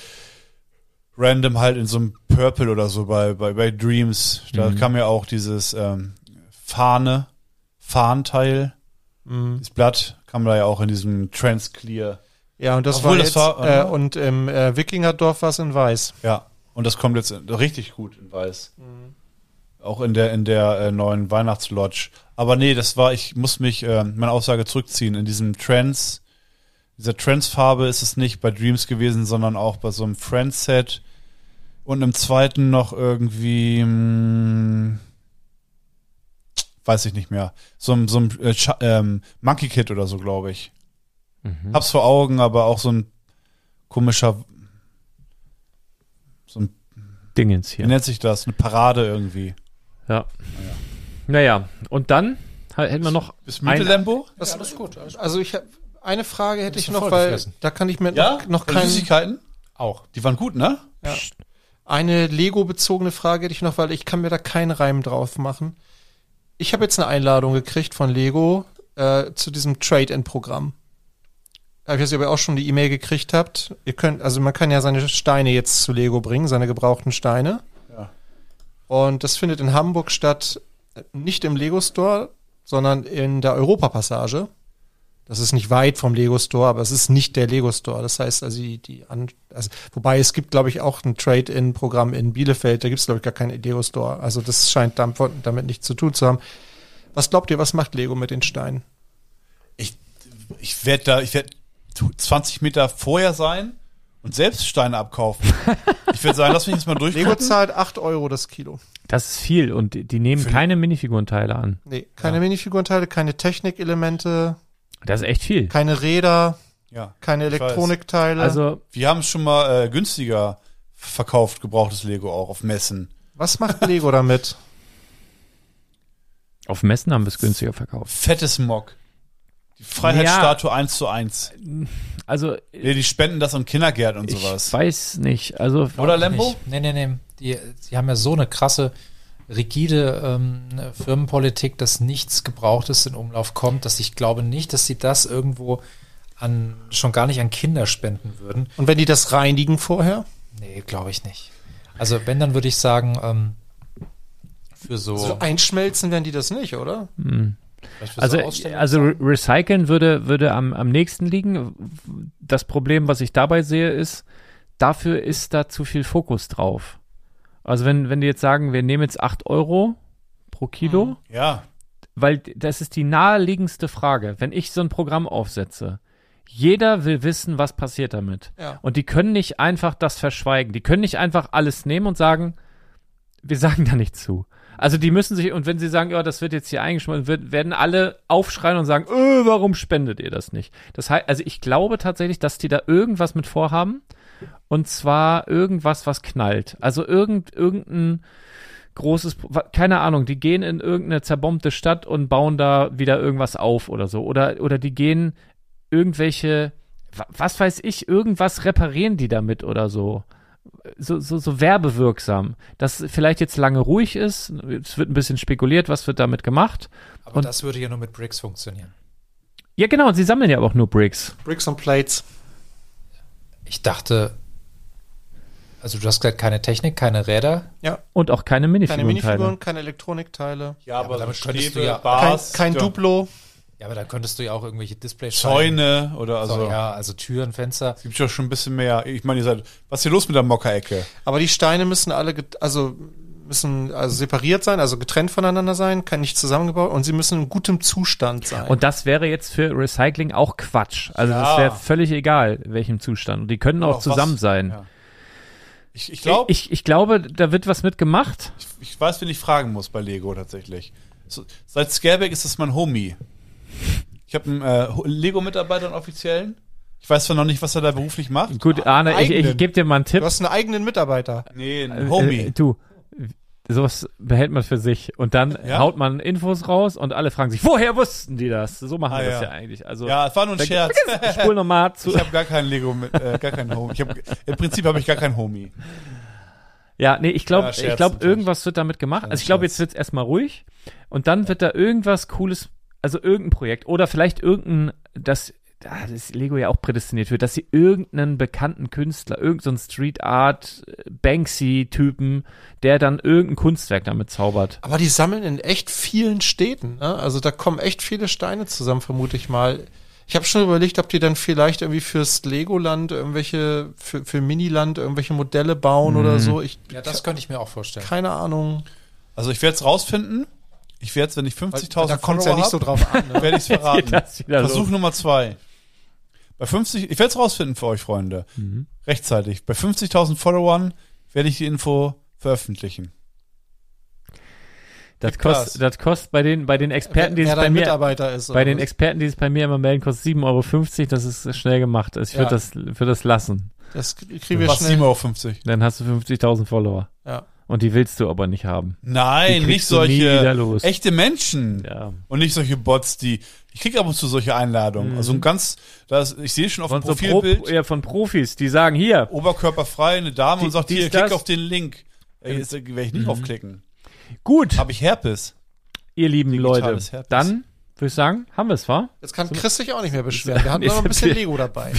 [SPEAKER 7] random halt in so einem Purple oder so bei, bei, bei Dreams. Da
[SPEAKER 5] Mhm.
[SPEAKER 7] kam ja auch dieses ähm, Fahne, Fahnteil,
[SPEAKER 6] Mhm.
[SPEAKER 7] das Blatt kam da ja auch in diesem Trans Clear.
[SPEAKER 6] Ja, und das
[SPEAKER 7] Obwohl,
[SPEAKER 6] war
[SPEAKER 7] das
[SPEAKER 6] jetzt,
[SPEAKER 7] war-
[SPEAKER 6] äh, und im äh, Wikingerdorf war es in Weiß.
[SPEAKER 7] Ja, und das kommt jetzt in- richtig gut in Weiß. Auch in der, in der äh, neuen Weihnachtslodge. Aber nee, das war, ich muss mich, äh, meine Aussage zurückziehen. In diesem Trends, dieser Trends-Farbe ist es nicht bei Dreams gewesen, sondern auch bei so einem Friends-Set. Und im zweiten noch irgendwie, mh, weiß ich nicht mehr, so einem so einem, äh, Scha- ähm, Monkey Kid oder so, glaube ich.
[SPEAKER 5] Mhm.
[SPEAKER 7] Hab's vor Augen, aber auch so ein komischer, so ein
[SPEAKER 5] Dingens
[SPEAKER 7] wie
[SPEAKER 5] hier.
[SPEAKER 7] nennt sich das? Eine Parade irgendwie.
[SPEAKER 5] Ja. Naja, und dann ha- hätten wir noch
[SPEAKER 7] Bis
[SPEAKER 5] ein,
[SPEAKER 7] Lembo?
[SPEAKER 6] Was, alles gut. Also ich hab, eine Frage hätte ich
[SPEAKER 8] Bisschen
[SPEAKER 6] noch, weil
[SPEAKER 8] vollgefressen.
[SPEAKER 6] da kann ich mir
[SPEAKER 7] Ja?
[SPEAKER 6] noch, noch keinen.
[SPEAKER 7] Süßigkeiten?
[SPEAKER 8] Auch.
[SPEAKER 7] Die waren gut, ne?
[SPEAKER 6] Ja. Eine Lego-bezogene Frage hätte ich noch, weil ich kann mir da keinen Reim drauf machen. Ich habe jetzt eine Einladung gekriegt von Lego äh, zu diesem Trade-In-Programm. Ich weiß nicht, ob ihr auch schon die E-Mail gekriegt habt. Ihr könnt, also man kann ja seine Steine jetzt zu Lego bringen, seine gebrauchten Steine.
[SPEAKER 7] Ja.
[SPEAKER 6] Und das findet in Hamburg statt, äh, nicht im Lego Store, sondern in der Europapassage. Das ist nicht weit vom Lego Store, aber es ist nicht der Lego Store. Das heißt, also die, die an, also, wobei es gibt, glaube ich, auch ein Trade-in-Programm in Bielefeld. Da gibt es, glaube ich, gar keinen Lego Store. Also das scheint dam- damit nichts zu tun zu haben. Was glaubt ihr, was macht Lego mit den Steinen?
[SPEAKER 7] Ich, ich werde da, ich werde 20 Meter vorher sein und selbst Steine abkaufen. ich würde sagen, lass mich jetzt mal
[SPEAKER 6] Lego
[SPEAKER 7] durchgucken.
[SPEAKER 6] zahlt 8 Euro das Kilo.
[SPEAKER 5] Das ist viel und die- die nehmen
[SPEAKER 7] Für-
[SPEAKER 5] keine Minifigurenteile an.
[SPEAKER 6] Nee, keine Minifigurenteile, keine Technikelemente,
[SPEAKER 5] Das ist echt viel.
[SPEAKER 6] keine Räder,
[SPEAKER 7] Ja.
[SPEAKER 6] keine
[SPEAKER 7] Ich weiß.
[SPEAKER 6] Elektronikteile.
[SPEAKER 5] Also
[SPEAKER 7] Wir haben es schon mal äh, günstiger verkauft, gebrauchtes Lego auch auf Messen.
[SPEAKER 6] was macht Lego damit?
[SPEAKER 5] auf Messen haben wir es günstiger verkauft.
[SPEAKER 7] Fettes Mock. Die Freiheitsstatue 1 zu 1.
[SPEAKER 5] Also
[SPEAKER 7] Nee, die spenden das an Kindergärten und
[SPEAKER 5] ich
[SPEAKER 7] sowas.
[SPEAKER 5] weiß nicht. Also
[SPEAKER 7] Oder Lembo?
[SPEAKER 8] Nicht. Nee, nee, nee. Die, die haben ja so eine krasse, rigide ähm, ne, Firmenpolitik, dass nichts Gebrauchtes in Umlauf kommt, dass ich glaube nicht, dass sie das irgendwo an, schon gar nicht an Kinder spenden würden.
[SPEAKER 6] Und wenn die das reinigen vorher?
[SPEAKER 8] Nee, glaube ich nicht. Also wenn, dann würde ich sagen, ähm, für so,
[SPEAKER 6] So Also einschmelzen werden die das nicht, oder?
[SPEAKER 8] vielleicht für
[SPEAKER 5] Also,
[SPEAKER 8] so Ausstellungen.
[SPEAKER 5] also re- recyceln würde, würde am, am nächsten liegen. Das Problem, was ich dabei sehe, ist, dafür ist da zu viel Fokus drauf. Also wenn, wenn die jetzt sagen, wir nehmen jetzt 8 Euro pro Kilo,
[SPEAKER 7] Ja.
[SPEAKER 5] weil das ist die naheliegendste Frage, wenn ich so ein Programm aufsetze. Jeder will wissen, was passiert damit.
[SPEAKER 6] Ja.
[SPEAKER 5] Und die können nicht einfach das verschweigen. Die können nicht einfach alles nehmen und sagen, wir sagen da nichts zu. Also die müssen sich, und wenn sie sagen, ja, das wird jetzt hier eingeschmolzen, wird, werden alle aufschreien und sagen, öh, warum spendet ihr das nicht? Das heißt, also ich glaube tatsächlich, dass die da irgendwas mit vorhaben. Und zwar irgendwas, was knallt. Also irgend, irgendein großes, wa- keine Ahnung, die gehen in irgendeine zerbombte Stadt und bauen da wieder irgendwas auf oder so. Oder, oder die gehen irgendwelche, wa- was weiß ich, irgendwas reparieren die damit oder so. So, so, so werbewirksam, dass vielleicht jetzt lange ruhig ist. Es wird ein bisschen spekuliert, was wird damit gemacht.
[SPEAKER 8] Aber
[SPEAKER 5] und-
[SPEAKER 8] das würde ja nur mit Bricks funktionieren.
[SPEAKER 5] Ja, genau, und sie sammeln ja aber auch nur Bricks.
[SPEAKER 6] Bricks and Plates.
[SPEAKER 8] Ich dachte, also du hast gesagt, keine Technik, keine Räder.
[SPEAKER 5] Und auch keine
[SPEAKER 6] Keine
[SPEAKER 5] Minifiguren.
[SPEAKER 6] Minifiguren, keine Elektronikteile.
[SPEAKER 7] Ja,
[SPEAKER 8] aber damit
[SPEAKER 7] so
[SPEAKER 8] könntest du
[SPEAKER 7] Stäbe,
[SPEAKER 8] ja-
[SPEAKER 6] Kein,
[SPEAKER 7] Bars,
[SPEAKER 6] kein
[SPEAKER 7] ja,
[SPEAKER 6] Duplo.
[SPEAKER 8] Ja, aber da könntest du ja auch irgendwelche Displays
[SPEAKER 7] Zäune oder
[SPEAKER 8] Also,
[SPEAKER 7] also.
[SPEAKER 8] so, ja, also Türen, Fenster.
[SPEAKER 7] Gibt ja schon ein bisschen mehr. Ich meine, ihr seid, was ist hier los mit der Mockerecke?
[SPEAKER 6] Aber die Steine müssen alle, get- also müssen also separiert sein, also getrennt voneinander sein, kann nicht zusammengebaut und sie müssen in gutem Zustand sein.
[SPEAKER 5] Und das wäre jetzt für Recycling auch Quatsch. Also das
[SPEAKER 7] Ja.
[SPEAKER 5] wäre völlig egal, welchem Zustand. Und die können auch
[SPEAKER 7] was-
[SPEAKER 5] zusammen sein.
[SPEAKER 7] Ja. Ich, ich glaube, ich,
[SPEAKER 5] Ich, ich glaube, da wird was mit gemacht.
[SPEAKER 7] ich weiß, wen ich fragen muss bei Lego tatsächlich. So, seit Scareback ist das mein Homie. Ich habe einen äh, Ho- Lego-Mitarbeiter, einen offiziellen. Ich weiß zwar noch nicht, was er da beruflich macht.
[SPEAKER 5] Gut, Arne, ich, ich
[SPEAKER 6] eigenen.
[SPEAKER 5] gebe dir mal einen Tipp.
[SPEAKER 6] du hast einen eigenen Mitarbeiter.
[SPEAKER 7] Nee,
[SPEAKER 5] Äh,
[SPEAKER 7] ein Homie.
[SPEAKER 5] Äh, du, sowas behält man für sich. Und dann
[SPEAKER 7] Ja?
[SPEAKER 5] haut man Infos raus und alle fragen sich, woher wussten die das? So machen
[SPEAKER 7] Ah,
[SPEAKER 5] wir das
[SPEAKER 7] ja.
[SPEAKER 5] ja eigentlich. Also,
[SPEAKER 7] ja, es war nur ein
[SPEAKER 5] da-
[SPEAKER 7] Scherz.
[SPEAKER 5] ich spule nochmal zu.
[SPEAKER 7] Ich habe gar keinen Lego mit, äh, gar keinen Homie. Ich hab, Im Prinzip habe ich gar keinen Homie.
[SPEAKER 5] Ja, nee, ich
[SPEAKER 7] Ja,
[SPEAKER 5] glaube,
[SPEAKER 7] Scherz
[SPEAKER 5] ich glaube,
[SPEAKER 7] natürlich.
[SPEAKER 5] irgendwas wird damit gemacht. Also ich glaube, jetzt wird's erstmal ruhig und dann wird da irgendwas Cooles, also irgendein Projekt oder vielleicht irgendein, das, da das Lego ja auch prädestiniert wird, dass sie irgendeinen bekannten Künstler, irgendeinen Street Art äh, Banksy-Typen, der dann irgendein Kunstwerk damit zaubert.
[SPEAKER 6] Aber die sammeln in echt vielen Städten. Ne? Also da kommen echt viele Steine zusammen, vermute ich mal. Ich habe schon überlegt, ob die dann vielleicht irgendwie fürs Legoland irgendwelche, für, für Miniland irgendwelche Modelle bauen
[SPEAKER 5] Mhm.
[SPEAKER 6] oder so. Ich,
[SPEAKER 8] Ja, das könnte ich mir auch vorstellen.
[SPEAKER 6] keine Ahnung.
[SPEAKER 7] Also ich werde es rausfinden. Ich werde es, wenn ich 50.000
[SPEAKER 6] da kommt es ja
[SPEAKER 7] Follower
[SPEAKER 6] nicht so
[SPEAKER 7] hab,
[SPEAKER 6] drauf an. Ne?
[SPEAKER 7] werde ich es verraten.
[SPEAKER 5] Das wieder los.
[SPEAKER 7] Versuch Nummer zwei. Bei 50, ich werde es rausfinden für euch, Freunde.
[SPEAKER 5] Mhm.
[SPEAKER 7] Rechtzeitig. Bei 50.000 Followern werde ich die Info veröffentlichen.
[SPEAKER 5] Das
[SPEAKER 7] krass.
[SPEAKER 5] kostet, das kostet bei den, bei den Experten, die
[SPEAKER 6] Wer
[SPEAKER 5] es bei
[SPEAKER 6] dein
[SPEAKER 5] mir,
[SPEAKER 6] Mitarbeiter ist.
[SPEAKER 5] bei den
[SPEAKER 6] Ex
[SPEAKER 5] Experten, die es bei mir immer melden, kostet 7,50 Euro. Das ist schnell gemacht. Also ich
[SPEAKER 6] Ja.
[SPEAKER 5] würde das, würde das lassen.
[SPEAKER 6] das kriegen wir
[SPEAKER 7] Was
[SPEAKER 6] schnell.
[SPEAKER 7] 7,50 Euro.
[SPEAKER 5] Dann hast du 50.000 Follower.
[SPEAKER 6] Ja.
[SPEAKER 5] Und die willst du aber nicht haben.
[SPEAKER 7] Nein,
[SPEAKER 5] Die
[SPEAKER 7] nicht
[SPEAKER 5] kriegst du nie wieder
[SPEAKER 7] solche
[SPEAKER 5] los.
[SPEAKER 7] echte Menschen
[SPEAKER 5] Ja.
[SPEAKER 7] und nicht solche Bots, die. Ich krieg ab und zu solche Einladungen. Also ein ganz, das, ich sehe schon auf dem
[SPEAKER 5] Von, so Mhm. Pro,
[SPEAKER 7] Profilbild,
[SPEAKER 5] ja, von Profis, die sagen, hier,
[SPEAKER 7] oberkörperfrei, eine Dame
[SPEAKER 5] Die-
[SPEAKER 7] und sagt,
[SPEAKER 5] dies,
[SPEAKER 7] hier, klick
[SPEAKER 5] das. Mhm.
[SPEAKER 7] auf den Link. Ey, jetzt äh, werde ich nicht aufklicken.
[SPEAKER 5] gut,
[SPEAKER 7] Habe ich Herpes?
[SPEAKER 5] ihr lieben Leute,
[SPEAKER 7] digitales Herpes.
[SPEAKER 5] dann würde ich sagen, haben wir es, wa?
[SPEAKER 6] Jetzt kann Chris sich auch nicht mehr beschweren. Wir hatten
[SPEAKER 5] Ist
[SPEAKER 6] noch ein bisschen
[SPEAKER 5] okay.
[SPEAKER 6] Lego dabei.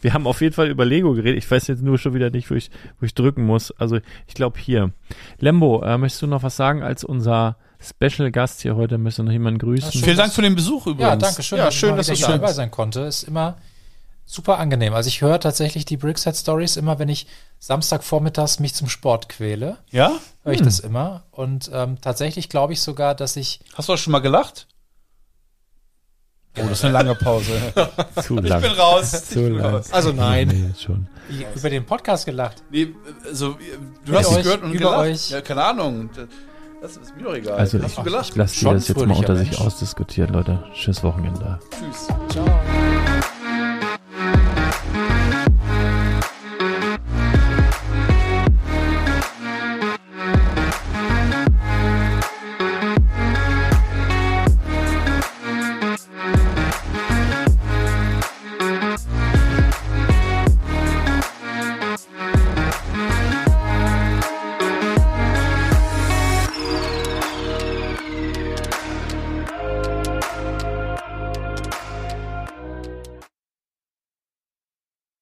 [SPEAKER 5] Wir haben auf jeden Fall über Lego geredet. Ich weiß jetzt nur schon wieder nicht, wo ich, wo ich drücken muss. Also ich glaube hier. Lembo, äh, möchtest du noch was sagen als unser Special Gast hier heute? Müssen wir noch jemanden grüßen?
[SPEAKER 7] Vielen Dank für den Besuch übrigens.
[SPEAKER 8] Ja, danke schön.
[SPEAKER 7] Ja, schön, dass du
[SPEAKER 8] ich
[SPEAKER 7] da
[SPEAKER 8] dabei
[SPEAKER 7] bist.
[SPEAKER 8] sein konnte. Ist immer super angenehm. Also ich höre tatsächlich die Brickset Stories immer, wenn ich Samstagvormittags mich zum Sport quäle,
[SPEAKER 7] Ja?
[SPEAKER 8] höre ich das immer. Und ähm, tatsächlich glaube ich sogar, dass ich
[SPEAKER 7] Hast du auch schon mal gelacht? Oh, das ist eine lange Pause.
[SPEAKER 5] Zu lang.
[SPEAKER 7] raus.
[SPEAKER 5] Zu lang.
[SPEAKER 6] Also nein.
[SPEAKER 5] Nee, jetzt schon.
[SPEAKER 8] über den Podcast gelacht.
[SPEAKER 7] Nee, also, du
[SPEAKER 8] Mit
[SPEAKER 7] hast es
[SPEAKER 8] euch,
[SPEAKER 7] gehört und
[SPEAKER 8] über
[SPEAKER 7] gelacht.
[SPEAKER 8] euch.
[SPEAKER 7] Ja, keine Ahnung. Das- Das ist mir doch egal.
[SPEAKER 5] Also
[SPEAKER 7] hast
[SPEAKER 5] ich,
[SPEAKER 7] du gelacht?
[SPEAKER 5] ich lasse die
[SPEAKER 8] Schon
[SPEAKER 5] das jetzt mal
[SPEAKER 8] fröhlicher
[SPEAKER 5] unter sich
[SPEAKER 8] Mensch.
[SPEAKER 5] ausdiskutieren, Leute. Schönes Wochenende.
[SPEAKER 7] Tschüss.
[SPEAKER 8] Ciao.